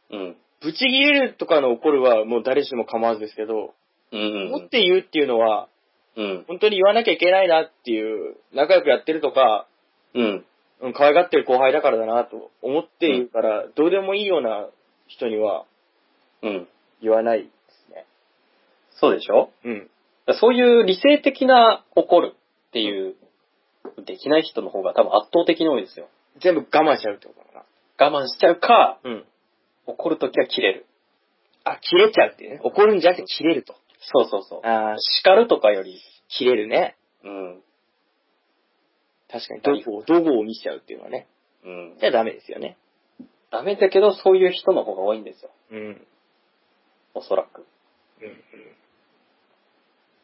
うん。
ブチ切れるとかの怒るはもう誰しも構わずですけど、
うんう
思っ
ん
て言うっていうのは、
うん。
本当に言わなきゃいけないなっていう、仲良くやってるとか、
うん。うん。
うん、可愛がってる後輩だからだなと思って言うから、どうでもいいような人には
うん。
言わないですね。
そうでしょ
うん。
そういう理性的な怒るっていう、できない人の方が多分圧倒的に多いですよ。
全部我慢しちゃうってことか
我慢しちゃうか、
な。うん。
怒るときは切れる。
あ、切れちゃうっていうね。怒るんじゃなくて切れると。
そうそうそう。
ああ、
叱るとかより、
切れるね。
うん。
確かに。道具を、道具を見しちゃうっていうのはね。
うん
じ。ゃあダメですよね。
ダメだけど、そういう人の方が多いんですよ。
うん。
おそらく。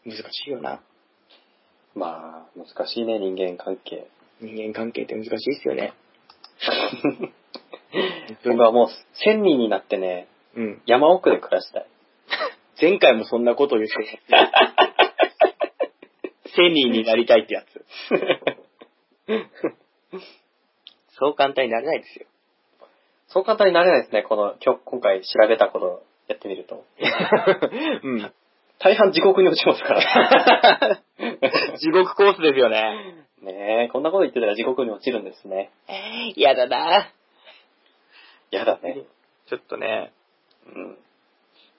難しいよな。
まあ、難しいね、人間関係。
人間関係って難しいですよね。
僕はもう、千人になってね、
うん。
山奥で暮ら したい。
前回もそんなことを言って た。セニーになりたいってやつ。そう簡単になれないですよ。
そう簡単になれないですね、この、今日、今回調べたことやってみると。
うん。
大半地獄に落ちます から。
地獄コースですよね。
ねえ、こんなこと言ってたら地獄に落ちるんですね。
えー、やだな
やだね。
ちょっとね。
うん。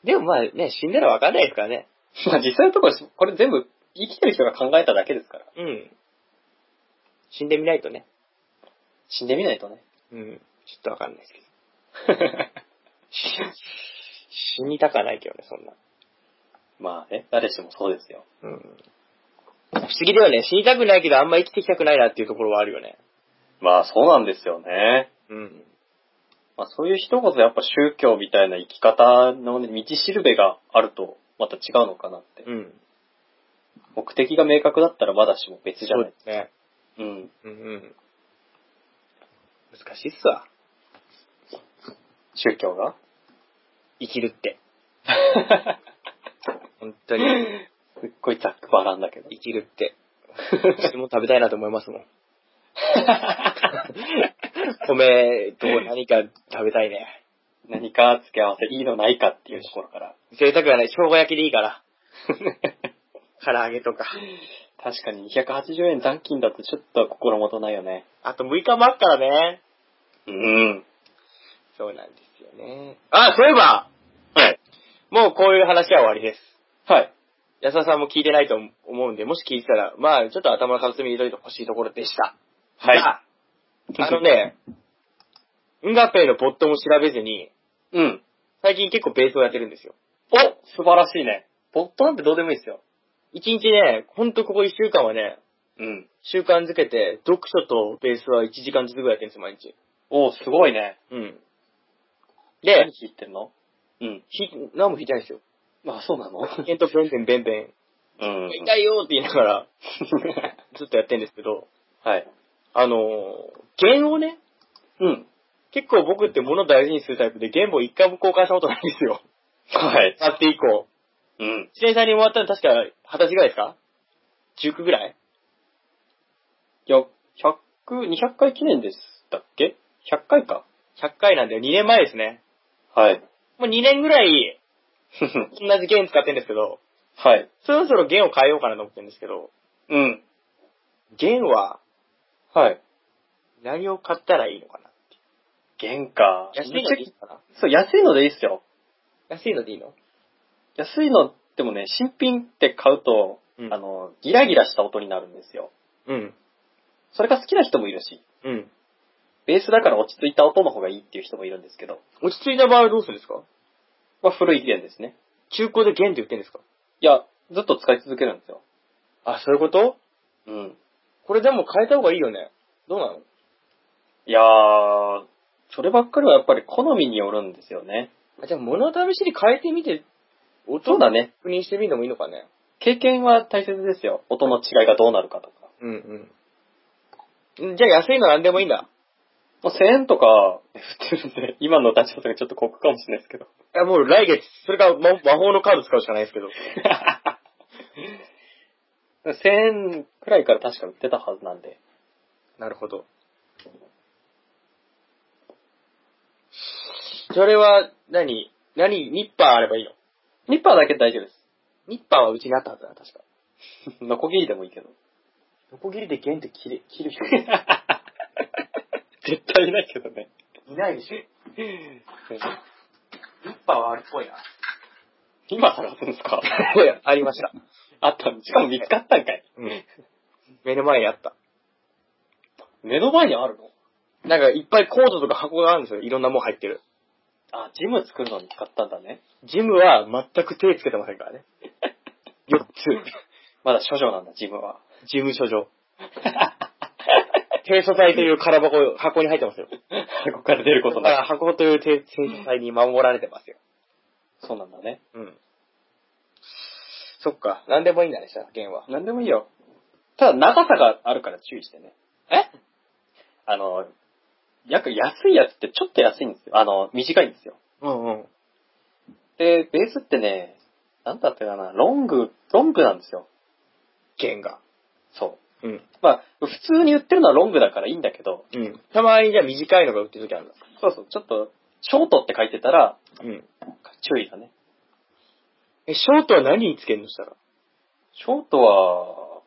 でもまあね、死んだらわかんないですからね。
まあ実際のところ、これ全部生きてる人が考えただけですから。
うん。死んでみないとね。
死んでみない とね。
うん。ちょっとわかんないですけど。死にたかないけどね、そんな。
まあね、誰しもそうですよ。
うん。不思議だよね。死にたくないけど、あんま生きていきたくないなっていうところはあるよね。
まあそうなんですよね。
うん。
まあそういう人こそやっぱ宗教みたいな生き方のね道しるべがあるとまた違うのかなって。
うん。
目的が明確だったらまだしも別じゃ
そう
な
で
い。
すね。
うん。
うんうん。難しいっすわ。
宗教が
生きるって。 本当に。
すっごいざっくばらんだ けど。
生きるって。私も食べたいなと思いますもん。米と何か食べたいね。
何か付け合わせいいのないかっていうところから。
贅沢はない。生姜焼きでいいから。唐揚げとか。
確かに280円残金だとちょっと心もとないよね。
あと6日もあったらね。
うん。
そうなんですよね。あ、そういえば
はい。
もうこういう話は終わりです。
はい。
安田さんも聞いてないと思うんで、もし聞いてたら、まあ、ちょっと頭の片隅に入れといてほしいところでした。
はい。
があのね、ンガペイのポットも調べずに、
うん。
最近結構ベースをやってるんですよ。
お素晴らしいね。ボットなんてどうでもいいですよ。
一日ね、ほんとここ一週間はね、
うん。
習慣づけて、読書とベースは1時間ずつぐらいやってるんですよ、毎日。
おすごいね。
うん。
何
で、
弾いてんのうん。
ひ、何も弾いてないですよ。
あ、そうなの
ケントペンペンペンペ
うん
ン、痛いよって言いながら、ずっとやってるんですけど、
はい。
あのー、弦をね、
うん。
結構僕って物を大事にするタイプで弦も一回も交換したことないんですよ。
はい。
買って以降。
うん。
自転車に終わったの確か二十歳ぐらいですか ?19 ぐらい
いや、100、200回記念でしたっけ ?100 回か。
?100 回なんだよ。2年前ですね。
はい。
もう2年ぐらい
ふふ
同じ弦使ってるんですけど、
はい。
そろそろ弦を変えようかなと思ってるんですけど、
うん。
弦は
はい。
何を買ったらいいのかな
原価。
安いのでいいのかな
そう、安いのでいいっすよ。
安いのでいいの
安いの、でもね、新品って買うと、
うん
あの、ギラギラした音になるんですよ。
うん。
それが好きな人もいるし、
うん。
ベースだから落ち着いた音の方がいいっていう人もいるんですけど、
落ち着いた場合はどうするんですか
まあ古い弦ですね。
中古で弦って売ってるんですか
いや、ずっと使い続けるんですよ。
あ、そういうこと
うん。
これでも変えた方がいいよね。どうなの
いやー、そればっかりはやっぱり好みによるんですよね。
あ、じゃあ物試しに変えてみて、音
そう
を
だね。
確認してみるのもいいのかね。
経験は大切ですよ。音の違いがどうなるかとか。
うんうん。んじゃあ安いの何でもいいんだ。
もう1000円とか、振ってるんで、今の立ち寄せがちょっと酷かもしれないですけど。
いやもう来月、それから魔魔法のカード使うしかないですけど。
1000円くらいから確か売ってたはずなんで。
なるほど。それは何、何、ニッパーあればいいの
ニッパーだけ大丈夫です。
ニッパーはうちにあったはずだな、確か。
ノコギリでもいいけど。
ノコギリで弦って切る切る人
絶対いないけどね。
いないでしょ。ニッパーはあるっぽいな。
今探すんですか
いや、ありました。
あったんしかも見つかったんかい。
うん。目の前にあった。
目の前にあるの
なんかいっぱいコードとか箱があるんですよ。いろんなもん入ってる。
あ、ジム作るのに使ったんだね。
ジムは全く手つけてませんからね。4つ。
まだ処女なんだ、ジム は。
事務所上。 低素体という空箱、箱に入ってますよ。
ここから出ること
だから
ない。
箱という低素体に守られてますよ。
そうなんだね。
うん。そっか。なんでもいいんだね、したら、弦は。
なんでもいいよ。ただ、長さがあるから注意してね。
え
あの、約安いやつってちょっと安いんですよ。あの、短いんですよ。
うんうん。
で、ベースってね、なんだってかな、ロング、ロングなんですよ。
弦が。
そう。
うん。
まあ、普通に売ってるのはロングだからいいんだけど、
うん。たまにじゃあ短いのが売ってる時あるんだ。
そうそう、ちょっと、ショートって書いてたら、
うん。
注意だね。
え、ショートは何につけるのしたら
ショートは、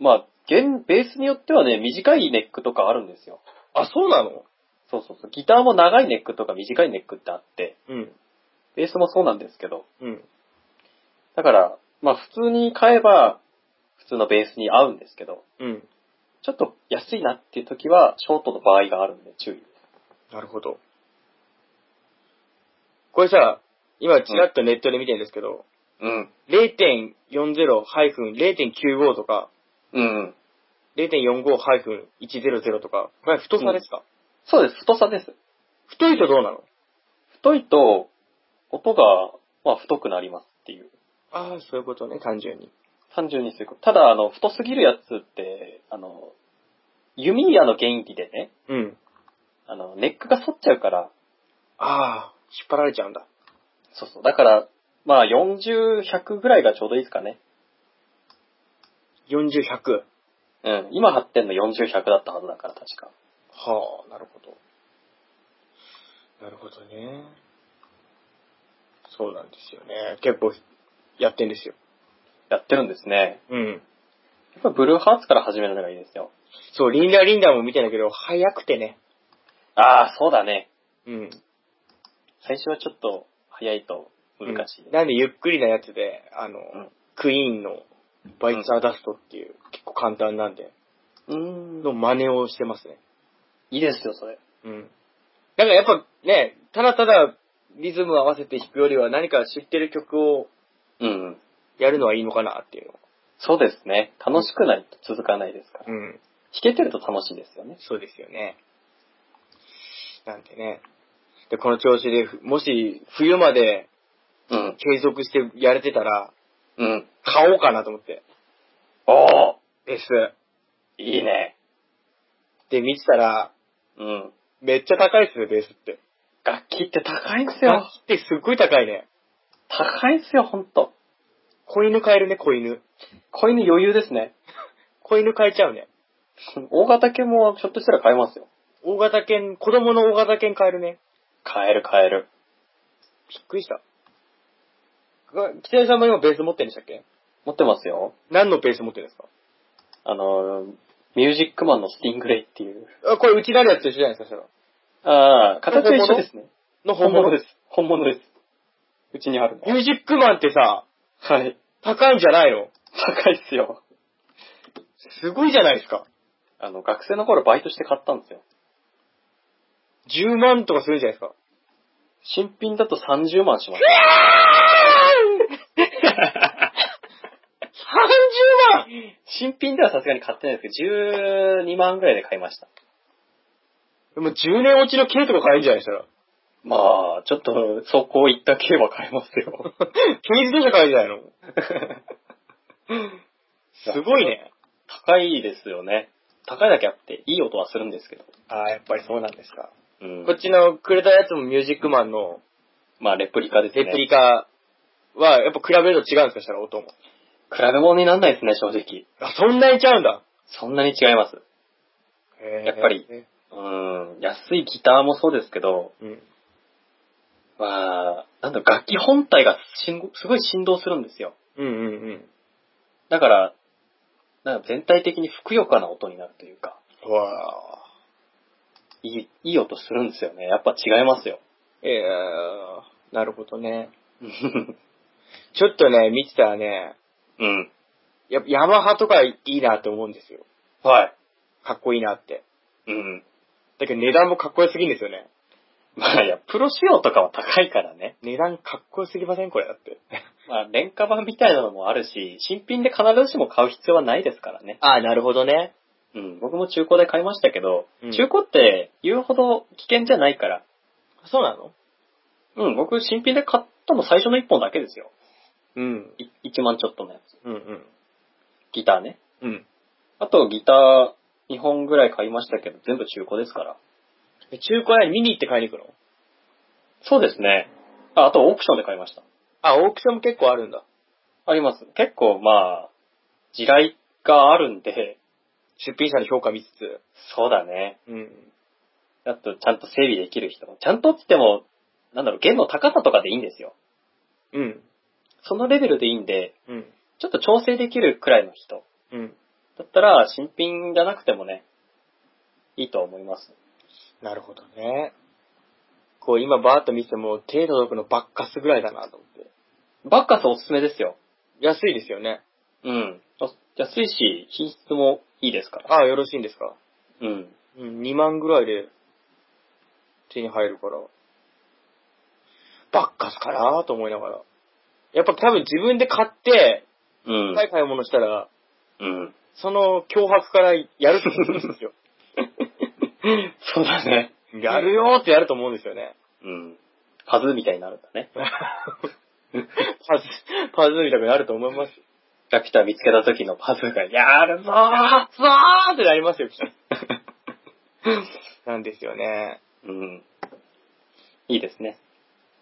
まあ、現、ベースによってはね、短いネックとかあるんですよ。
あ、そうなの
そうそうそう。ギターも長いネックとか短いネックってあって、
うん。
ベースもそうなんですけど、
うん。
だから、まあ普通に買えば、普通のベースに合うんですけど、
うん。
ちょっと安いなっていう時は、ショートの場合があるんで注意。
なるほど。これさ、今ちらっとネットで見てるんですけど、
うん。
0.40-0.95とか、
うん。
0.45-100とか、これ太さですか、
そうです。太さです。
太いとどうなの
太いと、音が、まあ太くなりますっていう。
ああ、そういうことね、単純に。
単純にすること。ただ、あの、太すぎるやつって、あの、弓矢の原域でね、
うん。
あの、ネックが反っちゃうから、
ああ、引っ張られちゃうんだ。
そうそう。だから、まあ40、100ぐらいがちょうどいいですかね。
40、100。
うん。今貼ってんの40、100だったはずだから、確か。
はあ、なるほど。なるほどね。そうなんですよね。結構、やってんですよ。
やってるんですね。
うん。
やっぱブルーハーツから始めるのがいいですよ。
そう、リンダーリンダーも見てんだけど、早くてね。
ああ、そうだね。
うん。
最初はちょっと早いと難しい。
なんでゆっくりなやつで、あの、
ん
クイーンのバイツアーダストっていう、結構簡単なんで、
うん。
の真似をしてますね。
いいですよ、それ。
うん。だからやっぱね、ただただリズムを合わせて弾くよりは何か知ってる曲を
うん。
やるのはいいのかなっていうの。
そうですね。楽しくないと続かないですから。弾
うん。
けてると楽しいですよね。
そうですよね。なんでね。で、この調子で、もし冬まで
うん。
継続してやれてたら、
うん。
買おうかなと思って。
おー
です。
いいね。
って見てたら、
うん。
めっちゃ高いっすね、ベースって。
楽器って高いんす
楽
よ。
器ってすっごい高いね。
高いんすよ、ほんと。
子犬買えるね、子犬。
子犬余裕ですね。
子犬買えちゃうね。
大型犬もひょっとしたら買えますよ。
大型犬、子供の大型犬買えるね。
買える買える。
びっくりした。が北谷さんも今ベース持ってるんでしたっけ
持ってますよ。
何のベース持ってるんですか
あのー、ミュージックマンのスティングレイっていう。
あ、これうちなるやつと一緒じゃないですか、それは
ああ、形は一緒ですね。
の本物です。
す。本物です。うちにある
ミ
の。
ュージックマンってさ、
はい。
高いんじゃないの
高いっすよ。
すごいじゃないですか。
あの、学生の頃バイトして買ったんですよ。
10万とかするんじゃないですか。
新品だと30万し ます。
30万
新品ではさすがに買ってないですけど、12万ぐらいで買いました。
でも10年落ちの軽とか買えるんじゃないです か。
まあ、ちょっと、そこ行った系は買えます よ。
軽自動車買えるんじゃないのすごいね。
高いですよね。高いだけあって、いい音はするんですけど。
ああ、やっぱりそうなんですか。
うん
こっちのくれたやつもミュージックマンの
まあ、レプリカですね。
レプリカは、やっぱ比べると違うんですか、したら音も。
比べ物にならないですね、正直。
あ、そんなにちゃうんだ。
そんなに違います。
へー
やっぱり。うん、安いギターもそうですけど、
うん。
まあ、なんだろう、楽器本体がしんすごい振動するんですよ。
うんうんうん。
だから、なんか全体的にふくよかな音になるというか、
うわあ。
いい、いい音するんですよね。やっぱ違いますよ。
ええなるほどね。ちょっとね、見てたらね、
うん。
やっぱヤマハとかいいなって思うんですよ。
はい。
かっこいいなって。
うん。
だけど値段もかっこよすぎんですよね。
まあいや、プロ仕様とかは高いからね。
値段かっこよすぎませんこれだって。
まあ、廉価版みたいなのもあるし、新品で必ずしも買う必要はないですからね。
ああ、なるほどね。
うん。僕も中古で買いましたけど、
うん
中古って言うほど危険じゃないから。
そうなの
うん、僕新品で買ったの最初の1本だけですよ。
うん。
い1万ちょっとのやつ。
うんうん。
ギターね。
うん。
あとギター2本ぐらい買いましたけど、全部中古ですから。
中古屋に見に行って買いに行くの
そうですね。あ、あとオークションで買いました。
あ、オークションも結構あるんだ。
あります。結構まあ、地雷があるんで、
出品者の評価見つつ。
そうだね。
うん。
あと、ちゃんと整備できる人。ちゃんとって言っても、なんだろう、弦の高さとかでいいんですよ。
うん。
そのレベルでいいんで、
うん。
ちょっと調整できるくらいの人。
うん。
だったら、新品じゃなくてもね、いいと思います。
なるほどね。こう今バーっと見ても手届くのばっかすぐらいだなと思って。
バッカスおすすめですよ。
安いですよね。
うん。安いし、品質もいいですから。
ああ、よろしいんですか
うん。
うん、2万ぐらいで手に入るから。ばっかすかなと思いながら。やっぱ多分自分で買って、
うん。
高い買い物したら、
うん。
その脅迫からやると思うんですよ。
そうだね。
やるよーってやると思うんですよ ね。
うん。はずみたいになるんだね。
パズ、パズみたいになると思います。
ラピュタ見つけた時のパズーが、やるぞ
あー、ザーってなりますよ、きっとなんですよね。
ーうん。いいですね。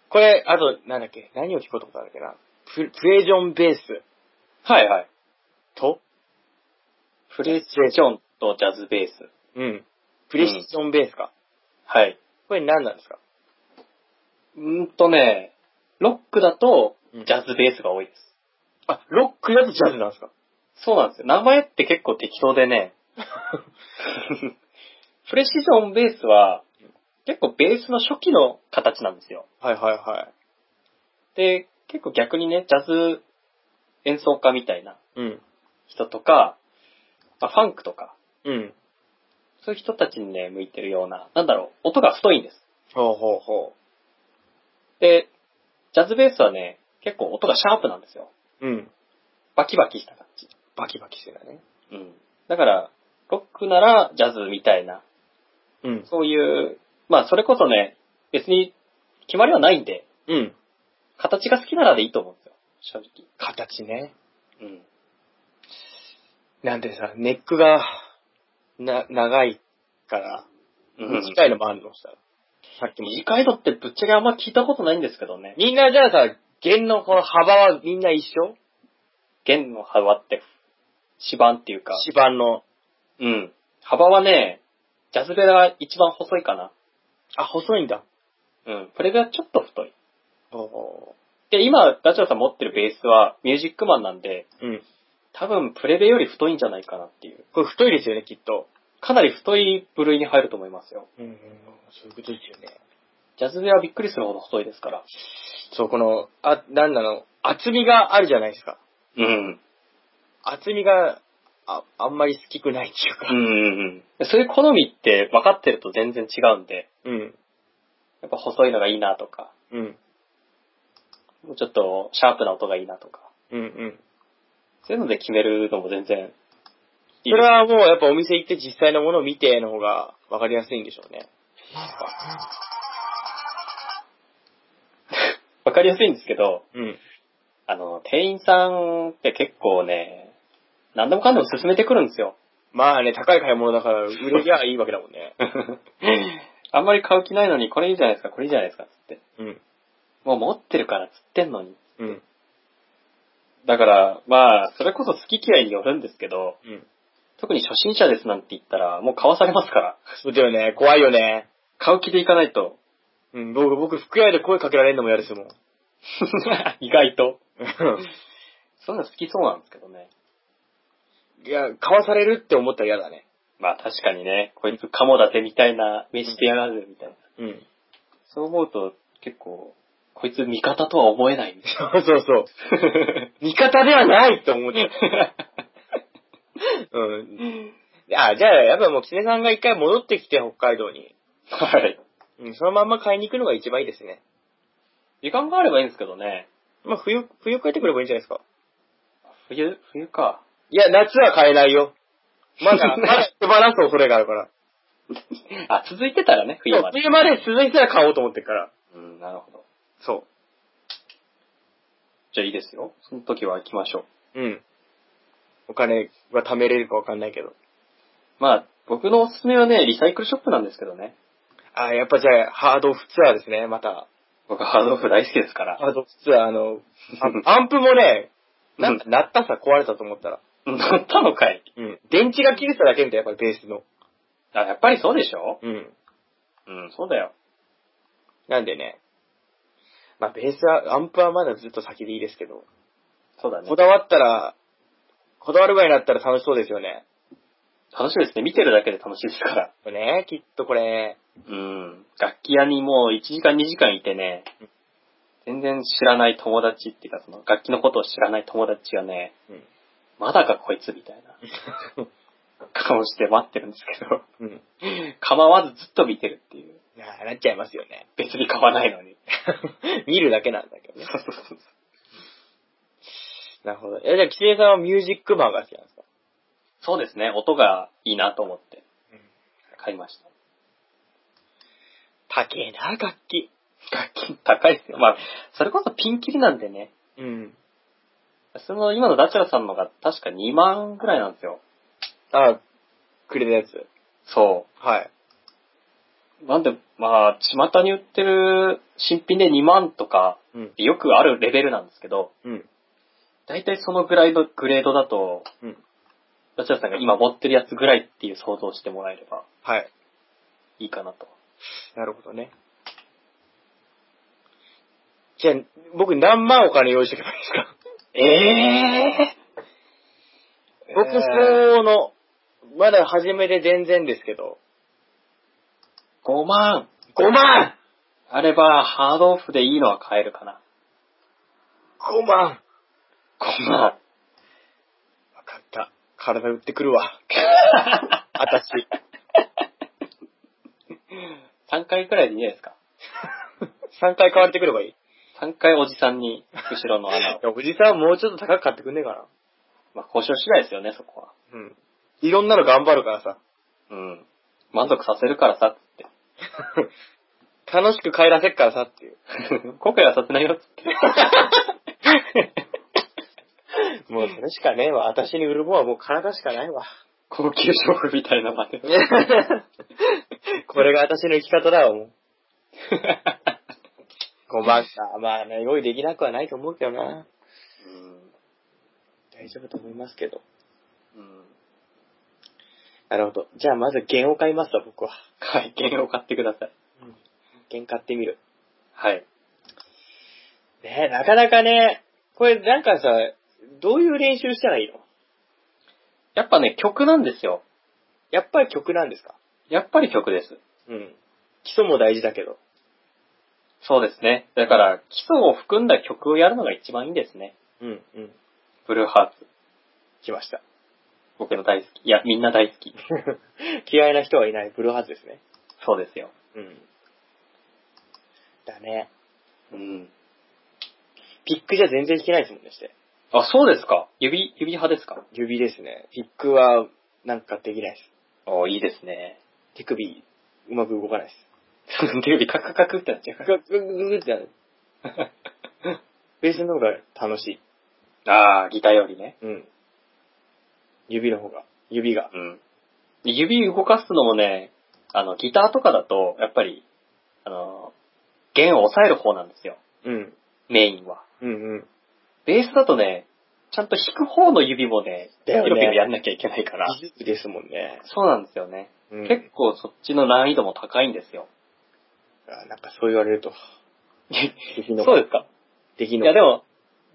これ、あと、なんだっけ、何を聞こうと思ったんだっけな。ププレージョンベース
はいはい。
と、
フレッションとジャズベース。
うん。プレシジョンベースか。
はい。
これ何なんですか
うーんとね、ロックだとジャズベースが多いです。
あ、ロックだとジャズなんですか
そうなんですよ。名前って結構適当でね。プレシジョンベースは、結構ベースの初期の形なんですよ。
はいはいはい。
で、結構逆にね、ジャズ演奏家みたいな
うん。
人とか、まあ、ファンクとか、
うん。
そういう人たちにね、向いてるような、なんだろう、音が太いんです。
ほうほうほ
で、ジャズベースはね、結構音がシャープなんですよ。
う。うん。
バキバキした感じ。
バキバキしてたね。
うん。だから、ロックならジャズみたいな、
うん。
そういう、まあそれこそね、別に決まりはないんで、
うん。
形が好きならでいいと思うんですよ。正直。
形ね。
うん。
なんでさ、ネックが、な、長いから、
うん
短いのもあるのしたら。さっきも。
短いのってぶっちゃけあんま聞いたことないんですけどね。
みんなじゃあさ、弦のこの幅はみんな一緒
弦の幅って、指板っていうか。
指板の。
うん。幅はね、ジャズベラが一番細いかな。
あ、細いんだ。
うん。プレベはちょっと太い。
お
で、今、ダチョウさん持ってるベースはミュージックマンなんで、
うん。
多分プレベより太いんじゃないかなっていう。
これ太いですよね、きっと。
かなり太い部類に入ると思いますよ。
うん、そういうことですよね。
ジャズベはびっくりするほど太いですから。
そう、この、あ、なんだろう、厚みがあるじゃないですか。
うん。
厚みが、あ、あんまり好きくないっていう
う
か。
ん。そういう好みって分かってると全然違うんで、
うん。
やっぱ細いのがいいなとか、
うん。
もうちょっとシャープな音がいいなとか、
うん、うん。
そういうので決めるのも全然
それはもうやっぱお店行って実際のものを見ての方が分かりやすいんでしょうね。
分かりやすいんですけど、
うん。
あの、店員さんって結構ね、何でもかんでも進めてくるんですよ。
まあね、高い買い物だから売れりゃいいわけだもんね。
あんまり買う気ないのに、これいいじゃないですか、これいいじゃないですか、つって。
うん。
もう持ってるから、つってんのに。
うん。
だから、まあ、それこそ好き嫌いによるんですけど、
うん。
特に初心者ですなんて言ったら、もう買わされますから。
そうだよね、怖いよね。
買う気でいかないと。
うん、僕、僕、服屋で声かけられるのも嫌ですもん。
意外と。 そんなの好きそうなんですけどね。
いや、買わされるって思ったら嫌だね。
まあ確かにね、こいつカモだぜみたいな、飯してやがるみたいな。
うん。
そう思うと、結構、こいつ味方とは思えないみたい
そうそうそう。
な。
味方ではないと思っちゃ う。うん。あ、じゃあ、やっぱもう、キネさんが一回戻ってきて、北海道に。
はい。
うん、そのまんま買いに行くのが一番いいですね。
時間があればいいんですけどね。
まあ、冬、冬帰ってくればいいんじゃないですか。
冬、冬か。
いや、夏は買えないよ。ま だ、まだ手放す恐れがあるから。
あ、続いてたらね、冬まで。
冬まで続いたら買おうと思ってるから。
うん、なるほど。
そ
じゃあいいですよ。その時は行きましょう。
う。うん。お金は貯めれるかわかんないけど。
まあ、僕のおすすめはね、リサイクルショップなんですけどね。
あ、やっぱじゃあ、ハードオフツアーですね、また。
僕ハードオフ大好きですから。
ハードオフツアー、あの、あアンプもね、なんか鳴ったさ、壊れたと思ったら。
乗ったのかい
うん。電池が切れただけみたいな、やっぱりベースの。
あ、やっぱりそうでしょ
うん。
うん、そうだよ。
なんでね。まあ、ベースは、アンプはまだずっと先でいいですけど、
そうだね
こ。だわったら、こだわるぐらいになったら楽しそうですよね。
楽しいですね。見てるだけで楽しいですから。
ねきっとこれ、
うん。楽器屋にもう1時間2時間いてね、全然知らない友達っていうか、その楽器のことを知らない友達がね、
うん
まだかこいつみたいな顔して待ってるんですけど、
うん。
構わずずっと見てるっていう。
ななっちゃいますよね。
別に買わないのに。
見るだけなんだけど
そう
ね。
そうそう。
なるほど。え、じゃあ、吉江さんはミュージックマンが好きなんですか
そうですね。音がいいなと思って
うん、
買いました。
高えな、楽器。
楽器高いですよ。まあ、それこそピンキリなんでね。
うん。
その今のダチュラさんのが確か2万ぐらいなんですよ。
あ、くれたやつ。
そ
はい。
う。なんで、まあ、巷に売ってる新品で2万とか、
うん。
よくあるレベルなんですけど、
うん。
だいたいそのぐらいのグレードだと、
うん。
ダチュラさんが今持ってるやつぐらいっていう想像してもらえれば
はい。
いいかなと。
なるほどね。じゃあ、僕何万お金用意しておけばいいですか
ええー、
僕、そうの、まだ初めで全然ですけど、
5万
5万
あれば、ハードオフでいいのは買えるかな。
!5 万
5万。
わかった。体打ってくるわ。 私。
3回くらいでいいんじゃないですか。
3回買われてくればいい。い
3回おじさんに後ろの穴を。
やおじさんもうちょっと高く買ってくんねえかな。
まあ、交渉次第ですよね、そこは。
うん。いろんなの頑張るから さ。
うん。満足させるからさ、つっ
楽しく帰らせっからさっていう。
て。 後悔はさせないよ、つ って。
もうそれしかねえわ。私に売るもんはもう体しかないわ。
高級娼婦みたいなまで。
これが私の生き方だわ、もう。ごまかした。まあね、用意できなくはないと思うけどな。
うん。
大丈夫と思いますけど。
うん。
なるほど。じゃあまず弦を買いますわ、僕は。
はい、券を買ってください。
弦買ってみる。
はい。
ねなかなかね、これなんかさ、どういう練習したらいいの
やっぱね、曲なんですよ。
やっぱり曲なんですか
やっぱり曲です。
うん。基礎も大事だけど。
そうですね。だから、基礎を含んだ曲をやるのが一番いいんですね。
うん、うん。
ブルーハーツ。
来ました。
僕の大好き。いや、みんな大好き。
嫌いな人はいないブルーハーツですね。
そうですよ。
うん。だね。
うん。
ピックじゃ全然弾けないですもんね、して。
あ、そうですか。指、指派ですか
指ですね。ピックは、なんかできないです。
おいいですね。
手首、うまく動かないです。
手 指カクカクってなっちゃうか
グググググってなる。ベースの方が楽しい。
ら。あー、ギターよりね。
うん。指の方が、指が。
うん。で指動かすのもね、あの、ギターとかだと、やっぱり、あの、弦を押さえる方なんですよ。
うん。
メインは。
うんうん。
ベースだとね、ちゃんと弾く方の指もね、ピ
だよ
ロ
ね
ピロやんなきゃいけないから。
技術ですもんね。
そうなんですよね。
うん。
結構そっちの難易度も高いんですよ。
あなんかそう言われると。できの
そうですか
でき
い
の
やでも、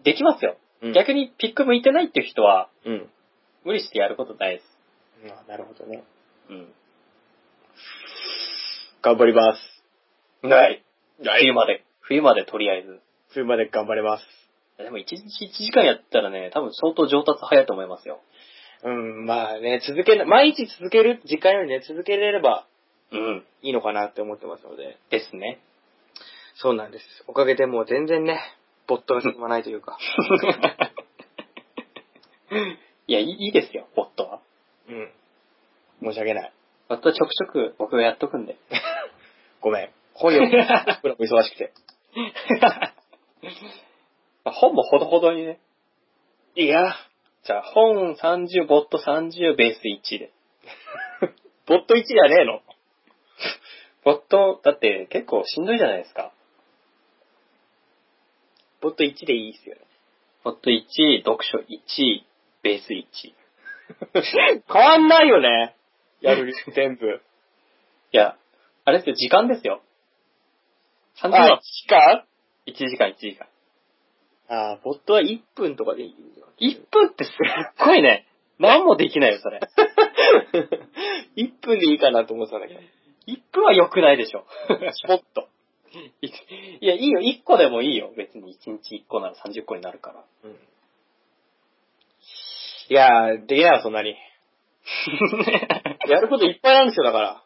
できますよ。
うん
逆にピック向いてないっていう人は、
うん。
無理してやることないです。
あなるほどね。
うん。
頑張ります。
ない。冬まで。冬までとりあえず。
冬まで頑張れます。
でも1日1時間やったらね、多分相当上達早いと思いますよ。
うん、まあね、続けな、毎日続ける時間よりね、続けれれば
うん。
いいのかなって思ってますので。
ですね。
そうなんです。おかげでもう全然ね、ボットが進まないというか。
いや、いいいいですよ、ボットは。
うん。申し訳ない。
ボットはちょくちょく僕がやっとくんで。
ごめん。本 読む忙しくて。
本もほどほどにね。
いや、
じゃあ、本30、ボット30、ベース1で。
ボット1じゃねえ の
ボット、だって結構しんどいじゃないですか。
ボット1でいいっすよね。
ボット1、読書1、ベース1。い
変わんないよね。やる、 全部。
や、あれですよ、時間ですよ。30分
あ、期間
1時間、1時間。
あ、ボットは1分とかでいいんだよ。
1分ってすっごいね。 何もできないよ、それ。
1分でいいかなと思ってたんだけど。
1分は良くないでしょ。
ちょっと。
いや、 いいよ、1個でもいいよ。別に1日1個なら30個になる から。
うん。いやー、できないわ、そんなに。やることいっぱいなんですよ、だから。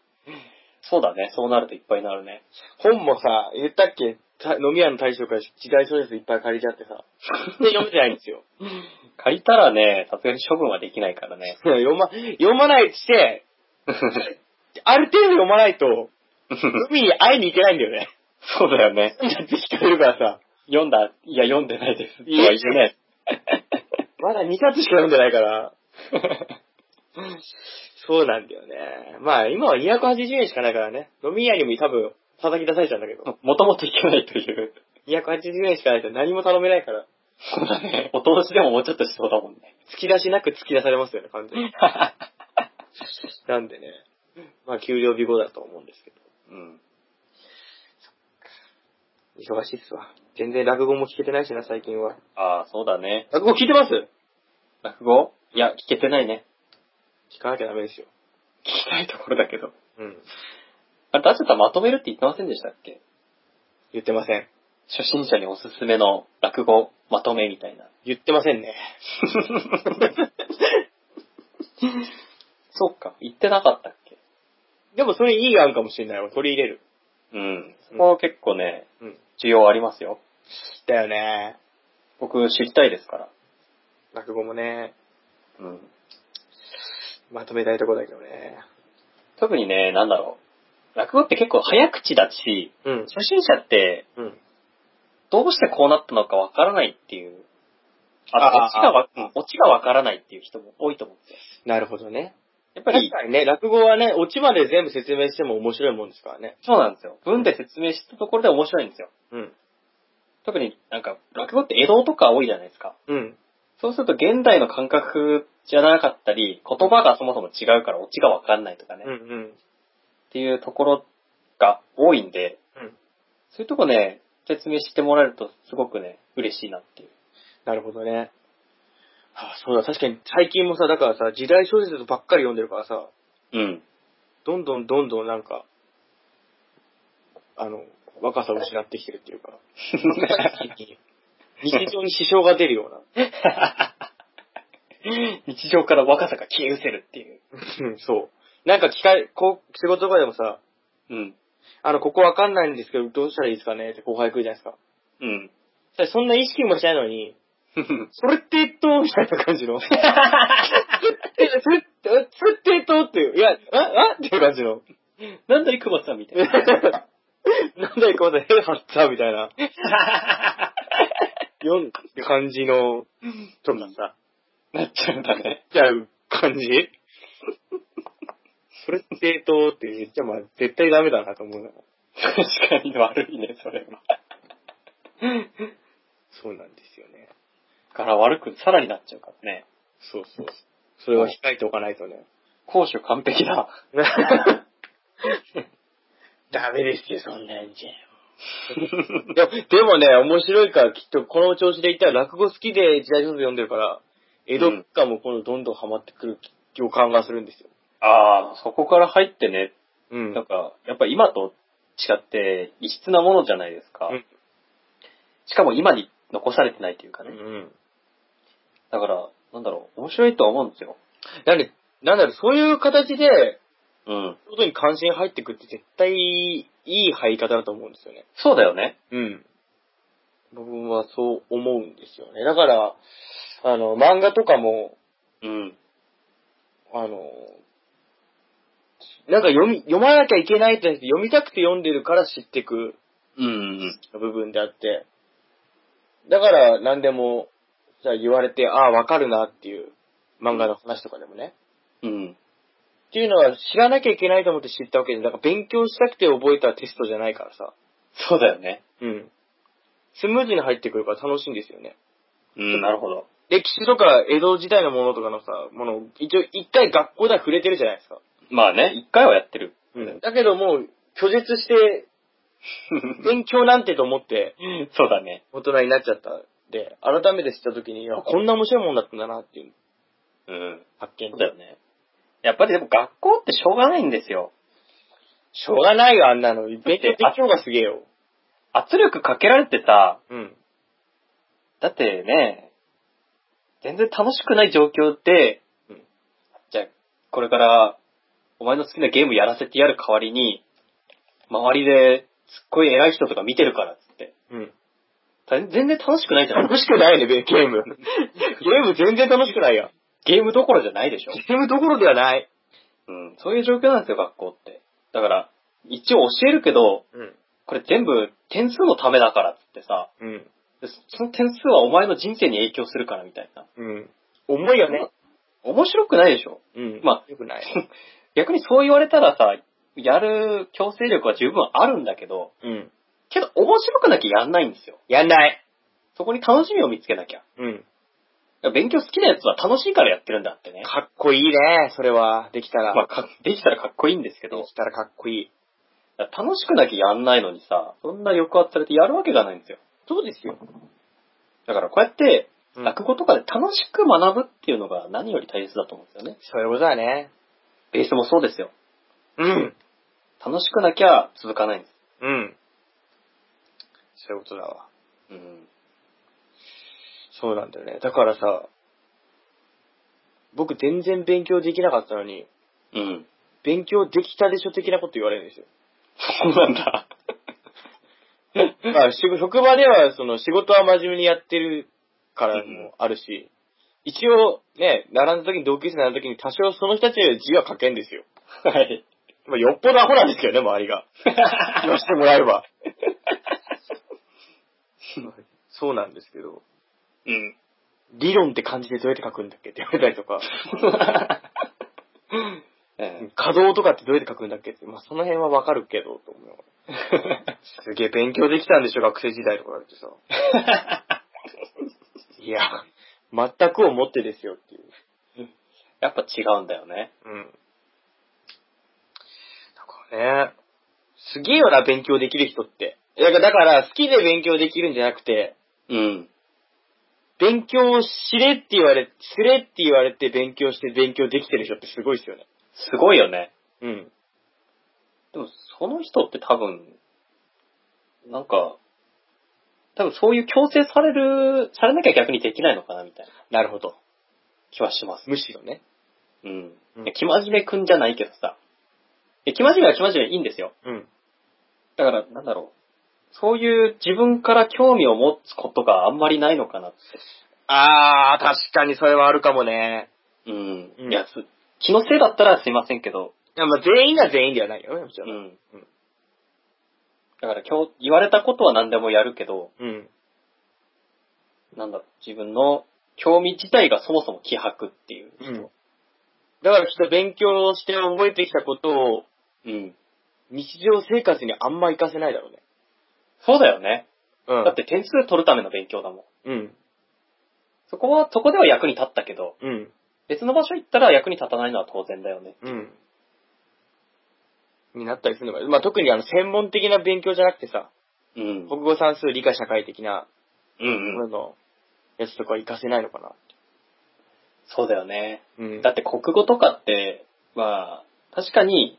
そうだね、そうなるといっぱいになるね。
本もさ、言ったっけた飲み屋の大将から時代小説いっぱい借りちゃってさ。で、読めてないんですよ。
借りたらね、さすがに処分はできないからね。
読ま、読まないとして、ある程度読まないと、海に会いに行けないんだよね。
そうだよね。
だって聞かれるからさ。
読んだ、いや、読んでないです。とは言えない。
まだ2冊しか読んでないから。そうなんだよね。まあ、今は280円しかないからね。飲み屋にも多分、叩き出されちゃうんだけど。
もともといけないという。
280円しかないと何も頼めないから、
そうだね。お通しでももうちょっとしそうだもん ね。
突き出しなく突き出されますよね、完全に。なんでね。まあ、給料日後だと思うんですけど。
うん。
忙しいっすわ。全然落語も聞けてないしな、最近は。
ああ、そうだね。
落語聞いてます
落語いや、聞けてないね。
聞かなきゃダメですよ。
聞きたいところだけど。
うん。
あれ、ダチョウさんまとめるって言ってませんでしたっけ
言ってません。
初心者におすすめの落語まとめみた いな。
言ってませんね。
そっか、言ってなかったっけ
でもそれいい案かもしれないわ。取り入れる。
うん。そこは結構ね、
うん。
需要ありますよ。
だよね。
僕知りたいですから。
落語もね、
うん。
まとめたいとこだけどね。
特にね、なんだろう。落語って結構早口だし、
うん。
初心者って
うん。
どうしてこうなったのかわからないっていう。あ
あ
と、オチがわ、うんオチがわからないっていう人も多いと思うんですよ。
なるほどね。
やっぱ
確
り、
かにね、落語はね、落ちまで全部説明しても面白いもんですからね。
そうなんですよ。文で説明したところで面白いんですよ。
うん。
特になんか、落語って江戸とか多いじゃないですか。
うん。
そうすると現代の感覚じゃなかったり、言葉がそもそも違うからオチがわかんないとかね、
うん
っ
うん。
ていうところが多いんで、
うん
そういうとこね、説明してもらえるとすごくね、嬉しいなっていう。
なるほどね。はあ、そうだ、確かに最近もさ、だからさ、時代小説ばっかり読んでるからさ、
うん。
どんどんどんどんなんか、あの、若さを失ってきてるっていうか、日常に支障が出るような。
日常から若さが消え失せるっていう。
うんそう。なんか機会、こう、仕事とかでもさ、
うん。
あの、ここわかんないんですけど、どうしたらいいですかねって後輩来るじゃないですか。
うん。
そしたらそんな意識もしないのに、それってえっと、みたいな感じの。それって、それって、それってえっとっていう。いや、あ、あっていう感じの。
なんだい熊さんみたいな。
なんだよ、このヘハッツァみたいな、読んで感じの、とかさ、
なっちゃうんだね。
ちゃう感じそれって、えっと、って言っちゃ、まあ、絶対ダメだなと思うな。
確かに悪いね、それは。
そうなんですよね。
から悪く、さらになっちゃうからね。
そうそう。それは控えておかないとね。
攻守完璧だ。
ダメですよ、そんなんじゃ。でも、でもね、面白いから、きっとこの調子で言ったら落語好きで時代小説読んでるから、江戸っ子もこのどんどんハマってくる予感がするんですよ。
ああ、そこから入ってね、
うん
なんか、やっぱ今と違って異質なものじゃないですか。
うん
しかも今に残されてないというか
う
ね。
ん。
だから、なんだろう、面白いとは思うんですよ。
なんで、なんだろう、そういう形で、
うん。
そういうことに関心入ってくって絶対いい入り方だと思うんですよね。
そうだよね。
うん。僕はそう思うんですよね。だから、あの、漫画とかも、
うん。
あの、なんか読み、読まなきゃいけないって読みたくて読んでるから知ってく
うんうん。
部分であって、だから何でも、じゃあ言われて、ああ、わかるなっていう漫画の話とかでもね。
うん。
っていうのは知らなきゃいけないと思って知ったわけで、なんか勉強したくて覚えたテストじゃないからさ。
そうだよね。
うん。スムーズに入ってくるから楽しいんですよね。
うん、なるほど。
歴史とか江戸時代のものとかのさ、もの、一応一回学校では触れてるじゃないですか。
まあね、一回はやってる。
だけどもう、拒絶して、勉強なんてと思って、
そうだね。
大人になっちゃったんで、改めて知った時に、いやこんな面白いもんだったんだなっていう
うん。
発見
そうだよね。やっぱりでも学校ってしょうがないんですよ。
しょうがないよ、あんなの。勉強できるがすげえよ。
圧力かけられてさ、
うん。
だってね、全然楽しくない状況で、
うん
じゃあ、これから、お前の好きなゲームやらせてやる代わりに、周りで、すっごい偉い人とか見てるからっつって。
うん。
た全然楽しくないじゃん。
楽しくないね、 ゲーム。ゲーム全然楽しくないや。
ゲームどころじゃないでしょ。
ゲームどころではない。
うん。そういう状況なんですよ、学校って。だから、一応教えるけど、
うん。
これ全部点数のためだからっつってさ、
うん。
でその点数はお前の人生に影響するからみたいな。
うん。重いよね。
面白くないでしょ。
うん
ま
まあ、よくない。
逆にそう言われたらさ、やる強制力は十分あるんだけど、
うん。
けど面白くなきゃやんないんですよ。
やんない。
そこに楽しみを見つけなきゃ。
うん。
勉強好きなやつは楽しいからやってるんだってね。
かっこいいね、それは。できたら。
まあ、か できたらかっこいいんですけ
で
ど
き、たらかっこいい。
楽しくなきゃやんないのにさ、そんな抑圧されてやるわけがないんですよ。
そうですよ。
だからこうやって、
うん
落語とかで楽しく学ぶっていうのが何より大切だと思うんですよね。
そういうことだね。
ベースもそうですよ。
うん。
楽しくなきゃ続かないんです。
うん。そういうことだわ。
うん。
そうなんだよね。だからさ、僕全然勉強できなかったのに、
うん。
勉強できたでしょ的なこと言われるんですよ。
そうなんだ。
まあ、し職場では、その仕事は真面目にやってるからもあるし、一応ね、並んだ時に同級生に並んだ時に多少その人たちより字は書けんですよ。
はい。
まあ、よっぽどアホなんですけどね、周りが。言わせてもらえば。 そうなんですけど、
うん。
理論って感じでどうやって書くんだっけって言われたりとか、波動とかってどうやって書くんだっけって、まあ、その辺はわかるけど、と思う。すげえ勉強できたんでしょ、学生時代とかだってさ。いや、全くをもってですよっていう。
やっぱ違うんだよね。
うん。だからね、すげえよな、勉強できる人って。だから、だから好きで勉強できるんじゃなくて、
うん。
勉強しれって言われ、すれって言われて勉強して勉強できてる人ってすごいっすよね。
すごいよね。
うん。
でも、その人って多分、なんか、多分そういう強制される、されなきゃ逆にできないのかなみたいな
なるほど。
気はします。
むしろね。
うん。
うん
いや生真面目くんじゃないけどさ。いや生真面目は生真面目いいんですよ。
うん。
だから、なんだろう。そういう自分から興味を持つことがあんまりないのかなって。
あー、確かにそれはあるかもね。
うん。
うん
いや、す気のせいだったらすいませんけど、
いやまあ全員が全員ではないよね、もち
う
ろん。
ん
うん。
だから今日言われたことは何でもやるけど、
うん。
なんだろう、自分の興味自体がそもそも希薄っていう
う
人。
ん。だからきっと勉強して覚えてきたことを
うん。
日常生活にあんま活かせないだろうね。
そうだよね。
う
だって点数取るための勉強だもん。
うん。
そこは、そこでは役に立ったけど、
うん。
別の場所行ったら役に立たないのは当然だよね。
うん。になったりするのが、まあ、特にあの、専門的な勉強じゃなくてさ、
うん
国語算数理科社会的な、
うんうん。
俺のやつとか活かせないのかな。
そうだよね。
うん。
だって国語とかって、まあ、確かに、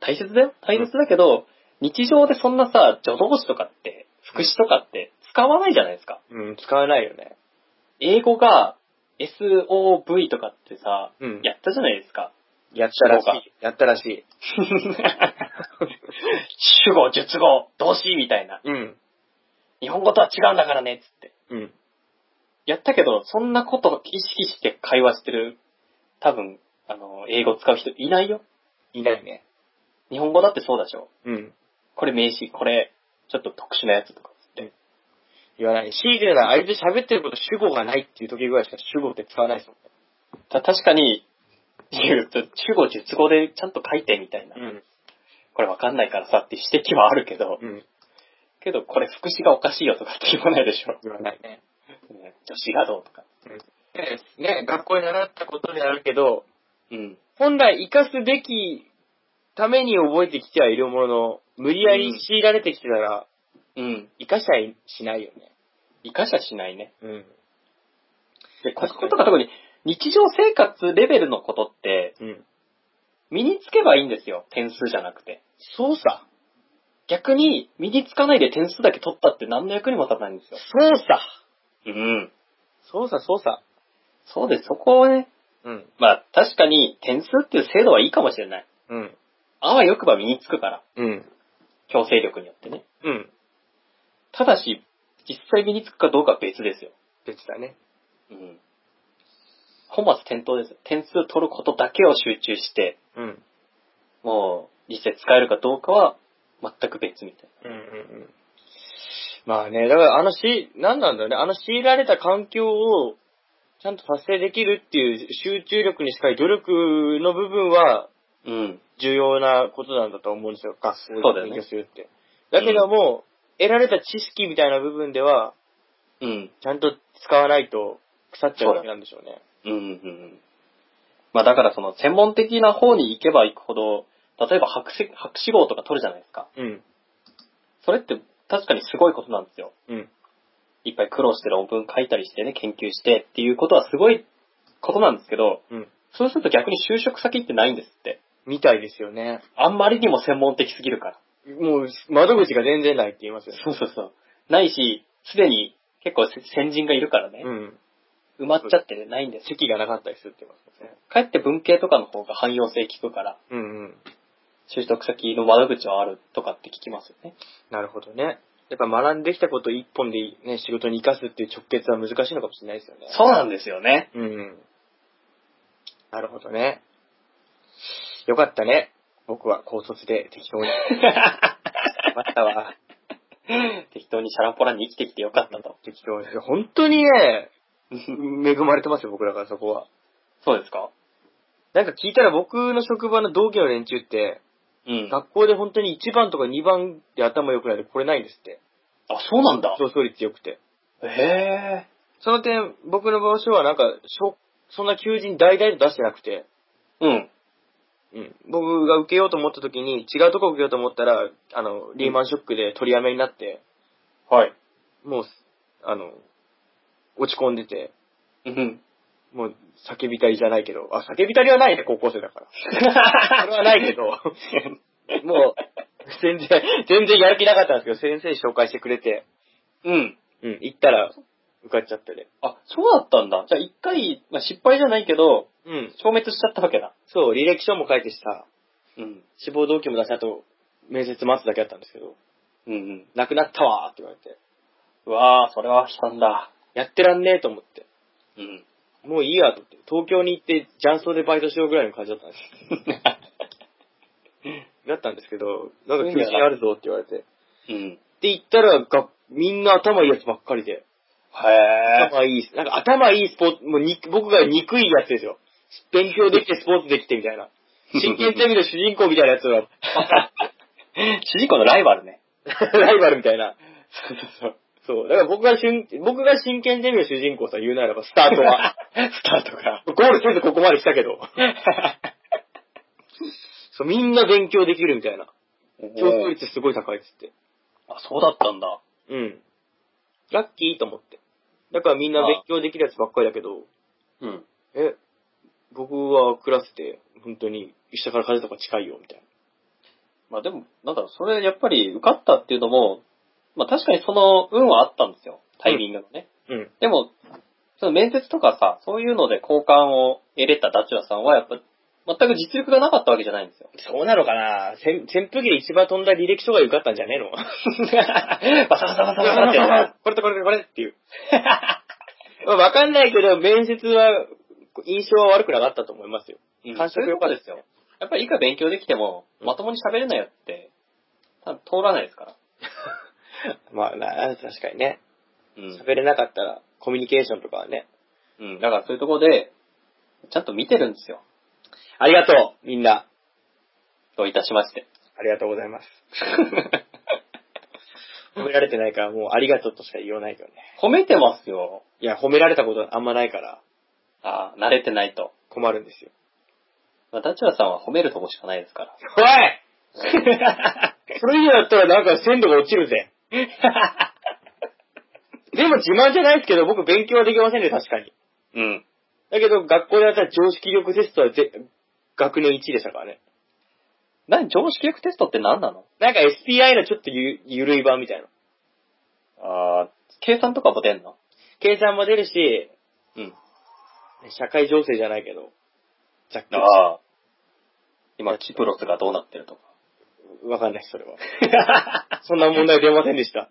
大切だよ。大切だけど、日常でそんなさ、助動詞とかって、副詞とかって使わないじゃないですか。
うん、使わないよね。
英語が SOV とかってさ、
うん
やったじゃないですか。
やったらしい。やったらしい。
主語、述語、動詞みたいな。
うん。
日本語とは違うんだからね、つって。
うん。
やったけど、そんなことを意識して会話してる、多分、あの、英語使う人いないよ。
いないね。
日本語だってそうだしょ。
うん。
これ名詞、これ、ちょっと特殊なやつとかっつって。
言わない。強いて言うなら、あいつ喋ってること主語がないっていう時ぐらいしか主語って使わないですもんね。
た確かに、言うと、中語、述語でちゃんと書いてみたいな。これわかんないからさって指摘はあるけど、
うん。うん。
けどこれ副詞がおかしいよとかって言わないでしょ。
言わないね。
ね 女子がどうとか。
ねね、学校に習ったことであるけど、
うん。
本来活かすべきために覚えてきてはいるものの、無理やり強いられてきてたら、
うん。
活かしゃいしないよね。
生かしはしないね。
うん。
で、国語とか特に日常生活レベルのことって
うん。
身につけばいいんですよ。点数じゃなくて。
そうさ。
逆に身につかないで点数だけ取ったって何の役にも立たないんですよ。
そうさ。
うん。
そうさ、そうさ。
そうです。そこをね、
うん。
まあ確かに点数っていう制度はいいかもしれない。
うん。
あわよくば身につくから。
うん。
強制力によってね。
うん。
ただし、実際身につくかどうかは別ですよ。
別だね。
うん。本末転倒です。点数取ることだけを集中して、
うん。
もう、実際使えるかどうかは、全く別みたい
うんうんうん。まあね、だからあのし、なんなんだろうね、あの強いられた環境を、ちゃんと達成できるっていう集中力に近い努力の部分は
な。うん。
重要なことなんだと思うんですよ、学
そ
校
う
で
だよね
勉強するって。だけども、得られた知識みたいな部分では、
うん。
ちゃんと使わないと腐っちゃうわけなんでしょうね。
うん、うん、うん。まあだからその、専門的な方に行けば行くほど、例えば博士、博士号とか取るじゃないですか。
うん。
それって確かにすごいことなんですよ。
うん。
いっぱい苦労して論文書いたりしてね、研究してっていうことはすごいことなんですけど、
うん。
そうすると逆に就職先ってないんですって。
みたいですよね。
あんまりにも専門的すぎるから。
もう、窓口が全然ないって言いますよね。
そうそうそう。ないし、すでに結構せ先人がいるからね
う、ん。
埋まっちゃってないんですよ。
席がなかったりするって言いますよね。
かえって文系とかの方が汎用性効くから、
うんうん。
就職先の窓口はあるとかって聞きますよね。
なるほどね。やっぱ学んできたこと一本でね、仕事に生かすっていう直結は難しいのかもしれないですよね。
そうなんですよね。
う。うん。なるほどね。よかったね。僕は高卒で適 当に。またわ。
適当にシャランポランに生きてきてよかったと。
適当に。本当にね、恵まれてますよ、僕らからそこは。
そうですか
なんか聞いたら僕の職場の同期の連中って、
うん。あ、
学校で本当に1番とか2番で頭良くないとこれないんですって。
そうなんだ。
競争率良くて。
へえ。
その点、僕の場所はなんか、しょそんな求人大々と出してなくて、
うん。
うん。僕が受けようと思った時に、違うとこ受けようと思ったら、あの、リーマンショックで取りやめになって、
はい。
もう、あの、落ち込んでて、
うん。
もう、叫びたりじゃないけど、あ、叫びたりはないね、高校生だから。それはないけど、 もう、全然、全然やる気なかったんですけど、先生紹介してくれて、
うん。
うん、行ったら、受かっちゃってで。
あ、そうだったんだ。じゃあ一回、まあ、失敗じゃないけど、
うん。
消滅しちゃったわけだ。
そう、履歴書も書いてさ、
うん。
志望動機も出して、あと、面接待つだけだったんですけど、
うんうん。
なくなったわーって言われて、
うわー、それは悲惨だ。
やってらんねーと思って、
うん。
もういいやと思って、東京に行って、ジャンソーでバイトしようぐらいの感じだったんです だったんですけど、なんか求人あるぞって言われて。
うん。
って言ったら、がみんな頭いいやつばっかりで。
へえ。
頭いい、なんか頭いいスポーツ、もうに僕が憎いやつですよ。勉強できてスポーツできてみたいな。真剣ゼミの主人公みたいなやつの
主人公のライバルね。
ライバルみたいな。
そうそうそう。
そう。だから僕がしゅん、僕が真剣ゼミの主人公さ、言うならば、スタートは。
スタート が。
ゴールせずここまでしたけど。そう、みんな勉強できるみたいな。競争率すごい高いっつって。
あ、そうだったんだ。
うん。ラッキーと思って。だからみんな勉強できるやつばっかりだけど、
うん。
え、僕はクラスで、本当に、下から風とか近いよ、みたい
まあでも、なんだろう、それやっぱり受かったっていうのも、まあ確かにその運はあったんですよ。タイミングのね。
な。うん。
でも、その面接とかさ、そういうので好感を得れたダチュラさんはやっぱ、全く実力がなかったわけじゃないんです よ。
そうなのかな扇扇風機で一番飛んだ履歴書が受かったんじゃねえの
バサバサバサバサってや
これとこれとこれ っていう。まあわかんないけど、面接は、印象は悪くなかったと思いますよ。
つ。うん
感触良かったですよ。
やっぱりいくら勉強できても、まともに喋れないやつって、多分通らないですから。
まあな、確かにね。
うん。
喋れなかったら、コミュニケーションとかはね。
うん。だからそういうところで、ちゃんと見てるんですよ。
ありがとう、みんな。
といたしまして。
ありがとうござい ます。褒められてないから、もうありがとうとしか言わないけどね。
褒めてますよ。
いや、褒められたことあんまないから、
ああ、慣れてないと。
困るんですよ。
まあ、ダチュラさんは褒めるとこしかないですから。
おい それ以上だったらなんか鮮度が落ちるぜ。でも自慢じゃないですけど、僕勉強はできませんね、確かに。
うん。
だけど、学校でやった常識力テストはぜ学年1位でしたからね。
何、常識力テストって何なの
なんか SPI のちょっとゆゆるい版みたいな。
ああ、計算とかも出んの
計算も出るし、
うん。
社会情勢じゃないけど、ざっく
ああ。今、キプロスがどうなってる とか。
り。わかんないです、それは。そんな問題出ませんでした。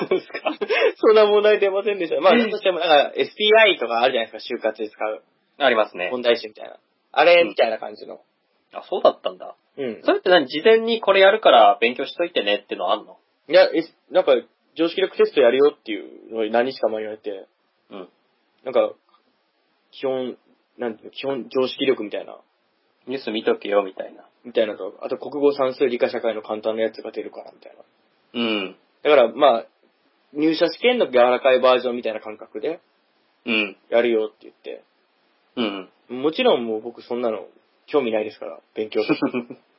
そうですか そんな問題出ませんでした。まあ、だとしても、なんか SPI とかあるじゃないですか、就活で使う。
ありますね。
問題集みたいな。あれみたいな感じの。
あ、そうだったんだ。
うん
それって何事前にこれやるから勉強しといてねってのあんの
いや、え、なんか、常識力テストやるよっていうのに何日か前言われて、
うん。
なんか、基本、なんていうの、基本常識力みたいな、
ニュース見とけよ、みたいな。
みたいなのと、あと国語算数理科社会の簡単なやつが出るから、みたいな。
うん。
だから、まあ、入社試験の柔らかいバージョンみたいな感覚で、
うん。
やるよって言って。
うん。
もちろんもう僕そんなの、興味ないですから、勉強。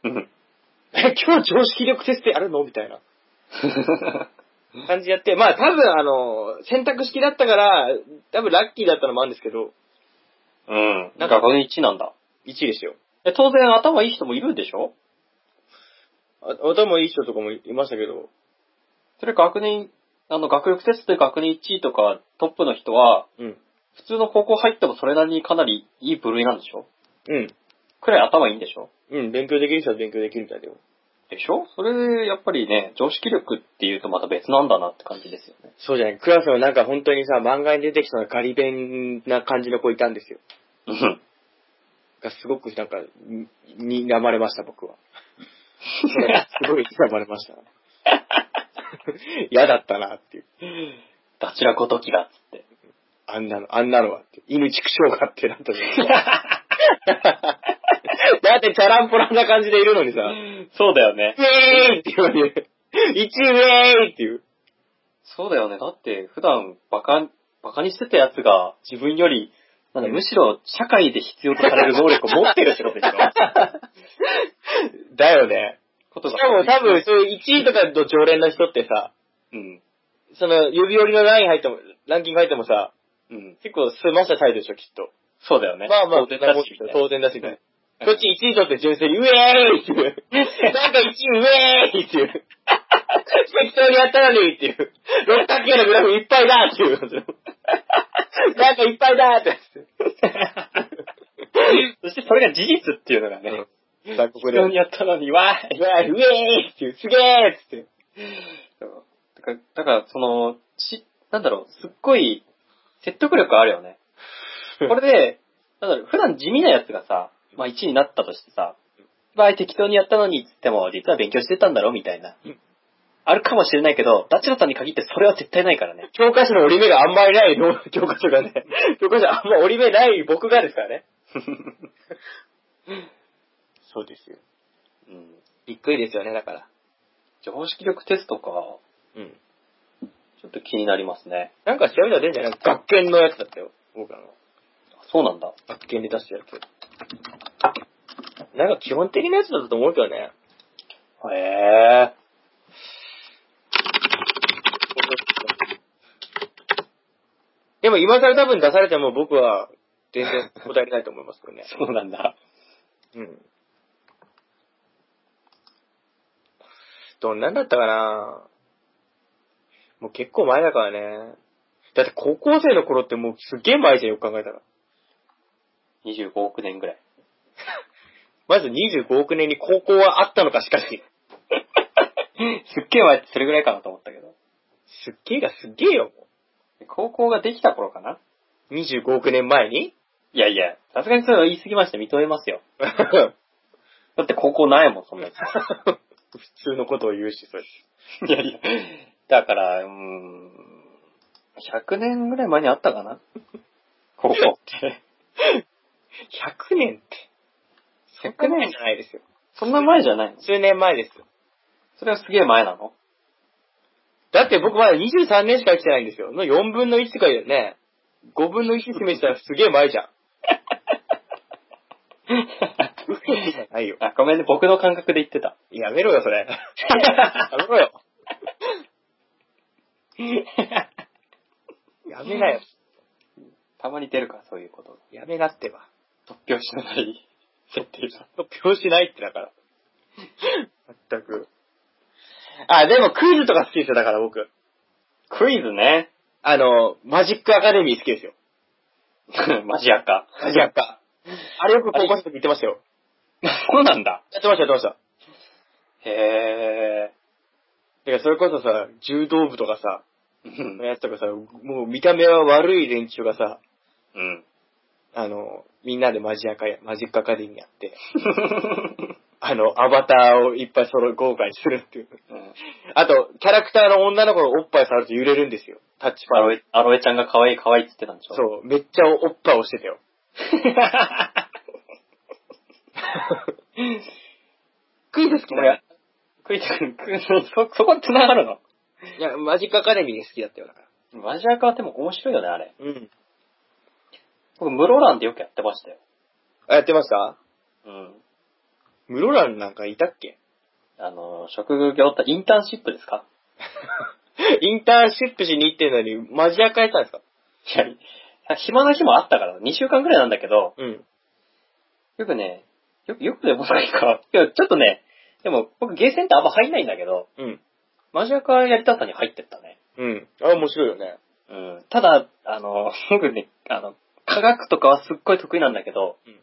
うん。
え、 今日常識力テストやるのみたいな。 感じやって、まあ多分あの、選択式だったから、多分ラッキーだったのもあるんですけど、
うん。
な
なんん
か
か、この1なんだ。
1位でしたよ。
え、当然頭いい人もいるんでしょ
あ頭いい人とかもいましたけど、
それ学年、あの、学力テストで学年1位とかトップの人は、
うん。
普通の高校入ってもそれなりにかなりいい部類なんでしょ
うん。
くらい頭いいんでしょ
うん、勉強できる人は勉強できるみたいだよ。
でしょそれで、やっぱりね、常識力っていうとまた別なんだなって感じですよね。
そうじゃない。クラスのなんか本当にさ、漫画に出てきそうなガリ勉な感じの子いたんですよ。
うん。
がすごくなんか、に、に睨まれました、僕は。それすごい睨まれました。嫌だったなっていう。
ダチラごときが、つって。
あんなの、あんなのはって。犬畜生がってなったじゃん。だってチャランポランな感じでいるのにさ、
そうだよね
ウ。ェーイって言われる。一ウェーイっていう。
そうだよね。だって、普段、バカ、バカにしてたやつが、自分より、なんだ、むしろ、社会で必要とされる能力を持ってるってことでしょ
だよね。
こと
し
が。
かも多分、そういう1位とかの常連の人ってさ、
うん。
その、指折りのライン入っても、ランキング入ってもさ、
うん。
結構済ませたいでしょ、きっと。
そうだよね。
まあまあ、
当然だし、みたいな
当然だしね。
うん
こっち1位取って純粋に、ウェーイっていう。なんか1位、ウェーイっていう。適当にやったのにっていう。六角形のグラフいっぱいだっていう。なんかいっぱいだってや
そして、それが事実っていうのがね、
つ。さあ、ここ
普
で。ウ
通
ェー
にやったのに、わーい
イ、ウェーイっていう、すげーっつって。
だから、だからその、し、なんだろう、すっごい、説得力あるよね。これで、なんだろう、普段地味なやつがさ、まあ1位になったとしてさ、場合適当にやったのにっつっても、実は勉強してたんだろみたいな
うん。
あるかもしれないけど、ダチロさんに限ってそれは絶対ないからね。
教科書の折り目があんまりないの、教科書がね。教科書あんま折り目ない僕がですからね。 そうですよ。
うん。
びっくりですよね、だから。
常識力テストか、
うん。
ちょっと気になりますね。
なんか調べたら出るんじゃない学研のやつだったよ。僕らの。
そうなんだ。
学研で出したやつ。なんか基本的なやつだったと思うけどね。
へえ。。
でも今更多分出されても僕は全然答えれないと思いますけどね
そうなんだ。
うん。どんなんだったかなもう結構前だからね。だって高校生の頃ってもうすげえ前じゃんよく考えたら。
25億年ぐらい。
まず25億年に高校はあったのかしか し。
すっげえ前ってそれぐらいかなと思ったけど。
すっげえがすっげえよ、も
高校ができた頃かな
う。25億年前 に
いやいや、さすがにそれは言い過ぎました。認めますよ。だって高校ないもん、そん なやつ。
普通のことを言うし、それ。
いやいや。だから、うーん、100年ぐらい前にあったかな高校って。
100年って。100年じゃないですよ。
そんな前じゃないの
数年前ですよ。
それはすげえ前 なの
だって僕まだ23年しか生きてないんですよ。の4分の1とかだよね。5分の1決めしたらすげえ前 じゃん。ないよ。
あ、ごめんね、僕の感覚で言ってた。
やめろよ、そ れ。やめろよ。やめなよ。
たまに出るから、そういうこと。
やめなってば。
突拍子の ない設定が。
表紙ないってだから。全く。あ、でもクイズとか好きですよ、だから僕。
クイズね。
あの、マジックアカデミー好きですよ。
マジアカ。
マジアカ。あれよく高校生の時言ってましたよ。
そうなんだ。
やってました、やってました。だか
へ
らそれこそさ、柔道部とかさ、
ー。
のやつとかさ、もう見た目は悪い連中がさ、
うん。
あの、みんなでマジアカや、マジックアカデミーやって、あの、アバターをいっぱい揃え、豪華にするっていう。あと、キャラクターの女の子のおっぱい触ると揺れるんですよ。タッチ
ア
パ
ロ
ネル。
エ、アロエちゃんが可愛い可愛いって言ってたんでしょ
そ
う。
う、めっちゃおっぱい押してたよ。 クイズ好き
こ
だね
れ、クイズ、クイズ、そ、そこ繋がるの
いや、マジックアカデミーが好きだったよ、だから。
マジアカっても面白いよね、あれ。
うん。
僕、室蘭でよくやってましたよ。
あ、やってました
うん。
室蘭なんかいたっけ
あの、職業ってインターンシップですか
インターンシップしに行ってんのに、マジアカやったんですか
いや、暇な日もあったから、2週間くらいなんだけど、
うん。
よくね、よく、よくでもないか。いや、ちょっとね、でも僕、ゲーセンってあんま入んないんだけど、
うん。
マジアカやりたさに入ってったね。
うん。あ、面白いよね。
うん。ただ、あの、 僕ね、あの、科学とかはすっごい得意なんだけど、
うん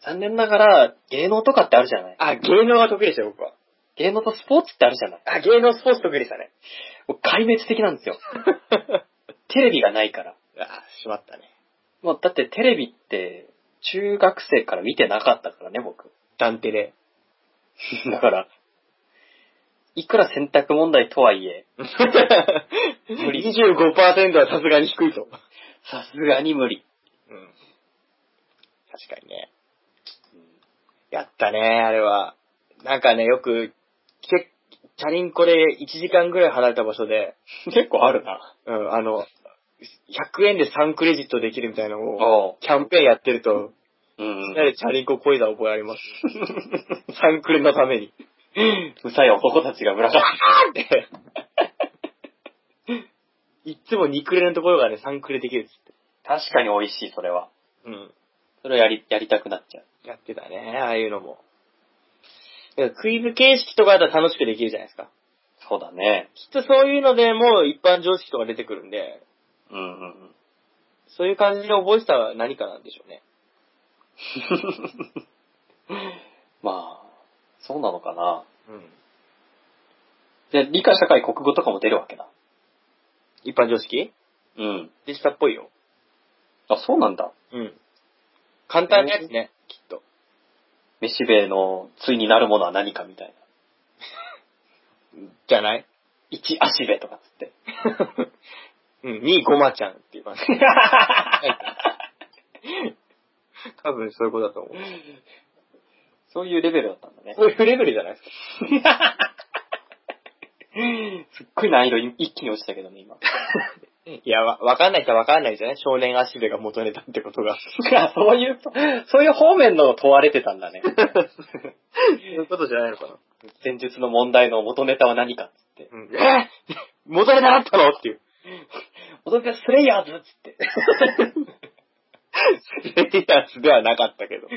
残念ながら、芸能とかってあるじゃない
あ、芸能が得意でしたよ、僕は。
芸能とスポーツってあるじゃない
あ、芸能スポーツ得意でしたね。
もう壊滅的なんです よ。テレビがないから。
あ、しまったね。
もうだってテレビって、中学生から見てなかったからね、僕。
断定 で。
だから、いくら選択問題とはいえ、
無理。25%はさすがに低いと。
さすがに無理。
うん。確かにね。やったね、あれは。なんかね、よく、けチャリンコで1時間ぐらい離れた場所で、
結構あるな。
うん、あの、100円で3クレジットできるみたいなのを、
おう
キャンペーンやってると、
うん
みんなでチャリンコこいだ覚えあります。3クレのために。
うさい男たちが村上。
あって。いっつも2クレのところがね、3クレできるっつって。
確かに美味しい、それは。
うん。
それをやり、やりたくなっちゃう。
やってたね、ああいうのも。だからクイズ形式とかだったら楽しくできるじゃないですか。
そうだね。
きっとそういうのでもう一般常識とか出てくるんで、
うんうんうん。
そういう感じで覚えてたら何かなんでしょうね。
まあ、そうなのかな。
うん。
で、理科社会国語とかも出るわけだ。
一般常識
うん。
でしたっぽいよ。
あ、そうなんだ。
うん。簡単なやつね、きっと。
飯兵衛の、ついになるものは何かみたいな。
じゃない
一足兵衛とかつ って。
うん、2位ごまちゃんっていう感じ。 多分そういうことだと思う。
そういうレベルだったんだ ね。
そういうレベルじゃないですか。
すっごい難易度い一気に落ちたけどね、今。
いや、わ、わかんない人はわかんないじゃない少年足部が元ネタってことが。
そういう、そういう方面の問われてたんだね。
そういうことじゃないのかな。
前述の問題の元ネタは何かっつって。
うん。 えー元ネタだったのっていう。
元ネタスレイヤーズっつって。
レイヤーズではなかったけど。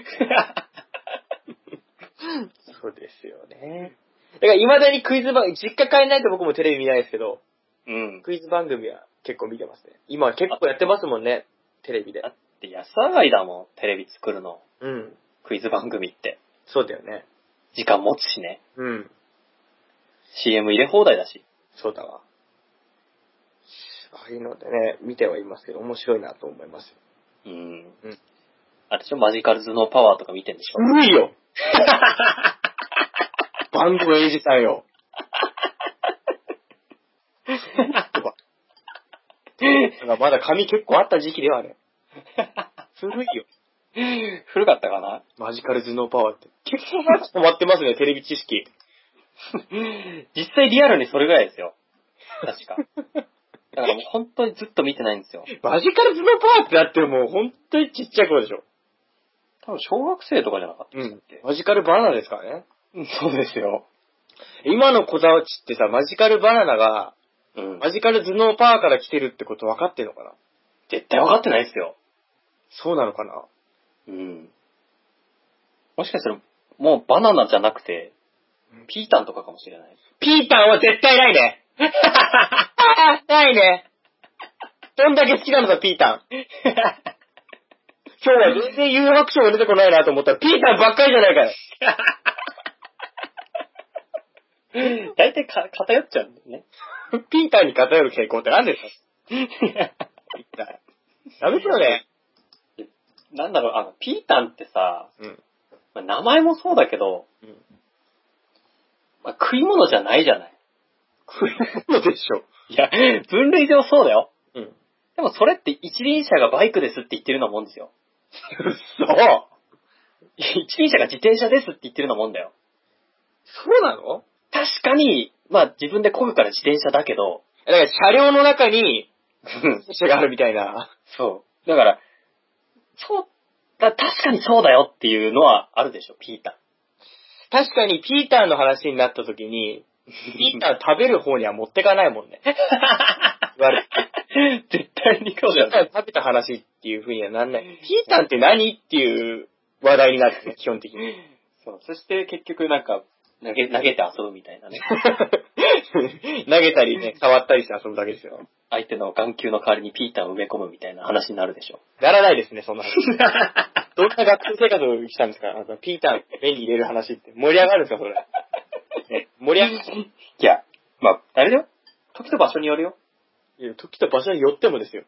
そうですよね。だから未だにクイズ番組、実家帰んないと僕もテレビ見ないですけど、
うん。
クイズ番組は結構見てますね。今は結構やってますもんね、テレビで
だ。って安上がりだもん、テレビ作るの。
うん。
クイズ番組って。
そうだよね。
時間持つしね。
うん。
CM 入れ放題だし。
そうだわ。ああいうのでね、見てはいますけど、面白いなと思いますよ。
うん。
うん
あれでしょマジカルズのパワーとか見てんでしょ
古いよバンドエイジさん よ。まだ髪結構あった時期で はあれ。古いよ。
古かったかな
マジカル頭脳パワー って。結構止まってますね、テレビ知識。
実際リアルにそれぐらいですよ。確か。だからもう本当にずっと見てないんですよ。
マジカル頭脳パワーってだってもう本当にちっちゃい頃でしょ。
多分小学生とかじゃなかったでしたっけ、
マジカルバナナですからね。
うんそうですよ。
今の子たちってさ、マジカルバナナが、
うん。
マジカル頭脳パワーから来てるってこと分かってんのかな
絶対分かってないですよ。
そうなのかな
うん。もしかしたら、もうバナナじゃなくて、ピータンとかかもしれない。
ピータンは絶対ない ね。ないね。どんだけ好きなのさ、ピータン。今日は全然有楽章が出てこないなと思ったら、ピータンばっかりじゃないかよ。
大体か偏っちゃうんだよね。
ピータンに偏る傾向って何ですか一体。やめてよね。
なんだろう、あの、ピータンってさ、
うん。
まあ名前もそうだけど、
うん
まあ食い物じゃないじゃない。
食い物でしょ。
いや、分類上そうだよ。
うん。
でもそれって一輪車がバイクですって言ってるようなもんですよ。
そう
一輪車が自転車ですって言ってるようなもんだよ。
そうなの
確かに、まあ自分で漕ぐから自転車だけど、
だから車両の中に、車があるみたいな。
そう。だから、そう、だ確かにそうだよっていうのはあるでしょ、ピータン。
確かに、ピータンの話になった時に、ピータンを食べる方には持ってかないもんね。言われて
絶対にそう
ピ
じゃ
ータ
な
ン
い。
食べた話っていう風にはなんない。ピータンって何っていう話題になってね、基本的に。
そう。そして結局なんか、投げ、投げて遊ぶみたいなね。
投げたりね、触ったりして遊ぶだけですよ。
相手の眼球の代わりにピータンを埋め込むみたいな話になるでしょ。
ならないですね、そんな話。ど んな学生生活を生きたんですかあのピータン目に入れる話って。盛り上がるんですか、それ。ね、盛り上がる
いや、まあ、あれだよ。時と場所によるよ。
いや。時と場所によってもですよ。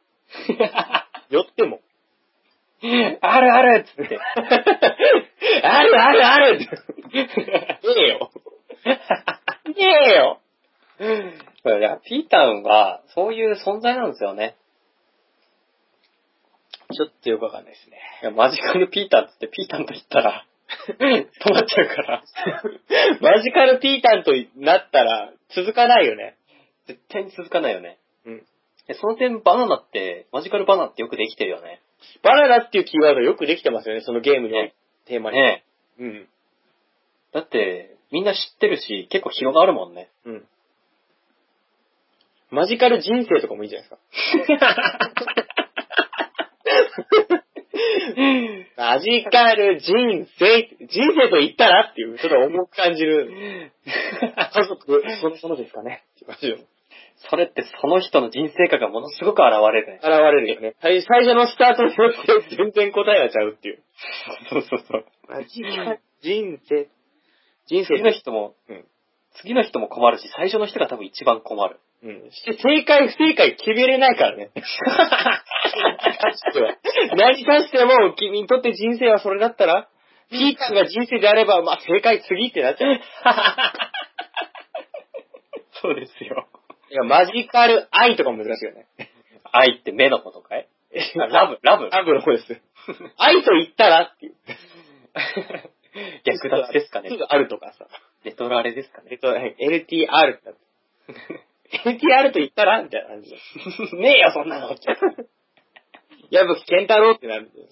よって も。
あるあるっつって。
あるあるあるねえよ。ねえよ。
いや、ピータンは、そういう存在なんですよね。
ちょっとよくわかんないですね。
いや、マジカルピータンっつってピータンと言ったら、
止まっちゃうから。 マジカルピータンとなったら続かないよね。
絶対に続かないよね。
うん。
えその点バナナって、マジカルバナナってよくできてるよね。
バナナっていうキーワードよくできてますよね、そのゲームのテーマに。
ね
うん。
え。だって、みんな知ってるし、結構広がるもん ね。
うん。マジカル人生とかもいいじゃないですか。マジカル人生、人生と言ったらっていう、ちょっと重く感じる。家族、そのものですか ね。っていう感じの
それってその人の人生観がものすごく現れるね
現。れるよね。最最初のスタートによって全然答えがちゃうっていう。
そうそうそう。
マジカル人生。人生
次の人も、
うん
次の人も困るし、最初の人が多分一番困る。
うん。して正解不正解決めれないからね。 何に関しても、君にとって人生はそれだったら、ピーターが人生であれば、まあ正解次ってなっちゃう。
そうですよ。
いや、マジカル愛とかも難しいよね。
愛って目のことか いあラブ、ラブ。
ラブの方です。愛と言ったらっていう。
逆立ちですかね
す。ぐあるとかさ。
レトロあれですかね。
えっと、LTR ってなって LTR と言ったらみたいな感じで。 ねえよ、そんなのって。矢吹健太郎ってなる んだよね。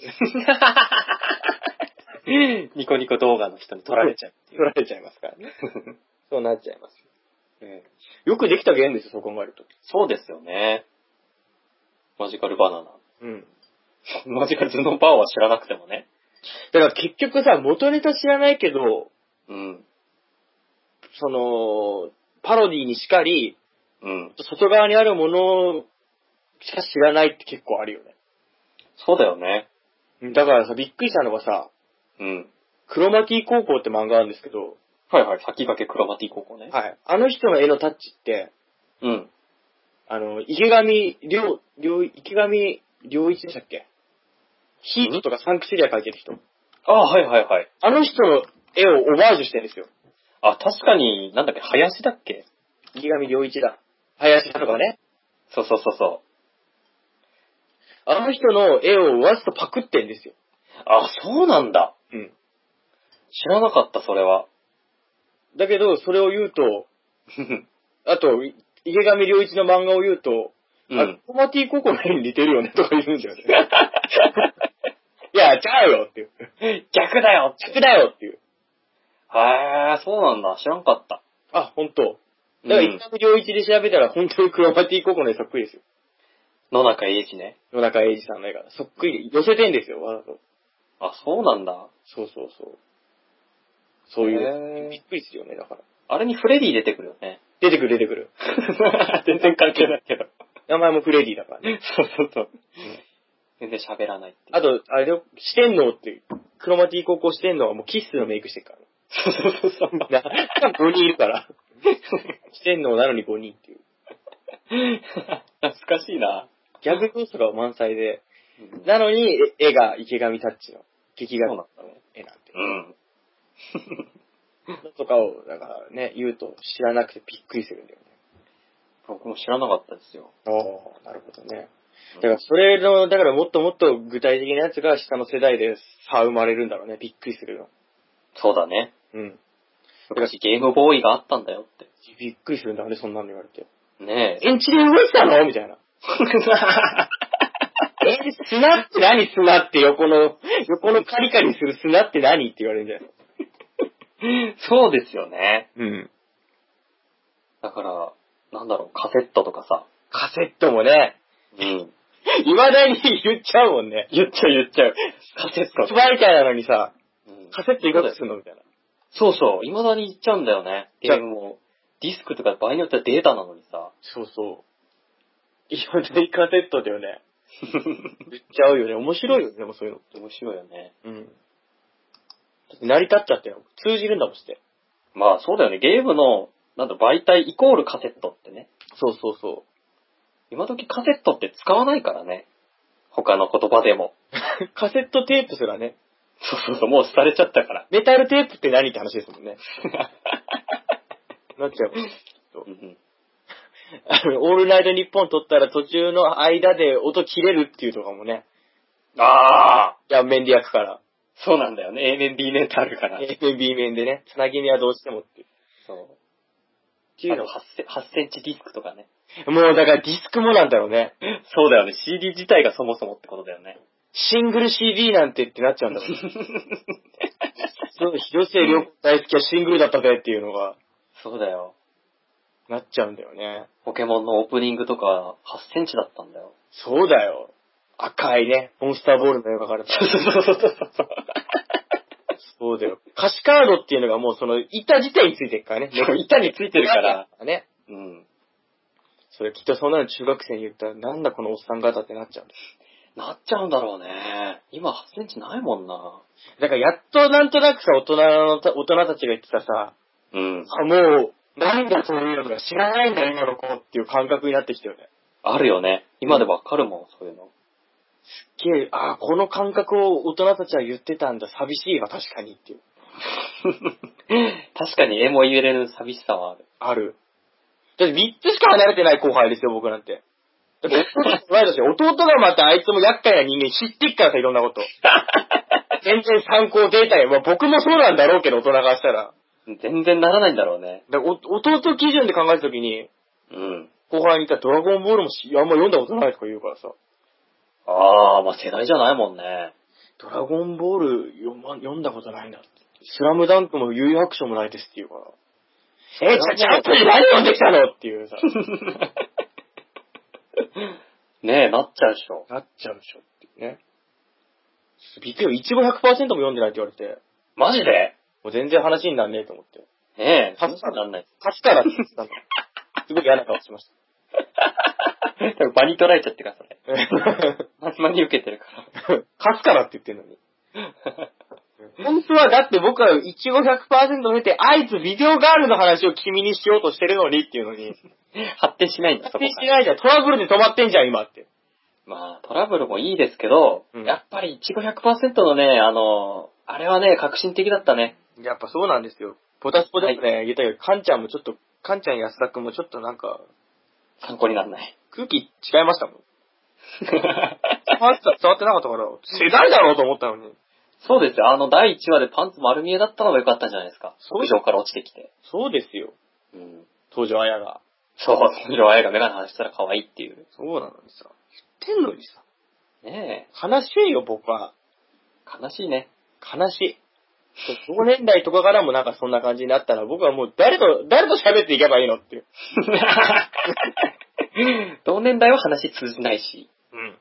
ニコニコ動画の人に撮られちゃう。
取られちゃいますからね。 そうなっちゃいます。よくできたゲームですよ、そう考えると。
そうですよね。マジカルバナ
うん。
ナ。 マジカル頭脳パワーは知らなくてもね。
だから結局さ、元ネタ知らないけど、
うん。
その、パロディにしかり、
うん。
外側にあるものしか知らないって結構あるよね
そうだよね。
うん。だからさ、びっくりしたのがさ、
うん。
クロマティ高校って漫画あるんですけど、
はいはい。先駆けクロマティ高校ね。
はい。あの人の絵のタッチって、
うん。
あの、池上良、良、池上良一でしたっけヒートとかサンクチュリア描いてる人。
ああ、はいはいはい。
あの人の絵をオマージュしてるんですよ。
あ、確かに、なんだっけ、林だっけ
池上良一だ。林田とかね。
そうそうそうそう。
あの人の絵をわずとパクってんですよ。
あ、そうなんだ。
うん。
知らなかった、それ は。
だけど、それを言うと、あと、い池上良一の漫画を言うと、
うん
あ、トマティ高校の絵に似てるよねとか言うんですよね。いや、違うよ っていう。
逆だよ
逆だよっていう。
へえ、そうなんだ。知らんかった。
あ、本当。だから、
う
池
ん
上良一で調べたら、本当にクロマティ高校の絵そっくりですよ。
野中英二ね。
野中英二さんの絵が。そっくり、寄せてんですよ、わざと。
あ、そうなんだ。
そうそうそう。そうい
へ
う、
ー
びっくりするよね、だから。
あれにフレディ出てくるよね。
出てくる出てくる。
全然関係ないけど。
名前もフレディだからね。
そうそうそう。全然喋らないっていう。
あと、あれよ、四天王って、クロマティ高校四天王はもうキッスのメイクしてるからね。
そうそうそうそう。
な、5人いる から。四天王なのに5人っていう。
懐かしいな。
ギャグ要素が満載で。なのに、絵が池上タッチの、劇画
そうなんだ
の
ね。
絵なんて。
うん。
とかを、だからね、言うと知らなくてびっくりするんだよね。
僕も知らなかったですよ。
ああ、なるほどね。だから、それの、だからもっともっと具体的なやつが下の世代でさ、生まれるんだろうね。びっくりするよ。
そうだね。
うん。
昔ゲームボーイがあったんだよって。
びっくりするんだろうね、そんなの言われて。
ねえ。
エンチで動いてたのみたいな。え、砂って何砂って横の、横のカリカリする砂って何って言われるんじゃない
そうですよね。
うん。
だから、なんだろう、カセットとかさ。
カセットもね、
うん。
未だに言っちゃうもんね。
言っちゃう言っちゃう。カセッ
発売会なのにさ、
ト。
カセットいくらすんのみたいな。
そうそう、未だに言っちゃうんだよね。
じゃ
ゲ
あ
ームも。ディスクとか場合によってはデータなのに さ。
そうそう。いまだにカセットだよね。言っちゃうよね。面白いよね、でもそういうの。
面白いよね。
うん。成り立っちゃったよ。通じるんだもんして。
まあそうだよね。ゲームの、なんだ、媒体イコールカセットってね。
そうそうそ
今時カセットって使わないからね。他の言葉でも。
う。 カセットテープすらね。
そうそうそう、もう廃れちゃった から。
メタルテープって何って話ですもんね。なっちゃうもん。
うん
あの、オールナイトニッポン撮ったら途中の間で音切れるっていうとかもね、
ああ
顔面で焼くから。
そうなんだよね。A 面 B 面とあるから。
A 面 B 面でね、つなぎ目はどうしてもっていう。
そう。
っていう
あ
の
の8セ8センチディスクとかね。
もうだからディスクもなんだろうね。
そうだよね。CD 自体がそもそもってことだよね。
シングル CD なんてってなっちゃうんだもん。そう広末涼子大好きはシングルだったぜっていうのが、
そうだよ。
なっちゃうんだよね。
ポケモンのオープニングとか8センチだったんだよ。
そうだよ。赤いね、モンスターボールの絵 が描かれた。
そうそうそうそう。
そうだよ。歌詞カードっていうのがもうその板自体についてるからね。
そう板についてるから。
ね。
うん。
それきっとそんなの中学生に言ったらなんだこのおっさん方ってなっちゃうんだよ
なっちゃうんだろうね。今8センチないもんな。
だからやっとなんとなくさ、大人のた、大人たちが言ってたさ、
うん。
あもう、なんだそういうのが知らないんだ今の子っていう感覚になってきたよね。
あるよね。今でわかるもん、そういうの。
けえああ、この感覚を大人たちは言ってたんだ、寂しいわ、確かにっていう。
確かに絵も言えれる寂しさ はある。
ある。だって3つしか離れてない後輩ですよ、僕なんて。だって 弟と同い年弟がまたあいつも厄介な人間知ってっからさ、いろんなこと。全然参考データや。まあ僕もそうなんだろうけど、大人がしたら。
全然ならないんだろうね。
だからお弟基準で考えたときに、
うん。
後輩にいたらドラゴンボールもしあんま読んだことないとか言うからさ。
ああ、まあ世代じゃないもんね。
ドラゴンボール読,、ま、読んだことないんだって。スラムダンクも有アクションもないですって言うから。え、じゃあジャンプで何読んできたのっていうさ。
ねえ、なっちゃうでしょ。
なっちゃうでしょっていうね。びっくりよ。いちご100%も読んでないって言われて、
マジで
もう全然話になんねえと思って。
ねえ、
多分
そうなんない。
勝ちたらって言ってたの。すごい嫌 な顔してまし
多分場に捉えちゃってから、それ。
た。 勝
真に受けてるから。
つからって言ってんのに。本当はだって僕はいちご100%見て、あいつビデオガールの話を君にしようとしてるのにっていうのに、
発展しないんだ、そ
勝
こ
手
が
に。してないじゃん。トラブルで止まってんじゃん、今って。
まあ、トラブルもいいですけど、
うん
やっぱり、いちご100%のね、あの、あれはね、革新的だったね。
やっぱそうなんですよ。ポタスポでもね、言ったけど、カンちゃんもちょっと、カンちゃん安田くんもちょっとなんか、
参考にな らない。
空気違いましたもん。パンツは伝わってなかったから、世代だろうと思ったのに。
そうですよ。あの、第1話でパンツ丸見えだったのが良かったんじゃないですか。
そう
屋上から落ちてきて。
そうですよ。
うん。
東条綾が。
そう、そのあやがメガネ外したら可愛いっていう。
そうなのにさ。言ってんのにさ。
ね
悲しいよ、僕は。
え、悲しい ね。
悲しい。同年代とかからもなんかそんな感じになったら、僕はもう誰と、誰と喋っていけばいいのっていう。
同年代は話通じないし、
うん。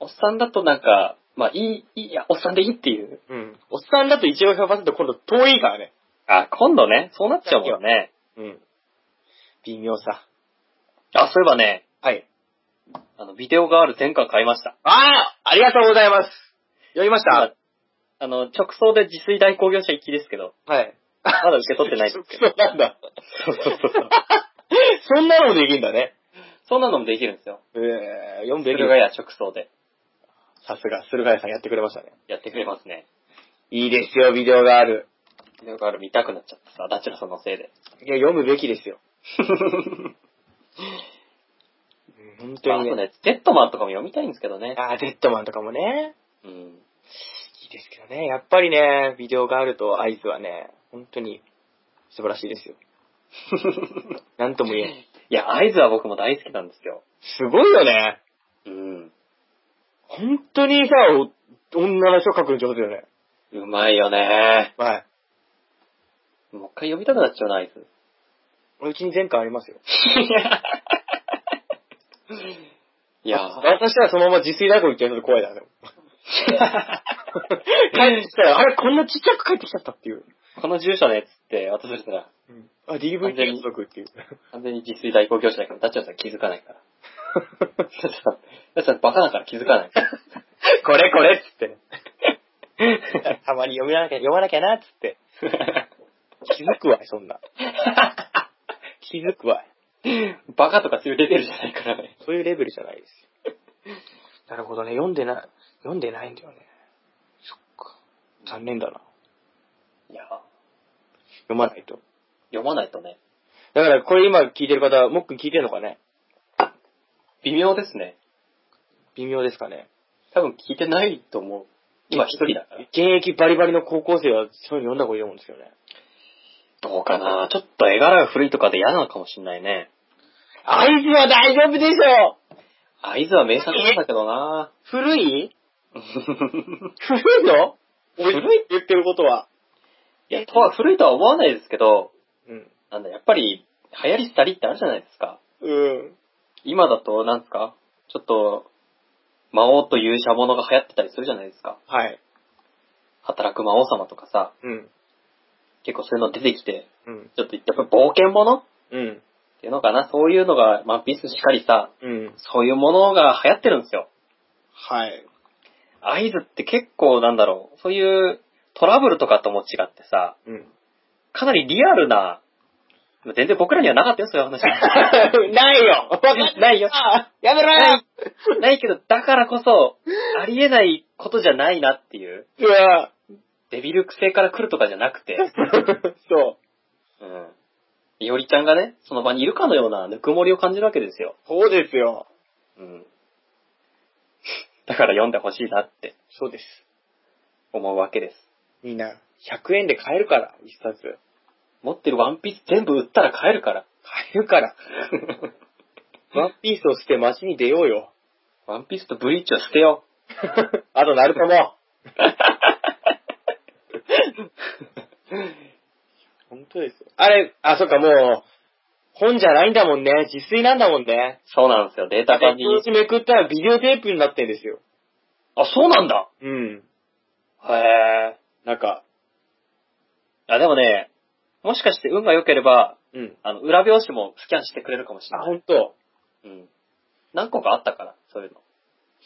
おっさんだとなんか、まあ、いい、いい、いや、おっさんでいいっていう。
うん。おっさんだと一応100%今度遠いからね。
あ、今度ね、そうなっちゃうもんね。
うん。微妙さ。
あ、そういえばね、
はい。
あの、ビデオガール全巻買いました。
ああありがとうございます。読みまし
ま
た
だあの、直送で自炊代行業者行きですけど、
はい。
まだ受け取ってないですけ ど。
そうなんだ。
そうそうそう。
そんなのもできるんだね。
そんなのもできるんですよ。
えー、読んで
駿
る
河屋直送で
さすが、駿河屋さんやってくれましたね。
やってくれますね。
いいですよ、ビデオがある。
ビデオガール見たくなっちゃったさ、ダチュラさんのせ いで。
いや、読むべきですよ。本
まあ、
当
あ
に
と
ね。
ね、デッドマンとかも読みたいんですけどね。
あー、デッドマンとかもね。
うん。
いいですけどね。やっぱりね、ビデオがあると合図はね、本当に素晴らしいですよ。なんとも言えない。
いや、合図は僕も大好きなんですよ。
すごいよね。
うん。
本当にさ、お女の人書くの上手よね。
うまいよね。
はい。
もう一回読みたくなっちゃうな、合図。
うちに前回ありますよ。
いやー、
私はそのまま自炊だと言ってると怖いだね。 帰ってきたら、あれ、こんなちっちゃく帰ってきちゃったっていう。
この住所ね、つって渡されたら、
あ、DVD が届くって いう。
完全に自炊代行業者だから、ダッチャさん気づかない から。ダッチャさん、ダッチャさんバカだから気づかないか ら。
これこれっつって。たまに読みなきゃ、読まなきゃなっつって。気づくわ、そんな。気づくわ。
バカとかそういうレベルじゃないからね。
そういうレベルじゃないですよ。なるほどね。読んでな、読んでないんだよね。そっか。残念だな。
いやー、
読まないと。
読まないとね。
だから、これ今聞いてる方、もっくん聞いてるのかね
微妙ですね。
微妙ですかね。
多分聞いてないと思う。今一人だから。
現役バリバリの高校生はそういうの読んだ方がいいと思うんですよね。
どうかなちょっと絵柄が古いとかで嫌なのかもしんないね。
アイズは大丈夫でしょ
合図は名作なんだけど な
古い古いの俺古いって言ってることは。
いや、とは古いとは思わないですけど、
うん。
なんだ、やっぱり、流行り廃りってあるじゃないですか。
うん。
今だと、なんですかちょっと、魔王と勇者ものが流行ってたりするじゃないですか。
はい。
働く魔王様とかさ、
うん。
結構そういうの出てきて、
うん。
ちょっと、やっぱり冒険者っ
うん。
ていうのかなそういうのが、まあ、ビスしかりさ、
うん。
そういうものが流行ってるんですよ。
はい。
合図って結構なんだろう、そういうトラブルとかとも違ってさ、
うん。
かなりリアルな、全然僕らにはなかったよ、そういう 話。
ないよわかん ない
ないよ。
やめろよ
ないけど、だからこそ、ありえないことじゃないなっていう、
うわ
デビル性から来るとかじゃなくて、
そう。
うん。いおりちゃんがね、その場にいるかのようなぬくもりを感じるわけですよ。
そうですよ。
うん。だから読んでほしいなって
そうです。
思うわけです。
みんな、100円で買えるから、一冊。
持ってるワンピース全部売ったら買えるから。
買えるから。ワンピースを捨て街に出ようよ。
ワンピースとブリーチは捨てよう。
あと、ナルトも。本当ですよ。あれ、あ、そっか、もう、本じゃないんだもんね。自炊なんだもんね。
そうなんですよ、データ
だから、
化に。
表紙めくったらビデオテープになってんですよ。
あ、そうなんだ
うん。
へえ。
なんか、
あ、でもね、もしかして運が良ければ、
うん。
あの、裏表紙もスキャンしてくれるかもしれ
あ、
ない。
ほんと。
うん。何個かあったから、そういう の。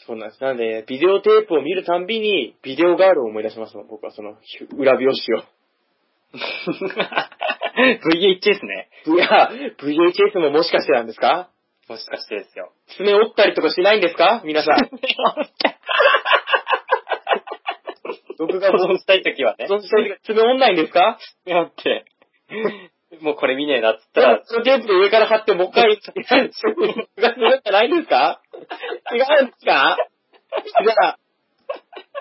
そうなんです。なんで、ビデオテープを見るたんびに、ビデオガールを思い出しますもん、僕はその、ひ裏表紙を。
VH ですね。
いや、VHS ももしかしてなんですか
もしかしてです よ。
爪折ったりとかしないんですか皆さ ん。僕が
保
もう
存したいときはね。
そして爪折んないんですか
や って。もうこれ見ねえなっつっ
た
た
だ
ら、、
そのテープで上から貼って、もう一回、違う、爪がじゃないんですか違うんですかじゃあ、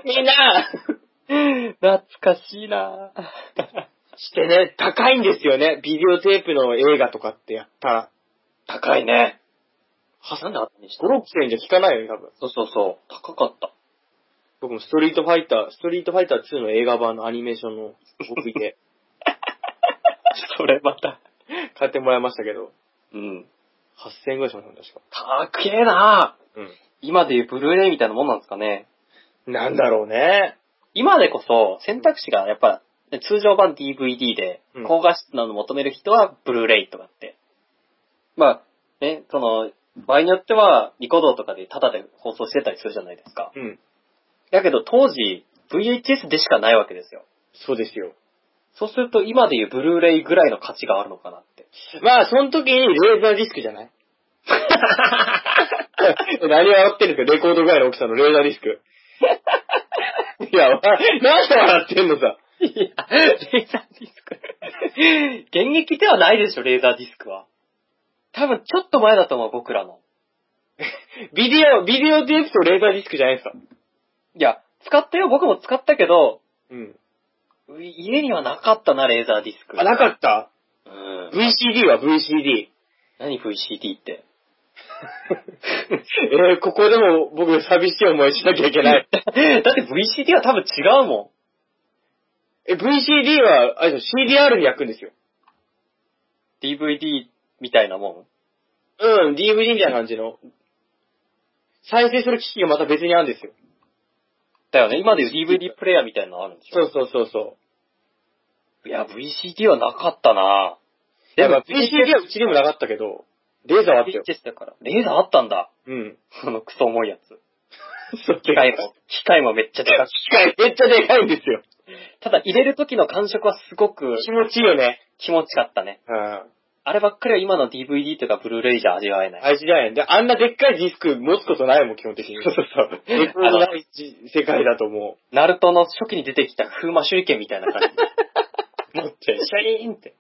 みんな、
懐かしいなぁ。
してね、高いんですよね。ビデオテープの映画とかってやったら。
高いね。なんであったにした
5、6千円じゃ効かないよね、多分。
そうそうそう。高か った。
僕もストリートファイター、ストリートファイター2の映画版のアニメーションの僕いて、
それまた。
買ってもらいましたけど、
うん。
8000円ぐらいしましたね、確か。
高えなぁ。
う
今でいうブルーレイみたいなもんなんですかね。
ん。なんだろうね。
今でこそ選択肢がやっぱ、ね通常版 DVD で
うん、
高画質なの求める人はブルーレイとかって。まあ、ね、その、場合によっては、ニコ動とかでタダで放送してたりするじゃないですか。
うん。
だけど当時、VHS でしかないわけですよ。
そうですよ。
そうすると今でいうブルーレイぐらいの価値があるのかなって。
まあ、その時にレーザーディスクじゃない 何笑ってんですかレコードぐらいの大きさのレーザーディスク。いや、わなんで笑ってんのさ。
いや、レーザーディスク。現役ではないでしょ、レーザーディスクは。多分ちょっと前だと思う、僕らの。
ビデオ、ビデオテープとレーザーディスクじゃないですか。
いや、使ったよ、僕も使ったけど、
うん。
う家にはなかったな、レーザーディスク。
あ、なかった
うん。
?VCD は VCD。
何 VCD って。
えーここでも僕寂しい思いしなきゃいけない。
だって VCD は多分違うも
え、VCD は、あれでしょ CDR に焼くんですよ。
ん。DVD みたいなも
うん、DVD みたいな感じの。再生する機器がまた別にあるんですよ。
ん。だよね、今でいう DVD プレイヤーみたいなのあるんでしょ。
そうそうそうそう。
いや、VCD はなかったな
でも VCD はうちにもなかったけど、レーザーはあったよ。
VHS だから。レーザーあったんだ。
うん。
そのクソ重いやつ。
そう、
機械も、機械もめっちゃでかく。
機械めっちゃでかいんですよ。
ただ入れる時の感触はすごく
気持ちいいよね。
気持ちかったね。
うん。
あればっかりは今の DVD とかブルーレイじゃ味わえない。
大事だよね。で、あんなでっかいディスク持つことないもん、基本的 に。そうそうそう。レコードない世界だと思
ナルトの初期に出てきた風魔手裏剣みたいな感じ。持って、シャイーンって。
う。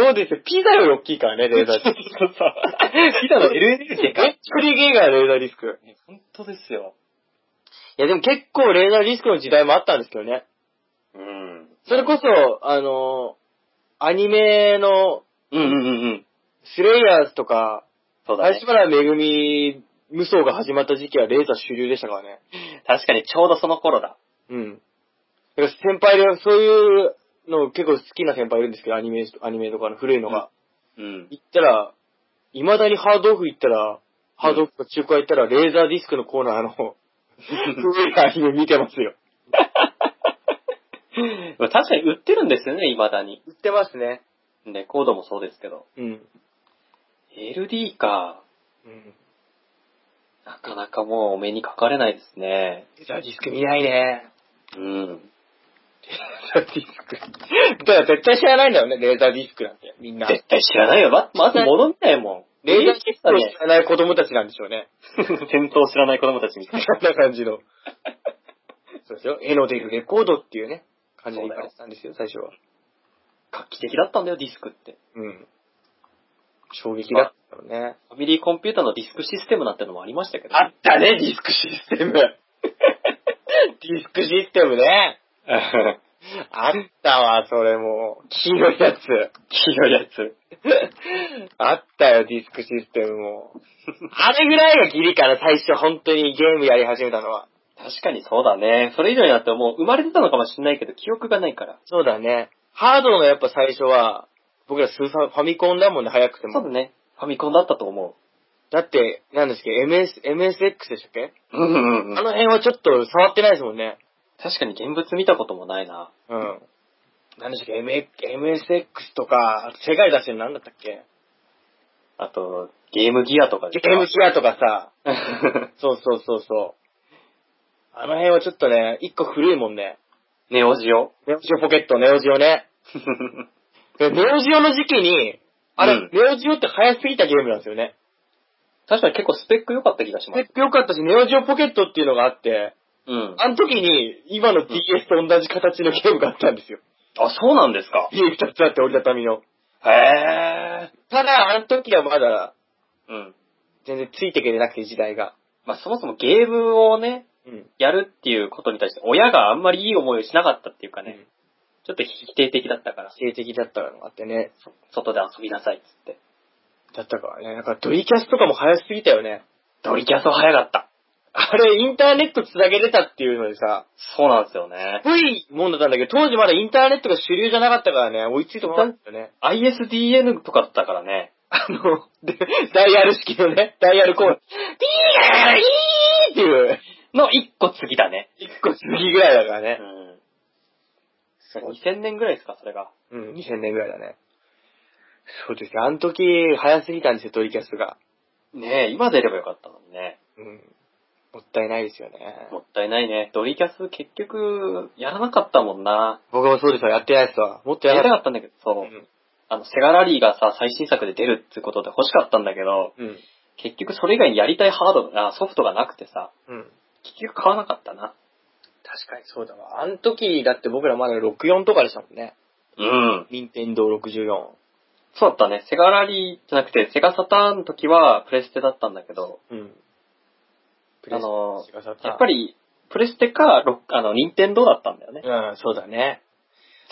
そうですよ。ピザより大きいからね、レーザーディスク。
そうそう。ピザの LL でか
めっ
い。
ちゃでけえから、レーザーディスク。
本当ですよ。
いやでも結構レーダーリスクの時代もあったんですけどね。
うん。
それこそ、あの、アニメの
うんうんうんうん。
スレイヤーズとか、
そうだね
林。原めぐみ無双が始まった時期はレーザー主流でしたからね。
確かにちょうどその頃だ。
うん。だから先輩で、そういうの結構好きな先輩いるんですけど、アニメ、アニメとかの古いのが。
うん。
行ったら、未だにハードオフ行ったら、ハードオフと中古屋行ったら、レーザーディスクのコーナーの、 古いアニメ見てますよ。
まあ確かに売ってるんですよね、未だに。
売ってますね。
レコードもそうですけど。
うん。
LD か。
うん。
なかなかもうお目にかかれないですね。
レーザーディスク見ないね。
うん。
レーザーディスク。だから絶対知らないんだよね、レーザーディスクなんて、みんな。レ
絶対知らないよ。ま、まず戻んないも
ー
ん。
ザーディスクを知らない子供たちなんでしょうね。
戦闘知らない子供たちみ
そ
たいな。
んな感じの。そうですよ。絵の出るレコードっていうね、感じで言われてたんですよ、最初は。
画期的だったんだよ、ディスクって。
うん。衝撃だったよね。
ファミリーコンピュータのディスクシステムなんてのもありましたけど。
あったね、ディスクシステ ム。ディスクシステムね。あったわ、それも。黄色いやつ。
黄色いやつ。
あったよ、ディスクシステムも。あれぐらいがギリから最初、本当にゲームやり始めたのは。
確かにそうだね。それ以上になってもう生まれてたのかもしれないけど、記憶がないから。
そうだね。ハードのやっぱ最初は、僕らスーファファミコンだもんね、早くて
そう
も。
だね。ファミコンだったと思
だって、なんですっけ、MS、MSX でしたっけ、
う。うんうん
あの辺はちょっと触ってないですもんね。
確かに現物見たこともないな。
うん。何でしたっけ M- ?MSX とか、世界出してるなんだったっけ
あと、ゲームギアとか
ゲ
でしょ
ームシアとかさ、
ね
そうそうそうそう。あの辺はちょっとね、一個古いもんね。
ネオジ オ。
ネオジオポケット、ネオジオね。でネオジオの時期に、あれ、
うん
ネオジオって早すぎたゲームなんですよね。
確かに結構スペック良かった気がしま。
ですよかったし、ネオジオポケットっていうのがあって、
うん。
あの時に今の DS と同じ形のゲームがあったんですよ。
あ、そうなんですか。
家二つあって折りたたみの。
へえ。
ただ、あの時はまだ
うん。
全然ついていけてなくて時代が。
まあそもそもゲームをね、
うん。
やるっていうことに対して親があんまりいい思いをしなかったっていうかね、
うん
ちょっと否定的だったから、
性的だったのがあってね。
そ外で遊びなさいっつって。
だったからね。なんかドリキャスとかも早すぎたよね。
ドリキャスは早かった。
あれ、インターネット繋げれたっていうのでさ、
そうなんですよね。
古いもんだったんだけど、当時まだインターネットが主流じゃなかったからね、追いついてもらったよね。
ISDN とかだったからね。
あの、でダイヤル式のね、ダイヤルコーン、ピーガーイーっていう、
の一個次だね。
一個過ぎぐらいだからね。
うん。2000年ぐらいですか、それが。
うん、2000年ぐらいだね。そうですよ。あの時、早すぎたんですよ、ドリキャスが。
ねえ、今出ればよかったのにね。
うん。もったいないですよね。
もったいないね。ドリキャス結局、やらなかったもんな。
僕もそうですわ、やってないですわ。もっと
や
や
り
ら
た
な
か
かっ
ったんだけど、そう。
うん
あの、セガラリーがさ、最新作で出るってことで欲しかったんだけど、
た。うん。
結局それ以外にやりたいハードが、あソフトがなくてさ、
うん。
結局買わなかったな。
確かにそうだわ。あの時だって僕らまだ64とかでしたもんね。
うん。
任天堂64。
そうだったね。セガラリーじゃなくて、セガサターンの時はプレステだったんだけど、
うん。
あの
プレステ
やっぱ、り、プレステか、ロッあの、ニンテンドーだったんだよね。
うん、そうだね。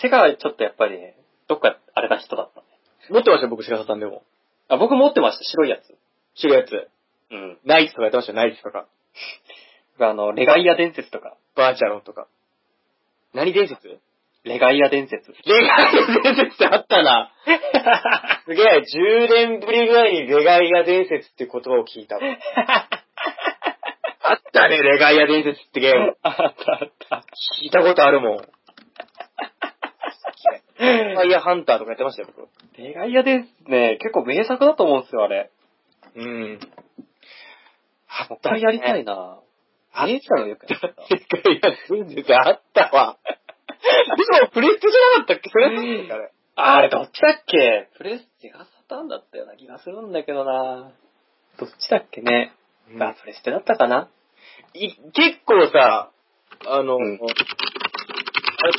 セガはちょっとやっぱりね、どっかあれな人だったね。
持ってましたよ、僕、セガサタンでも。
あ、僕持ってました、白いやつ。
白いやつ。
うん。
ナイツとかやってましたよ、ナイツとか。
あの、レガイア伝説とか。
バーチャロンとか。何伝説レ
レガイア伝説。
ガイア伝説ってあった な。すげえ、10年ぶりぐらいにレガイア伝説って言葉を聞いた わ。あったね、レガイア伝説ってゲーム。
あったあった。
聞いたことある もん。レガイアハンターとかやってましたよ、僕。
レガイア伝説ね、結構名作だと思うんですよ、あれ。
うん。
もう一回やりたいな。姉ちゃんがよくやってた。
世界やるんですあったわ。でも、プレステじゃなかったっけそれなんですかね。
あれ、どっちだっけプレステがサターンだったような気がするんだけどなどっちだっけね、
うん
あ、プレステだったかない
結構さ、あの、
うん
あれ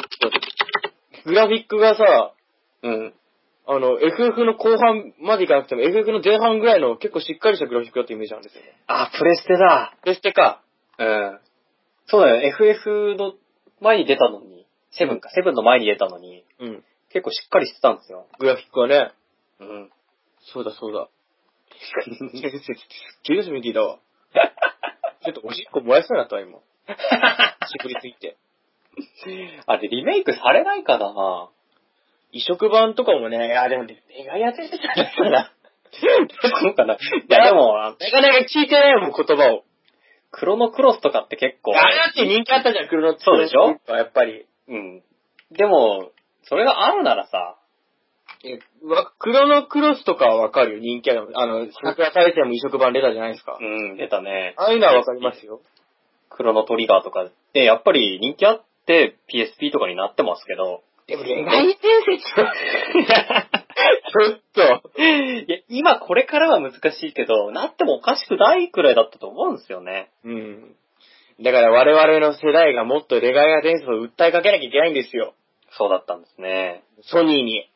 グラフィックがさ、
うん。
あの、FF の後半までいかなくても、FF の前半ぐらいの結構しっかりしたグラフィックだったイメージなんですよね。
あ、プレステだ。
プレステか。
うん。そうだよね。FF の前に出たのに、セブンか、セブンの前に出たのに、
うん。
結構しっかりしてたんですよ。
グラフィックはね、
うん。
そうだそうだ。急に聞いたわ。ちょっとおしっこ漏らしそうになったわ、今。しくりついて。
あれ、リメイクされないかな
移植版とかもね、いや、でもね、願 い当ててたから。
そうかないや、でも、あの
なかなか聞いてないもん、言葉を。
クロノクロスとかって結構、
あれだって人気あったじゃん、黒の
そうでしょ
やっぱり。
うん。でも、それがあるならさ、
え、わ、黒のクロスとかはわかるよ、人気ある。あの、桜大戦も移植版出たじゃないですか。
うん、出たね。
ああいうのはわかりますよ。
クロノトリガーとかで、やっぱり人気あって PSP とかになってます けど、
でも、恋愛伝説は、ちょっと、
いや、今これからは難しいけど、なってもおかしくないくらいだったと思うんですよね。
うん。だから我々の世代がもっとレガイア伝説を訴えかけなきゃいけないんですよ。
そうだったんですね。
ソニーに。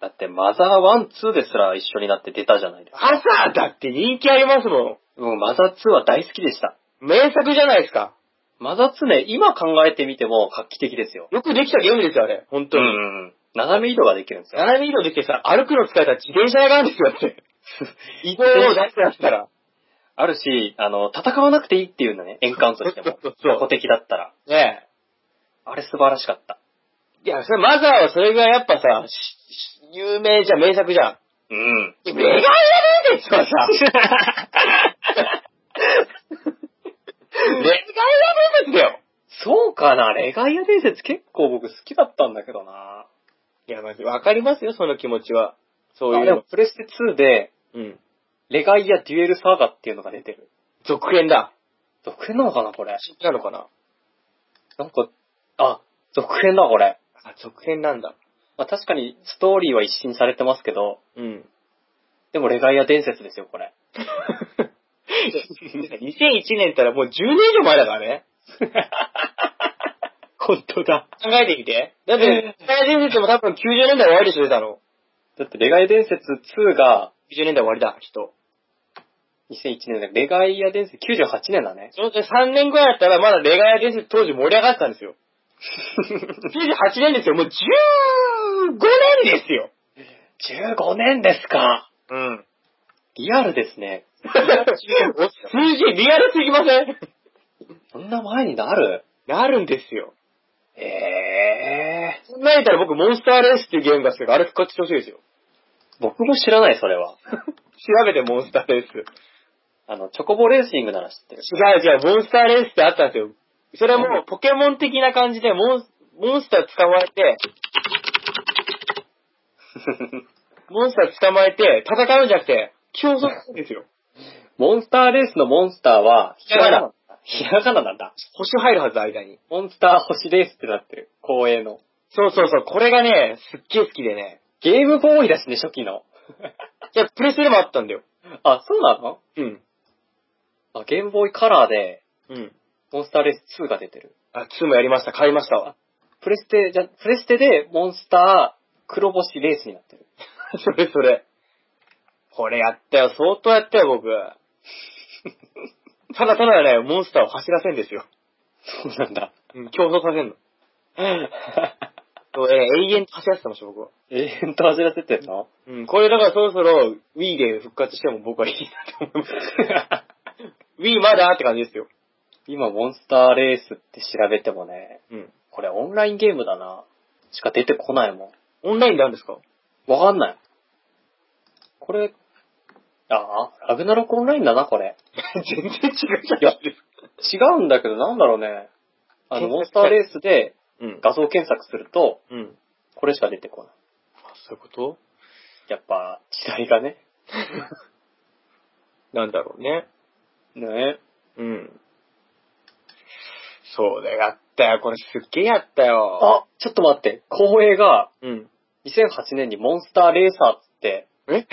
だってマザー1、2ですら一緒になって出たじゃないですか。
朝だって人気ありますも
もうマザー2は大好きでした。
ん。名作じゃないですか。
マザー2ね、今考えてみても画期的ですよ。
よくできたゲームですよ、あれ。本当
う
に。
んうん。斜め移動ができるんで すよ。
斜め移動できてさ、歩くの使えたら自転車があるんですよ、だ って。移動を出してやったら。
あるし、あの、戦わなくていいっていうのね、エンカウントしても。
そうそうそう
小敵だったら。
ねえ。
あれ素晴らしかった。
いや、それ、マザーはそれがやっぱさ、しし有名じゃん、名作じゃん。
うん。
メガネ伝説はさ、メガネ伝説だよ。
そうかな、レガイア伝説結構僕好きだったんだけどな。
いや、まじ、わかりますよ、その気持ちは。そうい
あ
う
でも
の。
プレステ2で、
うん。
レガイアデュエルサーガっていうのが出てる。
続編だ。
続編なのかな、これ。
なのかな
なんか、あ、続編だ、これ。
あ、続編なんだ。
まあ確かにストーリーは一新されてますけど、
うん。
でもレガイア伝説ですよ、これ。
2001年ったらもう10年以上前だからね。
本当だ。
考えてみて。だって、メガネ伝説も多分90年代終わりでしょ、出たの。
だってレガイア伝説2が
90年代終わりだ、きっと。
2001年だレガイア伝説98年だね。
その3年ぐらいだったらまだレガヤ伝説当時盛り上がってたんですよ。98年ですよ。もう15年ですよ。
15年ですか。
うん。
リアルですね。
お数字リアルすぎません
そんな前になる
なるんですよ。
ええ
そんなん言ったら僕、モンスターレースっていうゲームが好きだから、あれ復活してほしいですよ。
僕も知らない、それは。
調べて、モンスターレース。
あの、チョコボレーシングなら知ってる。
違う違う、モンスターレースってあったんですよ。それはもう、ポケモン的な感じで、モンス、モンスター捕まえて、モンスター捕まえて、戦うんじゃなくて、競争するんですよ。
モンスターレースのモンスターは、ひ
ひら
ら
が
が
な
な。ひらがななんだ。
星入るはず、間に。
モンスター星レースってなってる。光栄の。
そうそうそう、これがね、すっげえ好きでね。
ゲームボーイだしね、初期の。
いや、プレステでもあったんだよ。
あ、そうなの
うん。
あ、ゲームボーイカラーで、
うん。
モンスターレース2が出てる。
あ、2もやりました、買いました わ。
プレステ、じゃ、プレステで、モンスター黒星レースになってる。
それそれ。これやったよ、相当やったよ、 僕。ただただね、モンスターを走らせんですよ。
そうなんだ。
うん、競争させんの。そうえー永遠と走らせてました、僕は。
永遠と走らせてんの
うん、これだからそろそろ Wii で復活しても僕はいいなと思い ます。Wii まだって感じですよ。
今、モンスターレースって調べてもね、
うん。
これオンラインゲームだな。しか出てこないも
オンラインであるんですか
ん。わかんない。これ、ああ、ラグナロクオンラインだな、これ。
全然違うじゃ
いや
ないですか。
違うんだけど、なんだろうね。あ
検索
の、モンスターレースで
うん。
画像検索すると、
うん。
これしか出てこない。
あそういうこと
やっぱ、時代がね。
なんだろうね。
ね
うん。そうだよ、やったよ。これすっげえやったよ。
あ、ちょっと待って。光栄が、
うん。
2008年にモンスターレーサーっつって、
え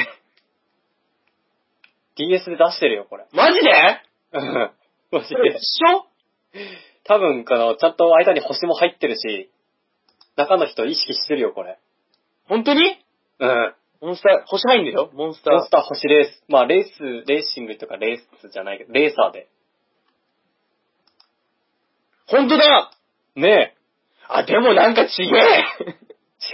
DS で出してるよ、こ れ。
マジで
うんマジ
これ
で。
一緒
多分、この、ちゃんと間に星も入ってるし、中の人意識してるよ、これ。
本当に
うん。
モンスター、星入んだよ、モンスター。
モンスター星レース。まあ、レース、レーシングとかレースじゃないけど、レーサーで。
本当だ
ね
あ、でもなんか ちげえ
え。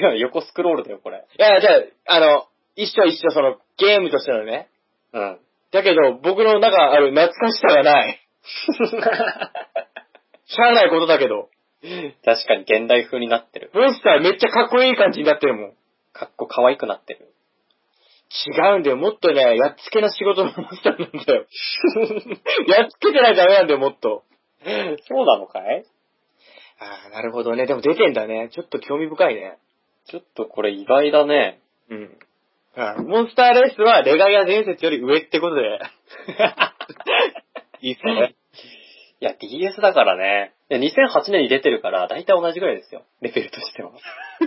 違う、横スクロールだよ、これ。
いや、じゃあ、あの、一緒一緒、その、ゲームとしてのね。
うん。
だけど、僕の中ある懐かしさがない。しゃあないことだけど。
確かに現代風になってる。
モンスターめっちゃかっこいい感じになってるもん。
かっこ可愛くなってる。
違うんだよ。もっとね、やっつけな仕事のモンスターなんだよ。 やっつけてないとダメなんだよ、もっと。
そうなのかい
ああ、なるほどね。でも出てんだね。ちょっと興味深いね。
ちょっとこれ意外だね。
うん。モンスターレースはレガイア伝説より上ってことで。 いいっすね。
いや、DS だからね。いや2008年に出てるから、だいたい同じぐらいですよ。レベルとしては。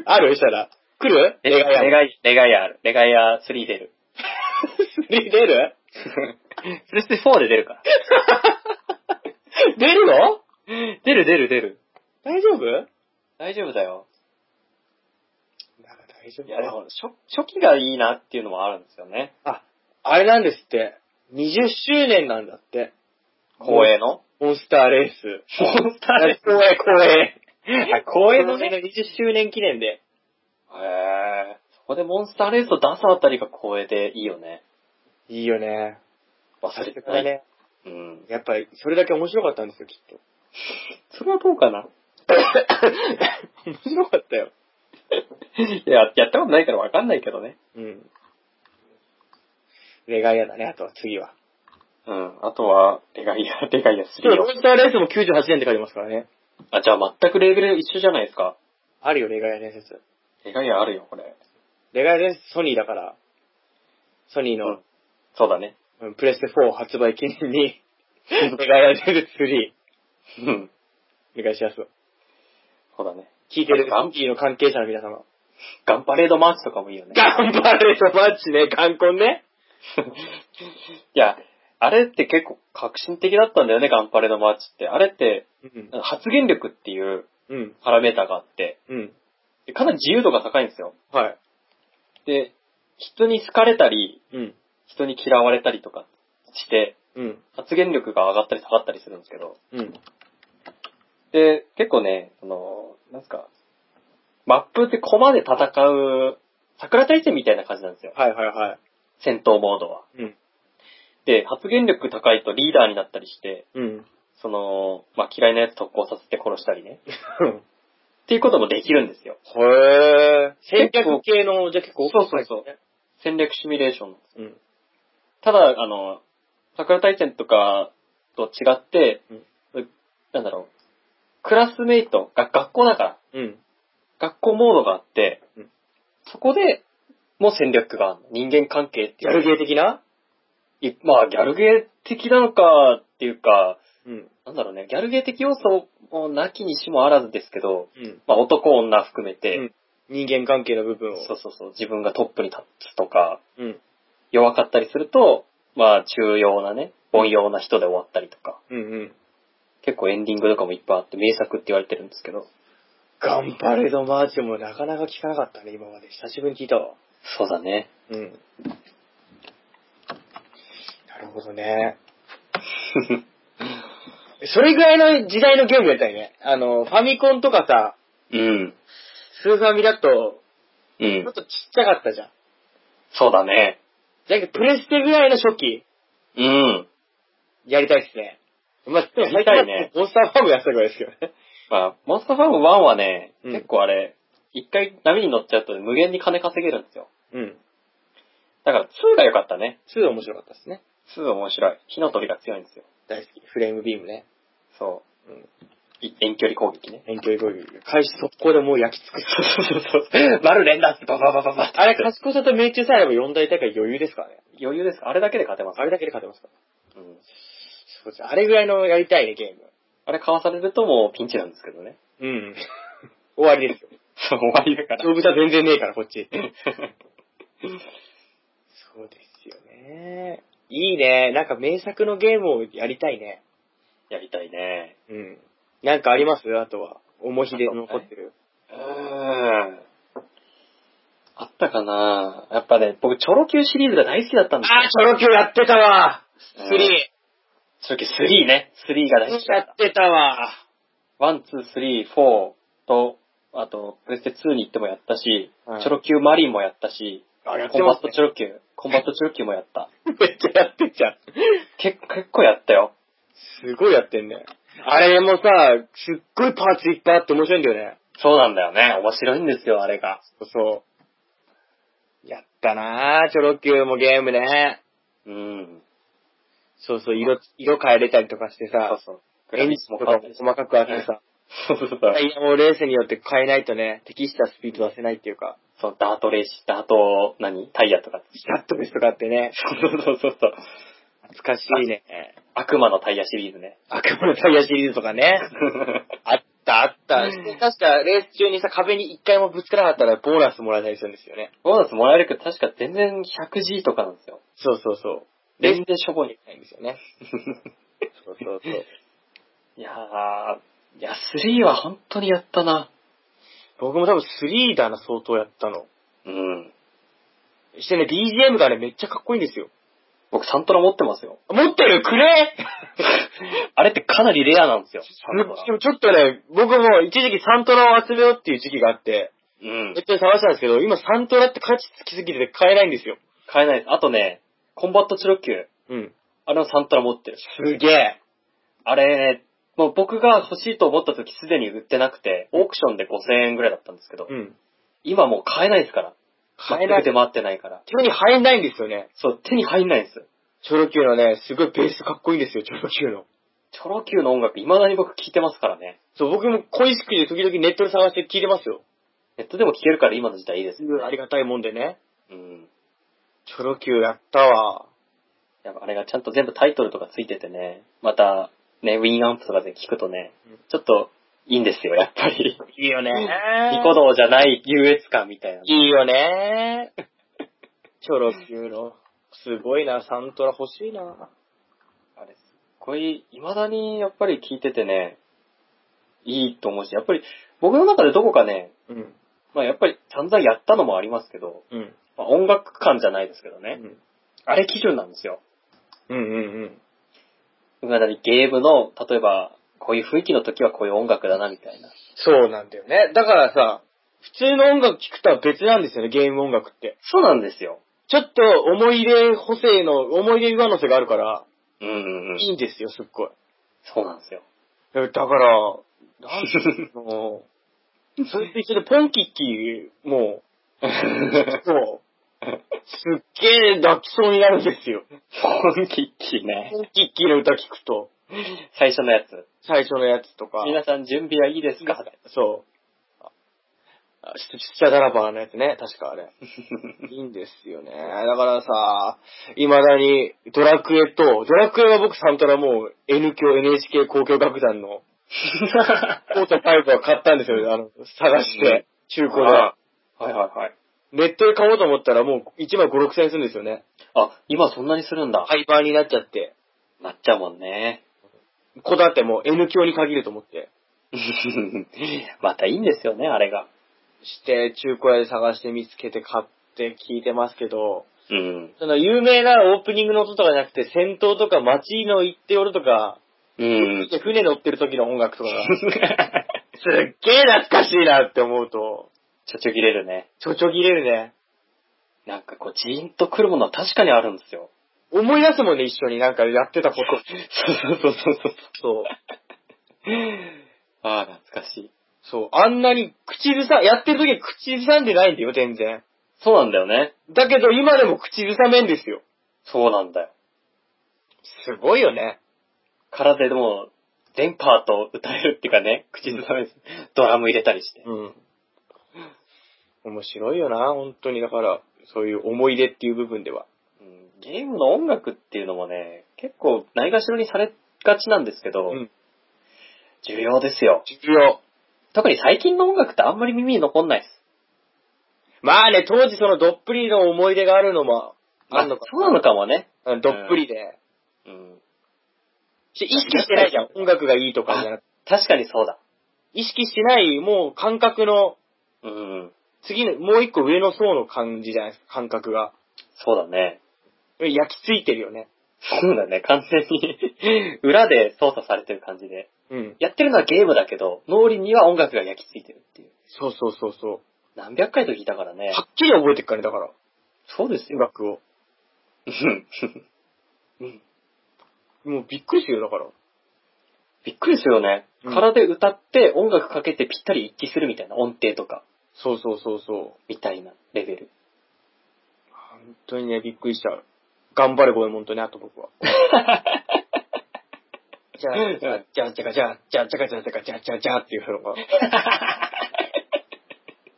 あるしたら。来る
レガイア、レ
イ
ガイレガイアある、レガイア3出る。
出る
プレステ4で出る から。
出るの
出る出る出る。
大丈夫
大丈夫だよ。
大丈
いや、でも、初、初期がいいなっていうのもあるんですよね。
あ、あれなんですって。20周年なんだって。
光栄の。
モンスターレース。
モンスター
あ
レ
光栄、光栄。
あ光栄のね
こ20周年記念で。
ース。へー。そこでモンスターレースを出すあたりが光栄でいいよね。
いいよね。
忘れて
か
ない。
ね。
うん。
やっぱり、それだけ面白かったんですよ、きっと。
それはどうかな
面白かったよ。
いや、やったことないからわかんないけどね。
うん。レガイアだね、あとは次は。
うん。あとは、レガイア、 レガイア
でも、
3
ロ
を
ン。スターレースも98年って書いてますからね。
あ、じゃあ全くレベル一緒じゃないですか。
あるよ、レガイア伝説。
レガイアあるよ、これ。
レガイア伝説ソニーだから、ソニーの、
そうだね。
うんプレステ4発売記念に、レガイア伝説3、
うん。
お願いします。
そうだね。
聞いてる
あ
ガンピーの関係者の皆様。
ガンパレードマーチとかもいいよね。
頑張れよ、マッチね、冠婚ね。
いや、あれって結構革新的だったんだよね、ガンパレードマーチって。あれって、
うん。
発言力っていう
うん。
パラメーターがあって、
うん。
でかなり自由度が高いんですよ。
はい。
で、人に好かれたり、
うん。
人に嫌われたりとかして、
うん。
発言力が上がったり下がったりするんですけど、
うん。
で、結構ね、その、なんすか、マップって駒で戦う、桜大戦みたいな感じなんですよ。
はいはいはい。
戦闘モードは。
うん。
で、発言力高いとリーダーになったりして、
うん。
その、まあ、嫌いなやつ特攻させて殺したりね。
へ
っていうこともできるんですよ。
ぇー。戦略系の、じゃあ結構
そうそうそう。戦略シミュレーション。
う。うん。
ただ、あの、桜大戦とかと違って、うなんだろう、クラスメイトが学校だから、
うん。
学校モードがあって、
うん
そこでもう戦略があるの人間関係って
ギ
い
ャ
う。
ルゲー的ない
まあ、ギャルゲー的なのかっていうか、
うん。
なんだろうね、ギャルゲー的要素もなきにしもあらずですけど、
うん。
まあ、男女含めて、
うん人間関係の部分を。
そうそうそう、自分がトップに立つとか、
うん。
弱かったりすると、まあ、中要なね、凡庸な人で終わったりとか、
うんうん。
結構エンディングとかもいっぱいあって、名作って言われてるんですけど、
頑張れどマーチもなかなか聞かなかったね、今まで。久しぶりに聞いたわ。
そうだ ね。
うん。なるほどね。それぐらいの時代のゲームやりたいね。あの、ファミコンとかさ、
うん。
スーファミだと、
う
ちょっと
ん。
ちっちゃかったじゃん。
そうだね。
じゃけどプレステぐらいの初期、
うん。
やりたいっすね。まあ、でも
やりたいね
最近だってモンスターファームやってたぐらいですけどね。
まあ、モンスターファーム1はね、
うん
結構あれ、一回波に乗っちゃうと無限に金稼げるんですよ。
うん。
だから2が良かったね。
2面白かったですね。
2は面白い。火の鳥が強いんですよ。
大好き。フレームビームね。
そう。
うん。
い遠距離攻撃ね
遠距離攻撃。開始速攻でもう焼き尽くす。
バル連打ってバババババって
あれ、賢さと命中さえあれば四大大会余裕ですからね。
余裕です。あれだけで勝てます。
あれだけで勝てますから。
うん
そうですねあれぐらいのやりたいね、ゲ
あれかわされるともうピンチなんですけどね。
ーム。うん。終わりですよ。
そう、終わりだか
勝負差全然ねえから、こっち。
ら。
そうですよね。いいね。なんか名作のゲームをやりたいね。
やりたいね。
うん。なんかありますあとは。思い出に残ってる。
うーん。あったかなやっぱね、僕、チョロ Q シリーズが大好きだったんです
あー、チョロ Q やってたわ
う
ス
ん
リー
よ。チョロ Q3 ね。3が大好きだ
や
っ
ってたわ
ワン、ツー、スリー、フォーと、あと、プレステ2に行ってもやったし、
はい
チョロ Q マリンもやったし、
あ、やっ
コ
て
ンバ
ま
ッ
す
ト
ね
チョロ Q、コンバットチョロ Q もやった。
めっちゃやってんじゃん。
結結構やったよ。
すごいやってんね。あれもさ、すっごいパーツいっぱいあって面白いんだよね。
そうなんだよね。面白いんですよ、あれが。
そう。やったなぁ、チョロ Q もゲームね。
うん。
そうそう、色、色変えれたりとかして
そう
さ、
そう。グラ
エン
フィ
ジ
ック
ン
も
とかも
変わってるし
細かくあってさ、
そうそうそう
タ。イヤもレースによって変えないとね、適したスピード出せないっていうか、
そう、ダートレーシー、ダート、何タイヤとか。
シャットレスとかあってね、
そうそうそうそう。
懐かしいね。
悪魔のタイヤシリーズね。
悪魔のタイヤシリーズとかね。あったあった。して確かレース中にさ、壁に一回もぶつからなかったらボーナスもらえたりするんですよね。
ボーナスもらえるけど、確か全然 100G とかなんですよ。
そうそうそう。レース
全然しょぼい。
ないんですよね。そうそうそう。
いやー、いや、3は本当にやったな。
僕も多分3だな、相当やったの。
うん。
してね、BGM がね、めっちゃかっこいいんですよ。
僕サントラ持ってますよ。
持ってるくれ
あれってかなりレアなんですよ。サント
で
ラ。
もちょっとね、僕も一時期サントラを集めようっていう時期があって、
うん
めっ。ちゃ探したんですけど、今サントラって価値つきすぎてて買えないんですよ。
買えないです。あとね、コンバットチロッキュー
うん。
あれのサントラ持ってる。
すげえ。
あれね、もう僕が欲しいと思った時すでに売ってなくて、オークションで5000円ぐらいだったんですけど、
うん。
今もう買えないですから。
買えない
全く出回ってないから。
手に入んないんですよね。
そう、手に入んないんですよ。
チョロ Q のね、すごいベースかっこいいんですよ、チョロ Q の。
チョロ Q の音楽未だに僕聴いてますからね。
そう、僕も恋しくて時々ネットで探して聞いてますよ。
ネットでも聴けるから今の時代いいですよね。
ありがたいもんでね。
うん。
チョロ Q やったわ。
やっぱあれがちゃんと全部タイトルとかついててね、また、ね、ウィンアンプとかで聴くとね
うん、
ちょっといいんですよ、やっぱり。
いいよ ね
ニコ動じゃない優越感みたいな。
いいよねー。チョロ Q の。すごいな、サントラ欲しいな。
あれ、すっごい、未だにやっぱり聞いててね、いいと思うし、やっぱり僕の中でどこかね、
うん。
まあやっぱり散々やったのもありますけど、
うん。
まあ、音楽感じゃないですけど
う
ね、
ん
あれ基準なんですよ。
うんうん
未だにゲームの、例えば、こういう雰囲気の時はこういう音楽だな、みたいな。
そうなんだよね。だからさ、普通の音楽聴くとは別なんですよね、ゲーム音楽って。
そうなんですよ。
ちょっと思い入れ補正の、思い入れ上乗せがあるから、
うんうんうん。
いいんですよ、すっごい。
そうなんですよ。
えだから、なん ていうのもう、それと一緒でポンキッキーも、そう、すっげえ泣きそうになるんです よ。
ポンキッキーね。
ポンキッキーの歌聞くと、
最初のやつ。
最初のやつとか、
皆さん準備はいいです か
そう。あししちゃだらばのやつね、確かあれ。いいんですよね。だからさ、未だにドラクエと、ドラクエは僕サントラもう N 教 NHK 交響楽団のポート5は買ったんですよ、あの、探して、中古で
あ。はいはいはい。
ネットで買おうと思ったらもう1枚5、6千円するんですよね。
あ、今そんなにするんだ。
廃盤になっちゃって。
なっちゃうもんね。
こだわってもう N 教に限ると思って。
またいいんですよね、あれが。
して、中古屋で探して見つけて買って聞いてますけど、
うん。
その有名なオープニングの音とかじゃなくて、戦闘とか街の行って夜とか、
うん。
船乗ってる時の音楽と かが、すっげえ懐かしいなって思うと、
ちょちょ切れるね。
ちょちょぎれるね。
なんかこう、ジーンと来るものは確かにあるんですよ。
思い出すもんね、一緒になんかやってたこと。
そうそうそうそう。
そう。
ああ、懐かしい。
そう。あんなに口ずさ、やってる時は口ずさんでないんだよ、全然。
そうなんだよね。
だけど今でも口ずさめんですよ。
そうなんだよ。
すごいよね。
体でも、全パート歌えるっていうかね、口ずさめず、ドラム入れたりして。
うん。面白いよな、本当に。だから、そういう思い出っていう部分では。
うんゲームの音楽っていうのもね、結構ないがしろにされがちなんですけど、
うん
重要ですよ。
重要。
特に最近の音楽ってあんまり耳に残んないです。
まあね、当時そのどっぷりの思い出があるのも、あんのか
そうなのかもね。
うんどっぷりで。
うん。
し意識してないじゃん、音楽がいいとかじゃなくて。
確かにそうだ。
意識してない、もう感覚の、
うん。
次の、もう一個上の層の感じじゃないですか、感覚が。
そうだね。
焼き付いてるよね。
そうだね。完全に、裏で操作されてる感じで。
うん。
やってるのはゲームだけど、脳裏には音楽が焼き付いてるっていう。
そうそうそうそう。
何百回と聞いたからね。
はっきり覚えてっからね、だから。
そうです
音
よ。
楽を。
うんうん
もうびっくりするよ、だから。
びっくりするよね。
うん
空で歌って音楽かけてぴったり一致するみたいな音程とか、
そうそうそうそう。
みたいなレベル。
本当にね、びっくりしちゃう。頑張れ、ゴエモンとね、あと僕は。じゃあ、じゃあ、じゃあ、じゃあ、じゃあ、じゃあ、じゃあ、じゃあ、じゃあ、じゃあ、じゃあ、じゃあっていうのが、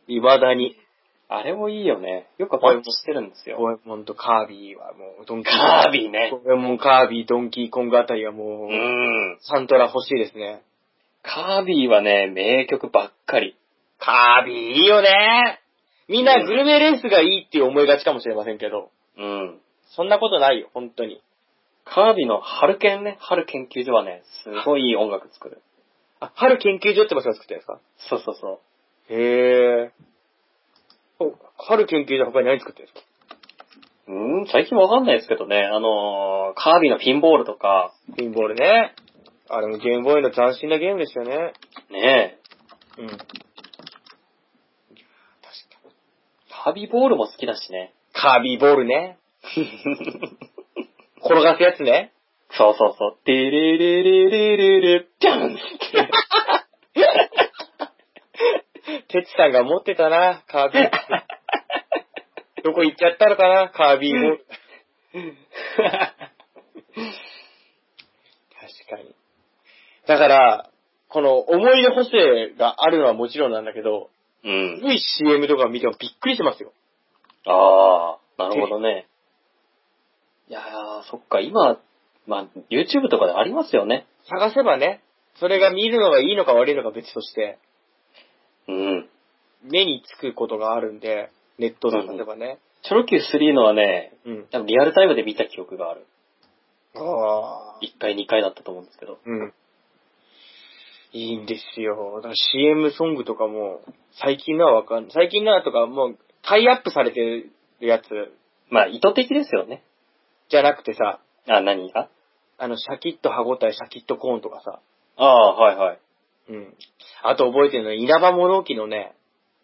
いまだに、
あれもいいよね。よくバイトしてるんですよ。
ゴエモンとカービィはもう、ドンキ
カービィね。
ゴエモン、カービィ、ドンキーコングあたりは
う
もう、
ん。
サントラ欲しいですね。
カービィはね、名曲ばっかり。
カービィいいよねみんなグルメレースがいいって思いがちかもしれませんけど、
うん。
そんなことないよ、本当に。
カービィの春研ね、春研究所はね、すごいいい音楽作る。
あ、春研究所って場所が作ってるんですか
そうそうそう。
へぇー。お春研究所他に何作ってるんですか
うーん、最近わかんないですけどね、あのー、カービィのピンボールとか、
ピンボールね。あれもゲームボーイの斬新なゲームでしたよね。
ねえ、
うん。確かに。
カービィボールも好きだし ね。
カービーボールね。転がすやつ ね。
そうそうそう。てれれれれれれ、ぴゃん
てつさんが持ってたな、カービ ー。どこ行っちゃったのかな、カービーボール。確かに。だから、この思い出補正があるのはもちろんなんだけど、
うん。
古い CM とか見てもびっくりしますよ。
ああ、なるほどね。いやー、そっか、今、まあ、YouTube とかでありますよね。
探せばね、それが見るのがいいのか悪いのか別として、
うん。
目につくことがあるんで、ネットで例えばね。
チョロ Q 3のはね、
うん。
多分リアルタイムで見た記憶がある。
ああ。
1回、2回だったと思うんですけど。
うん。いいんですよ。だから CM ソングとかも、最近のはわかん最近のはとかもう、タイアップされてるやつ
まあ、意図的ですよね。
じゃなくてさ、
あ、何が
あの、シャキッと歯応え、シャキッとコーンとかさ。
ああ、はいはい。
うん。あと覚えてるのは、稲葉物置のね、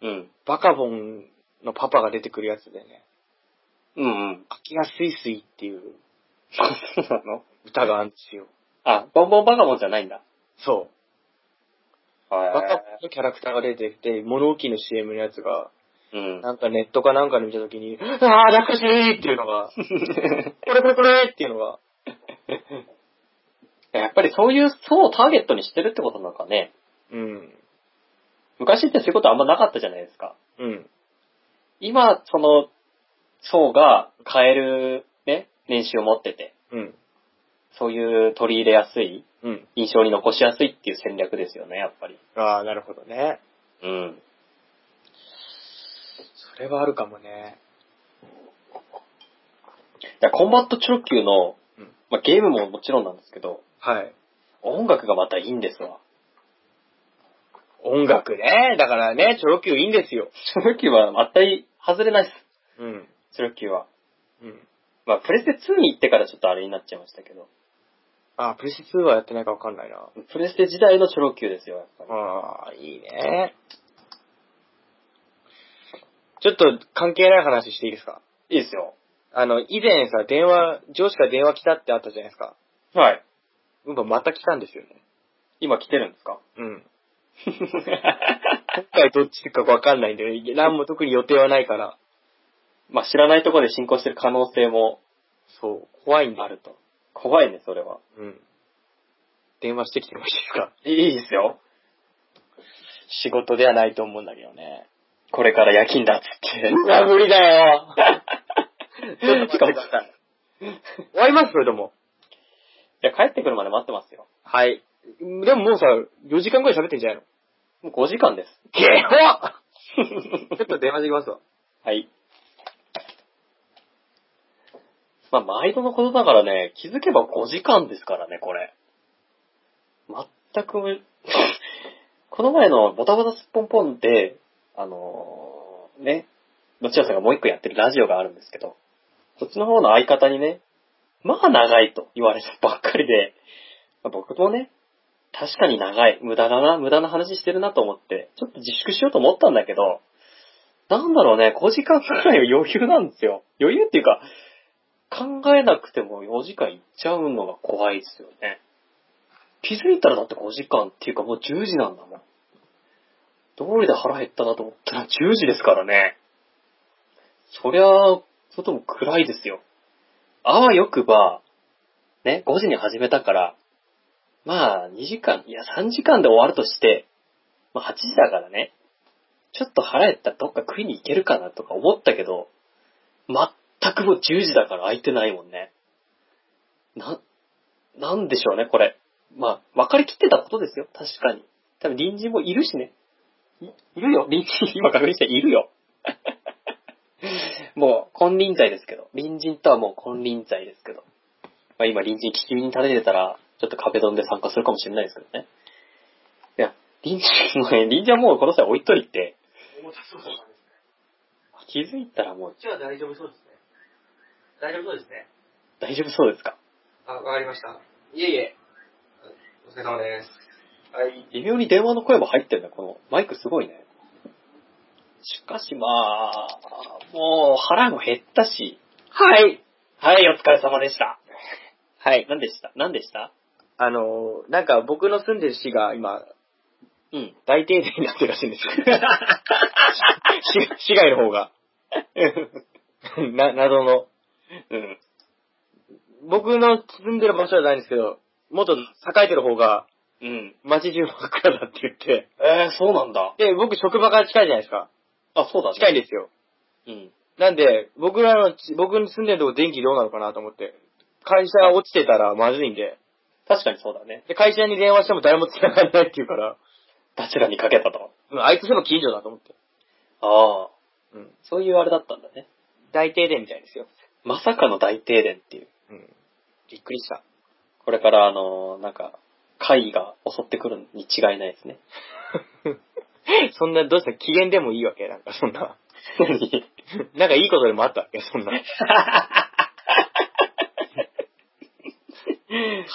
うん。
バカボンのパパが出てくるやつでね、
うん うん。
秋がスイスイっていう
そうなの
歌があるんですよ。
あ、ボンボンバカボンじゃないんだ。
そう。
はい
バカボンのキャラクターが出てきて、物置の CM のやつが、
うん。
なんかネットかなんかで見たときに、ああ、懐かしいっていうのが、これこれこれっていうのが、
やっぱりそういう層をターゲットにしてるってことなのかね。
うん。
昔ってそういうことあんまなかったじゃないですか。
うん。
今、その層が買えるね、年収を持ってて、
うん。
そういう取り入れやすい、
うん。
印象に残しやすいっていう戦略ですよね、やっぱり。
ああ、なるほどね。
うん。
それはあるかもね。
いや、コンバットチョロ Q の
うん、
まあ、ゲームももちろんなんですけど、
はい。
音楽がまたいいんですわ。
音楽ね。だからね、チョロ Q いいんですよ。
チョロ Q は絶対外れないで
うん。
す。チョロ Q は。
うん。
まあ、プレステ2に行ってからちょっとあれになっちゃいましたけど、
ああ、プレステ2はやってないかわかんないな。
プレステ時代のチョロ Q ですよ、やっぱり。
ああ、いいね。ちょっと関係ない話していいですか
いいですよ。
あの、以前さ、電話、上司から電話来たってあったじゃないですか。
はい。
うんばまた来たんですよね。
今来てるんですか
うん。今回どっちかわかんないんで、何も特に予定はないから。
まあ、知らないところで進行してる可能性も
そう、怖いんで。
あると。怖いね、それは。
うん。電話してきてもいいですか
いいですよ。
仕事ではないと思うんだけどね。
これから夜勤だっつって。
うわ、無 理だよ。
ちょっと待ってください。
終わりますそれとも。
いや、帰ってくるまで待ってますよ。
はい。でももうさ、4時間くらい喋ってんじゃないの
もう5時間です。
ゲホちょっと電話してきますわ。
はい。まあ、毎度のことだからね、気づけば5時間ですからね、これ。全く む、この前のボタボタすっぽんぽんで、あのーね、どちらさんがもう一個やってるラジオがあるんですけど、そっちの方の相方にね、まあ長いと言われたばっかりで、まあ僕もね、確かに長い。無駄だな、無駄な話してるなと思って、ちょっと自粛しようと思ったんだけど、なんだろうね、5時間くらいは余裕なんですよ。余裕っていうか、考えなくても4時間いっちゃうのが怖いですよね。気づいたらだって5時間っていうかもう10時なんだもん。どうりで腹減ったなと思ったら10時ですからね。そりゃあ、外も暗いですよ。あわよくば、ね、5時に始めたから、まあ、2時間、いや、3時間で終わるとして、まあ、8時だからね、ちょっと腹減ったらどっか食いに行けるかなとか思ったけど、全くもう10時だから空いてないもんね。な、なんでしょうね、これ。まあ、分かりきってたことですよ、確かに。多分隣人もいるしね。いいるよ、隣人、今確認したらいるよ。 もう、金輪際ですけど。隣人とはもう金輪際ですけど。まあ今、隣人聞き耳に垂れてたら、ちょっと壁ドンで参加するかもしれないですけどね。いや、隣人、もうね隣人はもうこの際置いといて、
重たそうなんですね。
気づいたらもう
こっちは大丈夫そうですね。大丈夫そうですね。
大丈夫そうですか
あ、わかりました。いえいえ。お疲れ様です。はい。
微妙に電話の声も入ってるね、このマイクすごいね。しかしまあ、もう腹も減ったし。
はい。
はい、お疲れ様でした。
はい。
何でした何でした
あのー、なんか僕の住んでる市が今、
うん。
大停電になってるらしいんですよ。 市市街の方が。 な、謎の。
うん。
僕の住んでる場所じゃないんですけど、もっと栄えてる方が、
うん。
街中真っ暗だって言って。
えー、そうなんだ。
で、僕職場から近いじゃないですか。
あ、そうだ、ね。
近いですよ。
うん。
なんで、僕らのち、僕に住んでるとこ電気どうなのかなと思って。会社落ちてたらまずいんで。
確かにそうだね。
で、会社に電話しても誰も繋がらないっていうから、
どちらにかけたと。
うん、あいつでも近所だと思って。
ああ。
うん。
そういうあれだったんだね。
大停電みたいですよ。
まさかの大停電っていう。
うん。びっくりした。
これからあのーなんか、怪異が襲ってくるに違いないです ね。
そんな、どうした機嫌でもいいわけなんかそんな。
何
なんかいいことでもあったわけそんな。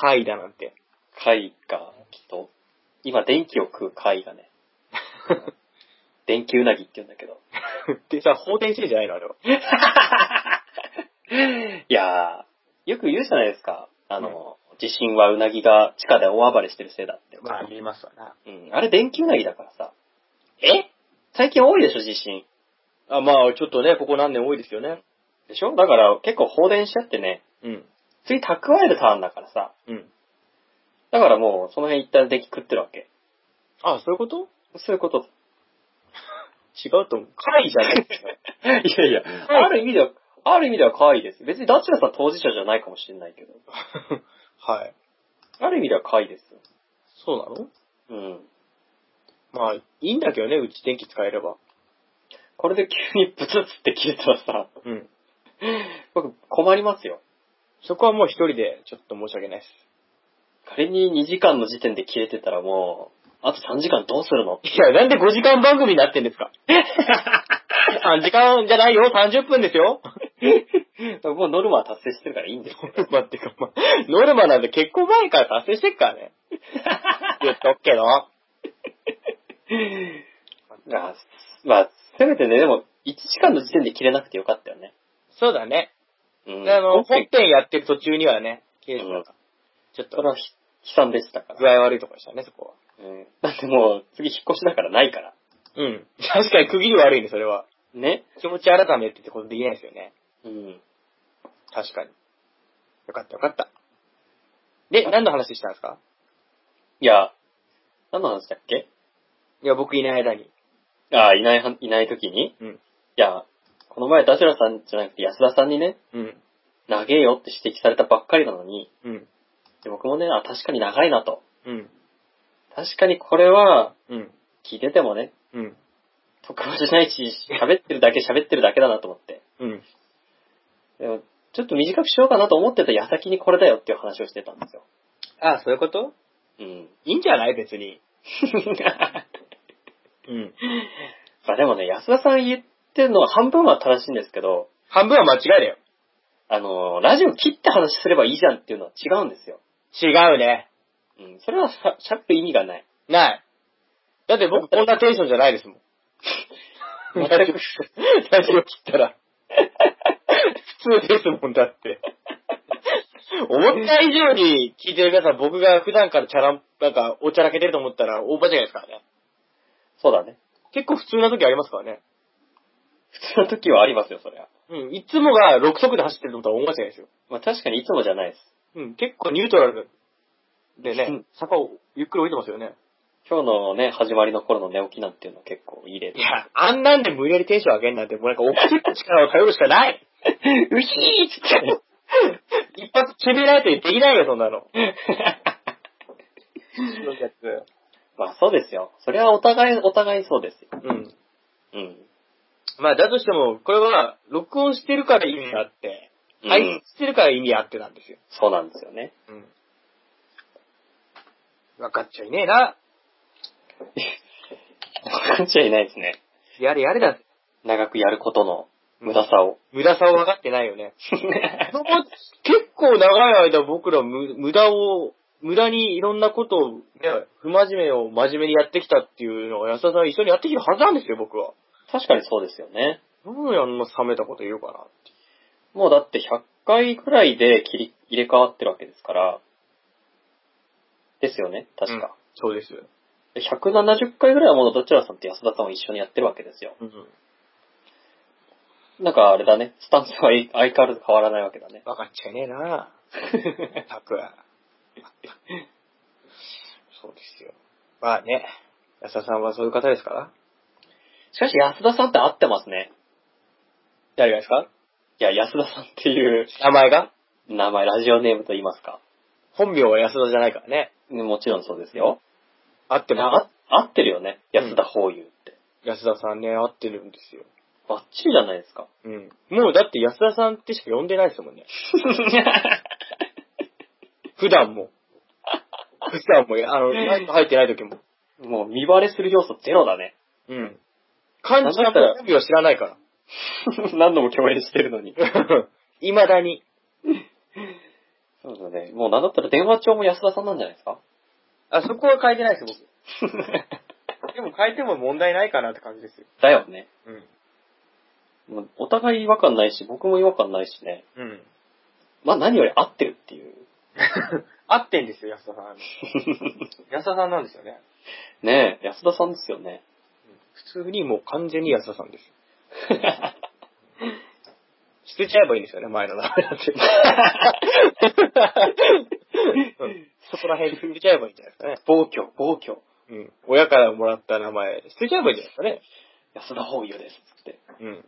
はいだなんて。
怪異が、きっと、今電気を食う怪異がね、電気うなぎって言うんだけど。
でさ、放電してるんじゃないのあれは。
いやー、よく言うじゃないですか。あの、地震はうなぎが地下で大暴れしてるせいだって。
まあ、見ますわな。
うん、あれ電気うなぎだからさ。え最近多いでしょ、地震。
あ、まあ、ちょっとね、ここ何年多いですよね。
でしょだから結構放電しちゃってね、
うん。
次蓄えるターンだからさ。
うん。
だからもう、その辺一旦電気食ってるわけ。
あ、そういうこと
そういうこと。
違うと思う。怪異じゃないですか。
いやいや、ある意味では、ある意味では可愛いです。別にダチュラさん当事者じゃないかもしれないけど。
はい。
ある意味では可愛いですよ。
そうなの
うん。
まあ、いいんだけどね、うち電気使えれば。
これで急にブツッつって消えたらさ、
うん。
僕困りますよ。
そこはもう一人で、ちょっと申し訳ないです。
仮に2時間の時点で消えてたらもう、あと3時間どうするの
いや、なんで5時間番組になってんです か ?3 時間じゃないよ、30分ですよ。
もうノルマは達成してるからいいんですよ。
ノルマってか、まあ、ノルマなんて結構前から達成してっから ね。言っとくけど。
あまあ、せめてね、でも、1時間の時点で切れなくてよかったよね。
そうだね。
うん。
あの、
今
本
回
編やってる途中にはね、刑事なんか、ちょっ
それ
と
はひ悲惨でしたから。
具合悪いとこでしたね、そこ
うん。だってもう、次引っ越しだからないから。
は。うん。確かに区切り悪いね、それは。
ね。
気持ち改めてってことできないですよね。
うん。
確かに。よかったよかった。で、何の話したんですか
いや、何の話だっけ
いや、僕いない間に。
ああ、いないは、いない時に
うん。
いや、この前、ダジュラさんじゃなくて安田さんにね、
うん。
長えよって指摘されたばっかりなのに、
うん。
で僕もね、あ、確かに長いなと。
うん。
確かにこれは、
うん。
聞いててもね、
うん。
得はしないし、喋ってるだけ喋ってるだけだなと思って。
うん。
でも、ちょっと短くしようかなと思ってた矢先にこれだよっていう話をしてたんですよ。
ああ、そういうこと
うん。
いいんじゃない別に。うん。
まあでもね、安田さん言ってるのは半分は正しいんですけど、
半分は間違いだよ。
あの、ラジオ切って話すればいいじゃんっていうのは違うんですよ。
違うね。
ううん。それはさ、シャップ意味がない。
ない。だって僕こんなテンションじゃないですもん。
全く
ラジオ、ラジオ切ったら。普通ですもんだって。思った以上に聞いてる皆さん、僕が普段からチャラン、なんか、おちゃらけてると思ったら、大場じゃないですからね。
そうだね。
結構普通な時ありますからね。
普通の時はありますよ、そりゃ。
うん。いつもが6速で走ってると思ったら大間違いですよ。
まあ確かにいつもじゃないです。
うん。結構ニュートラルでね、
うん
坂をゆっくり降りてますよね。
今日のね、始まりの頃の寝起きなんていうのは結構いい例
い
で
や、あんなんで無理やりテンション上げんなんて、もうなんか起きてる力を頼るしかない。
す。うひーっつって。
一発決めないとできないよ、そんなの。
まあそうですよ。それはお互い、お互いそうですよ。
うん。
うん。
まあ、だとしても、これは、録音してるから意味があって、
うん
配信してるから意味あってなんですよ。
そうなんですよね。
うん。分かっちゃいねえな。
分かっちゃいないですね。
やれやれだ。
長くやることの無駄さを。
無駄さを分かってないよね。そこ結構長い間僕ら無無駄を、無駄にいろんなことを、ね、不真面目を真面目にやってきたっていうのが安田さん一緒にやってきたはずなんですよ、僕は。
確かにそうですよね。
どうやんな冷めたこと言うかなって。
もうだって100回くらいで切り入れ替わってるわけですから。ですよね、確か。
そうです。
で170回ぐらいはもうどちらさんと安田さんを一緒にやってるわけですよ。
うん。
なんかあれだね、スタンスは相相変わらず変わらないわけだね。
分かっちゃいねえな。たく。そうですよ。まあね、安田さんはそういう方ですから。
しかし安田さんって合ってますね。
誰がですか
いや、安田さんっていう
名前が
名前、ラジオネームと言いますか。
本名は安田じゃないからね。
ねもちろんそうですよ。
合ってます
あ合ってるよね。
うん
安田法友って。
安田さんね、合ってるんですよ。
バッチリじゃないです か。
うん。もうだって安田さんってしか呼んでないですもんね。普段 も。普段も、あの、ライト入ってない時も。
もう見バレする要素ゼロだね。
うん。漢字の本名を知らないか
何度も共演してるのに。
ら。未だに。
そうだね。もうなんだったら電話帳も安田さんなんじゃない ですか
あ、そこは変えてないです、僕。でも変えても問題ないかなって感じですよ。
だよね。
うん。
もうお互い違和感ないし、僕も違和感ないしね。
うん。
まあ何より合ってるって いう。
合ってんですよ、安田さん。安田さんなんですよね。
ねえ、安田さんですよね。
普通にもう完全に安田さんです。捨てちゃえばいいんですよね、前の名前なん て。うんそこら辺捨てちゃえばいいんじゃないですかね。
暴挙、暴挙。
うん。親からもらった名前、捨てちゃえばいいんじゃないで
安田法友です。つって。
すかね。うん。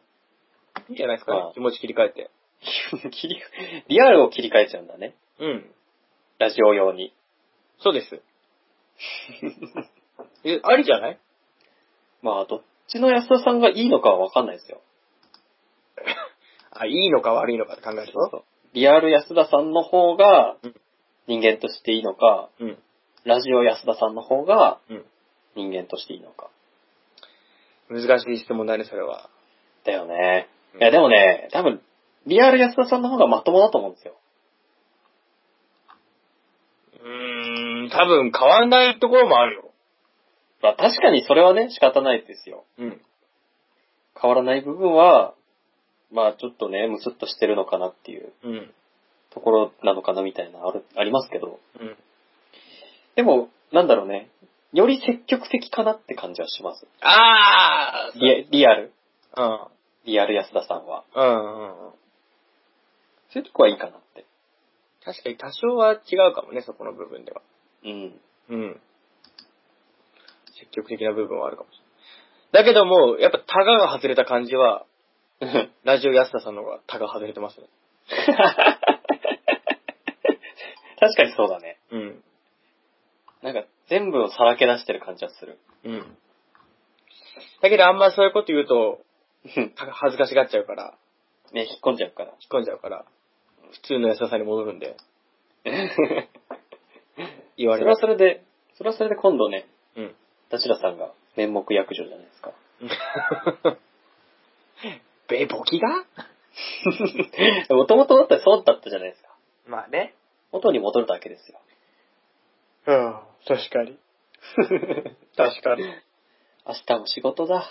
いいんじゃないですか、
まあ
気持ち切り替えて。
切りリアルを切り替えちゃうんだね。
うん。
ラジオ用 に。
そうです。え、ありじゃない
まあ、どっちの安田さんがいいのかはわかんないですよ。
あ、いいのか悪いのかって考えると。
リアル安田さんの方が
うん
人間としていいのか、
うん。
ラジオ安田さんの方が
うん。
人間としていいのか。
難しい質問だね、それは。
だよね。
うん
いや、でもね、多分、リアル安田さんの方がまともだと思うんですよ。
うーん、多分変わんないところもあるよ。
まあ、確かにそれはね、仕方ないですよ。
うん。
変わらない部分は、まあ、ちょっとね、ムスッとしてるのかなっていう
うん。
ところなのかなみたいな、ある、ありますけど。
うん。
でも、なんだろうね。より積極的かなって感じはします。
あー
リリアル。
うん。
リアル安田さんは。
うんうんうん。
そういうとこはいいかなって。
確かに多少は違うかもね、そこの部分では。
うん。
うん。積極的な部分はあるかもしれない。だけども、やっぱタガが外れた感じは、ラジオ安田さんの方がタガ外れてますね。
確かにそうだね。
うん。
なんか、全部をさらけ出してる感じはする。
うん。だけどあんまそういうこと言うと、タガ恥ずかしがっちゃうから、
ね、引っ込んじゃう から。
引っ込んじゃうから、普通の安田さんに戻るんで、言
そ
われ
れは
ます。
それで、それはそれで今度ね、
うん。
田代さんが面目役所じゃない ですか。
べ、ボキが
もともとだってそうだったじゃないですか。
まあね。
元に戻るだけですよ。
うん、確かに。確かに。
明日も仕事だ。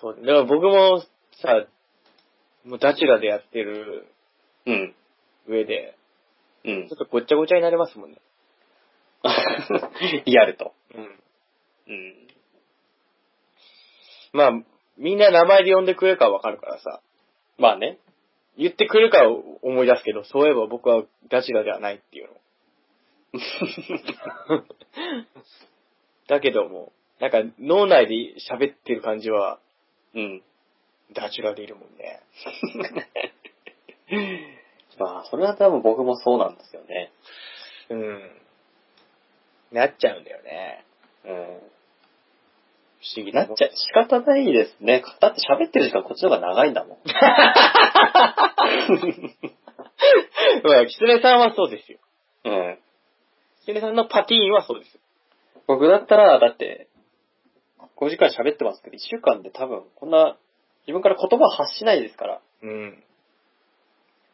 そう、だから僕もさ、もうダチュラでやってる
うん。
上で、
う
ち
ん
ょ っ。とごっちゃごちゃになりますもんね。
リアルと。
うん。
うん。
まあ、みんな名前で呼んでくれるかはわかるからさ、
まあね。
言ってくれるかを思い出すけど、そういえば僕はダチュラではないって いうの。だけども、なんか脳内で喋ってる感じは、
うん。
ダチュラでいるもんね。
まあ、それは多分僕もそうなんですよね。
うん。なっちゃうんだよね。
うん。
不思議
なっちゃ、仕方ないですね。だって喋ってる時間こっちの方が長いんだもん。
ゃう。 まあ、キツネさんはそうですよ。
うん。
キツネさんのパティーンはそうですよ。
僕だったら、だって、5時間喋ってますけど、1週間で多分、こんな、自分から言葉を発しないですから。
うん。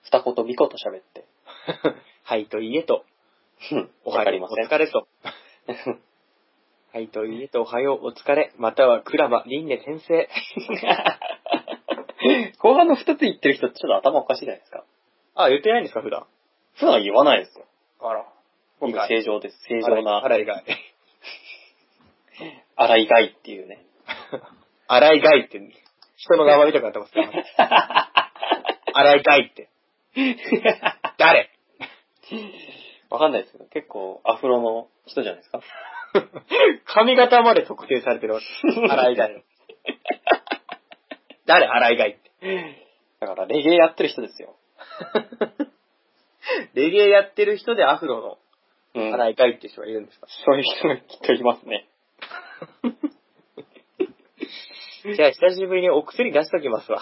二言三言喋って。
はいといえと、
うん
お
わ
は
か
よ
り
う、
ま
お
せん。
疲れと。 はいといえと、おはよう、お疲れ。または、クラマ、輪廻転生。
後半の二つ言ってる人ってちょっと頭おかしいじゃないですか。
あ、言ってないんですか、普段。
普段言わないですよ。
あら。
僕
意外
正常です。正
正
常
常な。
な、
荒い がい。
荒いがいっていう ね。
荒いがいって、人の名前みたくなってますね。 荒いがいって。誰
わかんないですけど、結構アフロの人じゃないですか。
髪型まで特定されてるわ け。荒いがい。誰荒いがいって。
だからレゲエやってる人ですよ。
レゲエやってる人でアフロ
う
の
ん。
荒いがいって人がいるんですか、
そういう人がきっといます ね。
じゃあ久しぶりにお薬出しときますわ。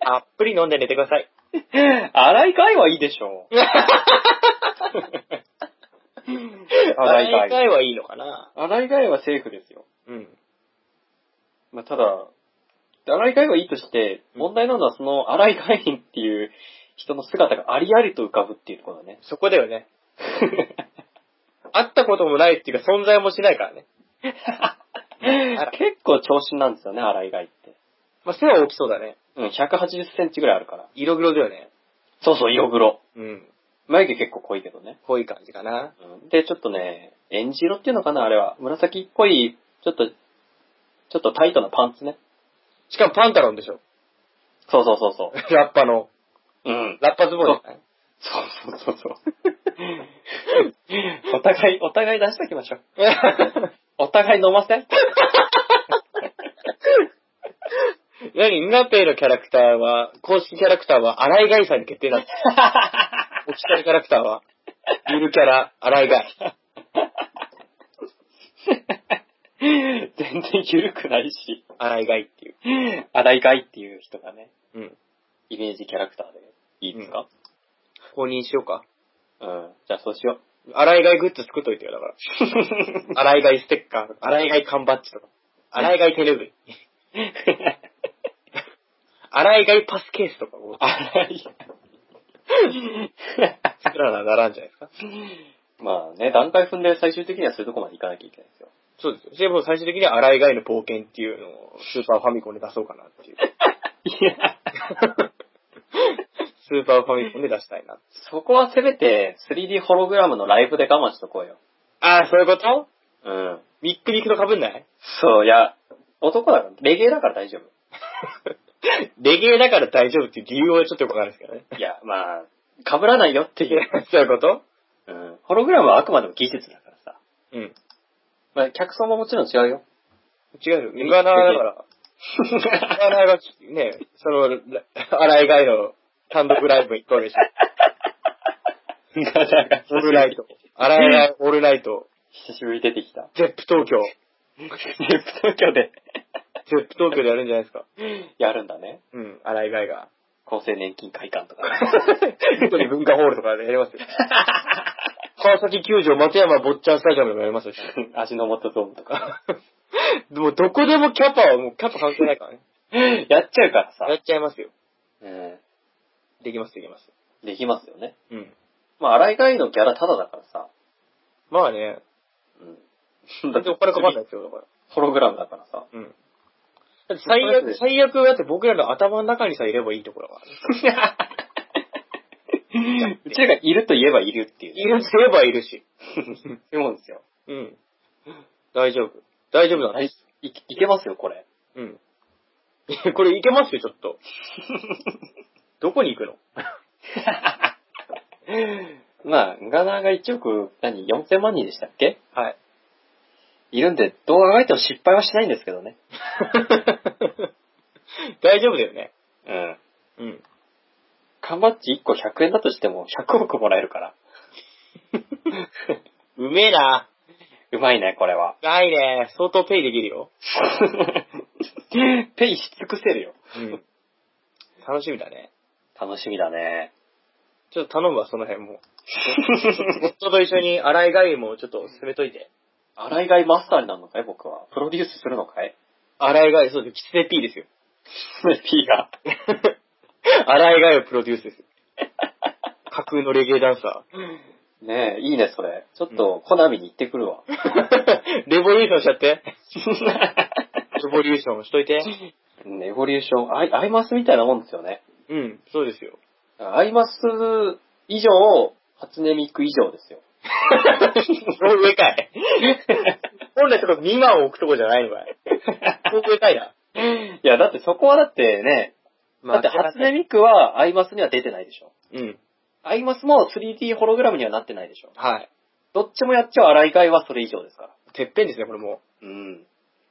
たっぷり飲んで寝てください。
荒いがいはいいでしょ う。荒いが
荒い
い。
がいはいいのかな
荒いがいはセーフですよ。
うん。
まあ、ただ、洗い替えはいいとして、問題なのはその洗い替えっていう人の姿がありありと浮かぶっていうところだね。
そこだよね。会ったこともないっていうか存在もしないからね。ら
結構長身なんですよね、洗い替えって。
まあ、背は大きそうだね。
うん、180センチぐらいあるから。
色黒だよね。
そうそう、色黒。
うん。
眉毛結構濃いけどね。
濃い感じかな。
うんで、ちょっとね、エンジ色っていうのかな、あれは。紫っぽい、ちょっと、ちょっとタイトなパンツね。
しかもパンタロンでしょ。
そうそうそうそ
ラッパの。
う。うん。
ラッパズボンじゃない
そうそうそうそう。お互い、お互い出しときましょう。 お互い飲ません
何ムナペイのキャラクターは、公式キャラクターは、荒井ガイさんに決定なんです。オフィシャルキャラクターは、ゆるキャラ、荒井ガイ。
全然緩くないし、
荒井ガイっていう。
荒いがいっていう人がね、
うん。
イメージキャラクターでいいですか、
公認しようか。
うん、じゃあそうしよう。
荒井ガイグッズ作っといてよ、だから。荒井ガイステッカー、荒井ガイ缶バッジとか。荒井ガイ手ぬぐい。 荒井ガイパスケースとかを
荒い。
作らなならんじゃないですか。
まあね、段階踏んで最終的にはそういうとこまでいかなきゃいけないですよ。
そうですよ。で、もう最終的には荒井ガイの冒険っていうのを、スーパーファミコンで出そうかなっていう。
いや、
スーパーファミコンで出したいな。
そこはせめて 3D ホログラムのライブで我慢しとこうよ。
ああ、そういうこと
うん。
ミックミクと被んない
そう、いや、男だから、レゲエだから大丈夫。
レゲエだから大丈夫っていう理由はちょっとよくわかんないですけどね。
いや、まあ、被らないよっていう。
そういうこと
うん。ホログラムはあくまでも技術だからさ。
うん。
まあ、客層ももちろん違 うよ。
違うよ。イガナーだ から。イガナ ーがね、その、ら荒井ガイの単独ライブ行こうでしょ。 オールナイト。荒井ガイ、オールナイト。
久しぶりに出てきた。
ゼップ東京。
東京で
ゼップ東京でやるんじゃないですか。
やるんだね。
うん、荒井ガイが。
厚生年金会館とか。
特に文化ホールとかでやりますよ。川崎球場、松山坊っちゃんスタジアムでもやります よ。
足の元ドームとか。
でもどこでもキャパはもうキャパ関係ないからね。
やっちゃうからさ
や。っちゃいますよ。
うん。
できます、できます。
できますよね。
うん。
まあ、荒井がいのギャラタダだからさ、
まあね、
うん。
全然お金かかんないですよ、だから。
ホログラムだからさ。
うん。だって最悪、最悪だって僕らの頭の中にさ、いればいいところがある。
うちらがいると言えばいるっていう ね。
いると言えばいるし。
そういうもんですよ。
うん。大丈夫。大丈夫だね。
いいいけますよ、これ。
うん。 これいけますよ、ちょっと。どこに行くの
まあ、ガナーが1億、何、4000万人でしたっけ
はい。
いるんで、どう考えても失敗はしないんですけどね。
大丈夫だよね。
うん。
うん。
缶バッジ1個100円だとしても100億もらえるから。
うめえな。
うまいね、これは。
ないね。相当ペイできるよ。
ペイし尽くせるよ。
うん。 楽しみだね。
楽しみだね。
ちょっと頼むわ、その辺 も。夫と一緒に洗い替えもちょっと進めといて。
洗い替えマスターになるのかい僕は。プロデュースするのかい
洗い替え、そうです。キツネ P ですよ。
?P が。
洗い替えをプロデュースですよ。架空のレゲエダンサ
ねえ、いいね、それ。ちょっと、コナミに行ってくるわ。
ー。レボリューションしちゃって。レボリューションしといて。
うんエボリューションアイ、アイマスみたいなもんですよね。
うん、そうですよ。
アイマス以上、初音ミク以上ですよ。
その上かい。本来ちょっと2万を置くとこじゃないのかい。その上かいな。
いや、だってそこはだってね、だって初音ミクはアイマスには出てないでしょ。
うん。
アイマスも 3D ホログラムにはなってないでしょ。
はい。
どっちもやっちゃう洗い替えはそれ以上ですから。
てっぺんですね、これも
うん。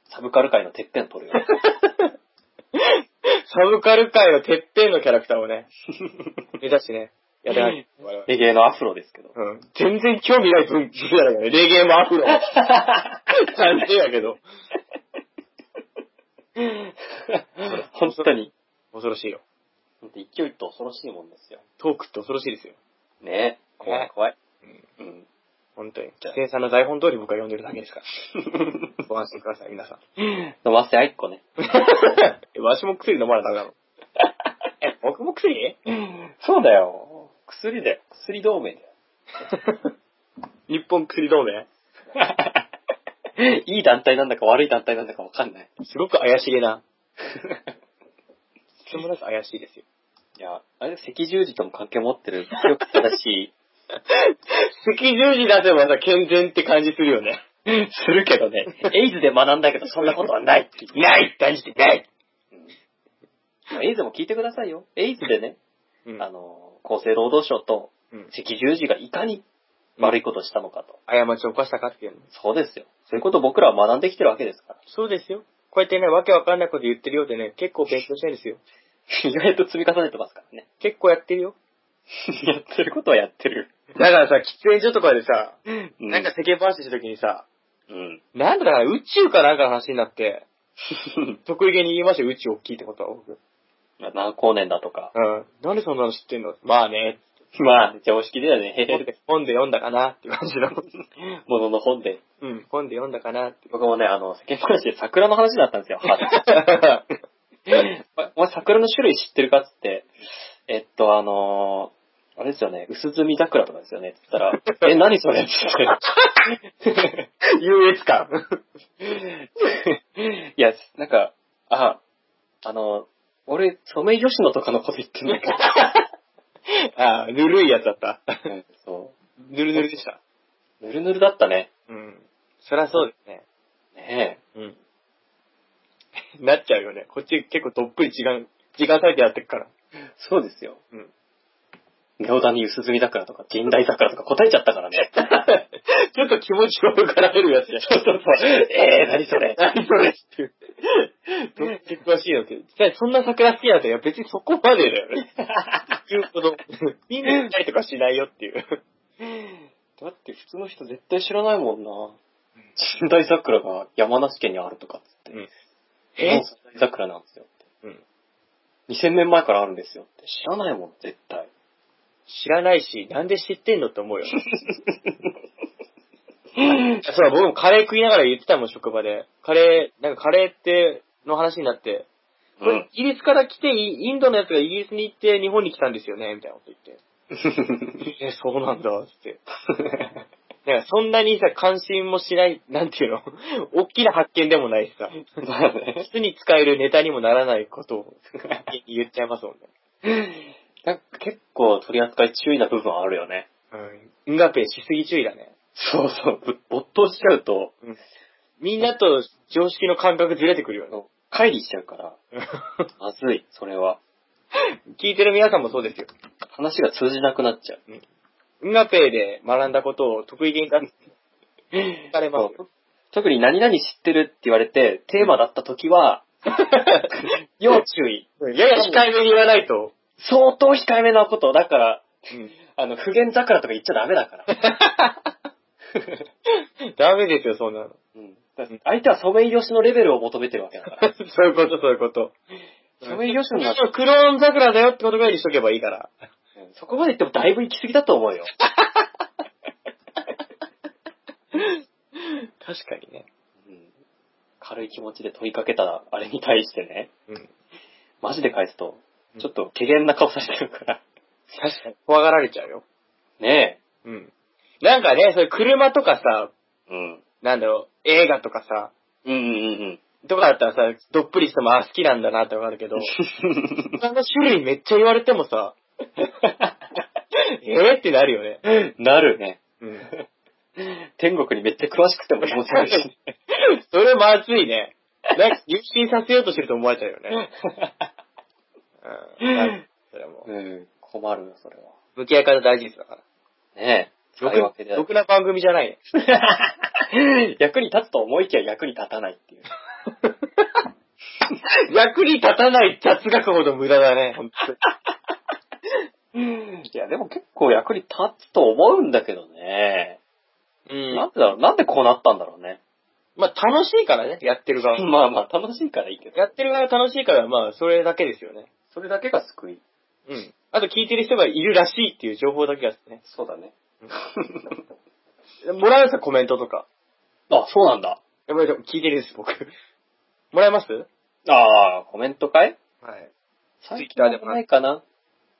サブカル界のてっぺん取 るよ。
う。サブカル界のてっぺんのキャラクターを ね、目指してね、やってない。我々
レゲエのアフロですけど。
うん。全然興味ない分岐だからね。レゲエもアフロも。 感じやけど。
本当に。
恐ろしいよ。
勢いって恐ろしいもんですよ。
トークって恐ろしいですよ。
ねえ。怖い怖い。うん。
本当に。生産の台本通り僕は読んでるだけですから。 ご安心ください、皆さん。
飲ませあいっこね。
え わしも薬飲まなダメなの。 え、僕も薬
そうだよ。薬だよ。薬同盟だよ。
日本薬同盟
いい団体なんだか悪い団体なんだかわかんない。
すごく怪しげな。質問なく怪しい ですよ。
いや、あれ、赤十字とも関係持ってる、強く正しい、
赤十字出せばさ、健全って 感じするよね。
するけ どね。エイズで学んだけど、そんなことはないっていう。
ない感じてない
エイズも聞いてくださいよ。エイズでね、
うん。
あの、厚生労働省と
うん
赤十字がいかに悪いことをしたのかと。
過ちを犯したかっていうの。
そうですよ。そういうことを僕らは学んできてるわけですから。
そうですよ。こうやってね、わけわかんないこと言ってるようでね、結構勉強してるんですよ。
意外と積み重ねてますから ね。
結構やってるよ。
やってることはやってる。
だからさ、喫煙所とかでさ、
うん
なんか、世間話してるときにさ、
うん。
なんだかな、宇宙かなんかの話になって、得意げに言いましたよ、宇宙大きいってことは僕。
まあ何光年だとか。
うん。なんでそんなの知ってんのまあね、
まあ、常識ではね、へ
本
へ
で本で読んだかなって感じの。
ものの本で。
うん、本で読んだかなって。
僕もね、あの、世間話で桜の話だったんですよ。お前桜の種類知ってるかっつって、えっと、あのーあれですよね、薄墨桜とかですよねって言ったら、え、何それって
優越 感。
言って。 いや、なんか、あ、あの、俺、ソメイヨシノとかのこと言ってんだけ ど。
ああ、ぬるいやつだった。
うんそ
ぬるぬるでした。
う。ぬるぬるだったね。
うん。そりゃそうですね。
ね
うん。 なっちゃうよね。こっち結構どっぷり時間、時間割いてやってくから。
え。そうですよ。
うん。
行田に薄墨桜とか、近代桜とか答えちゃったからね。
ちょっと気持ちを浮かられるやつじゃん。
そうそ うそう。えー、何それ。
何それっていう。どっち詳しいのって。そんな桜好きなんだよ。別にそこまでだよ ね。言うほど。みんな行ったりとかしないよっていう。
だって普通の人絶対知らないもんな。近代桜が山梨県にあるとかっつっ て。
うん
もう近代桜なんですよって。
うん
2000年前からあるんですよって。知らないもん、絶対。
知らないし、なんで知ってんのって 思うよ。そう、僕もカレー食いながら言ってたもん、職場で。カレー、なんかカレーって、の話になって、これイギリスから来て、イインドのやつがイギリスに行って日本に来たんですよね、みたいなこと言って。え、そうなんだ、って。なんかそんなにさ、関心もしない、なんていうの 大きな発見でもないしさ、
まあね。
普通に使えるネタにもならないことを 言っちゃいますもんね。
なんか結構取り扱い注意な部分あるよね。
うん。ガペしすぎ注意だね。
そうそう。ぶ没頭しちゃうと、
みんなと常識の感覚ずれてくるよね。
乖離しちゃうから、まずい、それは。
聞いてる皆さんもそうですよ。
話が通じなくなっちゃう。
んがペイで学んだことを得意げに出されますよ。
特に何々知ってるって言われて、テーマだった 時は、要注意。
やや控えめに言わないと。
相当控えめなこと。だから、
うん
あの、不言桜とか言っちゃダメだ から。
ダメですよ、そんなの。
うん、だから相手はソメイヨシノレベルを求めてるわけだ から。
そういうこと、そういうこと。
ソメイヨシノが、
クローン桜だよってことぐらいにしとけばいいから。
うんそこまで言ってもだいぶ行き過ぎだと思うよ。
確かにね。
うん軽い気持ちで問いかけたあれに対してね、
うん。
マジで返すと
う、ん
ちょっと、怪げな顔されてる から。
確かに。怖がられちゃうよ。
ね
うん。なんかね、それ車とかさ、
え。うん。
なんだろう、映画とかさ、
うんうん
とかだったらさ、どっぷりしても、あ、好きなんだなってわかるけど、
うん
他の種類めっちゃ言われてもさ、えーってなるよね。
うん。なるね。
うん。
天国にめっちゃ詳しくても気持ち悪いし。
それまずいね。なんか、入信させようとしてると思われちゃうよね。うん。なんかそれはもう。
うん。困るよ、それは。
向き合い方大事ですだから。
ねえ。使い分
ろ
け
く
であ
ろくな番組じゃないね。
る 役に立つと思いきや役に立たないっていう。
役に立たない雑学ほど無駄だね、本当に
いや、でも結構役に立つと思うんだけどね。
うん
なんでだろうなんでこうなったんだろうね。
まあ、楽しいからね、やってる側。
まあまあ、楽しいからいいけど。
やってる側が楽しいから、まあ、それだけですよね。
それだけが救い。
うん。あと、聞いてる人がいるらしいっていう情報だけがね。
そうだね。
もらえますか、コメントとか。
あ、そうなんだ。
やばい、でも聞いてるです、僕。もらえます
ああ、コメントかい
はい。
最近はないかな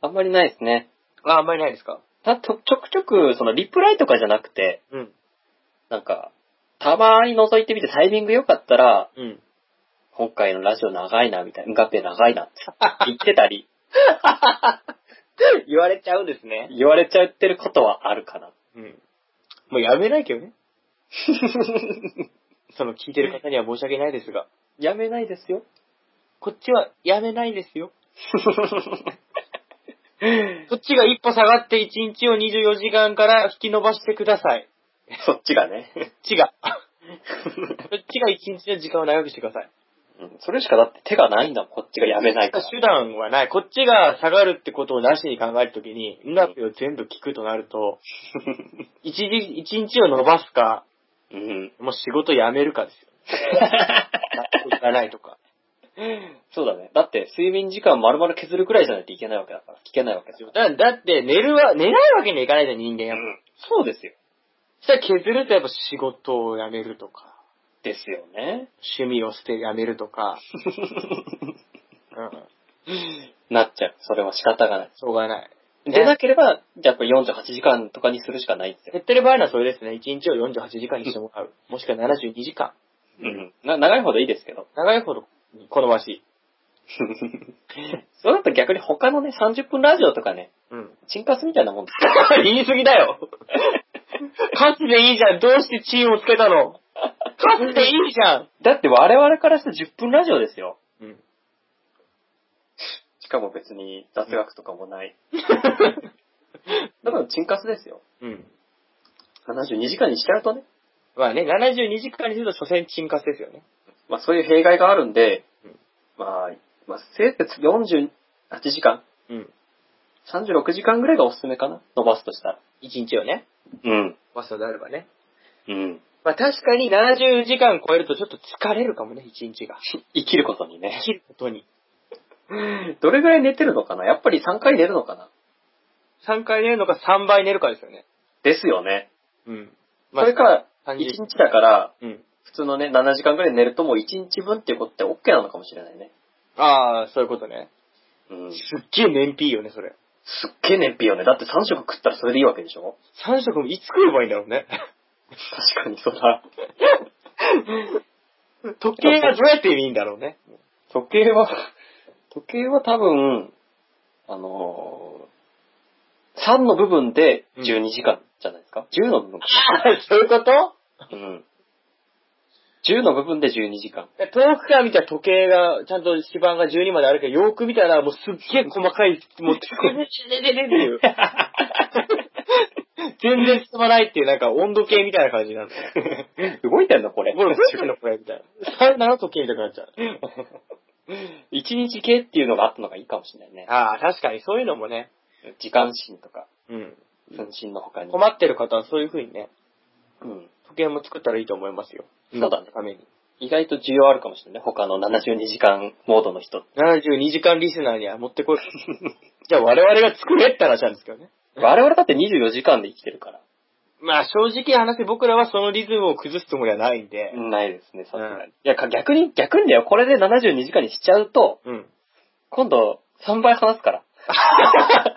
あんまりないですね。
あ、あんまりないですか
たとちょくちょく、その、リプライとかじゃなくて、
うん。
なんか、たまーに覗いてみてタイミング良かったら、
うん。
今回のラジオ長いな、みたいな、ガペ長いなって言ってたり、
言われちゃうんですね。
言われちゃってることはあるかな。
うん。もうやめないけどね。その、聞いてる方には申し訳ないですが。
やめないですよ。
こっちはやめないですよ。こっちが一歩下がって1日を24時間から引き伸ばしてください。
そっちがね。
こっちが。こっちが一日の時間を長くしてください。
うんそれしかだって手がないんだもん、こっちがやめないから。
手段はない。こっちが下がるってことをなしに考えるときに、うなぺを全部聞くとなると、 一日、一日を伸ばすか、
うん。
もう仕事辞めるかですよ。納得いかないとか。
そうだね。だって、睡眠時間丸々削るくらいじゃないといけないわけだから、聞けないわけだから。
だだって、寝るは、寝ないわけにはいかないじゃん、人間やっぱ。
そうですよ。
そしたら削るとやっぱ仕事を辞めるとか、
ですよね。
趣味を捨て辞めるとか、うん。
なっちゃう。それは仕方がない。
しょうがない。
でな
ね、
ければ、やっぱ48時間とかにするしかないんですよ。
減ってる場合にはそれですね。1日を48時間にしてもらう。もしくは72時間。
うん。な長いほどいいですけ ど。
長いほど好ましい。
そうだと逆に他のね、30分ラジオとかね、
うん。
チンカスみたいなもんですよ。
言い過ぎだよ。勝つでいいじゃん。どうしてチームをつけたの勝つでいいじゃん。
だって我々からして10分ラジオですよ。
うん。
しかも別に雑学とかもない。だからチンカスですよ。
うん。
72時間にしちゃうとね。
まあね、72時間にすると所詮沈活ですよね。
まあそういう弊害があるんで
うん、
まあ、まあ、せいぜい48時間、
うん。
36時間ぐらいがおすすめかな。伸ばすとしたら。
1日をね、
うん。
バスであればね。
うん。
まあ確かに70時間超えるとちょっと疲れるかもね、1日が。
生きることにね
生。きることに。
どれぐらい寝てるのかなやっぱり3回寝るのかな
3回寝るのか3倍寝るかですよね。
ですよね。
うん。
それか、
30
1日だから、
うん。
普通のね、7時間ぐらい寝るともう1日分っていうことって OK なのかもしれないね。
ああ、そういうことね。
うん。
すっげえ燃費いいよね、それ。
すっげえ燃費よね。だって3食食ったらそれでいいわけでしょ
3食もいつ食えばいいんだろうね。
確かにそうだ。
時計がどうやっていいんだろうね。
時計は、時計は多分、あのー、3の部分で12時間じゃないですか、?10 の部分か
そういうこと
な。うん。10の部分で12時間。
遠くから見たら時計が、ちゃんと指板が12まであるけど、よく見たらもうすっげえ細かい、もう、でででっていう。全然進まないっていう、なんか温度計みたいな感じなんだよ。
動いてんのこれ。
これ、どうしてんのこれみたいな。3の時計みたいになっちゃう。
1日系っていうのがあったのがいいかもしれないね。
ああ、確かにそういうのもね。
時間芯とか、
うん。
分身の他に。
困ってる方はそういう風にね、
うん。
時計も作ったらいいと思いますよ。
そうだね
ために。
意外と需要あるかもしれないね。他の72時間モードの人。
72時間リスナーには持ってこい。じゃあ我々が作れったらじゃんですけどね。
我々だって24時間で生きてるから。
まあ正直な話僕らはそのリズムを崩すつもりはないんで。
ないですね、さすが
うん
に。いや、か逆に、逆にだよ。これで72時間にしちゃうと、
うん。
今度、3倍話すから。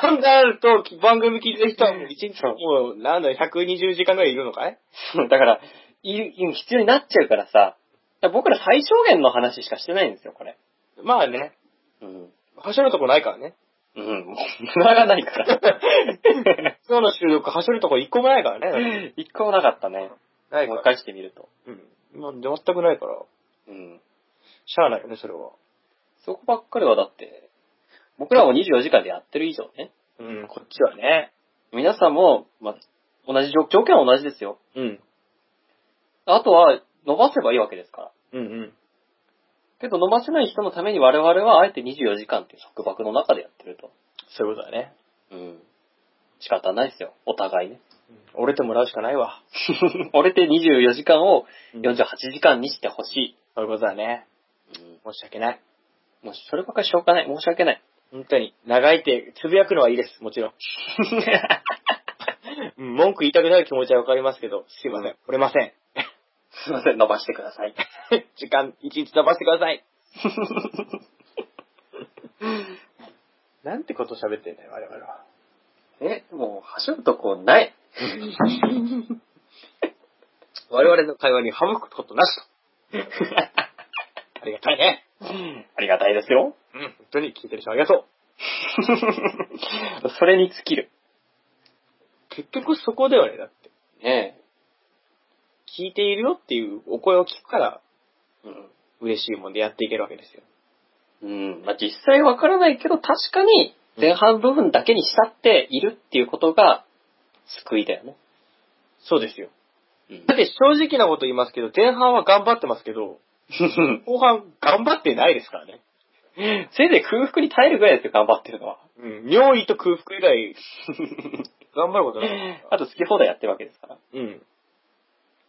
そんなあると、番組聞いてる人はもう1日もう、なんだ、120時間ぐらいいるのかい
だから、いい必要になっちゃうからさ、だから僕ら最小限の話しかしてないんですよ、これ。
まあね、
うん。
はしょるとこないからね。
うん。 もう無駄がないから。
今日の収録、はしょるとこ一個もないからね。
一個もなかったね。
ないか
思い
ら。
返してみると。
うん。まあ、全くないから、
うん。
しゃあないよね、それは。
そこばっかりはだって、僕らも24時間でやってる以上ね。
うん、こっちはね。
皆さんも、まあ、同じ条、条件は同じですよ。
うん。
あとは、伸ばせばいいわけですから。
うんうん。
けど伸ばせない人のために我々はあえて24時間っていう束縛の中でやってると。
そういうことだね。
うん。仕方ないですよ。お互 いね。
折れてもらうしかないわ。
俺って24時間を
うん
48時間にしてほし
そういうことだね。
い。うん
申し訳ない。
もうそればっかりしょうがない。申し訳 ない。
本当に、長いって、つぶやくのはいいです、もちろん。うん文句言いたくなる気持ちはわかりますけど、すいません、折れません。
すいません、伸ばしてください。
時間、一日伸ばしてくださ い。なんてこと喋ってんだよ、我々は。
え、もう、はしょるとこない。
我々の会話に省くことなしと。ありがたいね。
ありがたいです よ。
うん、本当に聞いてる人ありがとう。
それに尽きる。
結局そこだよね、だって。
ね
聞いているよっていうお声を聞くから、
え。
嬉しいもんでやっていけるわけですよ。
うん。まあ、実際わからないけど、確かに、前半部分だけに慕っているっていうことが、救いだよね。
そうですよ。
うん
だって正直なこと言いますけど、前半は頑張ってますけど、後半頑張ってないですからね。
せいぜい空腹に耐えるぐらいですよ、頑張ってるの は。
うん。尿意と空腹以外、頑張ることないですか
あと好き放題やってるわけですから。
ら。うん。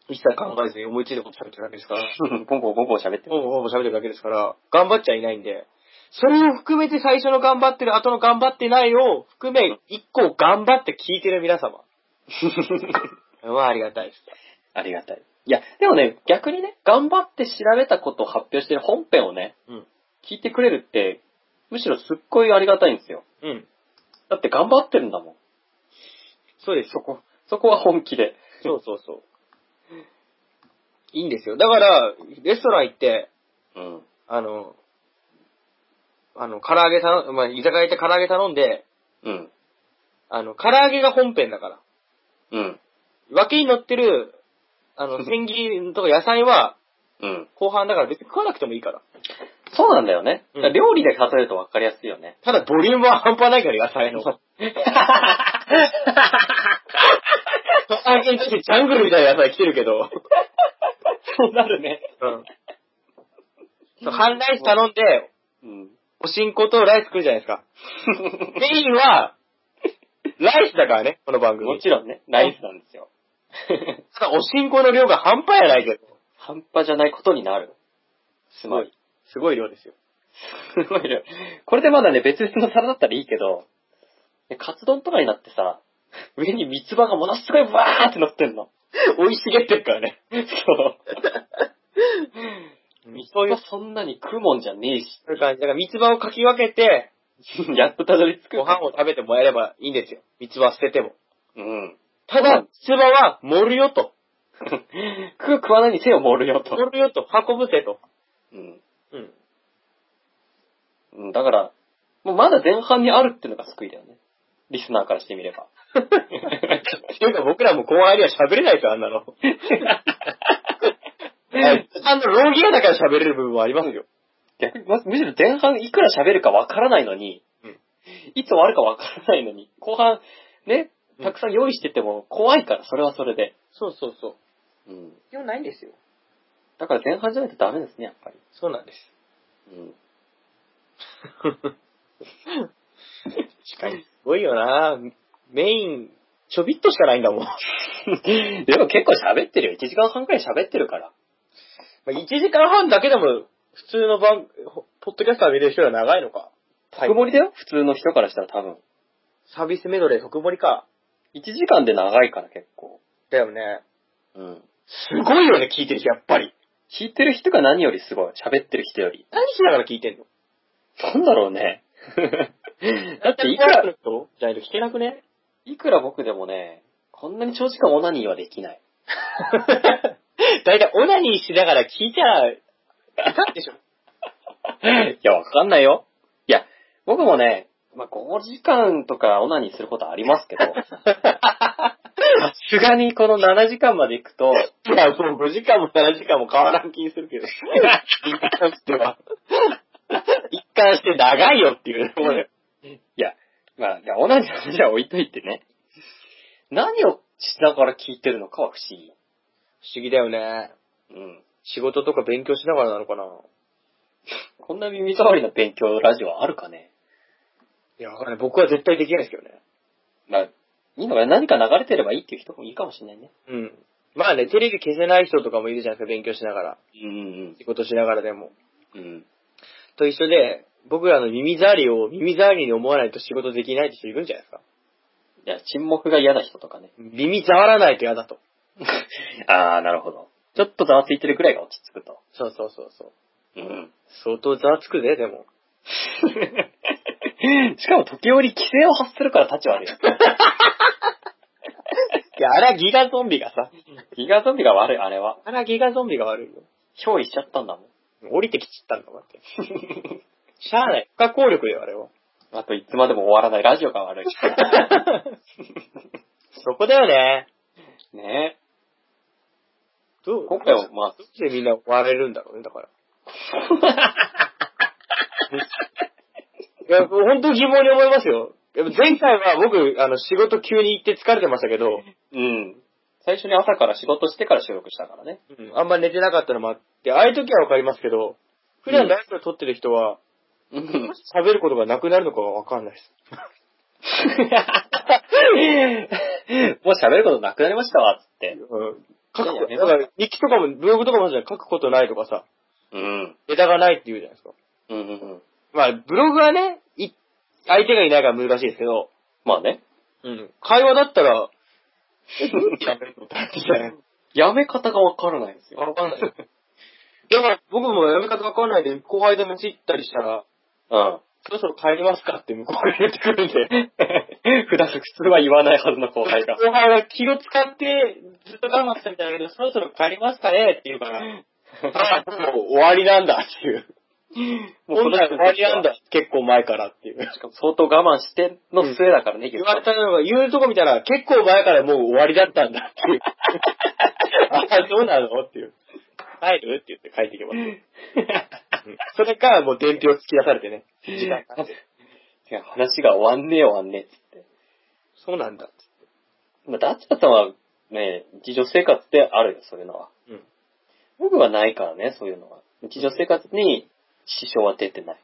一切考えずに思いついたこと喋ってるわけですから。
ボンボンボンボン喋ってる。
ほぼほぼ喋ってるだけですから、頑張っちゃいないんで、それを含めて最初の頑張ってる、後の頑張ってないを含め、一個頑張って聞いてる皆様。まあありがたいです。
ありがたい。いや、でもね、逆にね、頑張って調べたことを発表してる本編をね、
うん
聞いてくれるって、むしろすっごいありがたいんですよ。
うん。
だって頑張ってるんだもん。
そうです。
そこ、そこは本気で。
そうそうそう。いいんですよ。だから、レストラン行って、
うん。
あの、あの、唐揚げ頼ん、まあ、居酒屋行って唐揚げ頼んで、
うん。
あの、唐揚げが本編だから。
うん。
脇に乗ってる、あ の、千切りとか野菜は
うん。
後半だから別に食わなくてもいいから。
そうなんだよね。
うん
だから料理で例えると分かりやすいよね。
ただボリュームは半端ないから、野菜の。 最近ちょっとジャングルみたいな野菜来てるけど。
そうなるね。
うん。そう、半ライス頼んで、
うん。
おしんことライス食うじゃないですか。メインは、 ライスだからね、この番
も
組。
ちろんね、ライスなんですよ。
ただ、おしんこの量が半端やないけど。
半端じゃないことになる。すごい。。
すごい量ですよ。
すごい量。これでまだね、別々の皿だったらいいけど、ねカツ丼とかになってさ、上に三つ葉がものすごいバーって乗ってんの。
生い茂ってるからね。
そう。
そういう
三つ葉そんなに食うもんじゃねえし。
そういう感じ。だから、三つ葉をかき分けて、
やっとたどり着く。
ご飯を食べてもらえればいいんですよ。三つ葉捨てても。
うん。
ただ、つばは盛るよと。
食う食わないにせよ盛るよと。
盛るよと。運ぶせと。
うん
うん。
うん。だから、もうまだ前半にあるっていうのが救いだよね。リスナーからして みれば。
ていうか僕らも後輩には喋れないとあん なの。はい。あの、ローギアだから喋れる部分はありますよ。
逆に、まむしろ前半いくら喋るかわからないのに、
うん
いつ終わるかわからないのに、後半、ね、
うん
たくさん用意してても怖いから、それはそれで。
そうそうそう。
うん。
必要ないんですよ。
だから前半じゃないとダメですね、やっぱり。
そうなんです。
うん。
確かに。すごいよなメイン、ちょびっとしかないんだもん。 ま
でも結構喋ってるよ。1時間半くらい喋ってるから。
あ、1時間半だけでも、普通の番、ほポッドキャスター見れる人は長いのか。は
特盛りだよ、普通の人からしたら多分。
サービスメドレー特盛りか。
1時間で長いから結構。
だよね。
うん。
すごいよね、聞いてる人、やっぱり。
聞いてる人が何よりすごい。喋ってる人より。
何しながら聞いてんの
なんだろうね。 だっていくら、
じゃないと聞けなくね
いくら僕でもね、こんなに長時間オナニーはできない。
だいたいオナニーしながら聞いちゃ、いかんでしょ。
いや、わかんないよ。いや、僕もね、まあ、5時間とかオナニーすることはあります けど、さすがにこの7時間まで行くと、
いや、もう5時間も7時間も変わらん気にする けど。一貫しては。一貫して長いよっていうね、これ。
いや、まあ、いやオナニーの話は置いといてね、何をしながら聞いてるのかは不思議。
不思議だよね。
うん。
仕事とか勉強しながらなのかな。
こんな耳障りな勉強ラジオあるかね。
いや、僕は絶対できないですけどね。
まあ、いいのかな何か流れてればいいっていう人もいいかもしれないね。
うん。まあね、テレビ消せない人とかもいるじゃないですか、勉強しながら。
うん
仕事しながらでも。
うん。うん。
と一緒で、僕らの耳障りを耳障りに思わないと仕事できないって人いるんじゃないですか。
いや、沈黙が嫌な人とかね。
耳障らないと嫌だと。
ああ、なるほど。ちょっとざわついてるくらいが落ち着くと。
そうそうそうそう。
うん。
相当ざわつくぜ、でも。
しかも時折規制を発するから立ち 悪いよ。
いや、あれはギガゾンビがさ。
ギガゾンビが悪い、あれは。
あれはギガゾンビが悪いよ。
憑依しちゃったん だもん。
降りてきちったんだもんだって。しゃあない。不可抗力だよ、あれ は。
あといつまでも終わらないラジオが 悪い。
そこだよね。
ね
どう
え。今回は、 まあ
ど、うしてみんな笑えるんだろうね、だから。いや、本当に疑問に思いますよ。やっぱ前回は僕、あの、仕事急に行って疲れてましたけど、
うん。最初に朝から仕事してから収録したからね。
うん、あんま寝てなかったのもあって、ああいう時はわかりますけど、普段ラジオ撮ってる人は、
うん。
喋ることがなくなるのかがわかんないです。
もう喋ることなくなりましたわ、つって。
うん。書くこ
いやいや
だから日記とかも、ブログとかもそうじゃん書くことないとかさ、
うん。
枝がないって言うじゃないですか。
うんうんうん。
まあ、ブログはね、い、相手がいないから難しいですけど、
まあ ね。
うん。会話だったら、え、どうやって喋るの
やめ方がわからないんですよ。
わかんない。だから僕もやめ方わかんないで、後輩と飯行ったりしたら、
うん。
そろそろ帰りますかって向こうが言ってくるんで、
普段普通は言わないはずの後輩が。
後輩は気を使ってずっと我慢してたみたいだけど、そろそろ帰りますかねって言う から、ああ、もう終わりなんだっていう。
もうこ
本
の
来
人
終
た
わ
ち
りなん
は
だ、結構前からっていう。
しかも相当我慢しての末だからね、
言われたのが、言うとこ見たら、結構前からもう終わりだったんだっていう。あ あ、そうなのっていう。帰るって言って帰ってきます。うんそれからもう伝票突き出されてね。時間かかって
いや話が終わんねえ終わんねえっつって。
そうなんだっつって。
まあ、ダッチャーさんはね、日常生活であるよ、そういうのは。
うん
僕はないからね、そういうのは。日常生活に支障は出てない。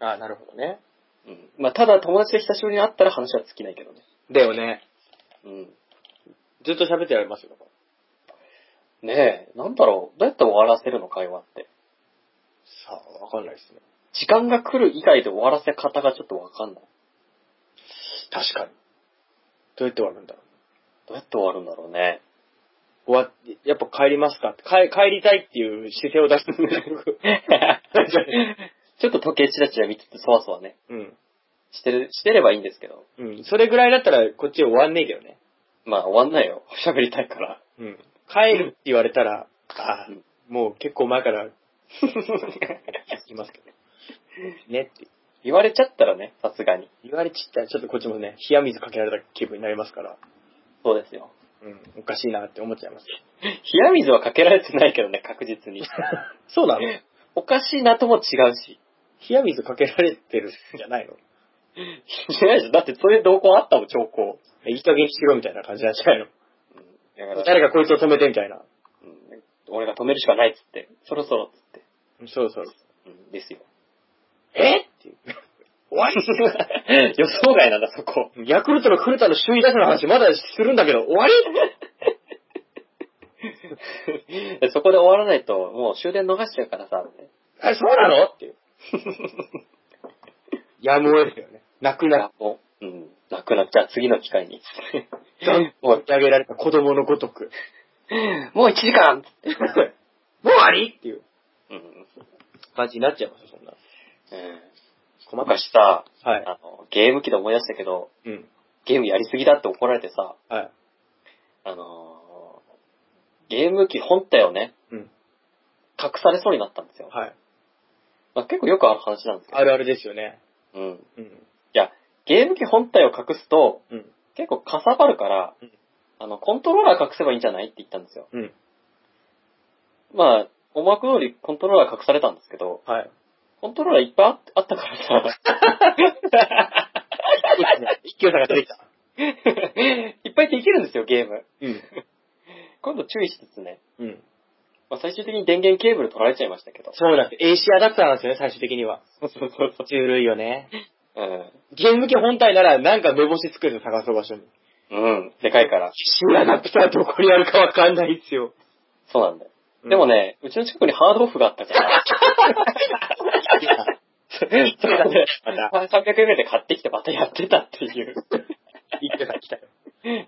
ああ、なるほどね。
うん。まあ、ただ友達と久しぶりに会ったら話は尽きないけどね。
だよね。
うん。
ずっと喋ってられますよ。
ねえ、なんだろう。どうやって終わらせるの、会話って。
さあ、わかんないですね。
時間が来る以外で終わらせ方がちょっとわかんない。
確かに。どうやって終わるんだろう。
どうやって終わるんだろうね。
終わって、やっぱ帰りますかって帰帰りたいっていう姿勢を出すんで
ちょっと時計チラチラ見つつ、そわそわね。
うん。
してる、してればいいんですけど。
うん。それぐらいだったらこっち終わんねえけどね。
まあ、終わんないよ。喋りたいから。
うん。帰るって言われたら、ああ、もう結構前から言いますけ ど。ねって
言われちゃったらね、さすがに。
言われちったらちょっとこっちもね、冷や水かけられた気分になりますから、
そうですよ。
うん、おかしいなって思っちゃいます。
冷や水はかけられてないけどね、確実に。
そうなの冷
おかしいなとも違うし。
や水かけられてるんじゃないの
違うし、だってそういう動向あったもん、兆候。
いい加減にしろみたいな感じなんじゃない
だか
の
ら
誰かこいつを止めてみたいな。
うん俺が止めるしかないっつって、そろそろっつって。
そうそう。
うん、ですよ。
えっていう。終わ
予想外なんだ、そこ。
り ヤクルトの古田の首位打者の話まだするんだけど、終わり
そこで終わらないと、もう終電逃しちゃうからさ、 ね、
あ、そうなのっていう。やむを得るよね。泣くな。
もう、うん、なくなっちゃう、次の機会に。
ドンと持ち上げられた子供のごとく。
もう1時 間
もう終わりっていう
うん。
感じになっちゃいますよ、そんな。
うん
細かい。
昔さ、
はい。
あの、ゲーム機で思い出したけど、
うん。
ゲームやりすぎだって怒られてさ、
はい。
あのーゲーム機本体をね、
うん。
隠されそうになったんですよ。
はい。
まあ、結構よくある話なんですけ
あるあるですよね。
ど、うん。
うん。
ゲーム機本体を隠すと、
うん。
結構かさばるから、
うん
あの、コントローラー隠せばいいんじゃないって言ったんですよ。
うん。
まあ、思惑通りコントローラー隠されたんですけど、
はい。
コントローラーいっぱいああったからさ、
一挙差が出てきた。
いっぱいできるんですよ、ゲーム。
うん。
今度注意しつつね、
うん。
まあ、最終的に電源ケーブル取られちゃいましたけど。
そうなんです。エイシアだったんですよね、最終的には。
そうそうそうそ
種類よね。
う。うん。
ゲーム機本体ならなんか目星つくんですよ、探す場所に。
うん。でかいから。
知らなくたらどこにあるかわかんないっすよ。
そうなんだよ。でもね、うちの近くにハードオフがあったから、それ
それだねまた
300円くらいで買ってきてまたやってたっていう。
一挙差来たよ。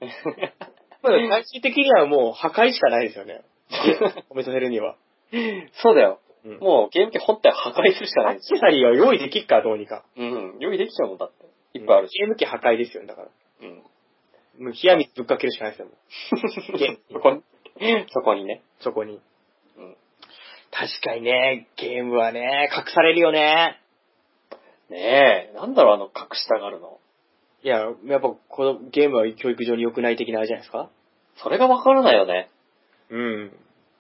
まあ最終的にはもう破壊しかないですよね。おめさせるには。
そうだよ。
うん
もうゲーム機本体を破壊するしかない
ア
ん
ク
です
セ
よ。
サリーは用意できっか、どうにか。
うん。用意できちゃうもんだって。いっぱいあるし。
ゲーム機破壊ですよ、だから。
うん。
もう冷や水ぶっかけるしかないですよ、もうゲーム
そこに、 そこにね。
そこに。
うん。
確かにね、ゲームはね、隠されるよね。
ねえ、なんだろう、あの、隠したがるの。
いや、やっぱこのゲームは教育上に良くない的なあれじゃないですか
それがわからないよね。
うん。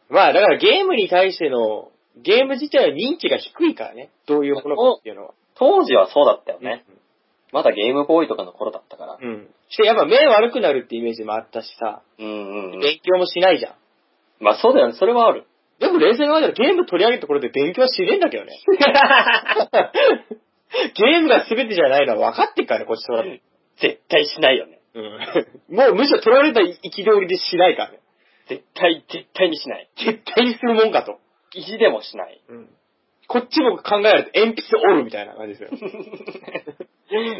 まあだからゲームに対しての、ゲーム自体は認知が低いからね。どういうものかっていうのは。
当時はそうだったよね。まだゲームボーイとかの頃だったから。
うん。してやっぱ目悪くなるってイメージもあったしさ、
うんうんうん。
勉強もしないじゃん。
まあそうだよね、それはあ る。
でも冷静に考えたらゲーム取り上げたところで勉強はしねえんだけ どね。ゲームが全てじゃないのは分かってっからね、こっちとらって。
絶対しないよね。
うん。もうむしろ取られた憤りでしないからね。
絶対、絶対にしない。
絶対にするもんかと。
意地でもしない。
うん。こっちも考えると鉛筆折るみたいな感じ ですよ。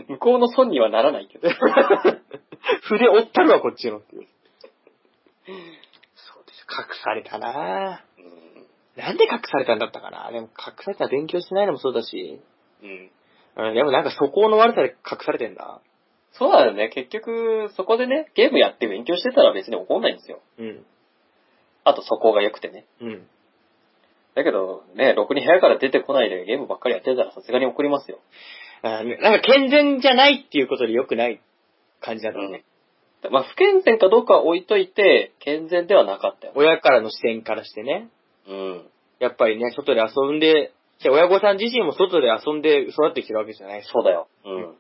向こうの損にはならないけど。
筆折ったるわ、こっちのっていう。そうです。隠されたなぁ。
うん
なんで隠されたんだったかなでも隠されたら勉強しないのもそうだし。
うん。
うん、でもなんか素行の悪さで隠されてんだ。
そうだよね、結局、そこでね、ゲームやって勉強してたら別に怒んないんですよ。
うん。
あと、そこが良くてね。
うん。
だけど、ね、ろくに部屋から出てこないでゲームばっかりやってたらさすがに怒りますよ。
あねなんか健全じゃないっていうことで良くない感じだった
う
ね。
ん。まあ、不健全かどうかは置いといて、健全ではなかったよ。
親からの視点からしてね。
うん。
やっぱりね、外で遊んで、で親御さん自身も外で遊んで育ってきてるわけじゃないですか。
そうだよ。うん。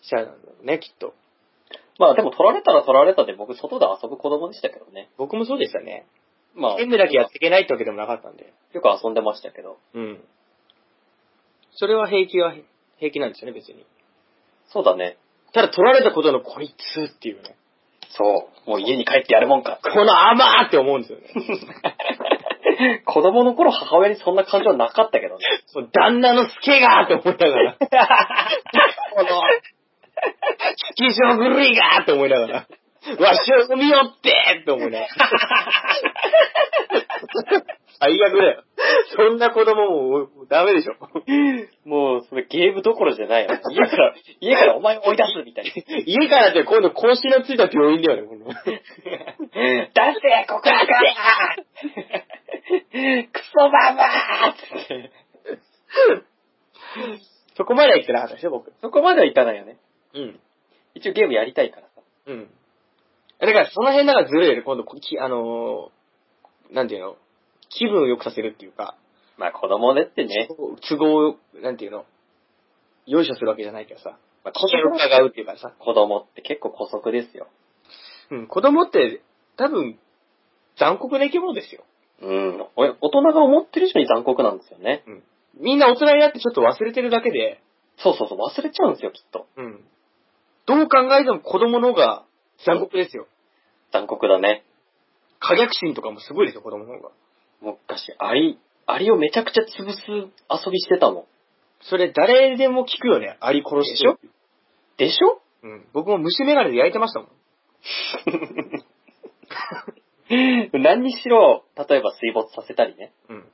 しちゃうんだろうね、きっと。
まあ、でも取られたら取られたで僕、外で遊ぶ子供でしたけどね。
僕もそうでしたね。
まあ、
ゲームだけやっていけないってわけでもなかったんで。
よく遊んでましたけど。
うん。それは平気は平気なんですよね、別に。
そうだね。
ただ取られたことのこいつっていうね。
そう。もう家に帰ってやるもんか。
この甘ーって思うんですよね。
子供の頃母親にそんな感情なかったけどね。
もう旦那のスケがーって思いながら。この、引き上狂いがーって思いながら。わしを産みよってーって思いな がら。最悪だよ。そんな子供もダメでしょ。
もう、それれゲームどころじゃないよ。家 から、家からお前追い 出すみたいな。
家からって今度更新のついた病院だよね、この。
出せここだからクソババアつって。
そこまでは行ってなかったでしょ、僕。
そこまではいかないよね。
うん。
一応ゲームやりたいからさ。
うん。だからその辺だからずるいよね、今度、こきあのー、なんていうの気分を良くさせるっていうか、
まあ子供でってね。
都合を、なんていうのよいしょするわけじゃないけどさ。
まあ、
子
子
供
供
を疑うっていうかさ。
子供って結構古速ですよ。
うん、子供って多分、残酷な生き物ですよ。
うん。お大人が思ってる以上に残酷なんですよね。
みんな大人になってちょっと忘れてるだけで、
そうそうそう、忘れちゃうんですよ、きっと。
うん。どう考えても子供の方が残酷ですよ。
残酷だね。
可逆心とかもすごいですよ、子供の方が。
昔、アリ、アリをめちゃくちゃ潰す遊びしてたもん。
それ誰でも聞くよね、アリ殺し
でしょでしょ
うん。僕も虫眼鏡で焼いてましたもん。
何にしろ、例えば水没させたりね。
うん。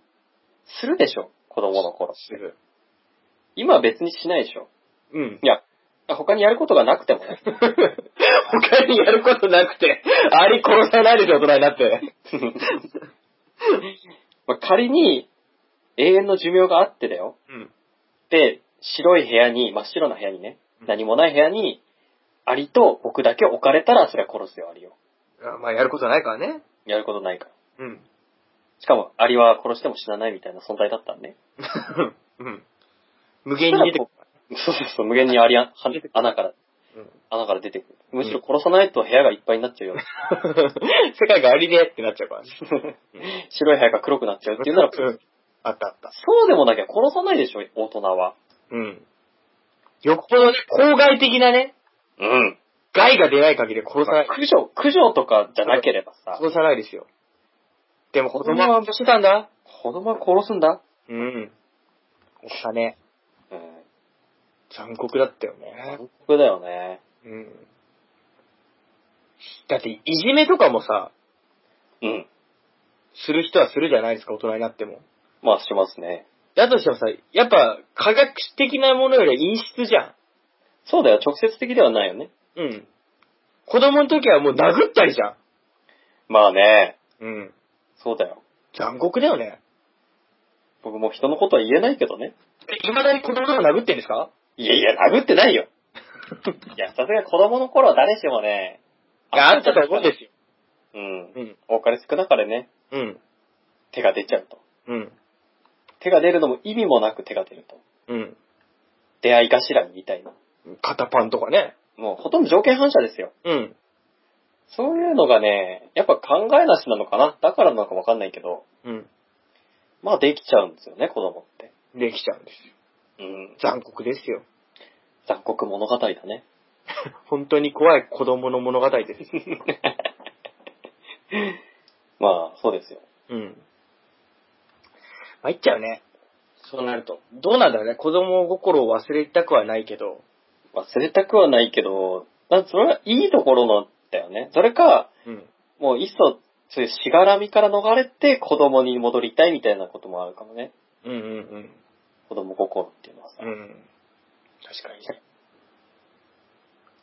するでしょ子供の頃。
すぐ。
今は別にしないでしょ
うん
い。や、他にやることがなくてもね。
他にやることなくて、アリ殺さないでしょ、大人になって。
まあ仮に、永遠の寿命があってだよ。
うん。
で、白い部屋に、真っ白な部屋にね
う、ん
何もない部屋に、アリと僕だけ置かれたら、それは殺すよ、アリを。
あまあ、やることないからね。
やることないか ら。
うん。
しかも、アリは殺しても死なないみたいな存在だったんね。
うん。無限に出てくる。
そうそうそう、無限にアリは穴から、
うん
穴から出てくる。むしろ殺さないと部屋がいっぱいになっちゃう よ。
世界がアリでって なっちゃうから。
白い部屋が黒くなっちゃうっていうなら、
うんあったあった。
そうでもなきゃ殺さないでしょ、大人は。
うん。よっぽどね、公害的なね、
うん。
害が出ない限り殺さ ない。
駆除、駆除とかじゃなければさ、
殺さないですよ。でも子供
子供
は
は
してたんだ。
子供は殺すんだ。
うん。お金、
うん。
残酷だったよね。
残酷だよね。
うん。だって、いじめとかもさ、
うん。
する人はするじゃないですか、大人になっても。
まあ、しますね。
だとしてもさ、やっぱ、科学的なものよりは陰湿じゃん。
そうだよ、直接的ではないよね。
うん。子供の時はもう殴ったりじゃん。
まあね、
うん。
そうだよ。
残酷だよね。
僕もう人のことは言えないけどね。
え、未だに子供とか殴ってんですか
いやいや、殴ってないよ。いや、さすがに子供の頃は誰しもね、
いや、あったと思うんですよ。
うん。
うん。
多かれ少なかれね、
うん。
手が出ちゃうと。
うん。
手が出るのも意味もなく手が出ると。
うん。
出会い頭にみたいな。
肩パンとかね。
もうほとんど条件反射ですよ。
うん。
そういうのがね、やっぱ考えなしなのかな。だからなのかわかんないけど、
うん。
まあできちゃうんですよね、子供って。
できちゃうんですよ。
うん。
残酷ですよ。
残酷物語だね。
本当に怖い子供の物語です。
まあ、そうですよ。
うん。参っちゃうね。そうなると。どうなんだろうね。子供心を忘れたくはないけど。
忘れたくはないけど、まあそれはいいところなんだよね。それか、
うん。
もういっそ、そういうしがらみから逃れて子供に戻りたいみたいなこともあるかもね。
うんうん
子供心っていうのはさ、
うん。うん。確かにね。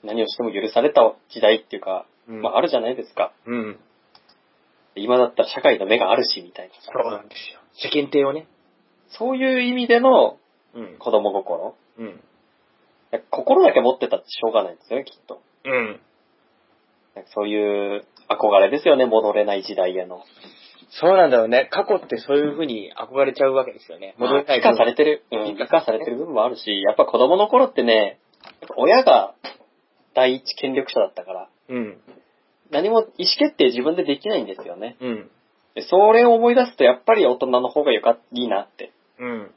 何をしても許された時代っていうか、
うん
まああるじゃないですか。
うん。
今だったら社会の目があるし、みたいなさ。
そうなんですよ。世間体をね。
そういう意味での
うん。
子供心。
うん。
心だけ持ってたってしょうがないんですよね、きっと。
うん。
なんかそういう憧れですよね、戻れない時代への。
そうなんだろうね。過去ってそういう風に憧れちゃうわけですよね。戻りたい
美化されてる、うん、美化されてる部分もあるし、やっぱ子供の頃ってね、やっぱ親が第一権力者だったから、
うん。
何も意思決定自分でできないんですよね。
うん。
でそれを思い出すとやっぱり大人の方がよかっいいなって。
うん。
うん。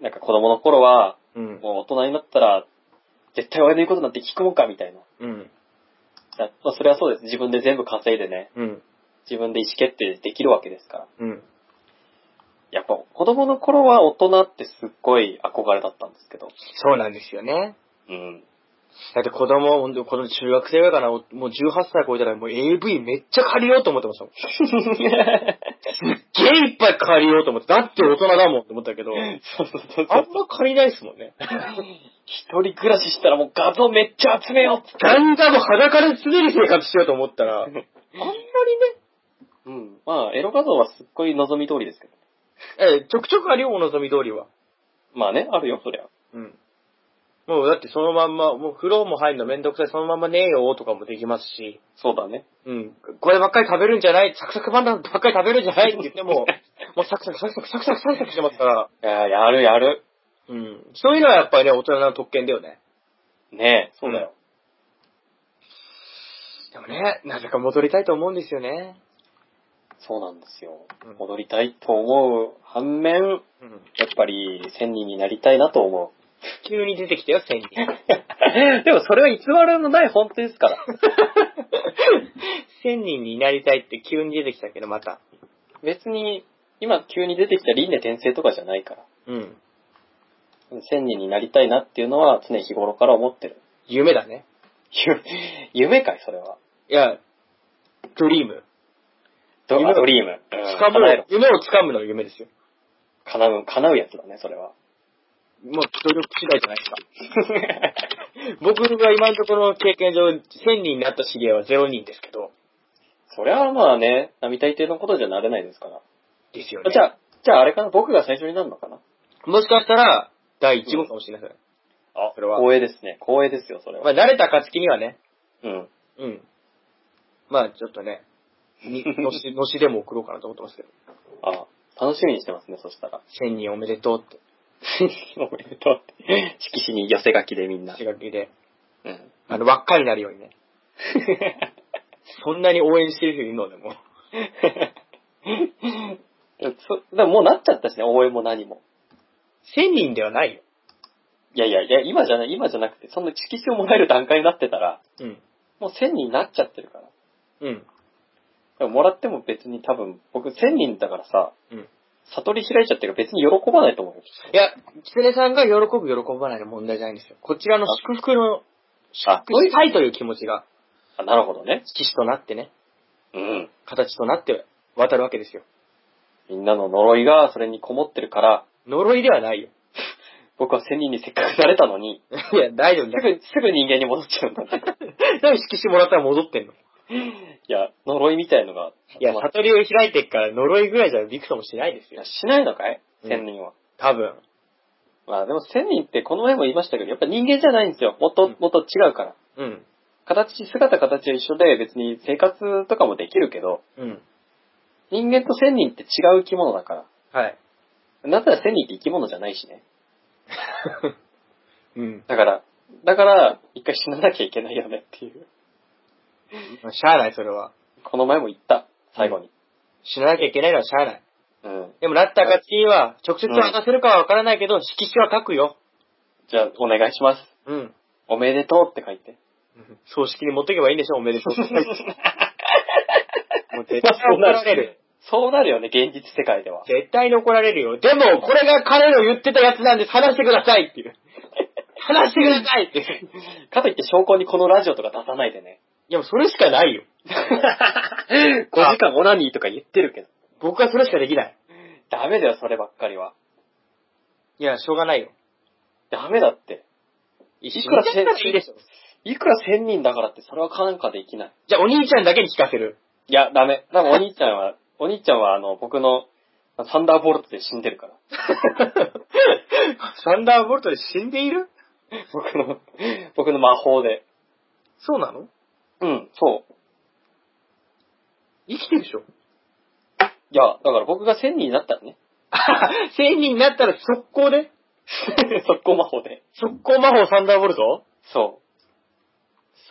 なんか子供の頃は、
うん。
もう大人になったら、絶対親の言うことなんて聞くもんかみたいな。
うん。
だまあそれはそうです。自分で全部稼いでね、
うん。
自分で意思決定できるわけですから。
うん。
やっぱ子供の頃は大人ってすっごい憧れだったんですけど。
そうなんですよね。
うん。
だって子供、本当この中学生ぐらいかな、もう18歳超えたらもう AV めっちゃ借りようと思ってましたもん。すっげえいっぱい借りようと思って、だって大人だもんって思ったけど、
そうそうそうそ
あ。
うん
ま借りないっすもんね。
一人暮らししたらもう画像めっちゃ集めようっつって。
ガンダム裸で滑る生活しようと思ったら、あんまりね、
うん。まあ、エロ画像はすっごい望み通りですけど。
ええ、ちょくちょくあるよ、お望み通りは。
まあね、あるよ、そりゃ。
うん。もうだってそのまんま、もう風呂も入るのめんどくさい、そのまんまねえよとかもできますし、
そうだね。
うん。こればっかり食べるんじゃない、サクサクパンダばっかり食べるんじゃないって言っても、もうサクサクサクサクサクサクサクサクしてますから、
いやー、やるやる。
うん。そういうのはやっぱりね、大人の特権だよね。
ねえ、そうだよ。
でもね、なぜか戻りたいと思うんですよね。
そうなんですよ
うん。
戻りたいと思う。反面、
うん。
やっぱり、千人になりたいなと思う。
急に出てきたよ、千人。
でもそれは偽るのない本当ですから。
千人になりたいって急に出てきたけど、また。
別に、今急に出てきた輪廻転生とかじゃないから。
うん。
千人になりたいなっていうのは常日頃から思ってる。
夢だね。
ゆ夢かい、それは。
いや、ドリーム。
ド
夢
あドリーム。うん
掴む
叶えろ
の、夢を掴むのが夢ですよ。
叶う、叶うやつだね、それ は。
もう努力次第じゃないですか。僕が今のところの経験上、1000人になった知り合いは0人ですけど、
それはまあね、並大抵のことじゃなれないですから。
ですよね。
じゃあ、じゃああれかな、僕が最初になるのかな。
もしかしたら、第1号かもしれません。
あ
それは
光栄ですね。光栄ですよ、それ
ま
は。
あ、慣れた暁にはね、
うん。
うん。まあ、ちょっとね、 にのし、のしでも送ろうかなと思ってますけど、
あ、楽しみにしてますね、そした ら。
1000人おめでとうって、
おめでとうって。色紙に寄せ書きでみんな
仕。掛けで、
うん。
あの、輪っかになるようにね。そんなに応援してる人いるのでも。
そでももうなっちゃったしね、応援も何も。
1000人ではないよ。
いやいやいや、今じゃない、今じゃなくて、その色紙をもらえる段階になってたら、
うん。
もう1000人になっちゃってるから。
うん。
でももらっても別に多分、僕1000人だからさ、
うん
悟り開いちゃってるから別に喜ばないと思うよ。
いや、キツネさんが喜ぶ喜ばないの問題じゃないんですよ。こちらの祝福の、
あ、
祝福したいという気持ちが、
あなるほどね。
色紙となってね、
うん。
形となって渡るわけですよ。
みんなの呪いがそれにこもってるから、
呪いではないよ。
僕は1000人にせっかくなれたのに、
いや、大丈夫
す
だ
ぐ
よ。、
すぐ人間に戻っちゃうんだね。
何色紙もらったら戻ってんの
いや、呪いみたいのが。
いや、
まあ
悟りを開いてっから呪いぐらいじゃびくともしないです
い
よ
や。しないのかい
うん
?1000 人は。
多分。
まあでも1000人ってこの前も言いましたけど、やっぱ人間じゃないんですよ。もっと、
うん
もっと違うから。
うん。
形、姿形は一緒で別に生活とかもできるけど、
うん。
人間と1000人って違う生き物だから。
はい。
なったら1000人って生き物じゃないしね。
うん。
だから、だから、一回死ななきゃいけないよねっていう。
まあしゃあない、それは。
この前も言った。最後に。
死ななきゃいけないのはしゃあない。
うん。
でも、なった暁は、直接渡せるかはわからないけど、色紙は書くよ。
じゃあ、お願いします。
うん。
おめでとうって書いて。
葬式に持っていけばいいんでしょ、おめで とう。もう絶
まあ
対
そう
怒
な
られる。
そうなるよね、現実世界では。
絶対に怒られるよ。でも、これが彼の言ってたやつなんです。話してくださいっ ていう。話してくださいっていう。
かといって証拠にこのラジオとか出さないでね。
いや、もうそれしかないよ。
5時間オナニーとか言ってるけど。
僕はそれしかできない。
ダメだよ、そればっかりは。
いや、しょうがないよ。
ダメだって。
い
いくら
せんいいでしょ。
いくら1000人だからって、それは感化できない。
じゃあ、お兄ちゃんだけに聞かせ る。
いや、ダメ。多分お兄ちゃんは、 お兄ちゃんはあの、僕の、サンダーボルトで死んでるから。
サンダーボルトで死んでいる
僕の、僕の魔法で。
そうなの
うん、そう。
生きてるでし ょ。
いや、だから僕が1000人になったらね。
千人になったら速攻で
速攻魔法で。
速攻魔法サンダーボルト
そ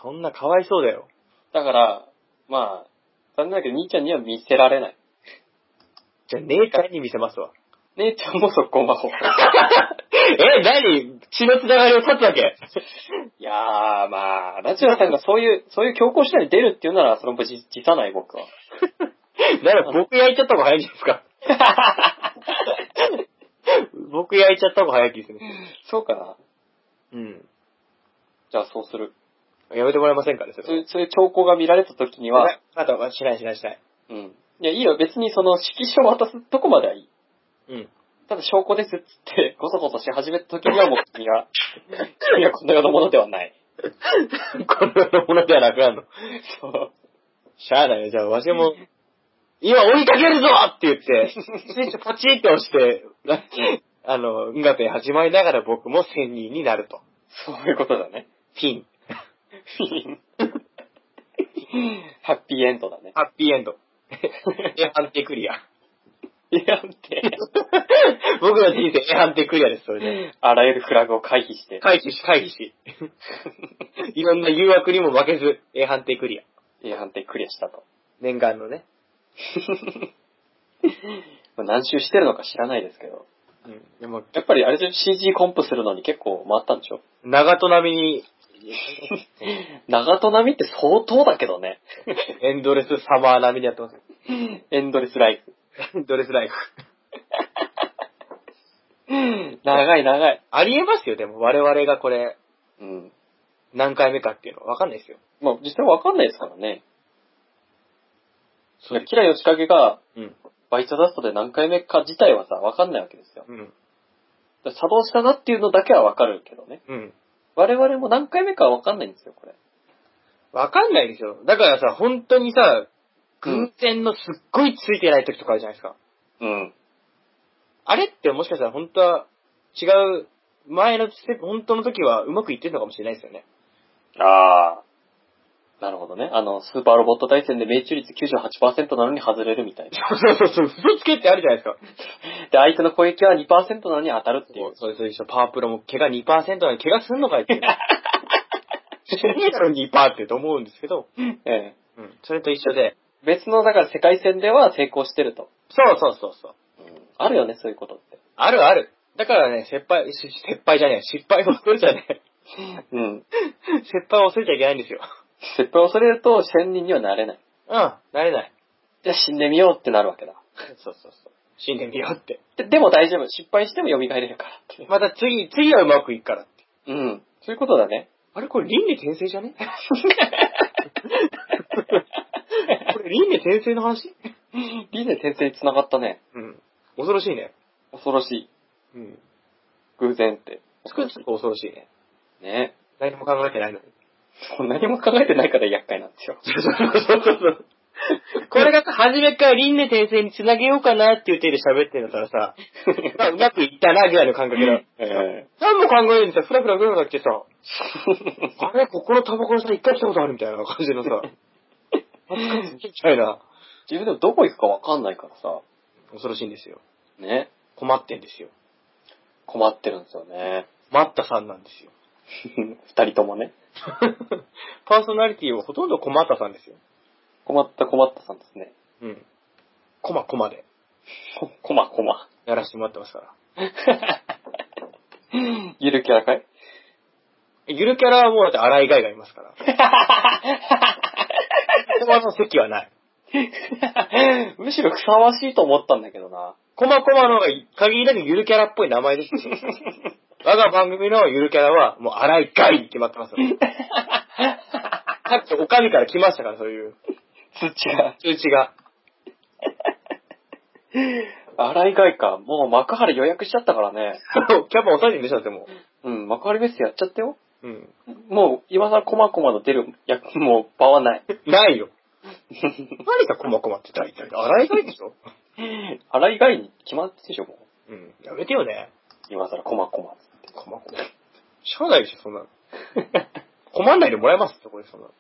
そんなかわいそうだよ。
う。だから、まあ、残念だけど兄ちゃんには見せられない。
じゃあ、姉ちゃんに見せますわ。
姉ちゃんも速攻魔法。
え、何血のつながりを断つわ け
いやー、まあ、ラジオさんがそういう、そういう強行手段に出るっていうなら、その無事辞さない僕 は。
なら僕焼いちゃった方が早いんじゃないですか。 僕焼いちゃった方が早い気ですね。
そうかな。
うん。
じゃあそうする。
やめてもらえませんかね、そ
そうい
れ。
う、そういう兆候が見られた時には、
あとはしないしないしない。
うん。いや、いいよ。別にその、色紙を渡すとこまではいい。
うん。
ただ証拠ですっつって、ごそごそし始めた時にはもう君が、君はこのようなものではない。
このようなものではなくなるの。
そう。
しゃあないよ。じゃあ、わしも、今追いかけるぞって言って、スイッチポチーって押して、 あの、音楽で始まりながら僕も1000人になると。
そういうことだ ね。
ピン。
ハッピーエンドだね。
ハッピーエンド。 絵判定クリア。
いやって、
僕の人生絵判定クリアです、それで。
あらゆるフラグを回避して。
回避し、回避し。 いろんな誘惑にも負けず、A 判定クリア。
A 判定クリアしたと。
念願のね。
まあ何周してるのか知らないですけど。
うん。でも、
やっぱりあれで CG コンプするのに結構回ったんでし ょ
長戸並みに、
長戸並みって相当だけどね。
エンドレスサマー並みにやってます。
エンドレスライフ。
エンドレスライフ。
長い長い。
ありえますよ、でも我々がこれ、
うん。
何回目かっていうのはわかんないですよ。
まあ実際わかんないですからね。
そうです
キラヨシカゲが
うん。
バイトダストで何回目か自体はさ、わかんないわけですよ。
うん。
だから作動したなっていうのだけはわかるけどね。
うん。
我々も何回目かはわかんないんですよ、これ。
わかんないですよ。だからさ、本当にさ、偶然のすっごいついてない時とかあるじゃないですか。
うん。
あれってもしかしたら本当は違う、前のステップ、本当の時はうまくいってるのかもしれないですよね。
ああ。なるほどね。あの、スーパーロボット対戦で命中率98%なのに外れるみたいな。
そうそうそう、嘘つけってあるじゃないですか。
で、相手の攻撃は2%なのに当たるっていう。
そうそうそう、パワープロも怪我2%なのに怪我すんのかいって。 死ねえだろ2%ってと思うんですけど、
ええ。
うん、それと一緒で。
別の、だから世界戦では成功してると。
そうそうそうそう。
あるよね、そういうことって。
あるある。だからね、失敗、し失敗じゃねえ、失敗を恐れちゃねえ。
うん。
失敗を恐れちゃいけないんですよ。
失敗を恐れると、仙人にはなれない。
うん、なれない。
じゃあ死んでみようってなるわけだ。
そうそうそう。死んでみようって。
ででも大丈夫。失敗しても蘇れるからっていう。
また次、次はうまくいくからって。
うん。そういうことだね。
あれこれ輪廻転生じゃ ねこれ輪廻転生の話
リーゼ転生に繋がったね。
うん。恐ろしいね。
恐ろしい。
うん。
偶然って。
つくつく恐ろしいね。
ね
何も考えてないのに。
もう何も考えてないから厄介なんですよ。
これが初めから輪廻転生につなげようかなっていう手で喋ってるんだ からさ、まあうまくいったなぐらいの感覚だ。
え
何も考えずにさ、ふらふらふらふら来てさ、あれここのタバコの下一回来たことあるみたいな感じのさ、みたいな。
自分でもどこ行くかわかんないからさ、
恐ろしいんですよ。
ね、
困ってんですよ。
困ってるんですよね。
待ったさんなんですよ。
二人ともね。
パーソナリティはほとんど困ったさんですよ。
困った困ったさんですね。
うん。コマコマで
こ、こまこま。
やらせてもらってますから。
ゆるキャラかい
ゆるキャラはもうだって荒井外がいますから。コマの席はない。
むしろふさわしいと思ったんだけど な。
コマコマの方が限りなくゆるキャラっぽい名前ですよ。 我が番組のゆるキャラはもう荒井外決まってますよ。さっきおかみから来ましたから、そういう
土が。
通知が。
洗い替えか。もう幕張予約しちゃったからね。
キャパ抑えてんでしょ、でも。
うん、幕張ベースやっちゃったよ。
うん。
もう、今さらコマコマの出る役もう場はない。
ないよ。何がコマコマって大体。荒井外でしょ
洗い替えに決まってるでしょ、もう。
うん。やめてよね。
今さらコマコマ。
コマコマ。しゃあないでしょ、そんなの。困んないでもらえますそこで、そんなの。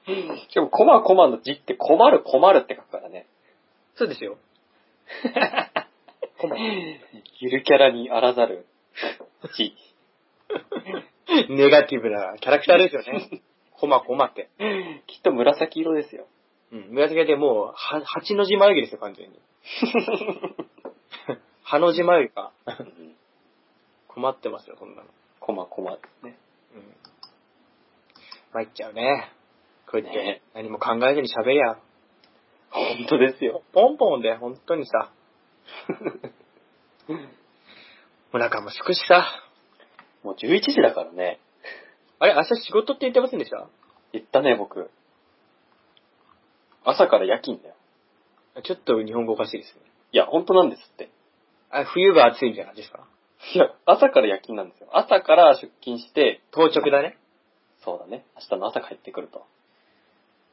しかも、コマコマの字って困る困るって書くからね。
そうですよ。コマ。
ゆるキャラにあらざる字。
ネガティブなキャラクターですよ ね。コマコマって。
きっと紫色ですよ。
うん。紫でもう、は、八の字眉毛ですよ、完全に。ハの字眉毛か。困ってますよ、そんなの。
コマコマですね。
うん。参っちゃうね。こうやって、
ね
何も考えずに喋りゃ、
本当ですよ。
ポンポンで、本当に さ。お腹もすくしさ。
もう11時だからね。
あれ、明日仕事って言ってませんでした
言ったね、僕。朝から夜勤だよ。
ちょっと日本語おかしいですね。
いや、本当なんですって。
あ、冬が暑いみたいな感じですか
いや、朝から夜勤なんですよ。朝から出勤して、
当直だね。
そうだね。明日の朝帰ってくると。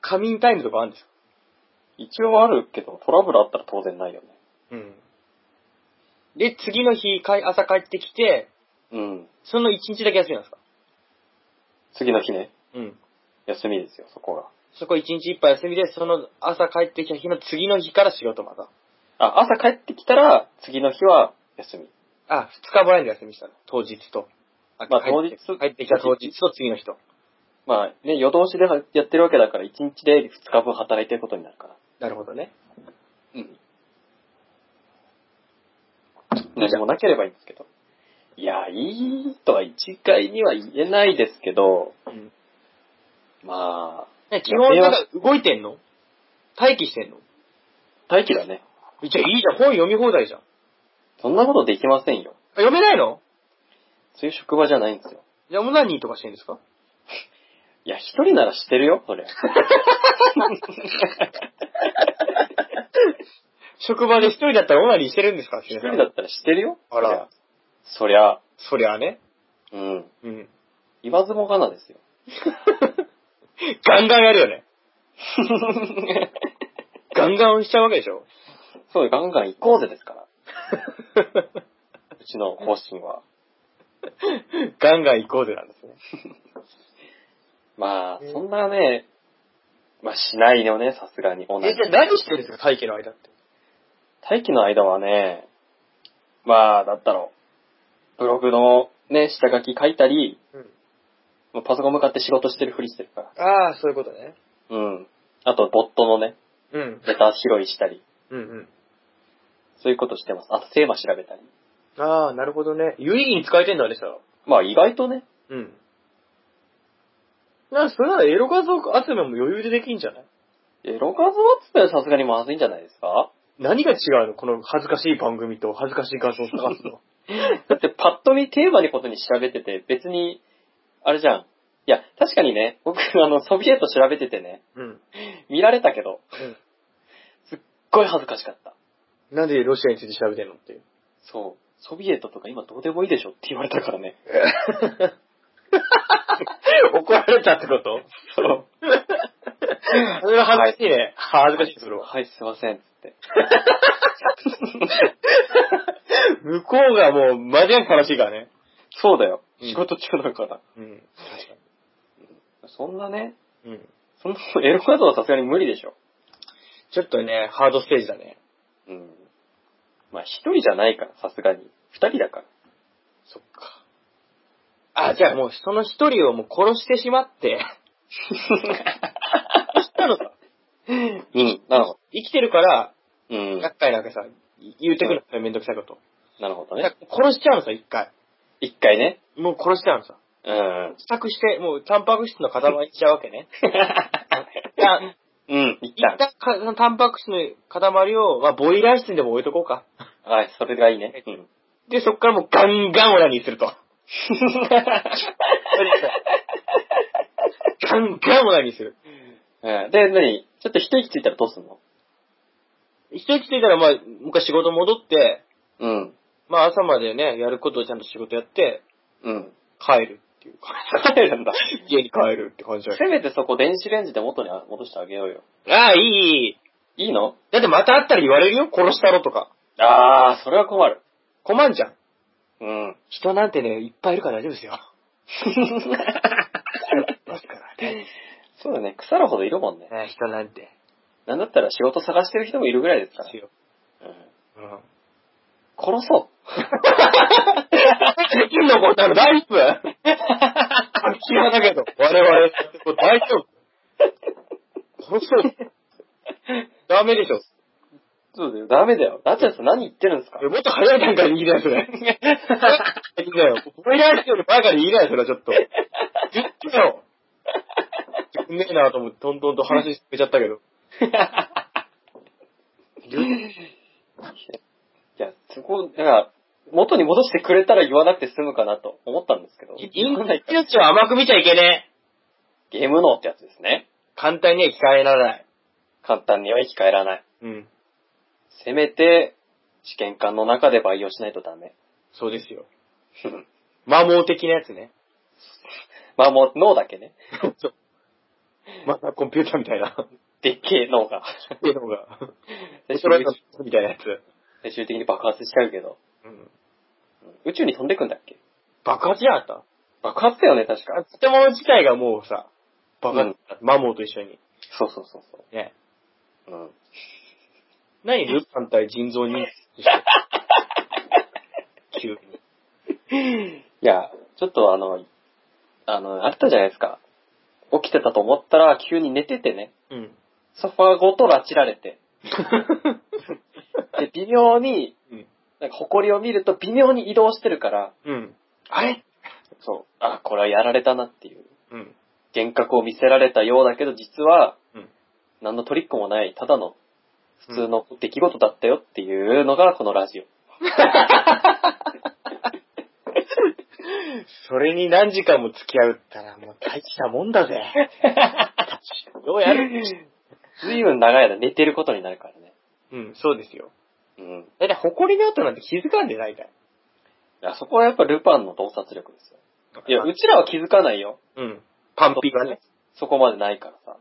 仮眠タイムとかあるんですか
一応あるけど、トラブルあったら当然ないよね。
うん。で、次の日、かい朝帰ってきて、
うん。
その一日だけ休みなんですか
次の日ね、
うん。
休みですよ、そこが。
そこ一日いっぱい休みで、その朝帰ってきた日の次の日から仕事また。
あ、朝帰ってきたら、次の日は休み。
あ、二日前に休みしたの。当日と。あ
まあ
帰って
当日
帰ってきた当日と次の日と。
まあね、夜通しでやってるわけだから、1日で2日分働いてることになるから。
なるほどね。
うん。何もなければいいんですけど。いや、いいとは一概には言えないですけど、
うん。
まあ、
ね、基本、なんか動いてんの待機してんの
待機だね。
じゃあいいじゃん。本読み放題じゃん。あ
そんなことできませんよ。
読めないの
そういう職場じゃないんですよ。
じゃあオナニーとかしてんですか
いや、一人ならしてるよ、それ。
職場で一人だったらオナニーしてるんですか
一人だったらしてるよ。
あら
そりゃ。
そりゃあね。
そりゃ、うん。
うん。
言わずもがなですよ。
ガンガンやるよね。ガンガンしちゃうわけでしょ
そうよ、ガンガン行こうぜですから。うちの方針は。
ガンガン行こうぜなんですね。
まあ
う、ん
そんなね、まあしないよね、さすがに。同じ
え、じゃあ何してるんですか待機の間って。
待機の間はね、まあ、だったろう。ブログのね、下書き書いたり、
うん
もうパソコン向かって仕事してるふりしてるから。
ああ、そういうことね。
うん。あと、ボットのね、
うん。
ネタ拾いしたり、
うんうん。
そういうことしてます。あと、テーマ調べたり。
ああ、なるほどね。有意義に使えてんだ、あれしたら。
まあ、意外とね、
うん。な、それならエロ画像集めも余裕でできんじゃない
エロ画像集めはさすがにまずいんじゃないで すか
何が違うのこの恥ずかしい番組と恥ずかしい画像を探す の。
だってパッと見テーマにことに調べてて、別に、あれじゃん。いや、確かにね、僕、あの、ソビエト調べててね、
うん。
見られたけど、
うん
すっごい恥ずかしかった。
なんでロシアについて調べてんのっていう。
そう。ソビエトとか今どうでもいいでしょって言われたからね。
怒られたってこと
そう。
それは恥ずかしいね。恥ずかしい、それは。
はい、すいません、つって。
向こうがもう、マジで悲しいからね。
そうだよ。
うん
仕事中だから。
うん。確か
そんなね、
に。うん。
そんな、エロ画像はさすがに無理でしょ。
ちょっとね、ハードステージだね。
うん。まあ、一人じゃないから、さすがに。二人だ から。
そっか。あ、じゃあもう、その一人をもう殺してしまって、
うん、なるほど。
生きてるから、
うん。
厄介なわけさ、言うてくるのめんどくさいこと。
なるほど
だ
ね。
から殺しちゃうのさ、一回。
一回ね。
もう殺しちゃうのさ。
うん。
自作して、もう、タンパク質の塊にしちゃうわけね。じゃあ、
うん、一
一
旦。
旦か、そのタンパク質の塊を、まあ、ボイラー室にでも置いとこうか。
はい、それがいいね。うん。
で、そっからもうガンガンオナニーすると。 ガンガンオナニーする。
うんで、何ちょっと一息ついたらどうすんの
一息ついたら、まあ、もう一回仕事戻って、
うん。
まあ、朝までね、やることをちゃんと仕事やって、
うん。
帰るっていうか。
帰るんだ。
家に帰るって感じだよ
せめてそこ電子レンジで元に戻してあげようよ。
ああ、いい、いい。
いいの
だってまた会ったら言われるよ、殺したろとか。
あー、それは困る。
困んじゃん。
うん。
人なんてね、いっぱいいるから大丈夫ですよ。 ますからね。
そうだね、腐るほどいるもんね。
ね人なんて。
なんだったら仕事探してる人もいるぐらいですから。
ですよ。
うん
うん。
殺そう。
できんのこんなの大丈夫 明らだけど、我々、大丈夫殺そう。ダメでしょ。
そうだよ、ダメだよ。なっちゃんさん何言ってるんですか
もっと早い段階で言いなよ、そ れ。いいんだよ。俺らより前から言いなよ、それはちょっと。言ってよ。ねえなと思って、トントンと話し進めちゃったけど。
いや、そこ、だから、元に戻してくれたら言わなくて済むかなと思ったんですけど。言わないから
命を甘く見ちゃいけねえ。
ゲーム脳ってやつですね。
簡単には聞かれならない。
簡単には生き返らない。
うん。
せめて、試験管の中で培養しないとダメ。
そうですよ。摩耗的なやつね。
まあもう脳だけね。
そうまたコンピューターみたいな。
でっけえ脳が。
っていうのが。
最
で、それ
終的に
みたいなやつ。
最終的に爆発しちゃうけど。
うん。
宇宙に飛んでくんだっけ
爆発じゃなかっ
爆発だよね、確か。
た建物自体がもうさ、爆発、摩耗と一緒に。
そうそうそうそ
ね。
う。うん。
何ルパン対人造人間として 急に。
いや、ちょっとあの、あの、あったじゃないですか。起きてたと思ったら、急に寝ててね、
うん。
ソファーごと拉致られて、で、微妙に
うん、
なんか、埃を見ると微妙に移動してるから、
うん。
あれそう、あ、これはやられたなっていう。
うん。
幻覚を見せられたようだけど、実は
うん、
何のトリックもない、ただの、普通の出来事だったよっていうのが、このラジオ。
それに何時間も付き合うったら、もう大したもんだ ぜ。どうやる
ずいぶん長い間寝てることになるからね。
うん、そうですよ。
うん。
だいたい埃の後なんて気づかんでないから。
いや、そこはやっぱルパンの洞察力ですよ。いや、
う
うちらは気づかないよ。
うん。パンピがね。
そこまでないからさ。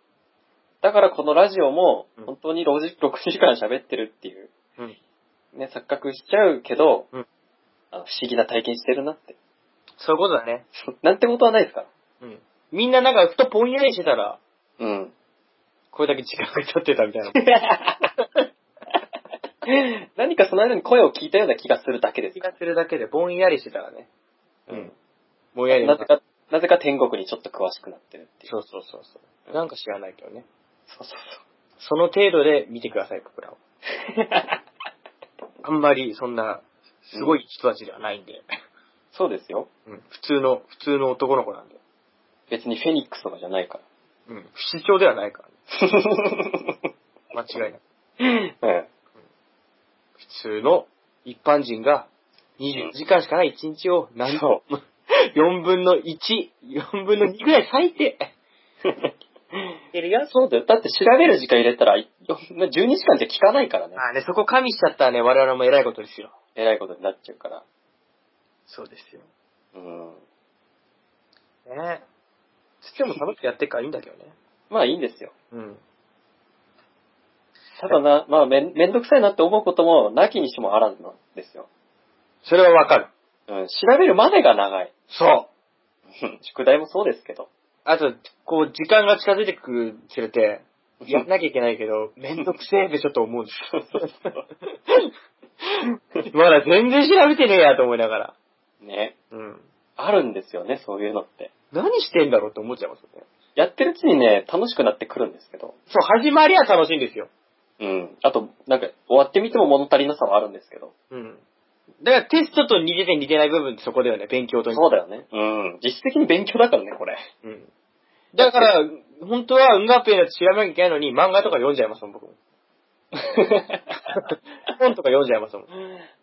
だからこのラジオも
うん、
本当に6時 ,6 時間喋ってるっていう、
うん。
ね、錯覚しちゃうけど、
うん
あの不思議な体験してるなって。
そういうことだね。
なんてことはないですから。
うん。みんななんかふとぽんやりしてたら、
うん。
これだけ時間が経ってたみたいな。
何かその間に声を聞いたような気がするだけで す
気
か
がするだけでぼんやりしてたらね。
ら。
うん。ぼんやり
なぜか、なぜか天国にちょっと詳しくなってるっていう。
そうそうそうそう。なんか知らないけどね。
そうそう
その程度で見てください、僕 らを。
そう。
あんまりそんな、すごい人たちではないんで。
そうですよ。
うん。普通の、普通の男の子なんで。
別にフェニックスとかじゃないから。
うん。不死鳥ではないからね。間違いなく。
うん
普通の一般人が24時間しかない1日を何度も、4分の1、4分の2ぐらい割いて、 いるよ。
そうだよ。だって調べる時間入れたら、い12時間じゃ効かないからね。
ああね、そこ加味しちゃったらね、我々も偉いことですよ。
えらいことになっちゃうから。
そうですよ。
うん。
ねつっても楽しくやってっからいいんだけどね。
まあいいんですよ。
うん。
ただな、まあめん、めんどくさいなって思うことも、なきにしもあらずなんですよ。
それはわかる。
うん。調べるまでが長い。
そう。
うん宿題もそうですけど。
あと、こう、時間が近づいてくるにつれて、やんなきゃいけないけど、めんどくせえってちょっと思 うんですよ。まだ全然調べてねえやと思いながら。
ね。
うん。
あるんですよね、そういうのって。
何してんだろうって思っちゃいますよね。
やってるうちにね、楽しくなってくるんですけど。
そう、始まりは楽しいんですよ。
うん。あと、なんか、終わってみても物足りなさはあるんですけど。
うん。だからテストと似てて似てない部分ってそこだよね、勉強と似て
そうだよね。うん。実質的に勉強だからね、これ。
うん。だから、本当は、うんがっぺーだと調べなきゃいけないのに、漫画とか読んじゃいますもん、僕 も。 本とか読んじゃいますもん。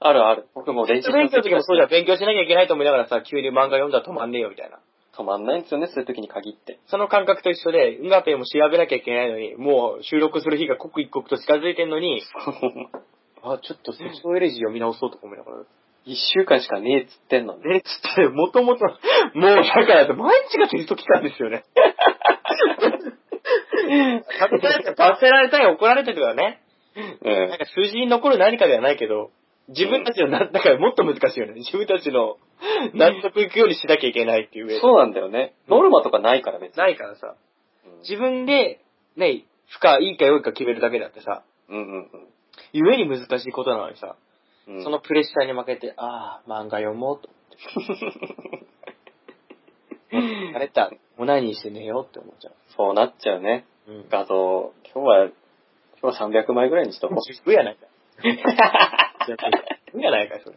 あるある。僕も練習
勉強の時もそうじゃん、勉強しなきゃいけないと思いながらさ、急に漫画読んだら止まんねえよ、みたいな。
止まんないんですよね、そういう時に限って。
その感覚と一緒で、うんがっぺーも調べなきゃいけないのに、もう収録する日が刻一刻と近づいてんのに、あ、ちょっとセクションエレジー読み直そうとか思いながら。
一週間しかねえっつってんのに。
ね、つって、もともと、もうだから、毎日がテスト期間ですよね。食べられて、罰せられたり怒られてるからね。なんか数字に残る何かではないけど、自分たちのな、だからもっと難しいよね。自分たちの納得いくようにしなきゃいけないっていう
う
上
ん。
で。
そうなんだよね。ノルマとかないから別に。
ないからさ、
うん
自分で、ね、負荷、いいか良いか決めるだけだってさ、
うんうん
ゆえに難しいことなのにさ、
うんうん。
そのプレッシャーに負けて、ああ、漫画読もうと 思って。あれた、もう何にして寝ようって思っちゃう。
そうなっちゃうね。
うん
画像、今日は、今日は300枚ぐらいにしと こう。
うやないか。 うやないか、それ。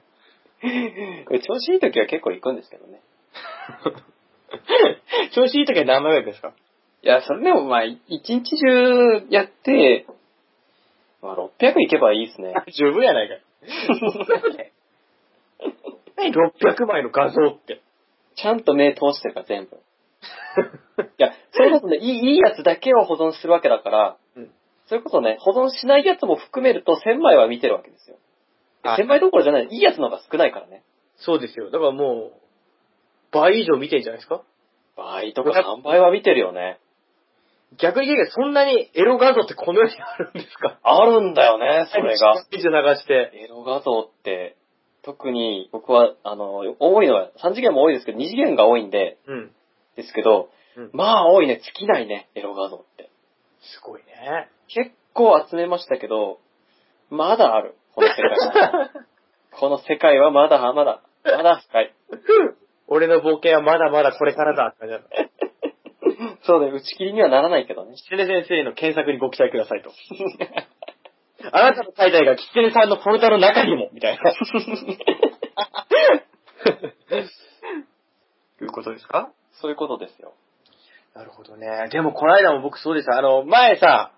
調子いい時は結構行くんですけどね。
調子いい時は何枚ぐらいですか
いや、それでもまあ、一日中やって、まあ、600行けばいいで すね。
十分やないか。何600枚の画像って。
ちゃんと目通してるから全部。いや、それこそね、いい、いいやつだけを保存するわけだから、
うん
それこそね、保存しないやつも含めると1000枚は見てるわけですよ。で
はい
1000枚どころじゃない、いいやつの方が少ないからね。
そうですよ。だからもう、倍以上見てんじゃないですか
倍とか3倍は見てるよね。
逆に言えばそんなにエロ画像ってこの世にあるんですか
あるんだよね、それが。。
見て流して。
エロ画像って、特に僕は、あの、多いのは、3次元も多いですけど、2次元が多いんで、
うん。
ですけど、
うん
まあ多いね、尽きないね、エロ画像って。
すごいね。
結構集めましたけど、まだある、この世界。 この世界はまだ、まだ、まだ深い。
俺の冒険はまだまだこれからだって感じなの。
そうね、打ち切りにはならないけ どね。
キツネ先生の検索にご期待くださいと。あなたの滞在がキツネさんのフォルダの中にも、みたい な。いうことですか
そういうことですよ。
なるほどね。でもこの間も僕そうでした。あの、前さ、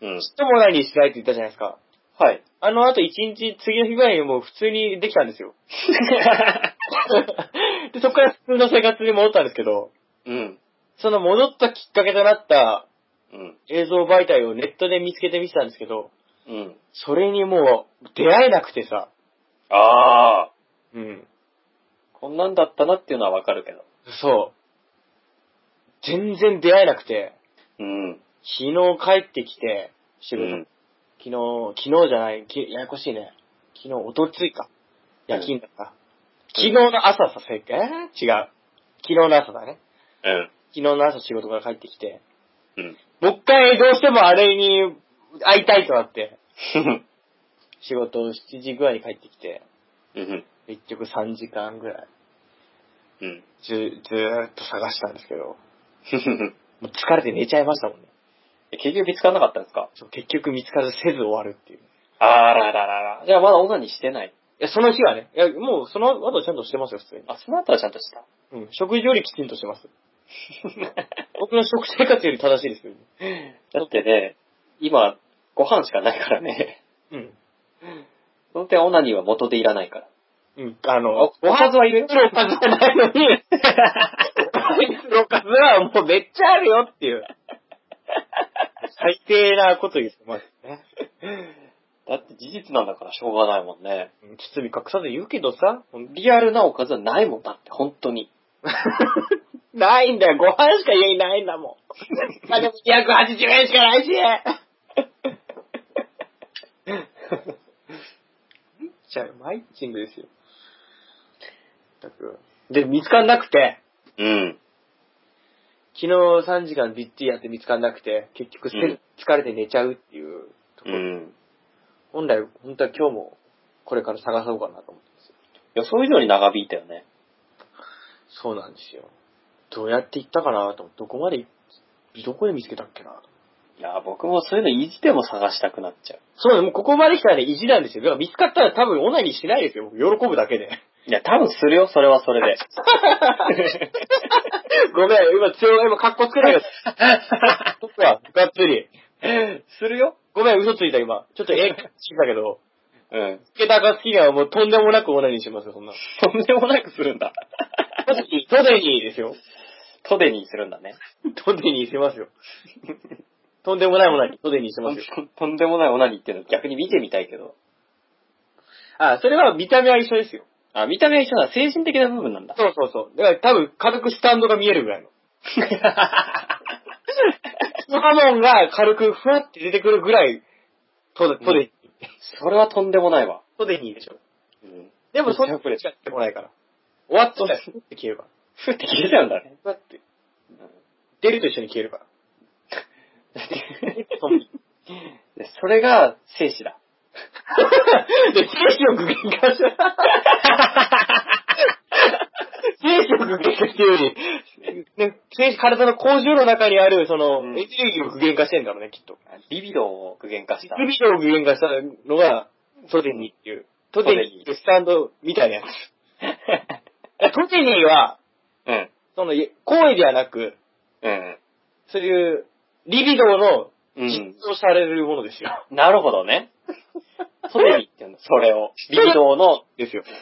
うん。
ちっともないにしないって言ったじゃないですか。
はい。
あの後一日、次の日ぐらいにもう普通にできたんです よ。で、そこから普通の生活に戻ったんですけど、
うん。
その戻ったきっかけとなった
うん。
映像媒体をネットで見つけてみてたんですけど、
うん。
それにもう出会えなくてさ、
ああ。
うん。
こんなんだったなっていうのはわかるけど。
そう。全然出会えなくて、
うん。
昨日帰ってきて、仕
う
事、
ん。
昨日、昨日じゃない、きややこしいね。昨日、おとついか。夜勤だった。昨日の朝さ、せっか、えー違う。昨日の朝だね。
うん。
昨日の朝仕事から帰ってきて、
うん。
もう一回どうしてもあれに会いたいとなって、 仕事を7時ぐらいに帰ってきて、
うん。
結局3時間ぐらい、
うん。
ず、ずーっと探したんですけど、もう疲れて寝ちゃいましたもんね。
結局見つからなかったんですか
そう結局見つからずせず終わるっていう。い
あらららら。じゃあまだオナニーしてない。
や、その日はね、いや、もうその後ちゃんとしてますよ、普通に。
あ、その後はちゃんと した。
うん、食事よりきちんとしてます。僕の食生活より正しいですよ、ね。
だってね、今、ご飯しかないからね。
うん。
その点オナニーは元でいらない から。
うん、あの、
おおかずはいるよ
おかずはないのに、おかずはもうめっちゃあるよっていう。最低なこと言う、まずね。
だって事実なんだからしょうがないもんね。
うん包み隠さず言うけどさ、
リアルなおかずはないもんだって、本当に。
ないんだよ、ご飯しか家にないんだも ん。まあでも280円しかないし。じゃあ、マイチングですよ。ったくで、見つかんなくて、
うん。
昨日3時間びっちりやって見つかんなくて、結局せ
うん
疲れて寝ちゃうっていうところ。
ん。
本来、本当は今日もこれから探そうかなと思ってますよ。
予想以上に長引いたよね。
そうなんですよ。どうやって行ったかなと思って、どこまで行っ、どこで見つけたっけなと思って。
いや、僕もそういうの意地でも探したくなっちゃう。
そうね、もうここまで来たらね、意地なんですよ。だから見つかったら多分オナニーしないですよ。僕喜ぶだけで。
いや、多分するよ、それはそれで。
ごめん、今強い、今カッコつけないけど。そっか、がっつり。
するよ。
ごめん、嘘ついた今。ちょっとええ、ついたけど。
うん。
つけた暁にはもうとんでもなくオナニーしますよ、そんな。
とんでもなくする んだ。
トデニー、トデニーですよ。
トデにするんだね。
トデニーしてますよ。 とんでもないオナニー、トデニーしてますよ。
とんとんでもないオナニーっていうの逆に見てみたいけど。
あ、それは見た目は一緒ですよ。
あ、見た目は一緒だ。精神的な部分なんだ。
そうそうそう。だから多分軽くスタンドが見えるぐらいの。 ハモンが軽くふわって出てくるぐらい、トデ、トデニー、
それはとんでもないわ。
トデニーでしょ。
うん。
でもそん
め
な
っちゃ遅れ
に
ち
しかってこないから。終わったら、ふって消えるか
ふって消えちゃうんだね。
ら。ふわって。出ると一緒に消えるから。
でそれが精子だ。
で、精子を具現化した。精子を具現化してるより、ね、精子、体の構造の中にある、その、
うん
エネルギーを具現化してんだろうね、きっと。
リビドーを具現化した。
リビドーを具現化したのが、トデニーっていう。トデニーっていうスタンドみたいなやつ。トデニーは、
うん。
その、行為ではなく、
うん。
そういう、リビドーの
うん
実。装されるものですよ。
なるほどね。トデリって言うんだ。それを。リビドーの、
です よ。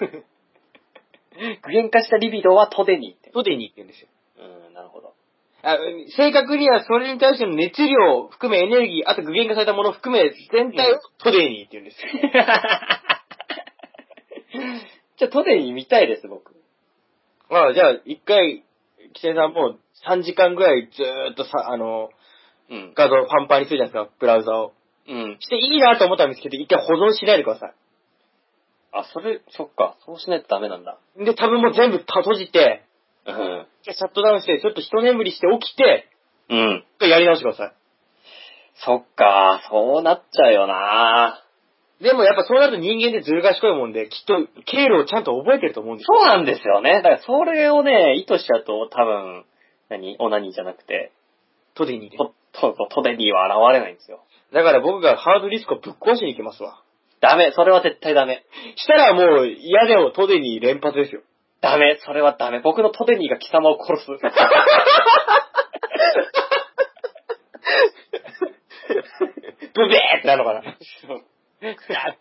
具現化したリビドーはトデニーって
トデニーって言うんですよ。
言う。うん、なるほど。
あ正確にはそれに対しての熱量を含めエネルギー、あと具現化されたものを含め全体をトレーニーって言うんですよ。
じゃあ、トレイに見たいです、僕。
まあ、じゃあ、一回、キセさんも3時間ぐらいずーっとさ、あの、
うん。
画像パンパンにするじゃないですか、ブラウザを。
うん。
していいなと思ったら見つけて、一回保存しないでくださ
あ、それ、そっか。そうしないとダメなんだ。
い。で、タブも全部閉じて、
うん。
一回シャットダウンして、ちょっと一眠りして起きて、
うん。
一回やり直してくださ。
そっか。そうなっちゃうよない
でもやっぱそうなると人間ってずる賢いもんで、きっと経路をちゃんと覚えてると思うんですよ。
そうなんですよね。だから、それをね、意図しちゃうと、多分、何オナニーじゃなくて、
トディにで。
ト、ト、トトデニーは現れないんですよ。
だから僕がハードディスクをぶっ壊しに行きますわ。
ダメ。それは絶対ダメ。
したらもう嫌でもトディに連発です よ。
ダメ。それはダメ。僕のトデニーが貴様を殺 す。
ブベーってなるのかな。
そうくしゃ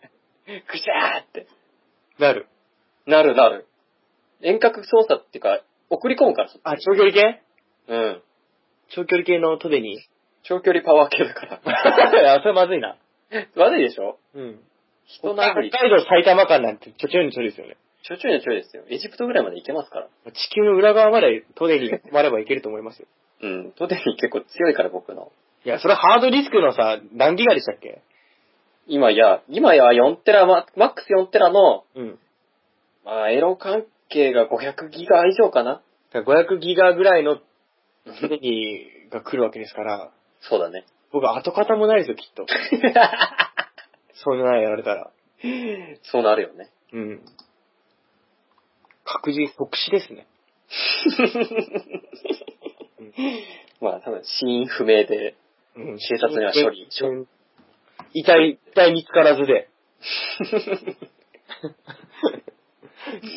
ーくしゃーって。
なる。
なるなる。遠隔操作っていうか、送り込むから、そっち
あ、長距離系
うん。
長距離系のトデニー
長距離パワー系だから。
あ、それまずいな。
悪いでしょ
うん。
人
北
殴
海
り。
道埼玉間なんてちょちょいのちょいですよね。
ちょちょいのちょいですよ。エジプトぐらいまで行けますから。
地球の裏側までトデニーが困ればいけると思いますよ。
うん。トデニー結構強いから僕の。
いや、それハードディスクのさ、何ギガでしたっけ
今や、今や4テラ、ママックス4テラの、
うん。
まあ、エロ関係が500ギガ以上かな。
だから500ギガぐらいのトデニーが来るわけですから、
そうだね。
僕跡形もないですよ、きっと。そんなのやられたら。
そうなるよ ね。
うん。確実、即死ですね。
まあ、多分、死因不明で。
うん
警察には処理
うん遺体、遺体見つからずで。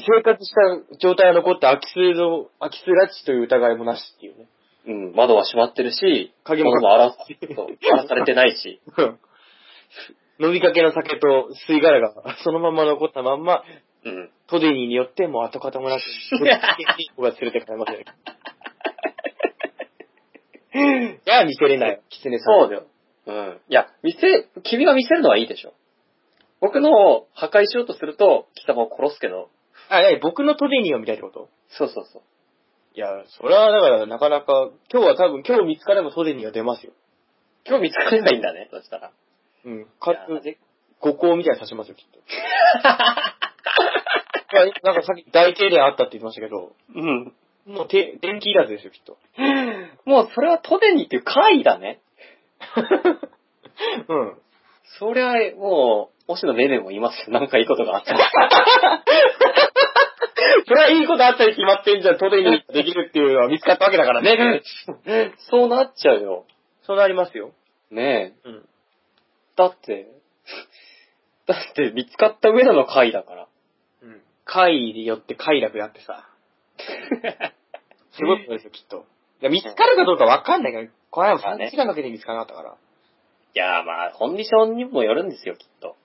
生活した状態が残って空き巣の、空き巣拉致という疑いもなしっていうね。
うん、窓は閉まってるし、
鍵もか
物荒らそう荒らされてないし。
飲みかけの酒と吸い殻がそのまま残ったまんま、
うん。
トデニーによってもう跡形 もなく、子が連れてかれません。いや、見せれない。キツネさん。
そうだよ。うん。いや、見せ、君が見せるのはいいでしょ。僕のを破壊しようとすると、貴様を殺すけど。
あ、え、僕のトデニーを見たいってこと
そうそうそう。
いや、それはだからなかなか、今日は多分今日見つかればトデニーが出ますよ。
今日見つかれないんだね、そしたら。
うん。か
いやーで
五行みたいに刺しますよ、 きっと。いやなんかさっき大停電あったって言いましたけど、
うん。
もうて電気いらずですよ、きっと。
もうそれはトデニっていう怪異だね。
うん。
そりゃ、もう、星野めめもいますよ。なんかいいことがあったら。
それはいいことあったに決まってんじゃん、トデニーができるっていうのは見つかったわけだからね。
そうなっちゃうよ。
そうなりますよ。
ねえ。
うん。
だって、だって見つかった上での怪異だから。
うん。快によって快楽だってさ。 すごいことですよ、きっと。いや、見つかるかどうかわかんないから、この間も3時間かけて見つからなかったから。
いやーまあ、コンディションにもよるんですよ、きっと。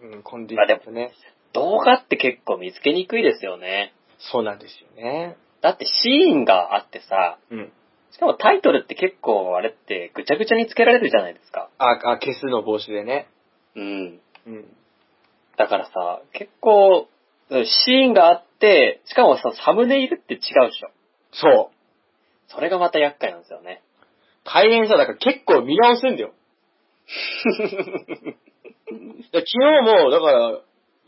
うん、コンディ
まあ
シ
で
ョン
も
とね。
動画って結構見つけにくいですよね。
そうなんですよね。
だってシーンがあってさ、
うん。
しかもタイトルって結構あれってぐちゃぐちゃにつけられるじゃないですか。
あ、あ、消すの帽子でね。
うん。
うん。
だからさ、結構、うんシーンがあって、しかもさ、サムネイルって違うでしょ。
そう。
それがまた厄介なんですよね。
大変さ、だから結構見直すんだ よ。だから昨日も、だから、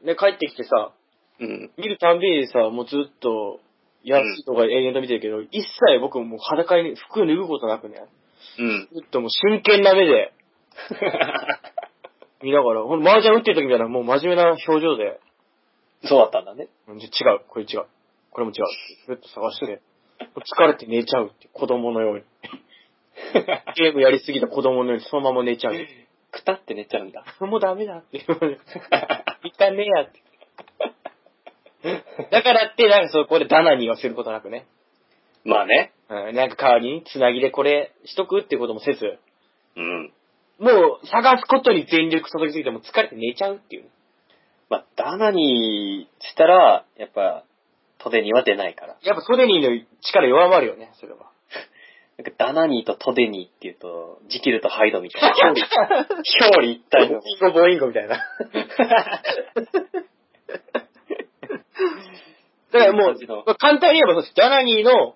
ね、帰ってきてさ、
うん。
見るたんびにさ、もうずっと、やつとか永遠と見てるけど、一切僕もう裸に服を脱ぐことなくね、
うん。
ずっともう真剣な目で、見ながら、ほんと麻雀打ってる時みたいな、もう真面目な表情で、
そうだったんだね。
うんじゃ違う、これ違う、これも違う、ずっと探して、疲れて寝ちゃうって、子供のように。ゲームやりすぎた子供のようにそのまま寝ちゃう。
くたって寝ちゃうんだ。
もうダメだって。 一旦ねえやって。だからって、なんかそこでダナにはすることなくね。
まあね。
うん、なんか代わりに、つなぎでこれしとくってこともせず、
うん。
もう探すことに全力注ぎすぎてもう疲れて寝ちゃうっていう。
まあ、ダナにしたら、やっぱ、トデには出ないから。
やっぱソデニーの力弱まるよね、それは。
なんかダナニーとトデニーっていうと、ジキルとハイドみたいな、表裏表裏一体の。
インゴボインゴみたいな。 だからも
いい感じの
う、簡単に言えばそうです。ダナニーの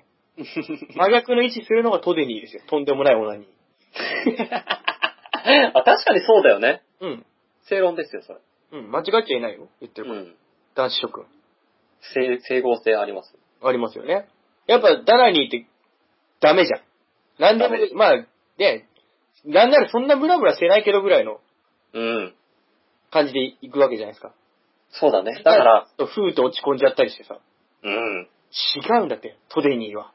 真逆の位置するのがトデニーですよ。とんでもないオナニー。
あ、確かにそうだよね。
うん。
正論ですよ、それ。
うん、間違っちゃいないよ。言って
う
ること。
ん。
男子諸君。
整整合性あります。
ありますよね。やっぱ、ダナニーって、ダメじゃん。なんでも
ダメで、す
まあ、ね、なんならそんなブラブラしてないけどぐらいの
うん。
感じでいくわけじゃないですか。
そうだね。だから、、
ふーと落ち込んじゃったりしてさ、
うん。
違うんだって、トデニーは。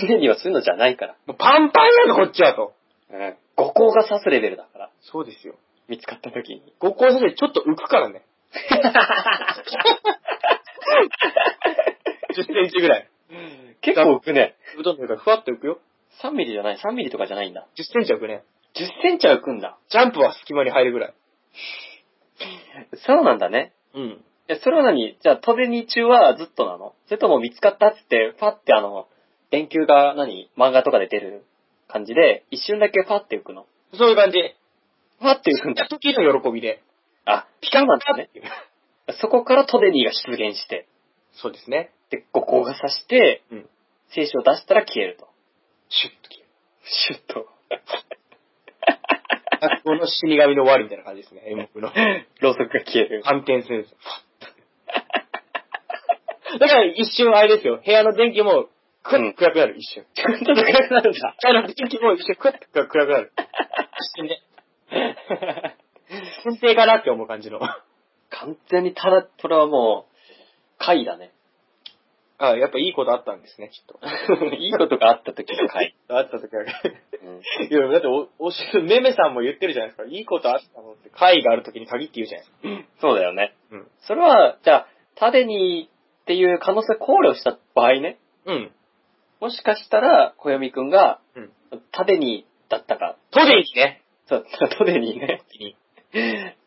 トデニーはそういうのじゃないから。
もうパンパンやぞ、こっちはと。
うん。五行が刺すレベルだから。
そうですよ。
見つかった時 に。
ご高先生、ちょっと浮くからね。10センチぐらい。
結構浮くね。
うどんの上からふわっと浮くよ。
3ミリじゃない、3ミリとかじゃないんだ。
10センチは浮くね。
10センチは浮くんだ。
ジャンプは隙間に入るぐらい。
そうなんだね。
うん。
え、それは何じゃあ、トデニ中はずっとなのそれとも見つかったっつって、パってあの、電球が何漫画とかで出る感じで、一瞬だけパって浮くの
そういう感じ。
パって浮くん
やっ
だ。
と時の喜びで。
あ、ピカンなんだね。そこからトデニが出現して、
そうですね。
で、五行が刺して、
うん
精子を出したら消えると。
シュッと消える。
シュッと。
学校の死神の終わりみたいな感じですね、演目の。
ろうそくが消える。
反転するんです よ。だから一瞬あれですよ、部屋の電気もクッと暗くなる、一瞬。
ちょっと高くなるんだ。
部屋の電気も一瞬クッと暗くなる。一瞬で。先生かなって思う感じの。あ
完全にただ、これはもう、回だね。
やっぱいいことあったんですね、きっと。
いいことがあった時の回。
あった時は。
うん
いや、だってお、おし、めめさんも言ってるじゃないですか。いいことあったのって、会がある時に限って言うじゃないですか。
そうだよね。
うん
それは、じゃあ、タデニーっていう可能性を考慮した場合ね、
うん。
もしかしたら、小読くんが、
うん
タデニーだったか、
トデにね。
そう、トデニーね。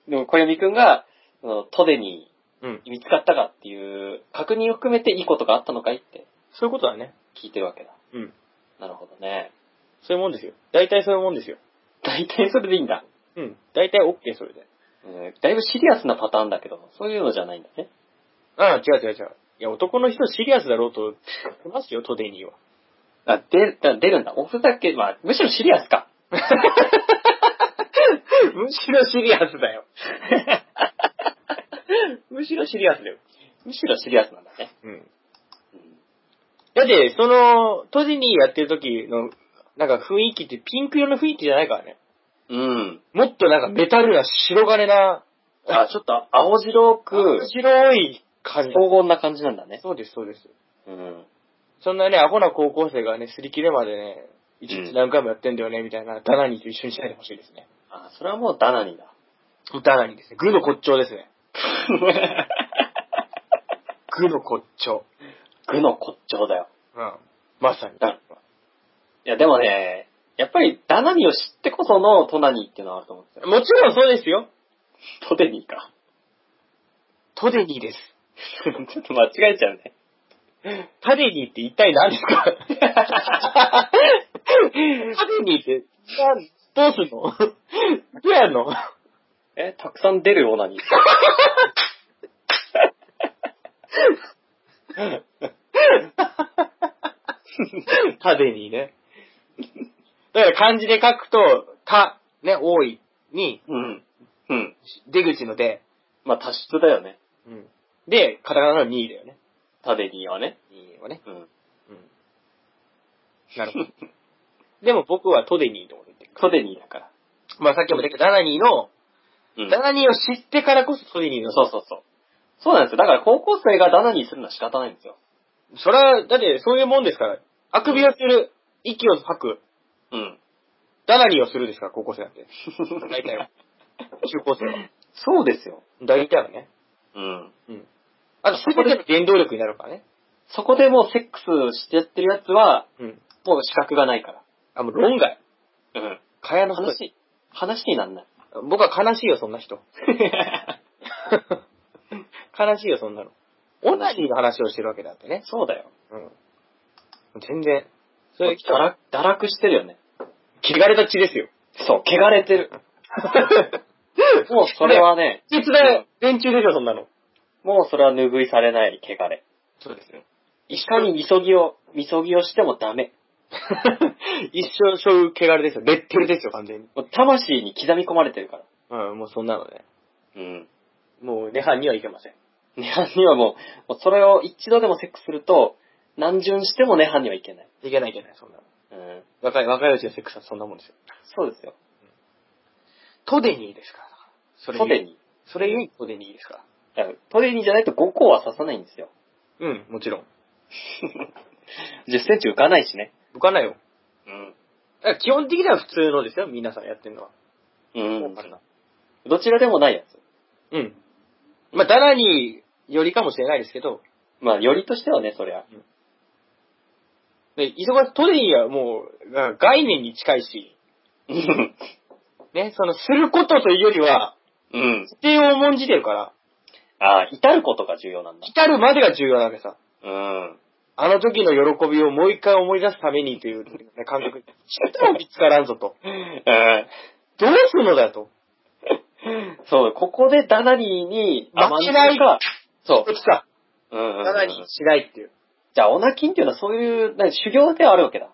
でも、小読くんが、そのトデニ
うん。
ー見つかったかっていう、確認を含めていいことがあったのかいって
そういうことだね。
聞いてるわけだ。
うん。
なるほどね。
そういうもんですよ。大体そういうもんですよ。
大体それでいいんだ。
うん。大体 OK、それで。
うんだいぶシリアスなパターンだけども、そういうのじゃないんだね。
ああ、違う違う違う。いや、男の人シリアスだろうと、来ますよ、トデニーは。
あ、で、だ出るんだ。おふざけ、まあ、むしろシリアスか。
むしろシリアスだ よ。むしろシリアスだよ。
むしろシリアスなんだね。
うん。
うん
だって、その、トデニーやってる時の、なんか雰囲気ってピンク色の雰囲気じゃないからね。
うん。
もっとなんかメタルな白金な、
あ、ちょっと青白く、
白い感じ。
黄金な感じなんだね。
そうです、そうです。
うん。
そんなね、アホな高校生がね、擦り切れまでね、一
う
日
ん
何回もやってんだよね、みたいな、ダナニーと一緒にしないでほしいですね。
あ、それはもうダナ ニだ。
ダナニーですね。グーの骨頂ですね。グーの骨頂。
具の骨頂だよ。
うん。まさに。
うんいや、でもね、やっぱりダナニを知ってこそのトナニっていうのはあると思うんですよ。
もちろんそうですよ。
トデニか。
トデニーです。
ちょっと間違えちゃうね。
タデニーって一体何です かタデニーって、なんどうすんのどうやんの
え、たくさん出るオナニ。
タデニーね。だから漢字で書くと、タ、ね、多い、に、
うん。うん。
出口ので、
まあ、多出だよね。
で、カタカナの2だよね。
タデニはね。
2はね。
うん。
うん。なるほど。でも僕はトデニーと思ってる。
トデニだから。
まあさっきも言ったけど、ダナニーの、
うん
ダナニーを知ってからこそトデニーの、
そうそうそう。そうなんですよ。だから高校生がダナにするのは仕方ないんですよ。
それは、だってそういうもんですから、あくびをする、息を吐く、
うん。
ダナニーをするですから、高校生なんて。大体は。中高生は。
そうですよ。
大体はね。
うん。
うん。あと、すべての原動力になるからね。
そこでもうセックスしてやってるやつは、
うん。
もう資格がないか
あ、もう論外。
ら。うん。
蚊帳の外。
話、話になんない。
僕は悲しいよ、そんな人。 悲しいよ、そんなの。オナニーの話をしてるわけだってね。
そうだよ。
うん。全然、それ、
堕落堕落してるよね。
汚れた血 ですよ。
そう、汚れてる。もうそれはね、
実だ、連中でしょ、そんなの。
もうそれは拭いされない、汚れ。
そうですよ。
いかに急ぎを、急ぎをしてもダメ。
一生、そういう汚れですよ。レッテルですよ、完全に。
もう魂に刻み込まれてるから。
うん、もうそんなのね。
うん。
もう、涅槃にはいけません。
涅槃にはもう、もうそれを一度でもセックスすると、何巡しても涅槃にはいけない。
いけないいけない、そんなの。
うん。
若い、若いうちのセックスはそんなもんですよ。
そうですよ。
トデニーですから。そ
トデ
ー。
ニ
それゆえトデニーですから。
ー。だからトデニーじゃないと5個は刺さないん ですよ。
うん、もちろん。
10センチ浮かないしね。
浮かないよ。
うん。
だから基本的には普通のですよ、皆さんやってるのは。
うん
あれだ。
どちらでもないやつ。
うん。まあ、ダラによりかもしれないですけど、
まあ、よりとしてはね、そりゃ。
で、忙しい、トデニーはもう、が概念に近いし、
うん。
ね、その、することというよりは、
うん。
否定を重んじてるから、
ああ、至ることが重要なんだ。
至るまでが重要なわけさ。
うん。
あの時の喜びをもう一回思い出すためにという、ね、感覚、ちっとも見つからんぞと。
うん
どうするのだと。
そう、ここでダナリーに
負けない
甘んじたか。そ
こっちか。
う。うんうんうん
ダラにしないっていう。
じゃあ、オナキンっていうのはそういう、なに修行ではあるわけだ。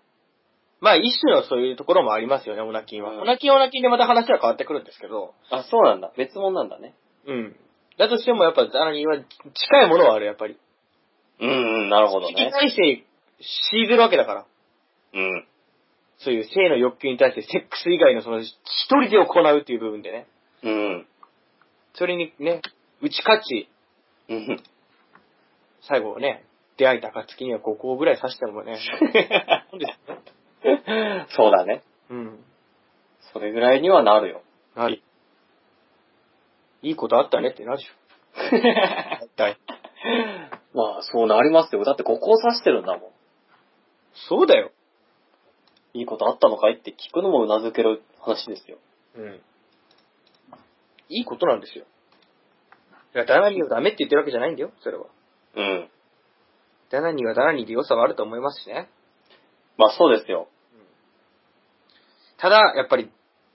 まあ、一種のそういうところもありますよね、オナキン
う
は。
ん
オナキンはオナキンでまた話は変わってくるんですけど、
あ、そうなんだ。別物なんだね。
うん。だとしてもやっぱダラには近いものはある、やっぱり。
うんうん、なるほど
敵に
ね。
対して強いてるわけだから。
うん。
そういう性の欲求に対してセックス以外のその一人で行うっていう部分でね。
うん。
それにね、打ち勝ち、
うん。
最後ね、出会えた暁には5個ぐらい刺してもね。
そうだね。
うん。
それぐらいにはなるよ。
なり。いいことあったねってなるでしょ。大体。
まあ、そうなりますよ。だってここを指してるんだも
そうだよ。
ん。いいことあったのかいって聞くのもうなずける話ですよ。
うん。いいことなんですよ。いや、ダナニーはダメって言ってるわけじゃないんだよ、それは。
うん。
ダナニーはダナニーで良さがあると思いますしね。
まあ、そうですよ。
ただ、やっぱり、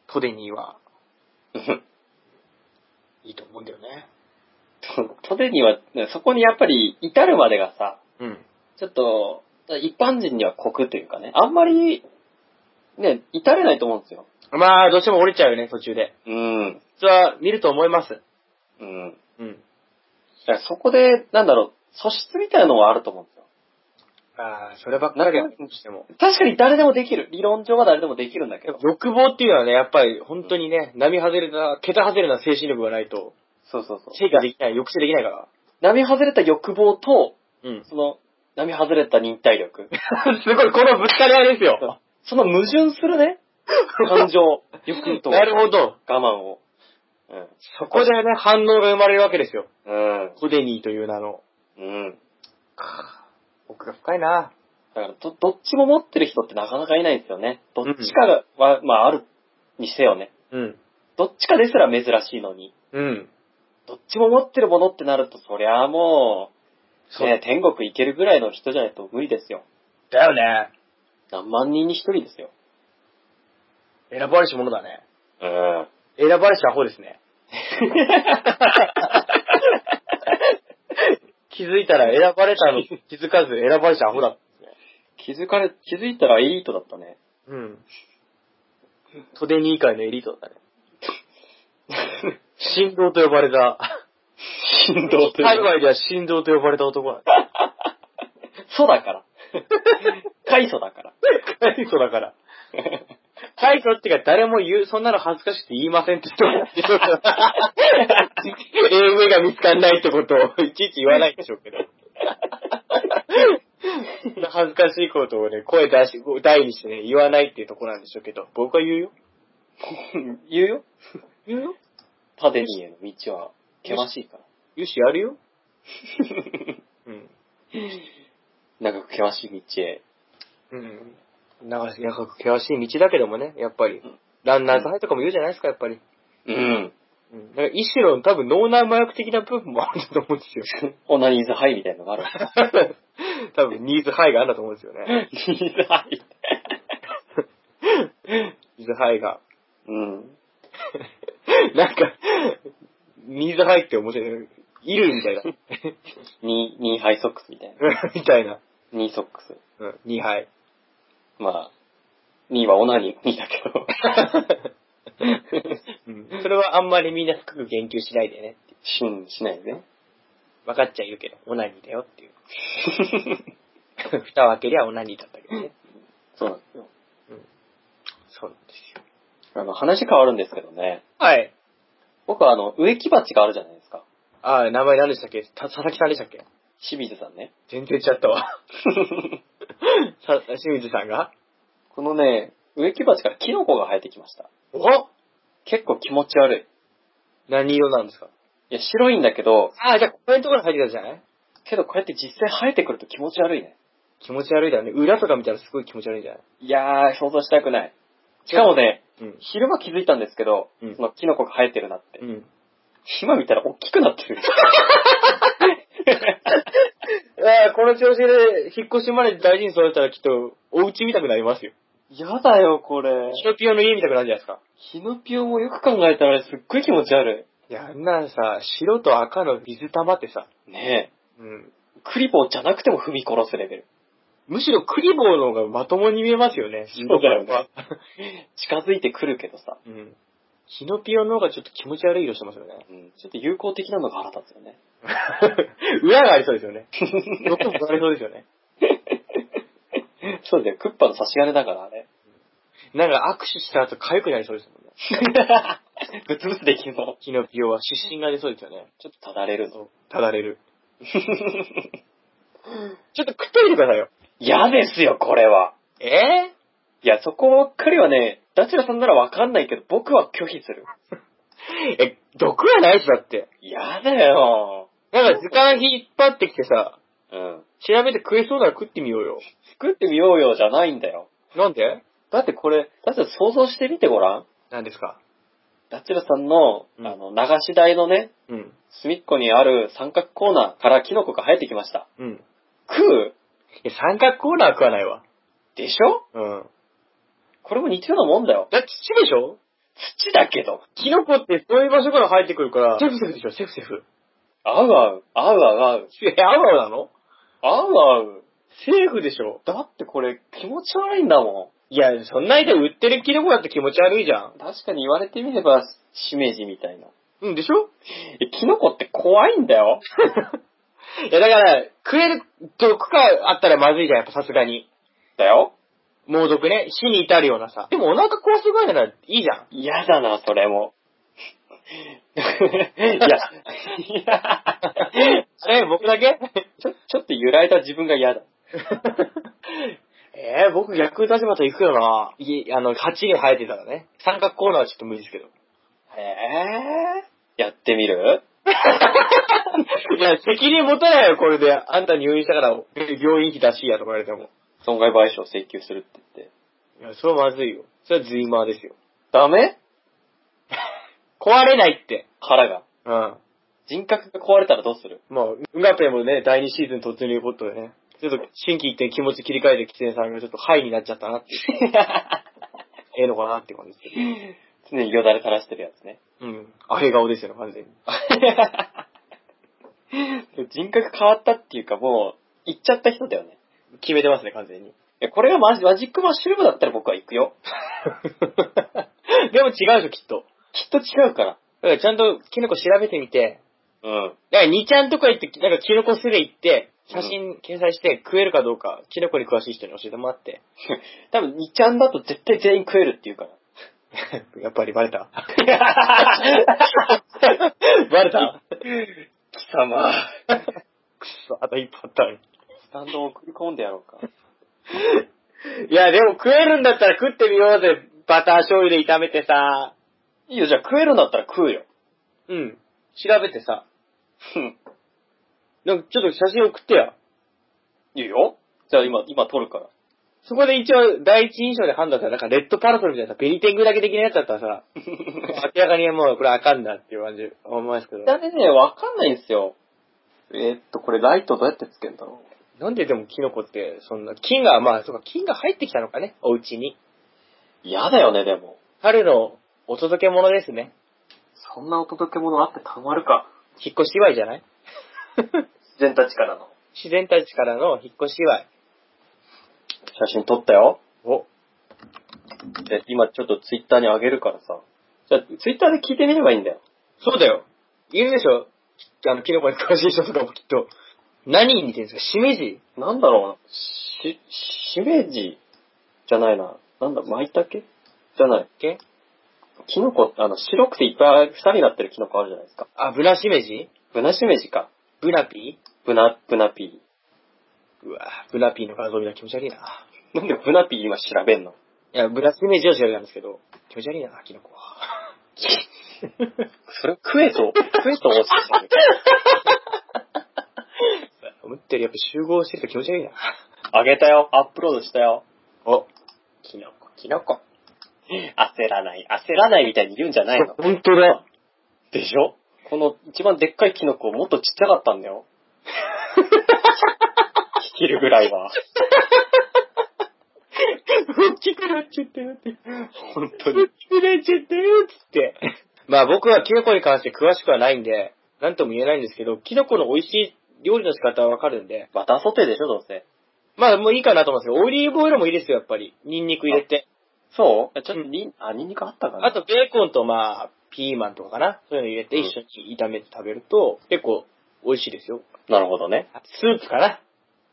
トデニーは、
うん
いいと思うんだよね。
トデには、そこにやっぱり至るまでがさ、
うん。
ちょっと、一般人には酷というかね、あんまり、ね、至れないと思うんですよ。
まあ、どうしても折れちゃうよね、途中で。
うん。
それは見ると思います。
うん。
うん。
だからそこで、なんだろう、素質みたいなのはあると思うんですよ。
ああ、そればっかりはしても。
確かに誰でもできる。理論上は誰でもできるんだけど。
欲望っていうのはね、やっぱり本当にね、波外れた、桁外れな精神力がないと、
そうそうそう。
制御できない、抑制できないから。
波外れた欲望と、
うん。
その、波外れた忍耐力。
すごい、このぶつかり合いです よ。
その矛盾するね、感情、欲と
な
我
るほど。
慢を。うん。
そこでね、反応が生まれるわけですよ。
うん。
コデニーという名の。
うん。
奥が深いな
だからど、どっちも持ってる人ってなかなかいないんですよね。どっちかが、は、まあ、あるにせよね。
うん。
どっちかですら珍しいのに。
うん。
どっちも持ってるものってなると、そりゃあもう、ね、天国行けるぐらいの人じゃないと無理ですよ。
だよね。
何万人に一人ですよ。
選ばれし者だね。
うん。
選ばれしアホです ね。気づいたら選ばれたの気づかず選ばれしアホだ。
気づかれ、気づいたらエリートだったね。
うん。トデニー界のエリート だね。振動と呼ばれた。
振動とい
海
うのは。
外では振動と呼ばれた男なんだ。
素だから。快素だから。
海人だから。海人ってか誰も言う、そんなの恥ずかしくて言いませんって人が英語が見つかんないってことをいちいち言わないでしょうけど。そんな恥ずかしいことをね、声出し、大にしてね、言わないっていうところなんでしょうけど、僕は言うよ。
言うよ。
言うよ
タデニーへの道は、険しいから。
言うし、やるよ。うん。
長く険しい道へ。
うん。長く、長く険しい道だけどもね、やっぱり。ランナーズハイとかも言うじゃないですか、やっぱり。
うん。
うん。だから、一種の多分脳内麻薬的な部分もあると思うんですよ。
オナニーズハイみたいなのがある。
多分ニーズハイがあるんだと思うんですよね。
ニーズハイ。
水ハイが。
うん。
なんか、水ハイって面白い。衣類みたいな。
ニー、ニーハイソックスみたいな。
みたいな。
ニーソックス。
うん、2杯。
まあ、ニーはオナニーニーだけど。
うん。それはあんまりみんな深く言及しないでね。
しん、しないね。
分かっちゃいるけど、オナニーだよっていう。 蓋を開けりゃオナニーだったけどね。
そうなんですよ。
そうなんですよ。
あの、話変わるんですけどね。
はい。
僕はあの、植木鉢があるじゃないですか。
あー名前何でしたっけた佐々木さんでしたっけ
清水さん ね。
全然ちゃったわ。 さ清水さんが
このね、植木鉢からキノコが生えてきました。
お
結構気持ち悪い。
何色なんですか
いや、白いんだけど、
ああ、じゃあ、ここのところに入ってたじゃない
けどこうやって実際生えてくると気持ち悪いね。
気持ち悪いだよね。裏とか見たらすごい気持ち悪いんじゃない
いやー、想像したくない。しかもね、
うん。
昼間気づいたんですけど、
うん
そのキノコが生えてるなって。
うん。
今見たら大きくなってる。
えー、この調子で引っ越しまで大事に育てたらきっと、お家見たくなりますよ。
やだよ、これ。
ヒノピオの家見たくなるじゃないですか。
ヒノピオもよく考えたらあれすっごい気持ち悪
いや、あんなさ、白と赤の水玉ってさ、
い。ね
うん。
え。クリボーじゃなくても踏み殺すレベル。
むしろクリボーの方がまともに見えますよね。
そうだよね。近づいてくるけどさ。
うん。ヒノピオの方がちょっと気持ち悪い色してますよね。
うん。ちょっと友好的なのが腹立つよね。
裏がありそうですよね。 僕もありそうですよね。
そうだよ、クッパの差し金だからあれ。
なんか握手した後痒くなりそうですもんね。
ぶつぶつできるの。
ヒノピオは湿疹が出そうですよね。
ちょっとただれるの。
ただれる。ちょっと食ってみてくださいよ。
嫌ですよ、これは。
え
いや、そこばっかりはね、ダチュラさんならわかんないけど、僕は拒否する。
ー、え、毒はないしだって。
嫌だよ。
なんか図鑑引っ張ってきてさ、
うん。
調べて食えそうなら食ってみようよ。
作ってみようよじゃないんだよ。
なんで
だってこれ、ダチュラ想像してみてごらん。
なんですか
ダチュラさんの、
うん
あの、流し台のね、
うん。
隅っこにある三角コーナーからキノコが生えてきました。
うん。
食う
え、三角コーナーは食わないわ。
でしょ
うん。
これも似たようなもんだよ。
だって土でしょ
土だけど。
キノコってそういう場所から生えてくるから、セフセフでしょ、セフセフ。
合う合う。合う合う合う。
え、アワなの
合う合う。
セーフでしょ。
だってこれ気持ち悪いんだも
いや、そんな間売ってるキノコだって気持ち悪いじゃん
ん。。確かに言われてみれば、しめじみたいな。
うんでしょ
え、キノコって怖いんだよ。
いや、だから、食える毒かあったらまずいじゃん、やっぱさすがに。
だよ。
猛毒ね、死に至るようなさ。でもお腹壊すぐらいならいいじゃん。
嫌だな、それも。 いや、 いや
あれ僕だけ
ちょ、ちょっと揺らいだ自分が嫌だ。
えー、僕逆立場と行くよな。いあの、鉢に生えてたらね。三角コーナーはちょっと無理ですけど。
えー、やってみる
いや、責任持たないよ、これで。あんた入院したから、病院費出しやとか言われても。
損害賠償請求するって言って。
いや、それはまずいよ。それはズイマーですよ。
ダメ
壊れないって。
腹が。
うん。
人格が壊れたらどうす る
まあ、ウガペもね、第2シーズン突入ことでね、ちょっと新規一点気持ち切り替えて、キツネさんがちょっとハイになっちゃったなっていう、ええのかなって感じですけ
常によだれ垂らしてるやつね。
ど。うん。アヘ顔ですよね、完全に。
人格変わったっていうかもう、行っちゃった人だよね。
決めてますね、完全に。
いやこれがマジマジックマッシュルームだったら僕は行くよ。
でも違うでしょ、きっと。
きっと違うから。
だからちゃんとキノコ調べてみて、
うん。
だから2ちゃんとか行って、なんかキノコすれ行って、写真掲載して食えるかどうか、キノコに詳しい人に教えてもらって。
多分2ちゃんだと絶対全員食えるって言うから。
やっぱりバレ たバレた
貴 様。
くそ、あと一歩あったのに。
スタンドを送り込んでやろうか。
いや、でも食えるんだったら食ってみようぜ。バター醤油で炒めてさ。
いいよ、じゃあ食えるんだったら食うよ。
うん。調べてさ。
ふん
なんかちょっと写真送ってや。
いいよ。じゃあ今、今撮るから。
そこで一応、第一印象で判断さ、なんかレッドパラソルみたいなさ、ベニテングだけ的なやつだったらさ、明らかにもうこれあかんだっていう感じ、思いますけど。
だってね、わかんないんすよ。えーっと、これライトどうやってつけんだろ
なんででもキノコって、そんな、菌が、まあ、そうか、菌が入ってきたのかね、お家に。
う。嫌だよね、でも。
春のお届け物ですね。
そんなお届け物あってたまるか。
引っ越し祝いじゃない
自然たちからの。
自然たちからの引っ越し祝い。
写真撮ったよ。
お、
で、今ちょっとツイッターに上げるからさ。じゃあ、ツイッターで聞いてみればいいんだよ。
そうだよ。いるでしょあの、キノコに詳しい人とかもきっと。何に似てるんですかしめじ
なんだろうな。し、しめじじゃないな。なんだ、まいたけじゃない。
け
キノコ、あの、白くていっぱい房になってるキノコあるじゃないですか。
あ、ブナしめじ
ブナしめじか。
ブナピ
ブナ、ブナピ
ーうわぁ、ブナピーの画像見たら気持ち悪いな
ー。なんでブナピー今調べんの
いや、ブナしめじは調べたんですけど、気持ち悪いなキノコは。
それ食えと、食えと落ちてしまう。
思ってるやっぱ集合してると気持ち悪いな
あげたよ。アップロードしたよ。
お、
キノコ、キノコ。焦らない、焦らないみたいに言うんじゃないの。
本当 だ。
でしょこの一番でっかいキノコもっとちっちゃかったんだよ。昼ぐらいは。
大きくなっちゃったよって。本当に。大きくなっちゃったよっつって。まあ僕はキノコに関して詳しくはないんで、なんとも言えないんですけど、キノコの美味しい料理の仕方はわかるんで、
バターソテーでしょ、どうせ。
まあもういいかなと思うんですけど、オリーブオイルもいいですよ、やっぱり。ニンニク入れて。
そうちょっとに、あ、ニンニクあったかな
あ、とベーコンとまあ、ピーマンとかかな。そういうの入れて
うん
一緒に炒めて食べると、結構美味しいですよ。
なるほどね。
あとスープかな。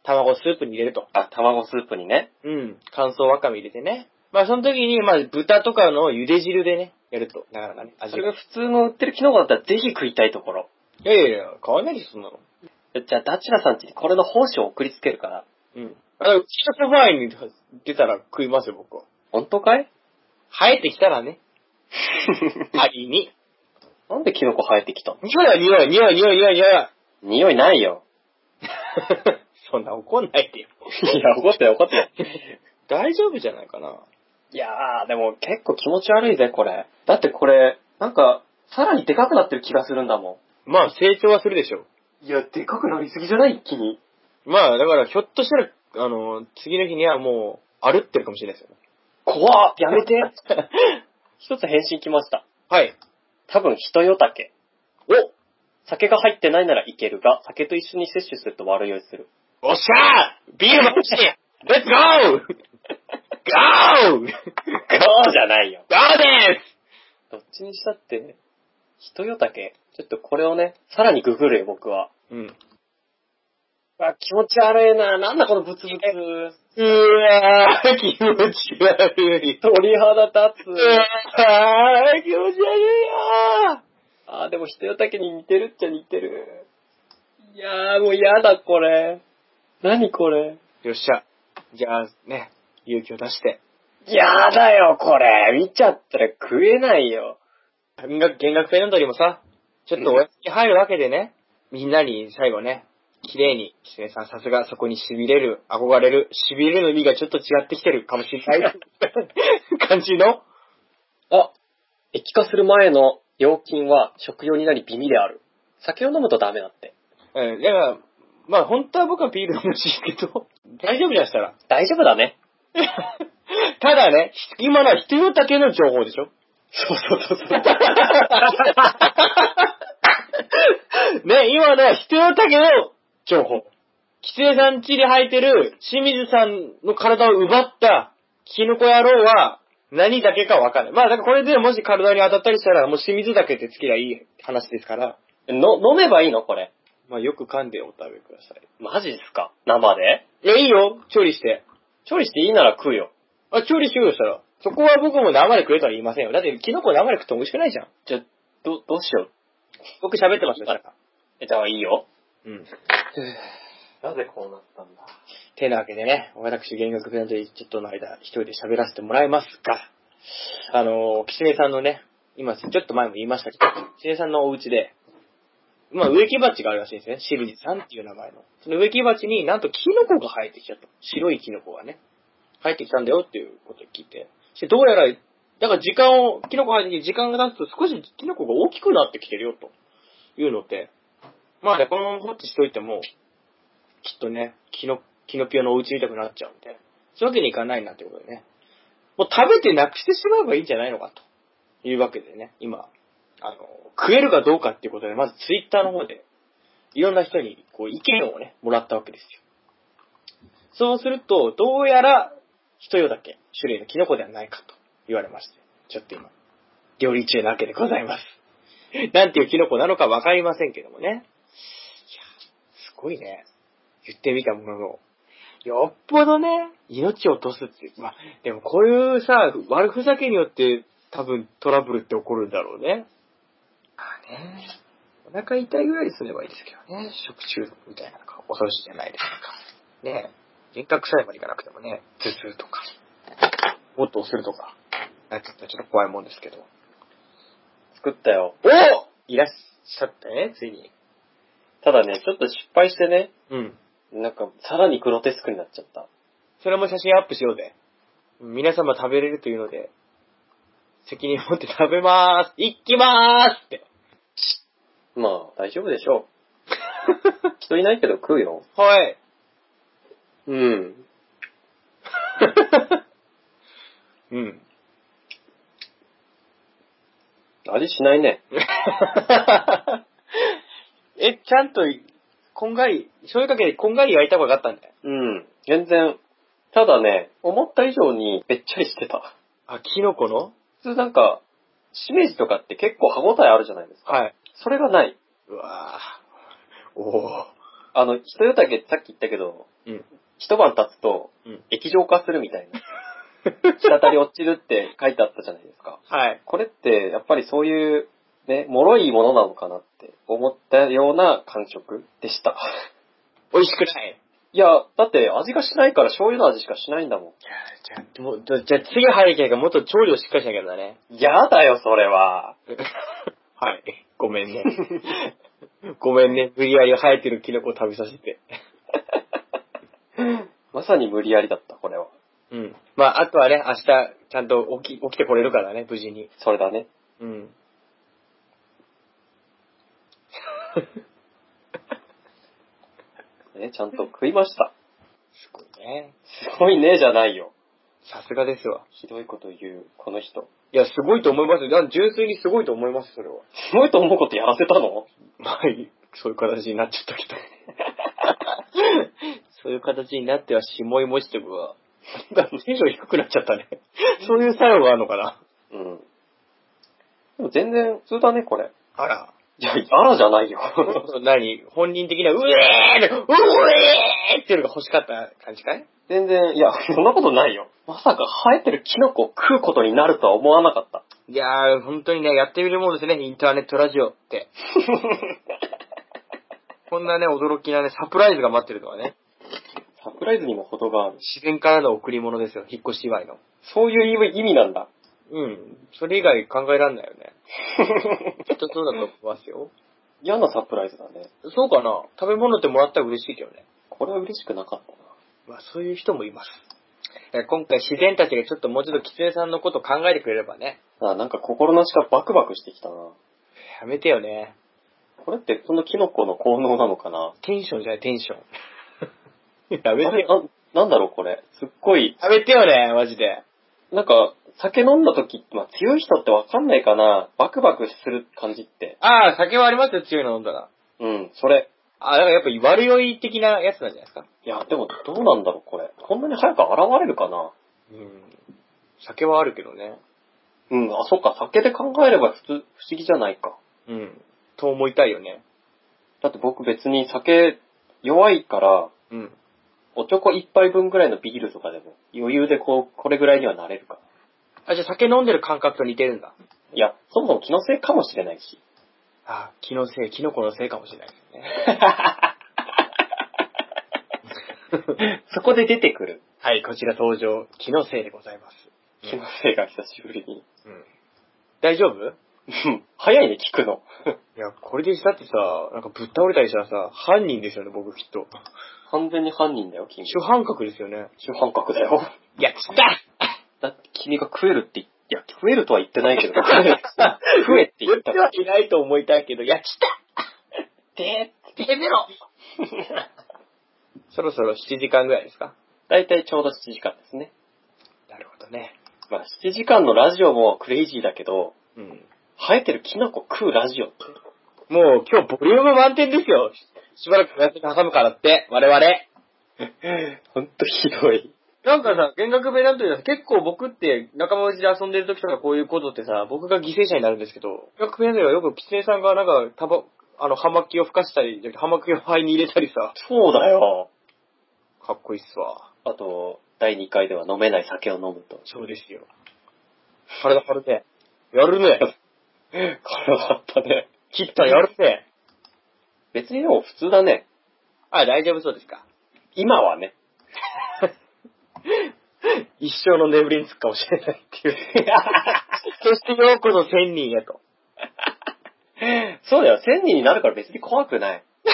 卵スープに入れると。
あ、卵スープにね。
うん。乾燥わかめ入れてね。まあその時に、まあ豚とかの茹で汁でね、やると、なかなかね、
そ
味
れ
が
が。普通の売ってるキノコだったらぜひ食いたいところ。
いやいやいや、変わんないです、そんなの。
じゃあ、ダチラさんちにこれの本紙を送りつけるから。
うん。あの、うちのソファーに出たら食いますよ、僕は。
本当 かい
生えてきたらね、アリに。
なんでキノコ生えてきたの
匂いは匂い、匂い、匂い、匂い、匂い。
匂いないよ。
そんな怒んないでよ。
いや、怒ってよ、怒ってよ。
大丈夫じゃないかな。
いやー、でも結構気持ち悪いぜ、これ。だってこれ、なんか、さらにでかくなってる気がするんだも
まあ、成長はするでしょう。
ん。いや、でかくなりすぎじゃない一気に。
まあ、だから、ひょっとしたら、あの、次の日にはもう、歩ってるかもしれないですよね。
怖っやめて一つ返信来ました。
はい。
多分、人よたけ。
お
酒が入ってないならいけるが、酒と一緒に摂取すると悪酔いする。
おっしゃービールも欲しいレッツゴーゴー
こうじゃないよ。
ゴーで
どっちにしたって、人よたけ。ちょっとこれをね、さらにググるよ、僕は。
すうん。
あ、気持ち悪いな。なんだこのブツブツ。
うわー、気持ち悪い。
鳥肌立つ。
うわー、気持ち悪いよ
あー、でも人よたけに似てるっちゃ似てる。いやー、もう嫌だ、これ。何これ。
ーよっしゃ。じゃあ、ね、勇気を出して。
やだよ、これ。見ちゃったら食えないよ。
見学、見学生の時もさ、ちょっとお休み入るわけでね、みんなに最後ね、綺麗に、キツネさん、さすがそこに痺れる、憧れる、痺れるの意味がちょっと違ってきてるかもしれない感じの、
あ、液化する前の料金は食用になり微味である。酒を飲むとダメだって。
うん、だから、まあ本当は僕はビール飲むしいけど、大丈夫じゃんしたら。
大丈夫だね。
ただね、今のは人よだけの情報でしょ
そうそうそうそう。
ね、今のは人よだけの情報。キツネさんちに生えてる清水さんの体を奪ったキノコ野郎は何だけかわかんない。まあだからこれでもし体に当たったりしたらもう清水だけってつけりゃいい話ですから、
の、飲めばいいのこれ。
まあよく噛んでお食べください。
マジですか生で
え、いいよ調理して。
調理していいなら食うよ。
あ、調理しようよしたら。そこは僕も生で食えとは言いませんよ。だってキノコ生で食っても美味しくないじゃん。
じゃ、ど、どうしよう。
僕喋ってましたから。
えじゃあいいよ。
うん。
なぜこうなったんだ
てなわけでね、私、弦楽部屋でちょっとの間、一人で喋らせてもらいますが、あのー、キツネさんのね、今、ちょっと前も言いましたけど、キツネさんのお家で、まあ、植木鉢があるらしいんですね。シルジさんっていう名前の。その植木鉢になんとキノコが生えてきちゃった。白いキノコがね、生えてきたんだよっていうことを聞いて。そしてどうやら、だから時間を、キノコ生えてきて時間が経つと少しキノコが大きくなってきてるよというので、まあね、このまま放置しといても、きっとね、キノ、キノピオのお家みたくなっちゃうんで、そういうわけにいかないなってことでね。もう食べてなくしてしまえばいいんじゃないのかというわけでね、今、あの、食えるかどうかっていうことで、まずツイッターの方で、いろんな人にこう意見をね、もらったわけですよ。そうすると、どうやら、一よだけ種類のキノコではないかと言われまして、ちょっと今、料理中なわけでございます。 なんていうキノコなのかわかりませんけどもね。いや、すごいね。言ってみたものの、よっぽどね、命を落とすっていう。まあ、でもこういうさ、悪ふざけによって多分トラブルって起こるんだろうね。まあね。お腹痛いぐらいすればいいですけどね。食中毒みたいなのが恐ろしいじゃないですか。ねえ。遠隔さえまでいかなくてもね、頭痛とか、もっとするとか、なんかちょっと怖いもんですけど。
作ったよ。
おいらっしゃったね、ついに。
ただね、ちょっと失敗してね、
うん。
なんか、さらにグロテスクになっちゃった。
それも写真アップしようぜ。皆様食べれるというので、責任を持って食べまーす。いきまーす って。
まあ、大丈夫でしょう。人いないけど食うよ。
はい。
うん。
うん。
味しないね。
え、ちゃんと、こんがり、醤油かけてこんがり焼いた方が良かったんだよ。
うん。全然。ただね、思った以上にべっちゃりしてた。
あ、キノコの
普通なんか、しめじとかって結構歯応えあるじゃないですか。
はい。
それがない。
うわー。おー。
あの、人よたけさっき言ったけど、
うん。
一晩経つと
うん、
液状化するみたい な。滴り落ちるって書いてあったじゃないですか。
はい。
これって、やっぱりそういう、ね、脆いものなのかなって思ったような感触でした。
美味しくない。
いや、だって味がしないから醤油の味しかしないんだも
じゃあ、もう、じゃあじゃあ次入るけど、もっと調理をしっかりしなきゃだね。
ん。やだよ、それは。
はい。ごめんね。ごめんね。無理やり生えてるキノコを食べさせて。
まさに無理やりだった、これは。
うん。まあ、あとはね、明日、ちゃんと起き、起きてこれるからね、無事に。
それだね。
うん。
ね、ちゃんと食いました。
すごいね。
すごいね、じゃないよ。
さすがですわ。
ひどいこと言う、この人。
いや、すごいと思いますよ。なん純粋にすごいと思います、それは。
すごいと思うことやらせたの
まあ、いそういう形になっちゃったけど。そういう形になっては、しもいもちてくわ。なんかテンション低くなっちゃったね。そういう作用があるのかな。
うん。でも全然普通だね、これ。
あら。
いや、あらじゃないよ。
何本人的な、うえーって、うえーっていうのが欲しかった感じかい
全然、いや、 そんなことないよ。まさか生えてるキノコを食うことになるとは思わなかった。
いやー、本当にね、やってみるもんですね、インターネットラジオって。こんなね、驚きなね、サプライズが待ってるとはね。
サプライズにも程がある。
自然からの贈り物ですよ、引っ越し祝いの。
そういう意味なん だ。
うん。それ以外考えらんないよね。きっとそうだと思いますよ。
嫌なサプライズだね。
そうかな食べ物ってもらったら嬉しいけどね。
これは嬉しくなかったな。
まあそういう人もいます。だから今回自然たちがちょっともうちょっと狐さんのことを考えてくれればね。
あなんか心なしかバクバクしてきたな。
やめてよね。
これってそのキノコの効能なのかな
テンションじゃない、テンション。 やめ
あ
て
れ
よ。
ななんだろうこれ。すっごい、
やめてよね、マジで。
なんか、酒飲んだ時って、まあ、強い人ってわかんないかな。バクバクする感じって。
ああ、酒はありますよ、強いの飲んだら。
うん、それ。
ああ、だからやっぱり悪酔い的なやつなんじゃないですか。
いや、でもどうなんだろうこれ。こんなに早く現れるかな
うん。酒はあるけどね。
うん、あ、そっか。酒で考えれば普通、不思議じゃないか。
うん。と思いたいよね。
だって僕別に酒弱いから、
うん。
おちょこ一杯分ぐらいのビールとかでも余裕でこう、これぐらいにはなれるから。
あ、じゃあ酒飲んでる感覚と似てるんだ。
いや、そもそも気のせいかもしれないし。
ああ、気のせい、キノコのせいかもしれないですね。
そこで出てくる。
はい、こちら登場、気のせいでございます。
気のせいが久しぶりに。
うん。大丈夫
うん早いね、聞くの。
いや、これでだってさ、なんかぶっ倒れたりしたらさ、犯人ですよね、僕きっと。
完全に犯人だよ、君。
主犯格ですよね。
主犯格だよ。
いや、ちった
だって君が食えるって言っ、いや、食えるとは言ってないけど、食える 食えって言ったから。
いないと思いたい けど、いや、ち
で、
たてめろ そろそろ7時間ぐらいですか
だいたいちょうど7時間ですね。
なるほどね。
まあ、7時間のラジオもクレイジーだけど、
うん。
生えてるキノコ食うラジオって。
もう今日ボリューム満点ですよ。ししばらくお休み挟むからって、我々。
ほんとひどい。
なんかさ、弦楽部なんていうのは結構僕って仲間内で遊んでる時とかこういうことってさ、僕が犠牲者になるんですけど、弦楽部なんていうのはよくキツネさんがなんか、たば、あの、葉巻を吹かしたり、葉巻を肺に入れたりさ、
そうだよ。
かっこいいっすわ。
あと、第2回では飲めない酒を飲むと。
そうですよ。体張るね。やるね。
これはあったね。
切ったやるね。
別にでも普通だね。
あ、大丈夫そうですか。
今は ね。
一生の眠りにつくかもしれないっていう。そしてようこそ千人へと。
そうだよ。1000人になるから別に怖くない。
そ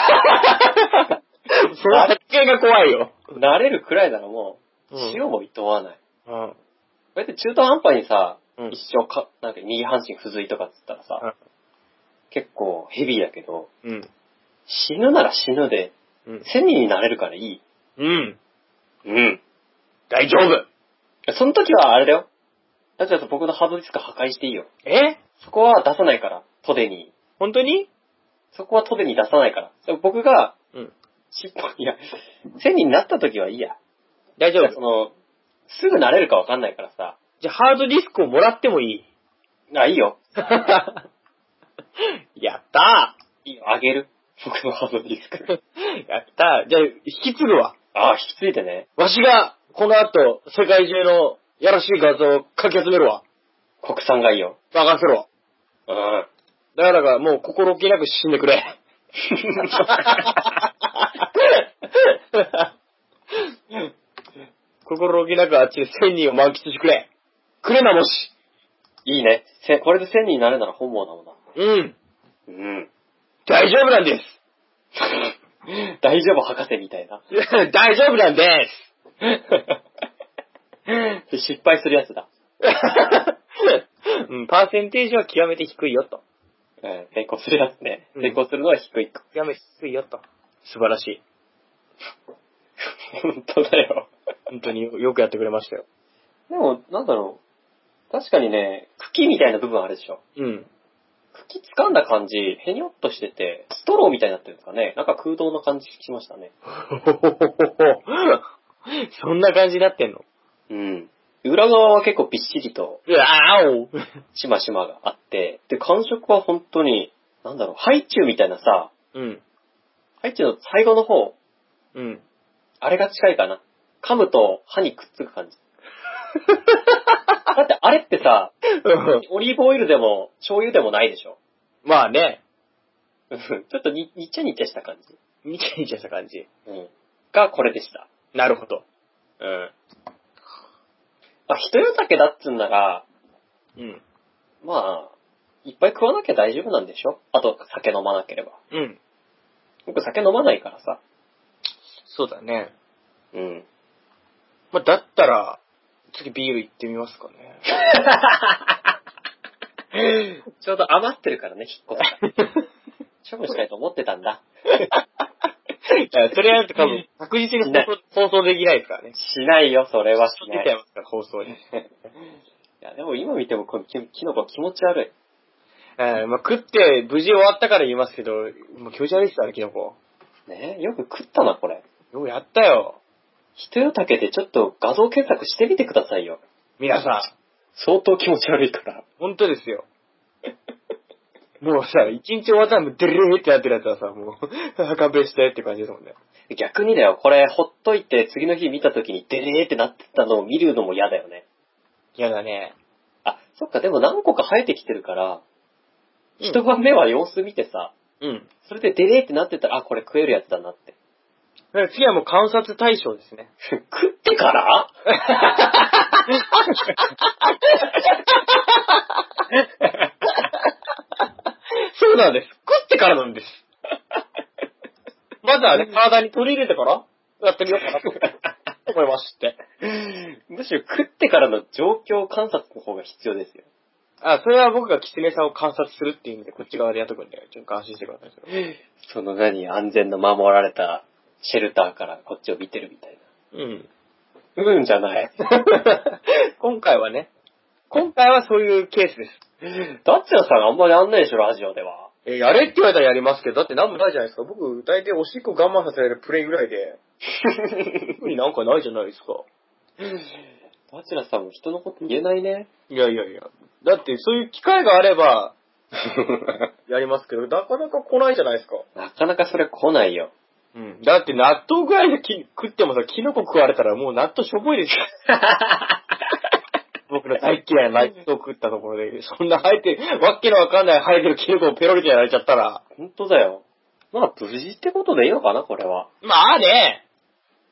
の発見が怖いよ。
慣れるくらいならもう、
うん
塩もいとわない。
うん。
こうやって中途半端にさ、
うん
一生か、なんか右半身不随とかっつったらさ、
うん
結構ヘビーだけど、
うん。
死ぬなら死ぬで、
うん。
1000人になれるからいい。
うん。
うん。
大丈夫
その時はあれだよ。だって僕のハードディスク破壊していいよ。
え
そこは出さないから、トデに。
本当に
そこはトデに出さないから。それ僕が、
うん。
尻尾、いや、1000人になった時はいいや。
大丈
いやそ
夫。
の、すぐなれるかわかんないからさ。
じゃあ、ハードディスクをもらっても いい
あ、いいよ。
やった
いいよ、あげる。僕のハードディス
ー
ク。
やったーじゃあ、引き継ぐわ。
あ、引き継いでね。
わしが、この後、世界中のやらしい画像をかき集めるわ。
国産がいいよ。
バカせろ。
うん。
だからが、もう心置きなく死んでくれ。心置きなくあっちで千人を満喫してくれ。くれなもし。
いいね。せ、これで1000人になるなら本望だもんな。
うん。
うん。
大丈夫なんです。
大丈夫博士みたいな。
大丈夫なんで
失敗するやつだ。
す。 うん、パーセンテージは極めて低いよと。
うん。成功するやつね。
うん
成功するのは低いか。
極めて低いよと。素晴らしい。
本当だよ。
本当によくやってくれましたよ。
でも、なんだろう。確かにね、茎みたいな部分あるでしょ。
うん。
茎掴んだ感じ、へにょっとしてて、ストローみたいになってるんですかね。なんか空洞な感じしましたね。
そんな感じになってんの
うん。裏側は結構びっしりと、
うわーお
しましまがあって、で、感触は本当に、なんだろう、ハイチュウみたいなさ、
うん。
ハイチュウの最後の方、
うん。
あれが近いかな。噛むと歯にくっつく感じ。だってあれってさ、オリーブオイルでも醤油でもないでしょ。
まあね、
うんちょっとに、にっちゃにっちゃした感じ。
ニチャニチャした感じ。
うん。がこれでした。
なるほど。
うん。まあ、人よたけだっつんなら、
うん。
まあ、いっぱい食わなきゃ大丈夫なんでしょあと、酒飲まなければ。
うん。
僕酒飲まないからさ。
そうだね。
うん。
まあ、だったら、次ビール行ってみますかね。
ちょうど余ってるからね、引っ越した。 処分したいと思ってたんだ。
いや、それやると多 分、確実に放送放送できないですからね。
しないよ、それはし
出
ない。
ちゃいますから、放送に。
いや、でも今見てもこのキキノコ気持ち悪い。
えー、まあ、食って、無事終わったから言いますけど、もう気持ち悪いっすからね、キノコ。
ねよく食ったな、これ。
ようやったよ。
人よたけでちょっと画像検索してみてくださいよ。
皆さん。
相当気持ち悪いから。
本当ですよ。もうさ、一日終わったらもう、デレーってなってるやつはさ、もう、勘弁してって感じですもんね。
逆にだよ、これほっといて次の日見た時にデレーってなってたのを見るのも嫌だよね。
嫌だね。
あ、そっか、でも何個か生えてきてるから、
うん
一晩目は様子見てさ、
うん。
それでデレーってなってたら、あ、これ食えるやつだなって。
だから次はもう観察対象ですね。
食ってから
そうなんです。食ってからなんです。まずはね、体に取り入れてから、やってみようかなと思いますって。
むしろ食ってからの状況観察の方が必要ですよ。
あ、それは僕がキツネさんを観察するっていう意味で、こっち側でやっとくんで、ちょっと安心してください。
その何、安全の守られたシェルターからこっちを見てるみたいな。
うん。
うんじゃない。
今回はね、今回はそういうケースです。
ダッチャーさんあんまりあんないでしょ、ラジオでは。
えーやれって言われたらやりますけど、だって何もないじゃないですか。僕、大体おしっこ我慢させられるプレイぐらいで、特になんかないじゃないですか。
ダッチャーさんも人のこと言えないね。
いやいやいや。だってそういう機会があれば、やりますけど、なかなか来ないじゃないですか。
なかなかそれ来ないよ。
うん。だって納豆ぐらいでき食ってもさ、キノコ食われたらもう納豆しょぼいですよ。僕の大嫌いな納豆食ったところで、そんな生えて、わっけのわかんない生えてるキノコをペロリとやられちゃったら。
ほんとだよ。まあ、無事ってことでいいのかな、これは。
まあね、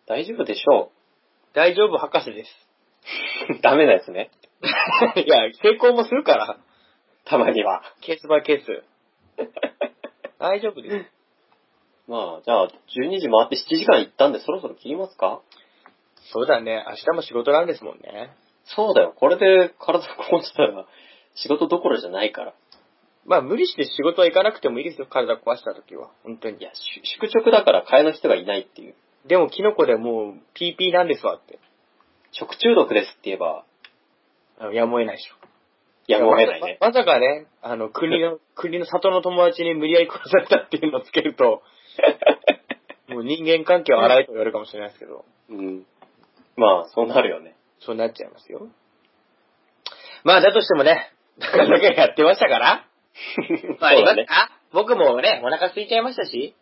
大丈夫でしょ
大丈夫博士 です。
う。ダメなやつね。
いや、成功もするから。
たまには。
ケースバイケース。大丈夫です。
まあ、じゃあ、12時回って7時間行ったんで、そろそろ切りますか
そうだね。明日も仕事なんですもんね。
そうだよ。これで体壊したら、仕事どころじゃないから。
まあ無理して仕事は行かなくてもいいですよ。体壊した時は。本当
い
に。
や、し宿直だから替えの人がいないっていう。
でもキノコでもう PP なんですわって。
食中毒ですって言えば、
あのやむを得ないでしょ。
やむを得ないね。
ままさかね、あの、国の、国の里の友達に無理やり殺されたっていうのをつけると、もう人間関係を荒いと言われるかもしれないですけど、
うん。まあ、そうなるよ ね。
そうなっちゃいますよ。まあ、だとしてもね、なかなかやってましたから、まあ、あ
そ
り
う
ま
だ
す
ね。
か僕もね、お腹空いちゃいましたし、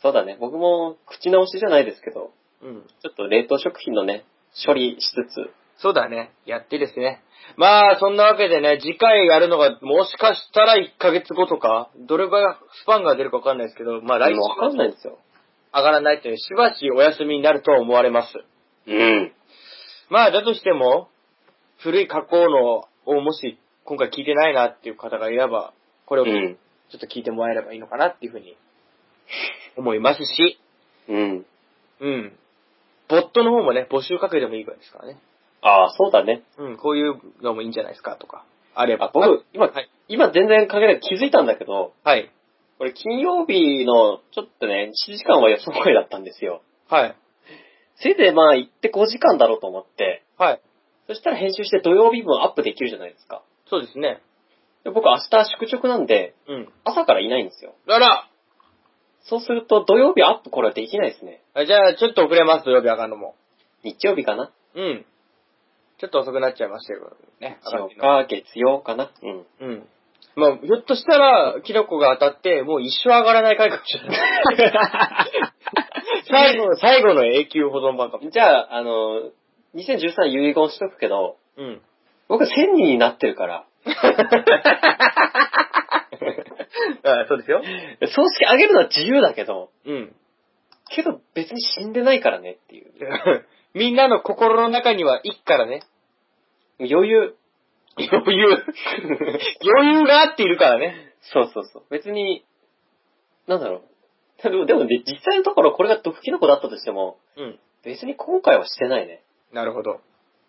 そうだね。僕も口直しじゃないですけど、
うん。
ちょっと冷凍食品のね、処理しつつ、
そうだね。やってですね。まあ、そんなわけでね、次回やるのが、もしかしたら1ヶ月後とか、どれぐらいスパンが出るかわかんないですけど、まあ来週
もうわかんないんですよ。
上がらないという、しばしお休みになると思われます。
うん。
まあ、だとしても、古い加工のをもし今回聞いてないなっていう方がいれば、これを
う
ち
ん。
ょっと聞いてもらえればいいのかなっていうふうに思いますし、
うん。
うん。ボットの方もね、募集かけてもいいぐらいですからね。
ああ、そうだね。
うん、こういうのもいいんじゃないですかとか、あれば
あ。僕、今、
はい
今全然関係ない。気づいたんだけど、
はい。
これ金曜日のちょっとね、7時間は予想外だったんですよ。
はい。
せいぜいまあ行って5時間だろうと思って、
はい。
そしたら編集して土曜日分アップできるじゃないですか。
そうですね。
で僕明日宿直なんで、
うん。
朝からいないんですよ。
あら
そうすると土曜日アップこれはできないですね。
あじゃあ、ちょっと遅れます、土曜日上がるのも。
日曜日かな
うん。ちょっと遅くなっちゃいましたけどね。
日曜か月曜かなう
う
ん。
ん。まあ、ひょっとしたら、キノコが当たって、もう一生上がらない回かもしれ ない。最後の、最後の永久保存版かも。
じゃあ、あの、2013遺言しとくけど、
うん。
僕1000人になってるから、
あそうですよ。
葬式あげるのは自由だけど、
うん。
けど別に死んでないからねっていう。
みんなの心の中には、一からね、
余裕。
余 裕、余裕があっているからね。
そうそうそう。別に、なんだろう。でも、でもね、実際のところこれが毒キノコだったとしても、
うん。
別に後悔はしてないね。
なるほど。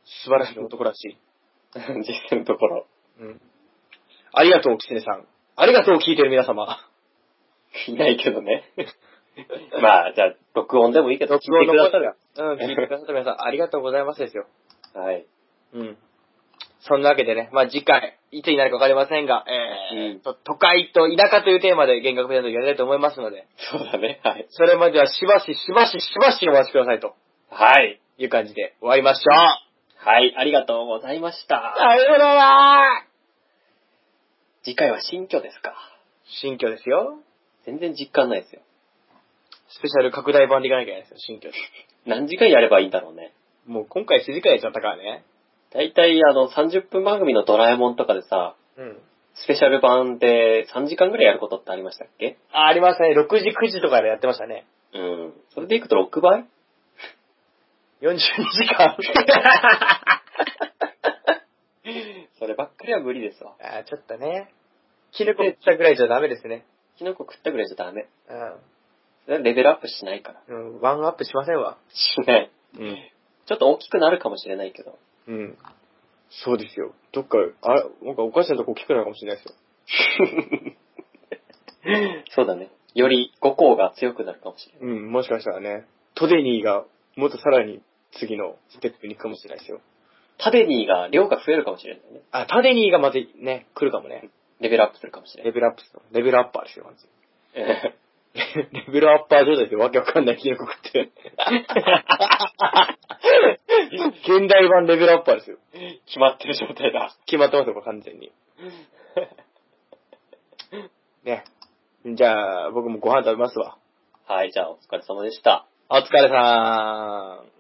素晴らしい男らしい。
実際のところ。
うん。ありがとう、キツネさん。ありがとう、聞いてる皆様。
いないけどね。 まあ、じゃあ、録音でもいいけど、聞いてくださる。
うん、聞いてくださった皆さん、ありがとうございますですよ。
はい。
うん。そんなわけでね、まあ次回、いつになるかわかりませんが、えー
うん
と都会と田舎というテーマで幻覚ペダントやりたいと思いますので、
そうだね。はい。
それまではしばししばししばしお待ちくださいと
はい。
いう感じで終わりましょう。
はい、ありがとうございました。
さようなら
次回は新居ですか。
新居ですよ。
全然実感ないですよ。
スペシャル拡大版でいかなきゃいけないですよ、新居です。
何時間やればいいんだろうね。
もう今回筋回やっちゃったからね。
だいたいあの、30分番組のドラえもんとかでさ、
うん。
スペシャル版で3時間ぐらいやることってありましたっけ
あ、ありましたね。6時、9時とかでやってましたね。
うん。それでいくと6倍
42時 間。
そればっかりは無理ですわ。
あーちょっとね。キノコ食ったぐらいじゃダメですね。
キノコ食ったぐらいじゃダメ。
う
それはレベルアップしないから。
ん。うんワンアップしませんわ。
しない。
うん。
ちょっと大きくなるかもしれない けど。
うん。そうですよ。どっか、あ、なんかおかしなとこ大きくなるかもしれないですよ。
そうだね。より五行が強くなるかもしれない。
うん、もしかしたらね。トデニーが、もっとさらに次のステップに行くかもしれないですよ。
タデニーが量が増えるかもしれないね。
あ、タデニーがまたね、来るかもね。
レベルアップするかもしれな
レ
い。
ベルアップする。レベルアッパーですよ、マジで
え
レベルアッパー状態でわけわかんないキノコ食って。 現代版レベルアッパーですよ。
え 決まってる状態 だ。
決まってますよ、これ完全に。ね。じゃあ、僕もご飯食べますわ。
はい、じゃあお疲れ様でした。
お疲れさーん。